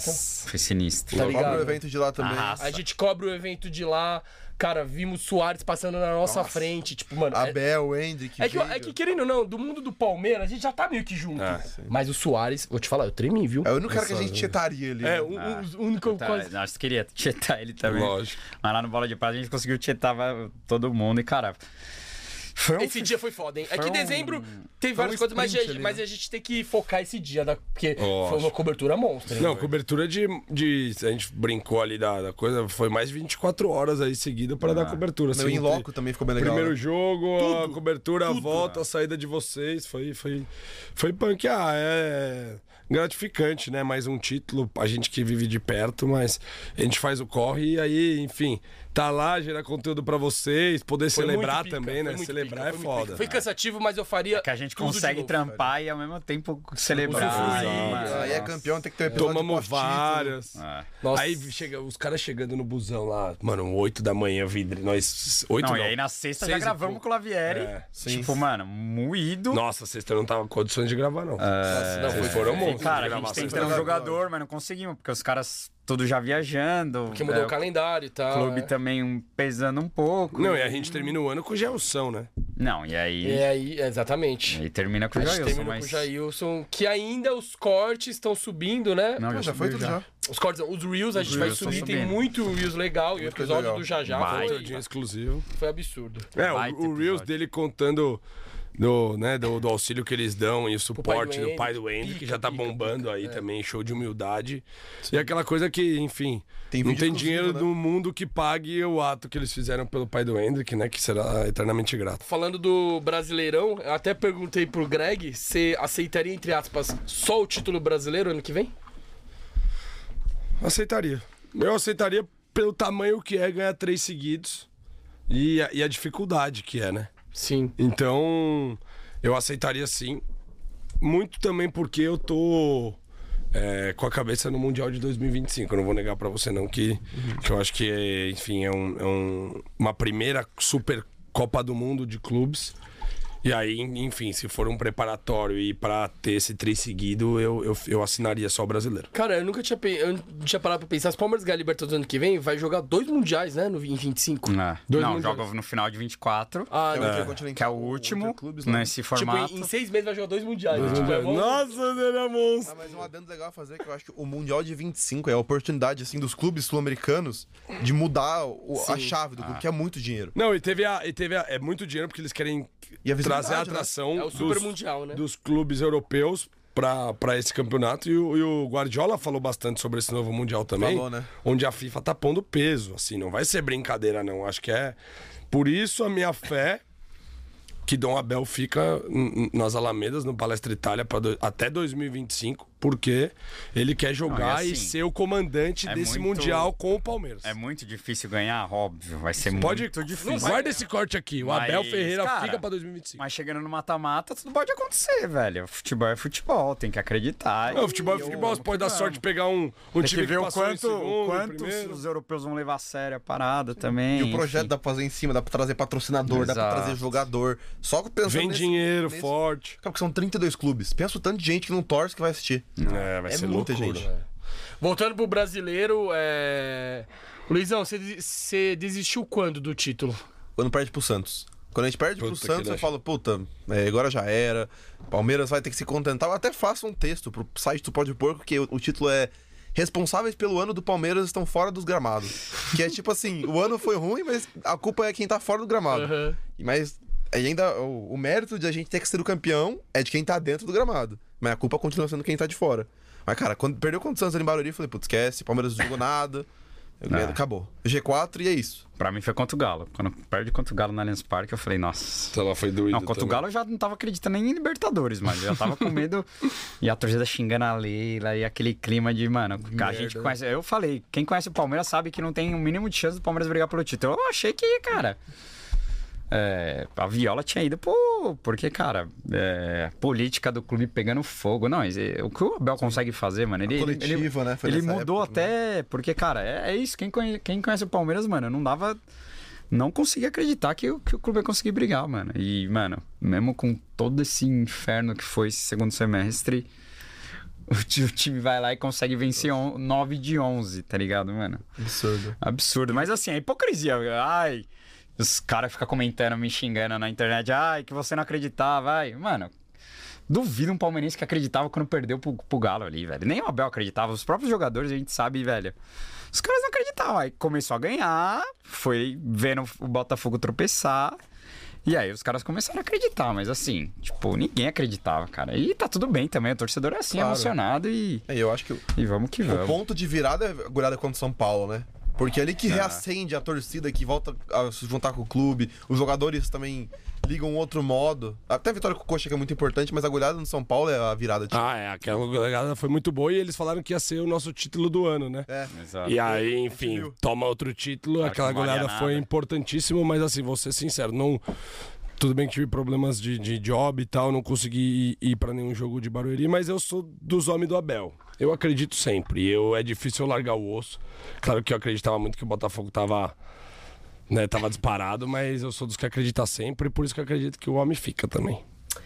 Speaker 3: Foi sinistro.
Speaker 1: Tá
Speaker 4: Tá
Speaker 1: ligado? Ah,
Speaker 4: o evento de lá também.
Speaker 3: Arrasa.
Speaker 1: A gente cobre o evento de lá. Cara, vimos Soares passando na nossa, frente. Tipo, mano. é-
Speaker 4: Abel, Hendrick.
Speaker 1: É que,
Speaker 4: Veiga.
Speaker 1: é que, querendo ou não, do mundo do Palmeiras, a gente já tá meio que junto.
Speaker 3: É.
Speaker 1: Mas o Soares, vou te falar, eu tremi, viu?
Speaker 4: É o único cara que a gente chetaria ali. né?
Speaker 1: É, o
Speaker 2: Ah.
Speaker 1: o único
Speaker 3: Tá,
Speaker 1: quase.
Speaker 3: Nós queria tietar ele também.
Speaker 2: Lógico.
Speaker 3: Mas lá no Bola de Prata a gente conseguiu tietar va- todo mundo. E, cara, foi um
Speaker 1: Esse dia foi foda, hein? É que
Speaker 3: um- né?
Speaker 1: dezembro teve várias coisas, mas,
Speaker 4: sprint
Speaker 1: a-
Speaker 4: ali,
Speaker 1: mas a gente tem que focar esse dia, da- porque foi uma
Speaker 2: Lógico.
Speaker 1: cobertura monstra. né? hein?
Speaker 2: Não, cobertura de, de. A gente brincou ali da, da coisa, foi mais de 24 horas aí seguida pra dar cobertura. assim,
Speaker 4: Meu, em
Speaker 2: entre
Speaker 4: loco também ficou bem legal.
Speaker 2: Primeiro
Speaker 4: né?
Speaker 2: jogo, a cobertura, a volta, a saída de vocês, foi, foi, foi punk. Ah, é gratificante, né? Mais um título, a gente que vive de perto, mas a gente faz o corre e aí, enfim, tá lá, gerar conteúdo pra vocês, poder
Speaker 1: Foi
Speaker 2: celebrar
Speaker 1: muito pica,
Speaker 2: também,
Speaker 1: foi
Speaker 2: né?
Speaker 1: muito
Speaker 2: Celebrar
Speaker 1: pica,
Speaker 2: é
Speaker 1: foi muito
Speaker 2: foda.
Speaker 1: pica. Foi cansativo, mas eu faria.
Speaker 3: É que a gente
Speaker 1: tudo de
Speaker 3: consegue
Speaker 1: novo.
Speaker 3: trampar e ao mesmo tempo celebrar.
Speaker 1: Usufruir.
Speaker 3: mano.
Speaker 4: Aí é campeão, tem que ter um episódio
Speaker 2: Tomamos
Speaker 4: pós-título.
Speaker 2: várias.
Speaker 3: Ah.
Speaker 1: Nossa.
Speaker 2: Aí chega, os caras chegando no busão lá, mano, 8 da manhã, vidre. Nós. 8 não,
Speaker 3: Não, e aí na sexta já
Speaker 2: Seis e
Speaker 3: gravamos
Speaker 2: pouco.
Speaker 3: com o Lavieri. tipo, mano, moído.
Speaker 2: Nossa, sexta eu não tava com condições de gravar, não.
Speaker 3: Ah.
Speaker 2: não, foi, foram
Speaker 3: E,
Speaker 2: monstros.
Speaker 3: cara,
Speaker 2: de
Speaker 3: a gente
Speaker 2: gravação.
Speaker 3: tentando um jogador, mas não conseguimos, porque os caras todos já viajando.
Speaker 1: Porque mudou
Speaker 3: é,
Speaker 1: o calendário e tal.
Speaker 3: clube
Speaker 1: é.
Speaker 3: também um- pesando um pouco.
Speaker 2: Não, e a gente termina o ano com Gelson, né?
Speaker 3: Não, e aí.
Speaker 1: E aí, é, exatamente.
Speaker 3: aí termina com o
Speaker 1: A gente
Speaker 3: Jailson,
Speaker 1: terminou
Speaker 3: mas...
Speaker 1: com o Jailson, que ainda os cortes estão subindo, né?
Speaker 3: Não,
Speaker 4: Pô, Ah, já foi então
Speaker 3: subiu
Speaker 4: tudo já.
Speaker 1: Os cortes, não, os Reels a gente vai
Speaker 3: Reels tão
Speaker 1: subir, tem
Speaker 3: subindo.
Speaker 1: muito Reels legal. E o
Speaker 4: coisa
Speaker 1: episódio
Speaker 4: legal.
Speaker 1: do Jajá
Speaker 3: Vai.
Speaker 1: foi,
Speaker 2: Dia exclusivo.
Speaker 1: foi absurdo.
Speaker 2: É,
Speaker 3: Baita
Speaker 2: o, o Reels
Speaker 3: episódio.
Speaker 2: dele contando do, né, do, do auxílio que eles dão e o suporte do
Speaker 1: Henrique,
Speaker 2: pai do Henry, que já tá
Speaker 1: pica,
Speaker 2: bombando aí também, show de humildade. E aquela coisa que, enfim, não
Speaker 4: vídeo
Speaker 2: tem
Speaker 4: exclusivo,
Speaker 2: dinheiro
Speaker 4: né?
Speaker 2: no mundo que pague o ato que eles fizeram pelo pai do Hendrick, né? Que será eternamente grato.
Speaker 1: Falando do Brasileirão, eu até perguntei pro Greg se aceitaria, entre aspas, só o título brasileiro ano que vem?
Speaker 2: Aceitaria. Eu aceitaria pelo tamanho que é ganhar três seguidos e a- e a dificuldade que é, né?
Speaker 1: Sim.
Speaker 2: Então, eu aceitaria sim. Muito também porque eu tô é, com a cabeça no Mundial de 2025. Eu não vou negar pra você, não, que, que eu acho que, é, enfim, é, um- é um- uma primeira Super Copa do Mundo de clubes. E aí, enfim, se for um preparatório e pra ter esse tri seguido, eu, eu, eu assinaria só o brasileiro.
Speaker 1: Cara, eu nunca tinha, pe- eu não tinha parado pra pensar. Se o Palmeiras ganhar a Libertadores ano que vem, vai jogar dois mundiais, né? No, em 25.
Speaker 3: É.
Speaker 1: Dois
Speaker 3: Não,
Speaker 1: mundiais.
Speaker 3: joga no final de 24,
Speaker 1: Ah,
Speaker 4: É o Intercontinental,
Speaker 3: que é o último,
Speaker 4: Interclubes, né?
Speaker 3: nesse
Speaker 1: Tipo,
Speaker 3: formato.
Speaker 1: em, em seis meses vai jogar dois mundiais. né? Tipo, é bom-
Speaker 2: Nossa, ele é monstro!
Speaker 4: Ah, mas um adendo legal a fazer é que eu acho que o Mundial de 25 é a oportunidade, assim, dos clubes sul-americanos de mudar o- a chave do
Speaker 3: Ah.
Speaker 4: clube, que é muito dinheiro.
Speaker 2: Não, e teve a. E teve a- é muito dinheiro porque eles querem
Speaker 4: E a visibilidade,
Speaker 2: trazer a
Speaker 4: né?
Speaker 2: atração
Speaker 1: É o Super Mundial, né?
Speaker 2: dos clubes europeus para esse campeonato. E o, e o Guardiola falou bastante sobre esse novo Mundial também.
Speaker 4: Falou, né?
Speaker 2: Onde a FIFA tá pondo peso, assim, não vai ser brincadeira, não. Acho que é. Por isso a minha fé que Dom Abel fica n- n- nas Alamedas, no Palestra Itália, pra do- até 2025. porque ele quer jogar
Speaker 3: Não, e assim,
Speaker 2: e ser o comandante
Speaker 3: é
Speaker 2: desse
Speaker 3: muito-
Speaker 2: Mundial com o Palmeiras.
Speaker 3: É muito difícil ganhar, óbvio. Vai ser
Speaker 2: Pode,
Speaker 3: muito difícil.
Speaker 2: não guarda esse corte aqui. O Abel
Speaker 3: Mas,
Speaker 2: Ferreira
Speaker 3: cara,
Speaker 2: fica pra 2025.
Speaker 3: Mas chegando no mata-mata, tudo pode acontecer, velho. Futebol é futebol, tem que acreditar.
Speaker 2: Não, futebol é futebol, você pode dar sorte de pegar um, um
Speaker 3: Tem
Speaker 2: time
Speaker 3: que ver o
Speaker 2: passou em
Speaker 3: quanto,
Speaker 2: segundo,
Speaker 3: o
Speaker 2: em
Speaker 3: quanto
Speaker 2: primeiro.
Speaker 3: os europeus vão levar a sério a parada também.
Speaker 4: E o projeto
Speaker 3: enfim.
Speaker 4: dá pra fazer em cima, dá pra trazer patrocinador, dá pra
Speaker 3: Exato.
Speaker 4: trazer jogador. Só pensando
Speaker 2: Vem
Speaker 4: nesse-
Speaker 2: dinheiro
Speaker 4: nesse-
Speaker 2: forte.
Speaker 4: Cara, porque são 32 clubes. Pensa o tanto de gente que não torce que vai assistir.
Speaker 2: É, vai
Speaker 4: É muita gente.
Speaker 1: Voltando pro brasileiro, é... Luizão, você desi- você desistiu quando do título?
Speaker 4: Quando perde pro Santos. Quando a gente perde pro
Speaker 2: Puta que
Speaker 4: Santos, eu
Speaker 2: nojo.
Speaker 4: falo, puta, é, agora já era. Palmeiras vai ter que se contentar. Eu até faço um texto pro site do Pode Porco, que o, o título é Responsáveis pelo ano do Palmeiras estão fora dos gramados. que é tipo assim, o ano foi ruim, mas a culpa é quem tá fora do gramado.
Speaker 1: Aham.
Speaker 4: Mas ainda o, o mérito de a gente ter que ser o campeão é de quem tá dentro do gramado. Mas a culpa continua sendo quem tá de fora. Mas, cara, quando perdeu contra o Santos ali em Barueri, eu falei, putz, esquece, Palmeiras não jogou nada. Eu-
Speaker 3: Ah.
Speaker 4: Acabou. G4 e é isso.
Speaker 3: Pra mim foi contra o Galo. Quando perde contra o Galo na Allianz Parque, eu falei, nossa.
Speaker 2: Então ela foi doida.
Speaker 3: Não, contra o Galo eu já não tava acreditando nem em Libertadores, mas eu já tava com medo. e a torcida xingando a Leila e aquele clima de, mano, a gente conhece. Eu falei, quem conhece o Palmeiras sabe que não tem um mínimo de chance do Palmeiras brigar pelo título. Eu achei que, cara. é, a viola tinha ido pô, porque, cara, é, a política do clube pegando fogo. Não, esse- o que o Abel consegue fazer, mano? Ele, ele- ele-
Speaker 4: coletiva, né? Foi
Speaker 3: ele
Speaker 4: nessa
Speaker 3: mudou
Speaker 4: época,
Speaker 3: até. Porque, cara, é, é isso. Quem conhece, quem conhece o Palmeiras, mano, não dava. Não conseguia acreditar que, o- que o clube ia conseguir brigar, mano. E, mano, mesmo com todo esse inferno que foi esse segundo semestre, o, ti- o time vai lá e consegue vencer on, 9 de 11, tá ligado, mano?
Speaker 4: Absurdo.
Speaker 3: Absurdo. Mas assim, a hipocrisia. Ai, os caras ficam comentando, me xingando na internet. Ai, que você não acreditava. Ai, mano. Duvido um palmeirense que acreditava quando perdeu pro, pro Galo ali, velho. Nem o Abel acreditava. Os próprios jogadores, a gente sabe, velho. Os caras não acreditavam. Aí começou a ganhar, foi vendo o Botafogo tropeçar. E aí os caras começaram a acreditar, mas assim, tipo, ninguém acreditava, cara. E tá tudo bem também, o torcedor é assim,
Speaker 4: Claro.
Speaker 3: emocionado e,
Speaker 4: É, eu acho que o,
Speaker 3: e vamos que
Speaker 4: o
Speaker 3: vamos.
Speaker 4: ponto de virada é a goleada contra o São Paulo, né? Porque é ali que reacende a torcida, que volta a se juntar com o clube, os jogadores também ligam um outro modo. Até a vitória com o Coxa que é muito importante, mas a goleada no São Paulo é a virada. Tipo,
Speaker 2: Ah, é. Aquela goleada foi muito boa e eles falaram que ia ser o nosso título do ano, né?
Speaker 4: é.
Speaker 3: Exato.
Speaker 2: E aí, enfim, toma outro título. Aquela
Speaker 3: que não valia
Speaker 2: goleada
Speaker 3: nada.
Speaker 2: foi importantíssima, mas assim, vou ser sincero, não. Tudo bem que tive problemas de, de job e tal, não consegui ir, ir para nenhum jogo de Barueri, mas eu sou dos homens do Abel. Eu acredito sempre. Eu é difícil eu largar o osso. Claro que eu acreditava muito que o Botafogo tava né, tava disparado, mas eu sou dos que acredita sempre, por isso que eu acredito que o homem fica também.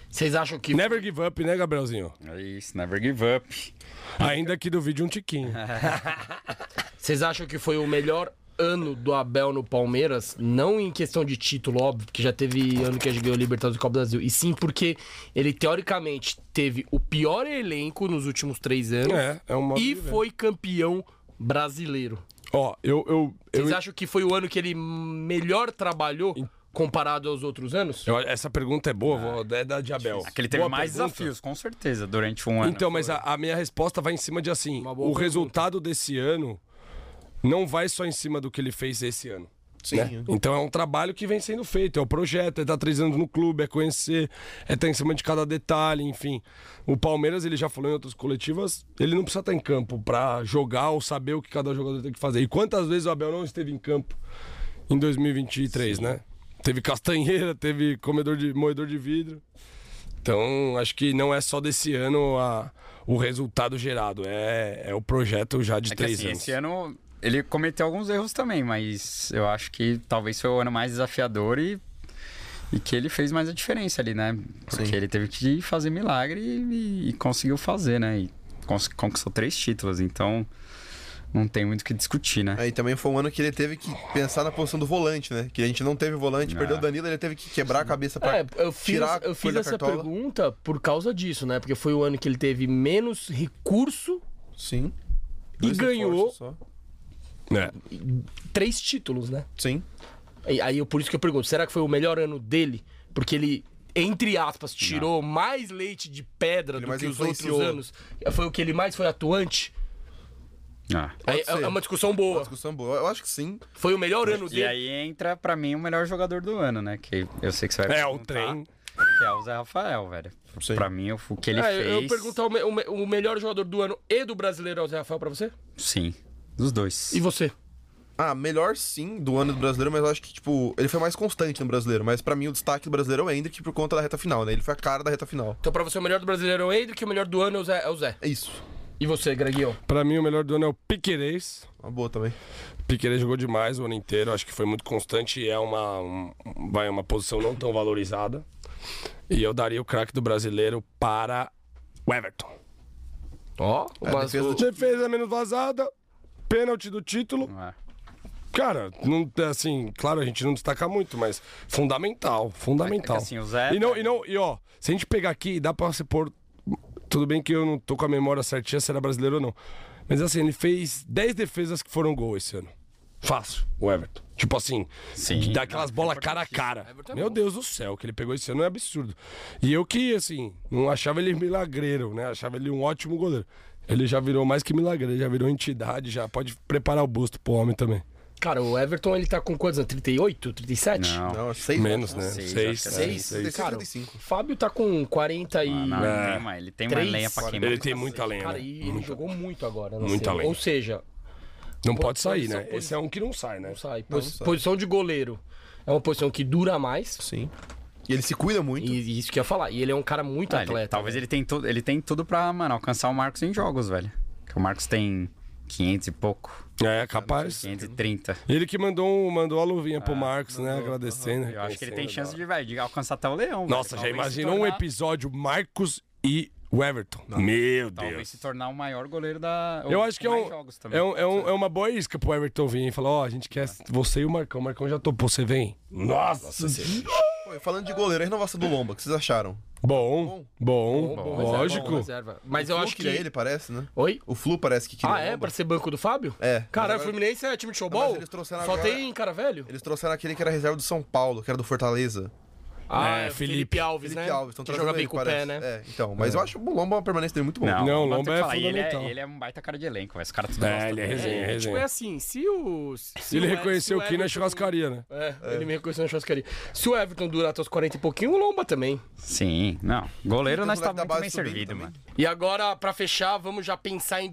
Speaker 1: Vocês acham que...
Speaker 2: Never give up, né, Gabrielzinho?
Speaker 3: É isso, never give up.
Speaker 2: Ainda que do vídeo um tiquinho.
Speaker 1: Vocês acham que foi o melhor ano do Abel no Palmeiras? Não em questão de título, óbvio, porque já teve ano que a gente ganhou o Libertadores e Copa do Brasil. E sim porque ele, teoricamente, teve o pior elenco nos últimos três anos
Speaker 2: É, é um modo de
Speaker 1: e
Speaker 2: ver.
Speaker 1: foi campeão brasileiro.
Speaker 2: Ó, eu. eu, eu
Speaker 1: Vocês acham que foi o ano que ele melhor trabalhou comparado aos outros anos?
Speaker 2: Eu- essa pergunta é boa,
Speaker 1: Ah,
Speaker 2: vou, é da de Abel.
Speaker 3: Que ele teve
Speaker 2: Boa
Speaker 3: mais
Speaker 2: pergunta.
Speaker 3: desafios, com certeza, durante um ano.
Speaker 2: Então, mas a, a minha resposta vai em cima de assim:
Speaker 1: Uma
Speaker 2: o
Speaker 1: boa pergunta.
Speaker 2: resultado desse ano não vai só em cima do que ele fez esse ano.
Speaker 4: Sim.
Speaker 2: né? Então é um trabalho que vem sendo feito, é o projeto, é estar três anos no clube, é conhecer, é estar em cima de cada detalhe, enfim. O Palmeiras, ele já falou em outras coletivas, ele não precisa estar em campo para jogar ou saber o que cada jogador tem que fazer. E quantas vezes o Abel não esteve em campo em 2023, né? Teve castanheira, teve comedor de moedor de vidro. Então, acho que não é só desse ano a- o resultado gerado, é, é o projeto já de
Speaker 3: É que,
Speaker 2: três
Speaker 3: assim,
Speaker 2: anos.
Speaker 3: Esse ano ele cometeu alguns erros também, mas eu acho que talvez foi o ano mais desafiador e, e que ele fez mais a diferença ali, né? Porque ele teve que fazer milagre e, e conseguiu fazer, né? E cons- conquistou três títulos, então não tem muito o que discutir, né?
Speaker 4: Aí também foi um ano que ele teve que pensar na posição do volante, né? Que a gente não teve volante, perdeu o Danilo, ele teve que quebrar a cabeça pra
Speaker 1: É, eu fiz,
Speaker 4: tirar a
Speaker 1: eu fiz
Speaker 4: coisa da
Speaker 1: essa
Speaker 4: cartola.
Speaker 1: pergunta por causa disso, né? Porque foi o ano que ele teve menos recurso,
Speaker 4: Sim.
Speaker 1: E ganhou.
Speaker 4: reforços só.
Speaker 2: É.
Speaker 1: três títulos, né?
Speaker 4: Sim.
Speaker 1: E Aí eu, por isso que eu pergunto, será que foi o melhor ano dele? Porque ele, entre aspas, tirou mais leite de pedra
Speaker 4: Ele
Speaker 1: do
Speaker 4: mais
Speaker 1: que os
Speaker 4: influenciou.
Speaker 1: outros anos. Foi o que ele mais foi atuante?
Speaker 3: Ah.
Speaker 1: Aí, é
Speaker 4: ser.
Speaker 1: uma discussão boa.
Speaker 4: Discussão boa. Eu acho que sim.
Speaker 1: Foi o melhor ano
Speaker 3: E
Speaker 1: dele.
Speaker 3: aí entra pra mim o melhor jogador do ano, né? Que eu sei que você vai
Speaker 2: É o
Speaker 3: perguntar.
Speaker 2: trem.
Speaker 3: que é o Zé Rafael, velho.
Speaker 4: Sim.
Speaker 3: Pra mim, o que ele
Speaker 1: Ah, eu,
Speaker 2: É,
Speaker 3: fez.
Speaker 1: eu pergunto o, me- o me- o melhor jogador do ano e do brasileiro é o Zé Rafael pra você?
Speaker 3: Sim, dos dois.
Speaker 1: E você?
Speaker 4: Ah, melhor sim do ano do brasileiro, mas eu acho que, tipo, ele foi mais constante no brasileiro. Mas pra mim o destaque do brasileiro é o Hendrick por conta da reta final, né? Ele foi a cara da reta final.
Speaker 1: Então pra você o melhor do brasileiro é o Hendrick e o melhor do ano é o Zé. é o Zé.
Speaker 4: É isso.
Speaker 1: E você, Greguinho?
Speaker 2: Pra mim, o melhor do ano é o Piquerez.
Speaker 4: Uma boa também.
Speaker 2: Piquerez jogou demais o ano inteiro, acho que foi muito constante e é uma, um- vai, uma posição não tão valorizada. E eu daria o craque do brasileiro para o Everton.
Speaker 1: Ó,
Speaker 4: É, a defesa do time.
Speaker 2: Defesa menos vazada, pênalti do título.
Speaker 3: É.
Speaker 2: Cara, não, assim, claro, a gente não destaca muito, mas fundamental, fundamental.
Speaker 3: É que assim, o Zé-
Speaker 2: E não, e não, e ó, se a gente pegar aqui, dá pra se pôr. Tudo bem que eu não tô com a memória certinha se era brasileiro ou não. Mas assim, ele fez 10 defesas que foram gol esse ano. Fácil, o Everton. Tipo assim,
Speaker 3: Sim. é
Speaker 2: dá aquelas bolas cara a cara. Meu Deus do céu, o que ele pegou esse ano é absurdo. E eu que, assim, não achava ele milagreiro, né? Achava ele um ótimo goleiro. Ele já virou mais que milagreiro, já virou entidade, já pode preparar o busto pro homem também.
Speaker 1: Cara, o Everton ele tá com quantos anos? 38, 37?
Speaker 3: Não.
Speaker 4: Não, acho que seis
Speaker 2: Menos, né?
Speaker 3: Seis,
Speaker 2: Seis.
Speaker 3: acho que é
Speaker 1: Seis?
Speaker 2: seis.
Speaker 4: Seis,
Speaker 1: Cara,
Speaker 4: 35.
Speaker 1: o Fábio tá com 40 e.
Speaker 3: Ah, não, ele tem uma, ele tem uma
Speaker 1: Três.
Speaker 3: lenha pra queimar.
Speaker 2: É. Ele tem muita lenha.
Speaker 1: Cara,
Speaker 2: né?
Speaker 1: e ele jogou muito agora. na
Speaker 2: Muita
Speaker 1: cena.
Speaker 2: lenha.
Speaker 1: Ou seja,
Speaker 2: Não pode sair, né?
Speaker 1: posição-
Speaker 2: Esse é um que não sai, né?
Speaker 1: não sai. Posi- Posição de goleiro é uma posição que dura mais.
Speaker 4: Sim. E ele se cuida muito.
Speaker 1: E e isso que eu ia falar. E ele é um cara muito
Speaker 3: Ah, ele-
Speaker 1: atleta.
Speaker 3: talvez ele tem, tudo, ele tem tudo pra, mano, alcançar o Marcos em jogos, velho. Porque o Marcos tem 500 e pouco,
Speaker 2: É, capaz.
Speaker 3: 530.
Speaker 2: Ele que mandou, um- mandou a luvinha pro Marcos, né? Agradecendo.
Speaker 3: Ah, Eu acho que ele tem
Speaker 2: reconhecendo,
Speaker 3: chance de, velho, de alcançar até o Leão.
Speaker 2: Nossa, já
Speaker 3: velho. Talvez se
Speaker 2: imaginou um
Speaker 3: tornar-
Speaker 2: episódio Marcos e o Everton. Meu
Speaker 3: Talvez
Speaker 2: Deus.
Speaker 3: se tornar o maior goleiro da.
Speaker 2: Eu
Speaker 3: ou
Speaker 2: acho que é,
Speaker 3: com mais
Speaker 2: um,
Speaker 3: jogos também.
Speaker 2: é, um, é, um- é uma boa isca pro Everton vir e falar: Ó, a gente quer você e o Marcão. O Marcão já topou, você vem. Tá. Nossa,
Speaker 4: Pô, e falando de goleiro, a renovação do Lomba, o que vocês acharam?
Speaker 2: Bom,
Speaker 3: é
Speaker 2: bom, é.
Speaker 1: Bom, reserva, bom,
Speaker 2: lógico.
Speaker 1: reserva. Mas eu
Speaker 4: Flu
Speaker 1: acho que.
Speaker 4: queria ele, parece, né?
Speaker 1: Oi?
Speaker 4: O Flu parece que queria
Speaker 1: Ah,
Speaker 4: o
Speaker 1: é?
Speaker 4: Lomba.
Speaker 1: Pra ser banco do Fábio?
Speaker 4: É.
Speaker 1: Caralho,
Speaker 4: Mas
Speaker 1: o
Speaker 4: agora-
Speaker 1: Fluminense é time de
Speaker 4: Mas
Speaker 1: showball?
Speaker 4: eles trouxeram
Speaker 1: Só
Speaker 4: agora- É,
Speaker 1: tem cara velho?
Speaker 4: Eles trouxeram aquele que era reserva do São Paulo, que era do Fortaleza.
Speaker 1: Ah,
Speaker 2: É,
Speaker 1: é, Felipe,
Speaker 2: Felipe
Speaker 1: Alves,
Speaker 4: Felipe
Speaker 1: né?
Speaker 4: Alves, então estão
Speaker 1: que joga
Speaker 4: trazendo
Speaker 1: bem
Speaker 4: ele,
Speaker 1: com o pé,
Speaker 4: parece.
Speaker 1: né?
Speaker 4: É, então. Mas eu acho o Lomba uma permanência dele muito boa.
Speaker 2: Não, o
Speaker 3: tem
Speaker 2: Lomba
Speaker 3: que
Speaker 2: é
Speaker 3: falar, e ele
Speaker 2: fundamental.
Speaker 3: Ele é um baita cara de elenco, velho. Esse cara tudo
Speaker 2: É, ele é
Speaker 1: É,
Speaker 2: resenha,
Speaker 1: tipo, é
Speaker 2: resenha.
Speaker 1: assim, se o. Se
Speaker 2: Ele
Speaker 1: o-
Speaker 2: reconheceu
Speaker 1: se
Speaker 2: o Kim na
Speaker 1: Everton-
Speaker 2: churrascaria, né?
Speaker 1: É, ele me reconheceu na churrascaria. Se o Everton durar até os 40 e pouquinho, o Lomba também.
Speaker 3: Sim, não. Goleiro
Speaker 4: Tem
Speaker 3: nós
Speaker 4: é um moleque
Speaker 3: tá
Speaker 4: da
Speaker 3: muito
Speaker 4: base
Speaker 3: bem
Speaker 4: subindo
Speaker 3: servido,
Speaker 4: também.
Speaker 3: mano.
Speaker 1: E agora, pra fechar, vamos já pensar em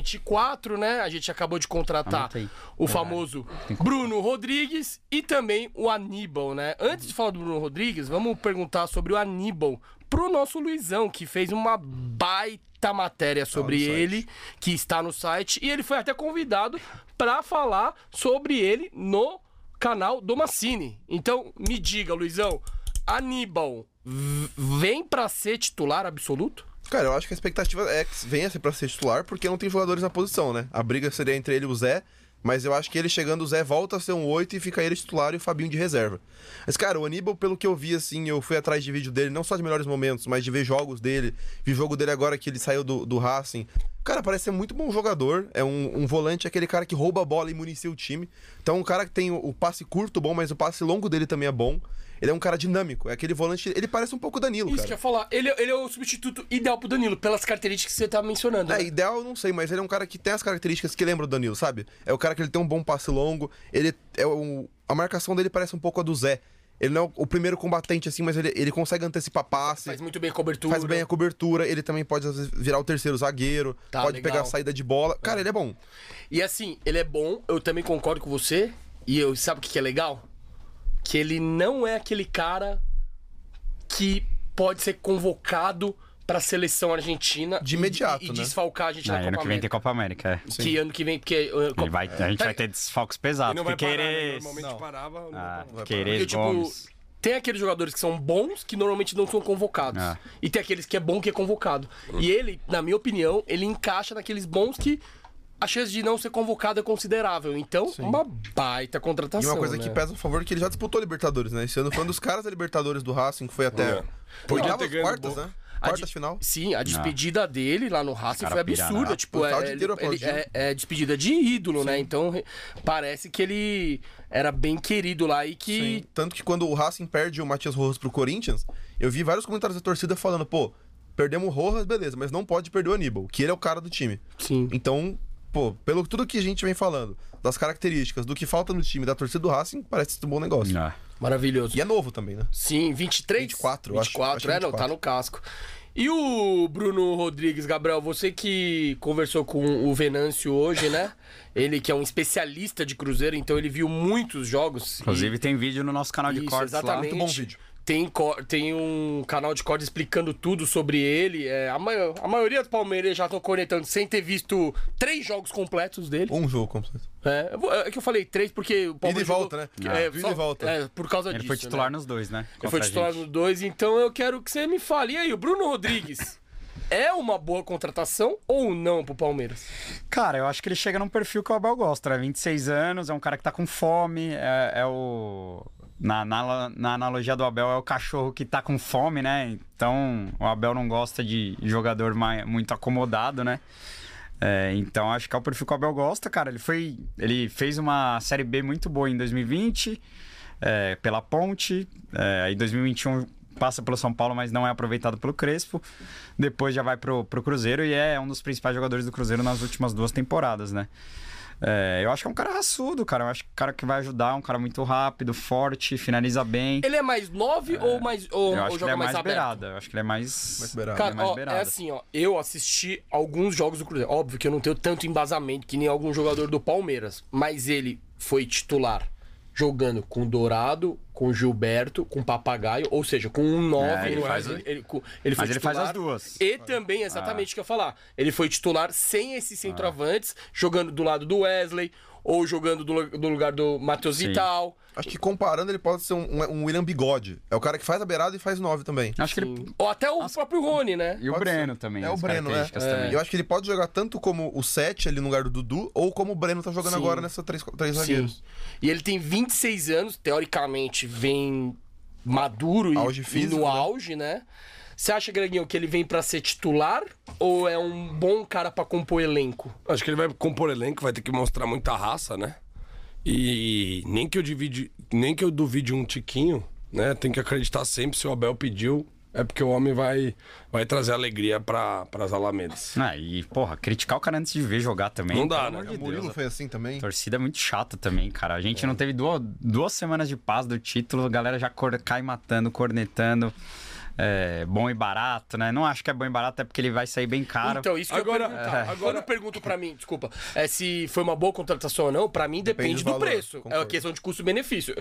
Speaker 1: 2024, né? A gente acabou de contratar
Speaker 3: Anota aí.
Speaker 1: o famoso Bruno Rodrigues e também o Aníbal, né? Antes de falar do Bruno Rodrigues, vamos perguntar sobre o Aníbal pro nosso Luizão, que fez uma baita matéria sobre ele, que está no site, e ele foi até convidado pra falar sobre ele no canal do Massini. Então, me diga, Luizão, Aníbal v- vem pra ser titular absoluto?
Speaker 4: Cara, eu acho que a expectativa é que venha ser pra ser titular, porque não tem jogadores na posição, né? A briga seria entre ele e o Zé, mas eu acho que ele chegando, o Zé volta a ser um 8 e fica ele titular e o Fabinho de reserva. Mas, cara, o Aníbal, pelo que eu vi, assim, eu fui atrás de vídeo dele, não só de melhores momentos, mas de ver jogos dele, vi jogo dele agora que ele saiu do, do Racing. Cara, parece ser muito bom jogador. É um, um volante, é aquele cara que rouba a bola e municia o time. Então, um cara que tem o, o passe curto bom, mas o passe longo dele também é bom. Ele é um cara dinâmico. É aquele volante. Ele parece um pouco Danilo,
Speaker 1: Isso
Speaker 4: cara.
Speaker 1: que eu ia falar. Ele, ele é o substituto ideal pro Danilo, pelas características que você tá mencionando.
Speaker 4: É,
Speaker 1: né?
Speaker 4: ideal eu não sei, mas ele é um cara que tem as características que lembra o Danilo, sabe? É o cara que ele tem um bom passe longo, ele é um, a marcação dele parece um pouco a do Zé. Ele não é o- o primeiro combatente assim, mas ele, ele consegue antecipar passe,
Speaker 1: Faz
Speaker 4: faz,
Speaker 1: muito bem a cobertura.
Speaker 4: bem a cobertura, ele também pode às vezes, virar o terceiro zagueiro,
Speaker 1: Tá,
Speaker 4: pode
Speaker 1: legal.
Speaker 4: pegar a saída de bola. Cara, ele é bom.
Speaker 1: E assim, ele é bom, eu também concordo com você. E eu sabe o que, que é legal? Que ele não é aquele cara que pode ser convocado pra seleção argentina
Speaker 4: De
Speaker 1: e-
Speaker 4: imediato,
Speaker 1: e,
Speaker 4: né?
Speaker 1: desfalcar a gente
Speaker 3: Não,
Speaker 1: na
Speaker 3: ano
Speaker 1: Copa
Speaker 3: que vem tem
Speaker 1: América.
Speaker 3: Copa América, é.
Speaker 1: Que ano que vem, porque. uh, Copa-
Speaker 3: Ele vai, a gente
Speaker 1: Tá
Speaker 3: vai ter desfalques
Speaker 2: E
Speaker 3: pesados.
Speaker 2: não vai parar, né?
Speaker 3: Piqueires,
Speaker 2: Normalmente parava. não vai
Speaker 3: ah,
Speaker 2: parar.
Speaker 1: Porque,
Speaker 3: Piqueires
Speaker 1: tipo,
Speaker 3: Gomes.
Speaker 1: tem aqueles jogadores que são bons que normalmente não são convocados.
Speaker 3: Ah.
Speaker 1: E tem aqueles que é bom que é convocado. E ele, na minha opinião, ele encaixa naqueles bons que a chance de não ser convocado é considerável. Então, uma baita
Speaker 4: E
Speaker 1: contratação.
Speaker 4: uma coisa
Speaker 1: né?
Speaker 4: que pesa a favor é que ele já disputou Libertadores, né? Esse ano foi um dos caras da Libertadores do Racing, que foi até
Speaker 2: É.
Speaker 4: Podia
Speaker 2: ter ganho
Speaker 4: quartas,
Speaker 2: bo-
Speaker 4: né?
Speaker 1: A
Speaker 4: Quartas
Speaker 1: de-
Speaker 4: final.
Speaker 1: Sim, a despedida dele lá no Racing
Speaker 3: Cara
Speaker 1: foi absurda.
Speaker 3: pirata.
Speaker 1: Tipo,
Speaker 4: O estádio
Speaker 1: é, ele-
Speaker 4: inteiro
Speaker 1: ele-
Speaker 4: aplaudiu.
Speaker 1: é- é despedida de ídolo, né? Então, re- parece que ele era bem querido lá e que
Speaker 4: Sim. Tanto que quando o Racing perde o Matias Rojas pro Corinthians, eu vi vários comentários da torcida falando, pô, perdemos o Rojas, beleza, mas não pode perder o Aníbal, que ele é o cara do time.
Speaker 1: Sim.
Speaker 4: Então, pô, pelo tudo que a gente vem falando, das características, do que falta no time, da torcida do Racing, parece ser um bom negócio.
Speaker 3: Ah.
Speaker 1: Maravilhoso.
Speaker 4: E é novo também, né?
Speaker 1: Sim, 23?
Speaker 4: 24, eu acho-
Speaker 1: 24,
Speaker 4: acho que
Speaker 1: é, não, tá
Speaker 4: 24.
Speaker 1: no casco. E o Bruno Rodrigues, Gabriel, você que conversou com o Venâncio hoje, né? Ele que é um especialista de Cruzeiro, então ele viu muitos jogos.
Speaker 3: Inclusive tem vídeo no nosso canal de
Speaker 1: Isso,
Speaker 3: cortes
Speaker 1: exatamente.
Speaker 3: lá.
Speaker 4: Muito bom vídeo.
Speaker 1: Tem, co- tem um canal de corte explicando tudo sobre ele. É, a, maio- a maioria dos palmeirenses já estão conectando sem ter visto três jogos completos dele.
Speaker 4: Um jogo completo.
Speaker 1: É, eu vou- é que eu falei três porque o Palmeiras.
Speaker 4: Ida e volta,
Speaker 1: jogou-
Speaker 4: né?
Speaker 1: É,
Speaker 4: Ah, ida e
Speaker 1: só-
Speaker 4: volta.
Speaker 1: é, por causa
Speaker 3: Ele
Speaker 1: disso.
Speaker 3: foi titular
Speaker 1: né?
Speaker 3: nos dois, né?
Speaker 1: Ele foi
Speaker 3: Contra a
Speaker 1: titular
Speaker 3: gente.
Speaker 1: nos dois, então eu quero que você me fale. E aí, o Bruno Rodrigues é uma boa contratação ou não pro Palmeiras?
Speaker 3: Cara, eu acho que ele chega num perfil que o Abel gosta, né? 26 anos, é um cara que tá com fome, é, é o. Na, na- na analogia do Abel, é o cachorro que tá com fome, né? Então, o Abel não gosta de jogador mai- muito acomodado, né? É, então, acho que é o perfil que o Abel gosta, cara. Ele foi. Ele fez uma Série B muito boa em 2020, é, pela Ponte. É, em 2021 passa pelo São Paulo, mas não é aproveitado pelo Crespo. Depois já vai pro, pro Cruzeiro e é um dos principais jogadores do Cruzeiro nas últimas duas temporadas, né? É, eu acho que é um cara raçudo, cara. Eu acho que é um cara que vai ajudar, é um cara muito rápido, forte, finaliza bem.
Speaker 1: Ele é mais nove ou mais ou,
Speaker 3: eu acho
Speaker 1: ou
Speaker 3: que ele
Speaker 1: joga
Speaker 3: é mais,
Speaker 1: aberto?
Speaker 3: beirada. Eu acho que ele é mais.
Speaker 4: Mais beirada.
Speaker 1: Cara,
Speaker 3: mais
Speaker 1: ó,
Speaker 3: beirada.
Speaker 1: é assim, ó. Eu assisti alguns jogos do Cruzeiro. Óbvio que eu não tenho tanto embasamento que nem algum jogador do Palmeiras. Mas ele foi titular jogando com Dourado, com Gilberto, com Papagaio, ou seja, com um 9.
Speaker 3: É, ele faz-
Speaker 1: ele, com- ele foi
Speaker 3: Mas ele faz
Speaker 1: titular.
Speaker 3: as duas. Ah.
Speaker 1: E também, exatamente o que eu ia falar. Ele foi titular sem esses centroavantes, jogando do lado do Wesley, ou jogando do, lu- do lugar do Matheus Vital.
Speaker 4: Acho que comparando, ele pode ser um, um William Bigode. É o cara que faz a beirada e faz nove também.
Speaker 3: Acho que ele.
Speaker 1: Ou até o próprio Rony, né?
Speaker 3: E o
Speaker 4: Pode ser.
Speaker 3: Breno também.
Speaker 4: É o
Speaker 3: as
Speaker 4: Breno, né?
Speaker 3: características também.
Speaker 4: Eu acho que ele pode jogar tanto como o 7 ali no lugar do Dudu, ou como o Breno tá jogando
Speaker 1: Sim.
Speaker 4: agora nessa três, três
Speaker 1: Sim.
Speaker 4: zagueiros.
Speaker 1: E ele tem 26 anos, teoricamente vem maduro e-
Speaker 4: Auge
Speaker 1: e,
Speaker 4: físico,
Speaker 1: no
Speaker 4: né?
Speaker 1: auge, né? Você acha, Greginho, que ele vem pra ser titular ou é um bom cara pra compor elenco?
Speaker 2: Acho que ele vai compor elenco, vai ter que mostrar muita raça, né? E nem que eu divide, nem que eu duvide um tiquinho, né? Tem que acreditar sempre se o Abel pediu, é porque o homem vai vai trazer alegria para as alamedas.
Speaker 3: Ah, e, porra, criticar o cara antes de ver jogar também.
Speaker 2: Não dá,
Speaker 3: pelo
Speaker 2: né?
Speaker 3: amor de
Speaker 4: O Murilo
Speaker 3: Deus,
Speaker 4: foi assim também.
Speaker 3: a torcida é muito chata também, cara. A
Speaker 1: É.
Speaker 3: gente não teve duas, duas semanas de paz do título, a galera já cor- cai matando, cornetando. É, bom e barato, né? Não acho que é bom e barato, é porque ele vai sair bem caro.
Speaker 1: então, isso que
Speaker 2: agora-
Speaker 1: eu perguntar.
Speaker 3: É.
Speaker 1: Agora eu pergunto pra mim, desculpa, é se foi uma boa contratação ou não, pra mim depende,
Speaker 4: Depende do
Speaker 1: do,
Speaker 4: valor,
Speaker 1: preço. É uma
Speaker 4: concordo.
Speaker 1: questão de custo-benefício.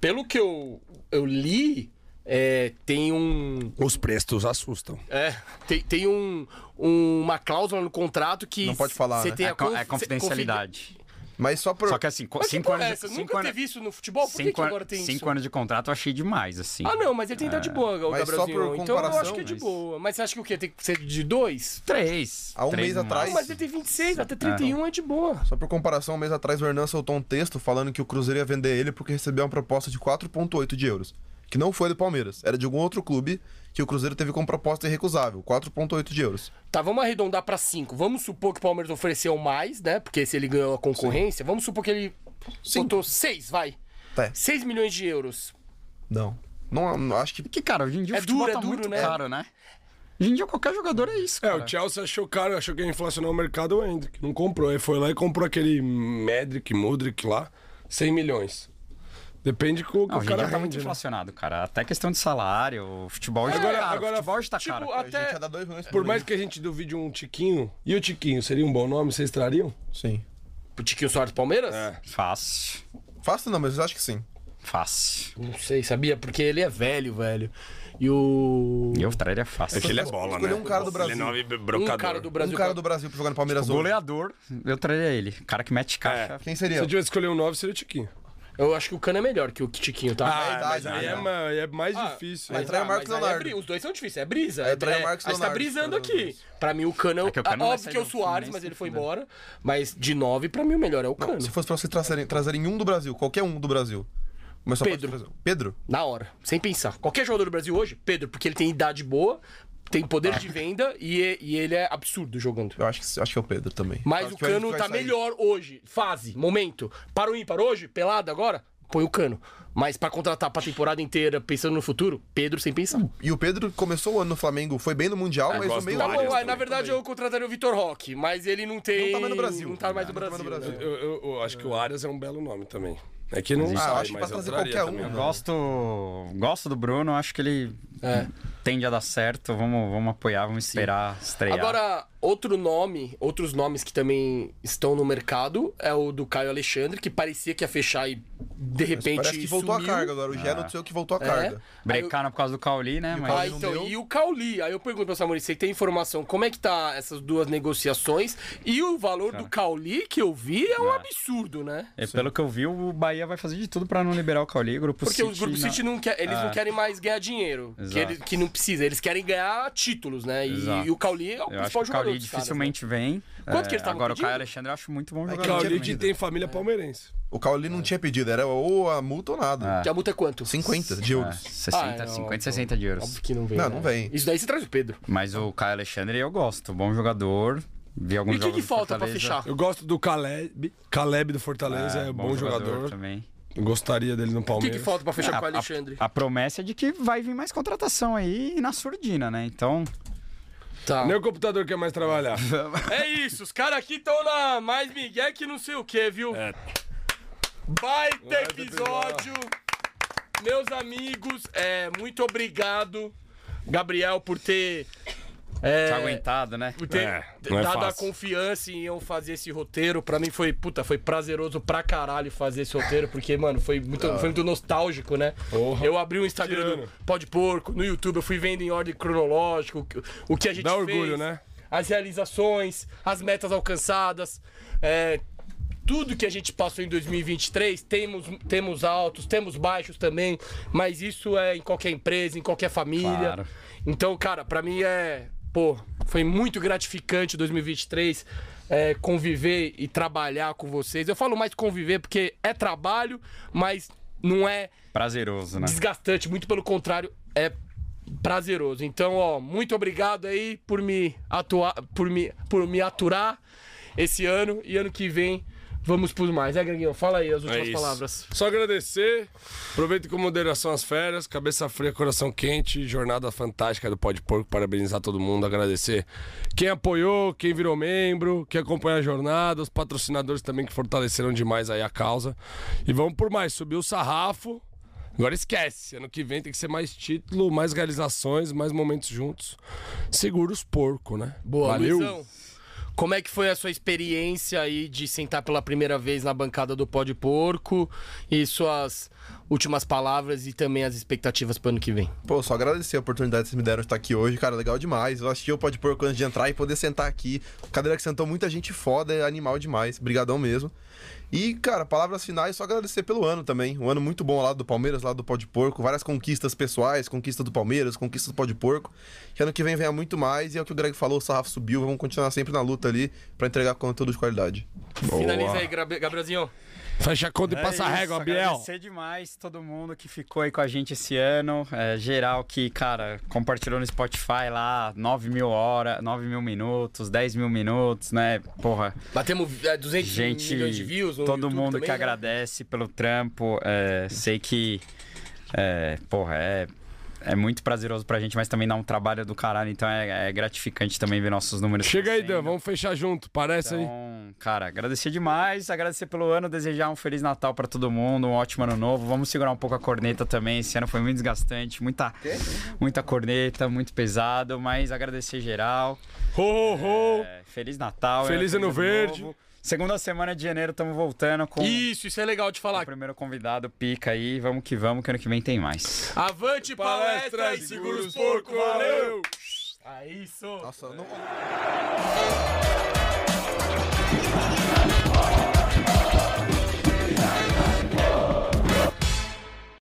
Speaker 1: Pelo que eu, eu li, é, tem um,
Speaker 2: Os preços assustam.
Speaker 1: É, tem, tem um, uma cláusula no contrato que.
Speaker 4: Não pode falar,
Speaker 1: você
Speaker 4: né?
Speaker 1: tem
Speaker 3: é,
Speaker 1: a
Speaker 3: co-
Speaker 1: conf-
Speaker 3: é
Speaker 1: cê-
Speaker 3: confidencialidade.
Speaker 4: Mas só por.
Speaker 3: Só que assim, co-
Speaker 1: Mas que
Speaker 3: cinco
Speaker 1: porra é
Speaker 3: anos.
Speaker 1: essa?
Speaker 3: cinco
Speaker 1: Nunca
Speaker 3: anos-
Speaker 1: teve isso no futebol? Por que que,
Speaker 3: cinco an-
Speaker 1: agora tem
Speaker 3: cinco
Speaker 1: isso?
Speaker 3: anos de contrato eu achei demais, assim.
Speaker 1: Ah, não, mas ele tem que dar de boa, o
Speaker 4: Mas só
Speaker 1: Gabrielzinho.
Speaker 4: por
Speaker 1: Então eu acho
Speaker 4: comparação,
Speaker 1: que é de
Speaker 3: mas-
Speaker 1: boa. Mas você acha que o quê? Tem que ser de dois?
Speaker 3: Três.
Speaker 4: Há um
Speaker 3: três
Speaker 4: mês
Speaker 3: no
Speaker 4: atrás-
Speaker 1: Não,
Speaker 3: máximo.
Speaker 1: mas ele tem 26, até 31 é, de boa.
Speaker 4: Só por comparação, um mês atrás o Hernan soltou um texto falando que o Cruzeiro ia vender ele porque recebeu uma proposta de 4,8 de euros. Que não foi do Palmeiras, era de algum outro clube que o Cruzeiro teve como proposta irrecusável, 4,8 de euros.
Speaker 1: Tá, vamos arredondar pra 5. Vamos supor que o Palmeiras ofereceu mais, né? Porque se ele ganhou a concorrência, vamos supor que ele botou 6, vai.
Speaker 4: Tá.
Speaker 1: 6 milhões de euros.
Speaker 4: Não. Não, não, acho que.
Speaker 3: Que, cara, hoje em dia
Speaker 1: É
Speaker 3: o futebol
Speaker 1: duro, é
Speaker 3: tá
Speaker 1: duro,
Speaker 3: muito
Speaker 1: né?
Speaker 3: caro, né? Hoje em dia qualquer jogador é isso,
Speaker 2: É,
Speaker 3: cara.
Speaker 2: o Chelsea achou caro, achou que ia inflacionar o mercado ainda, que não comprou. Aí foi lá e comprou aquele Medric, Mudric lá, 100 milhões. Depende com o que
Speaker 3: Não,
Speaker 2: o
Speaker 3: hoje em
Speaker 2: cara
Speaker 3: dia tá muito
Speaker 2: rende, né?
Speaker 3: inflacionado, cara. Até questão de salário, o futebol hoje
Speaker 2: Agora-
Speaker 3: tá caro.
Speaker 2: agora,
Speaker 3: o futebol hoje tá
Speaker 1: tipo,
Speaker 3: caro.
Speaker 1: a-
Speaker 4: A
Speaker 1: Até-
Speaker 4: gente é ia dar dois milhões
Speaker 2: Por mais que a gente duvide um Tiquinho, e o Tiquinho seria um bom nome, vocês trariam?
Speaker 4: Sim.
Speaker 1: Pro Tiquinho Soares do Palmeiras?
Speaker 3: Fácil,
Speaker 4: Fácil não, mas eu acho que sim. Um
Speaker 3: fácil.
Speaker 1: Não sei, sabia? Porque ele é velho, velho. E o.
Speaker 3: Eu traria fácil.
Speaker 2: Ele é bola, né?
Speaker 4: Escolher um cara do Brasil.
Speaker 2: Ele é nove
Speaker 1: Um
Speaker 2: brocador.
Speaker 1: cara do
Speaker 4: Um
Speaker 1: Brasil. tá-
Speaker 4: cara do Brasil pra jogar no Palmeiras hoje.
Speaker 3: Goleador, eu traria ele. Cara que mete
Speaker 1: É.
Speaker 3: caixa.
Speaker 4: Quem
Speaker 2: Se
Speaker 4: seria?
Speaker 2: eu tivesse que escolher um nove, seria o Tiquinho.
Speaker 1: Eu acho que o Cano é melhor que o Tiquinho, tá?
Speaker 4: Ah, mas
Speaker 2: aí
Speaker 4: aí
Speaker 2: é,
Speaker 4: não.
Speaker 2: ma- aí é mais difícil.
Speaker 4: Ah, mas
Speaker 2: né?
Speaker 4: trai o Marcos
Speaker 1: Ah, mas aí é
Speaker 4: Leonardo.
Speaker 1: bri- os dois são difíceis, é brisa.
Speaker 4: Aí
Speaker 1: É,
Speaker 4: trai o
Speaker 1: é,
Speaker 4: Marcos
Speaker 1: a gente tá
Speaker 4: Leonardo,
Speaker 1: brisando
Speaker 4: pelo menos.
Speaker 1: aqui. Pra mim, o Cano.
Speaker 3: É que o Cano
Speaker 1: ah,
Speaker 3: vai
Speaker 1: óbvio
Speaker 3: sair
Speaker 1: que é o
Speaker 3: do
Speaker 1: Soares,
Speaker 3: Fluminense,
Speaker 1: mas ele foi
Speaker 3: né?
Speaker 1: embora. Mas de nove, pra mim, o melhor é o Cano.
Speaker 4: Se fosse pra vocês trazerem, trazerem um do Brasil, qualquer um do Brasil. Mas só
Speaker 1: Pedro.
Speaker 4: pode trazer. Pedro?
Speaker 1: Na hora, sem pensar. Qualquer jogador do Brasil hoje, Pedro, porque ele tem idade boa, tem poder de venda e, é- e ele é absurdo jogando.
Speaker 4: Eu acho que, acho que é o Pedro também.
Speaker 1: Mas
Speaker 4: Acho
Speaker 1: o
Speaker 4: que é ele que
Speaker 1: Cano
Speaker 4: vai
Speaker 1: tá
Speaker 4: sair.
Speaker 1: melhor hoje. Fase, momento. Para o ímpar hoje, pelado agora, põe o Cano. Mas pra contratar pra temporada inteira, pensando no futuro, Pedro sem pensar.
Speaker 4: E o Pedro começou o ano no Flamengo, foi bem no Mundial, mas no
Speaker 2: Ah, gosto
Speaker 4: meio
Speaker 2: do
Speaker 1: Tá
Speaker 4: do
Speaker 2: Arias
Speaker 1: bom,
Speaker 4: ano
Speaker 1: aí, na verdade eu contrataria o Vitor Roque, mas ele não tem.
Speaker 4: Não tá mais no Brasil.
Speaker 1: Não tá mais no
Speaker 4: Não tá mais
Speaker 1: Brasil.
Speaker 4: no
Speaker 1: né?
Speaker 4: Brasil.
Speaker 2: Eu, eu- eu acho que o Arias é um belo nome também. É que não sai,
Speaker 4: Ah, eu acho que
Speaker 2: mas
Speaker 4: pra trazer
Speaker 2: eu traria
Speaker 4: qualquer um,
Speaker 2: também.
Speaker 4: né?
Speaker 3: Gosto, gosto do Bruno, acho que ele
Speaker 1: É.
Speaker 3: tende a dar certo. Vamos, vamos apoiar, vamos esperar estrear.
Speaker 1: Agora, outro nome, outros nomes que também estão no mercado é o do Caio Alexandre, que parecia que ia fechar e de repente.
Speaker 4: Parece que voltou
Speaker 1: sumiu.
Speaker 4: a carga agora. O Gé noticiou que voltou a
Speaker 1: É.
Speaker 4: carga.
Speaker 3: Brecaram por causa do Cauli, né? Mas...
Speaker 1: Ah, então, e o Cauli? Aí eu pergunto pra Samuri, você tem informação como é que tá essas duas negociações? E o valor do Cauli que eu vi é um absurdo, né?
Speaker 3: E é, pelo que eu vi, o Bahia vai fazer de tudo pra não liberar o Cauli. Grupo
Speaker 1: Porque
Speaker 3: City,
Speaker 1: os grupos
Speaker 3: na-
Speaker 1: City não quer, eles não
Speaker 3: É.
Speaker 1: querem mais ganhar dinheiro, que,
Speaker 3: Exato.
Speaker 1: eles, que não precisa, eles querem ganhar títulos, né? E,
Speaker 3: Exato.
Speaker 1: e o Cauli é o
Speaker 3: Eu acho que
Speaker 1: principal
Speaker 3: o
Speaker 1: jogador
Speaker 3: Cauli
Speaker 1: dos caras,
Speaker 3: dificilmente vem. É,
Speaker 1: Quanto que tá eles tavam
Speaker 3: Agora o
Speaker 1: pedindo?
Speaker 3: Caio Alexandre eu acho
Speaker 1: É
Speaker 3: muito bom
Speaker 2: Que
Speaker 4: que
Speaker 3: jogador.
Speaker 2: o
Speaker 4: tinha
Speaker 2: Lid
Speaker 4: pedido.
Speaker 2: tem família palmeirense.
Speaker 4: O Cauli não tinha pedido, era ou a multa ou nada.
Speaker 1: né? Que a multa é quanto?
Speaker 4: 50 de
Speaker 3: É,
Speaker 4: euros.
Speaker 3: 60,
Speaker 1: Ah, não,
Speaker 3: 50,
Speaker 1: pô.
Speaker 3: 60 de euros.
Speaker 1: Óbvio que não vem.
Speaker 4: Não,
Speaker 1: né?
Speaker 4: não vem.
Speaker 1: Isso daí você traz o Pedro.
Speaker 3: Mas o Caio Alexandre eu gosto, bom jogador. Vi alguns
Speaker 1: E o que,
Speaker 3: jogos
Speaker 1: que
Speaker 3: do
Speaker 1: falta pra
Speaker 3: Fortaleza.
Speaker 1: fechar?
Speaker 2: Eu gosto do Caleb. Caleb do Fortaleza é, bom jogador.
Speaker 3: também.
Speaker 2: Gostaria dele no
Speaker 1: O que,
Speaker 2: Palmeiras.
Speaker 1: que falta pra fechar
Speaker 3: É,
Speaker 1: com o
Speaker 3: a-
Speaker 1: Alexandre?
Speaker 3: A, a promessa é de que vai vir mais contratação aí na surdina, né? Então,
Speaker 1: Tá.
Speaker 2: Nem o computador quer mais trabalhar.
Speaker 1: É isso, os caras aqui estão na mais Miguel que não sei o que, viu?
Speaker 2: É.
Speaker 1: Baita
Speaker 2: Baita
Speaker 1: episódio. Meus amigos, é, muito obrigado, Gabriel, por ter. é,
Speaker 3: tá aguentado, né?
Speaker 1: por ter
Speaker 2: É, não é
Speaker 1: dado a
Speaker 2: fácil.
Speaker 1: confiança em eu fazer esse roteiro. Pra mim foi, puta, foi prazeroso pra caralho fazer esse roteiro, porque, mano, foi muito, foi muito nostálgico, né?
Speaker 2: Porra.
Speaker 1: Eu abri o Instagram do
Speaker 2: ano.
Speaker 1: Pode Porco, no YouTube, eu fui vendo em ordem cronológica o que- o que a gente
Speaker 2: Dá
Speaker 1: fez,
Speaker 2: orgulho, né?
Speaker 1: As realizações, as metas alcançadas, é, tudo que a gente passou em 2023, temos, temos altos, temos baixos também, mas isso é em qualquer empresa, em qualquer família.
Speaker 3: Claro.
Speaker 1: Então, cara, pra mim é. Pô, foi muito gratificante 2023 é, conviver e trabalhar com vocês. Eu falo mais conviver porque é trabalho, mas não é
Speaker 3: Prazeroso, né?
Speaker 1: desgastante, muito pelo contrário, é prazeroso. Então, ó, muito obrigado aí por me atuar, por me, por me aturar esse ano e ano que vem vamos por mais. É, Greginho, fala aí as
Speaker 2: É
Speaker 1: últimas
Speaker 2: isso.
Speaker 1: palavras.
Speaker 2: Só agradecer. Aproveite com moderação as férias. Cabeça fria, coração quente. Jornada fantástica do Pode Porco. Parabenizar todo mundo. Agradecer quem apoiou, quem virou membro, quem acompanha a jornada. Os patrocinadores também que fortaleceram demais aí a causa. E vamos por mais. Subiu o sarrafo. Agora esquece. Ano que vem tem que ser mais título, mais realizações, mais momentos juntos. Segura os porco, né?
Speaker 1: Boa,
Speaker 2: Valeu.
Speaker 1: Luizão. Como é que foi a sua experiência aí de sentar pela primeira vez na bancada do Pó de Porco e suas últimas palavras e também as expectativas para ano que vem?
Speaker 4: Pô, só agradecer a oportunidade que vocês me deram de estar aqui hoje, cara, legal demais. Eu assisti o Pode Porco antes de entrar e poder sentar aqui. Cadeira que sentou muita gente foda, é animal demais. Brigadão mesmo. E, cara, palavras finais, só agradecer pelo ano também. Um ano muito bom lá do Palmeiras, lá do Pode Porco. Várias conquistas pessoais, conquista do Palmeiras, conquista do Pode Porco. Que ano que vem venha muito mais. E é o que o Greg falou, o sarrafo subiu. Vamos continuar sempre na luta ali pra entregar conteúdo de qualidade.
Speaker 1: Finaliza aí, Gra- Gabrielzinho.
Speaker 2: Fecha a conta e passa a régua, Biel.
Speaker 3: É Agradecer demais todo mundo que ficou aí com a gente esse ano. É, geral que, cara, compartilhou no Spotify lá 9 mil horas, 9 mil minutos, 10 mil minutos, né? Porra,
Speaker 1: Batemos é, 200
Speaker 3: gente,
Speaker 1: milhões de views. no
Speaker 3: todo
Speaker 1: YouTube
Speaker 3: mundo
Speaker 1: também,
Speaker 3: que
Speaker 1: né?
Speaker 3: agradece pelo trampo. é, sei que, é, porra, é, é muito prazeroso pra gente, mas também dá um trabalho do caralho, então é, é gratificante também ver nossos números.
Speaker 2: Chega aí, Dan.
Speaker 3: crescendo.
Speaker 2: Vamos fechar junto. Parece aí.
Speaker 3: né? Então, cara, agradecer demais, agradecer pelo ano, desejar um feliz Natal pra todo mundo, um ótimo ano novo. Vamos segurar um pouco a corneta também. Esse ano foi muito desgastante, muita, muita corneta, muito pesado, mas agradecer geral.
Speaker 2: Ho, ho, ho.
Speaker 3: É, feliz Natal. é,
Speaker 2: Feliz Ano Verde.
Speaker 3: novo. Segunda semana de janeiro, estamos voltando com
Speaker 1: Isso, isso é legal de
Speaker 3: o
Speaker 1: falar.
Speaker 3: primeiro convidado pica aí. Vamos que vamos, que ano que vem tem mais.
Speaker 1: Avante palestra, e segura os porcos, valeu! É isso!
Speaker 4: Nossa, não...
Speaker 7: Pode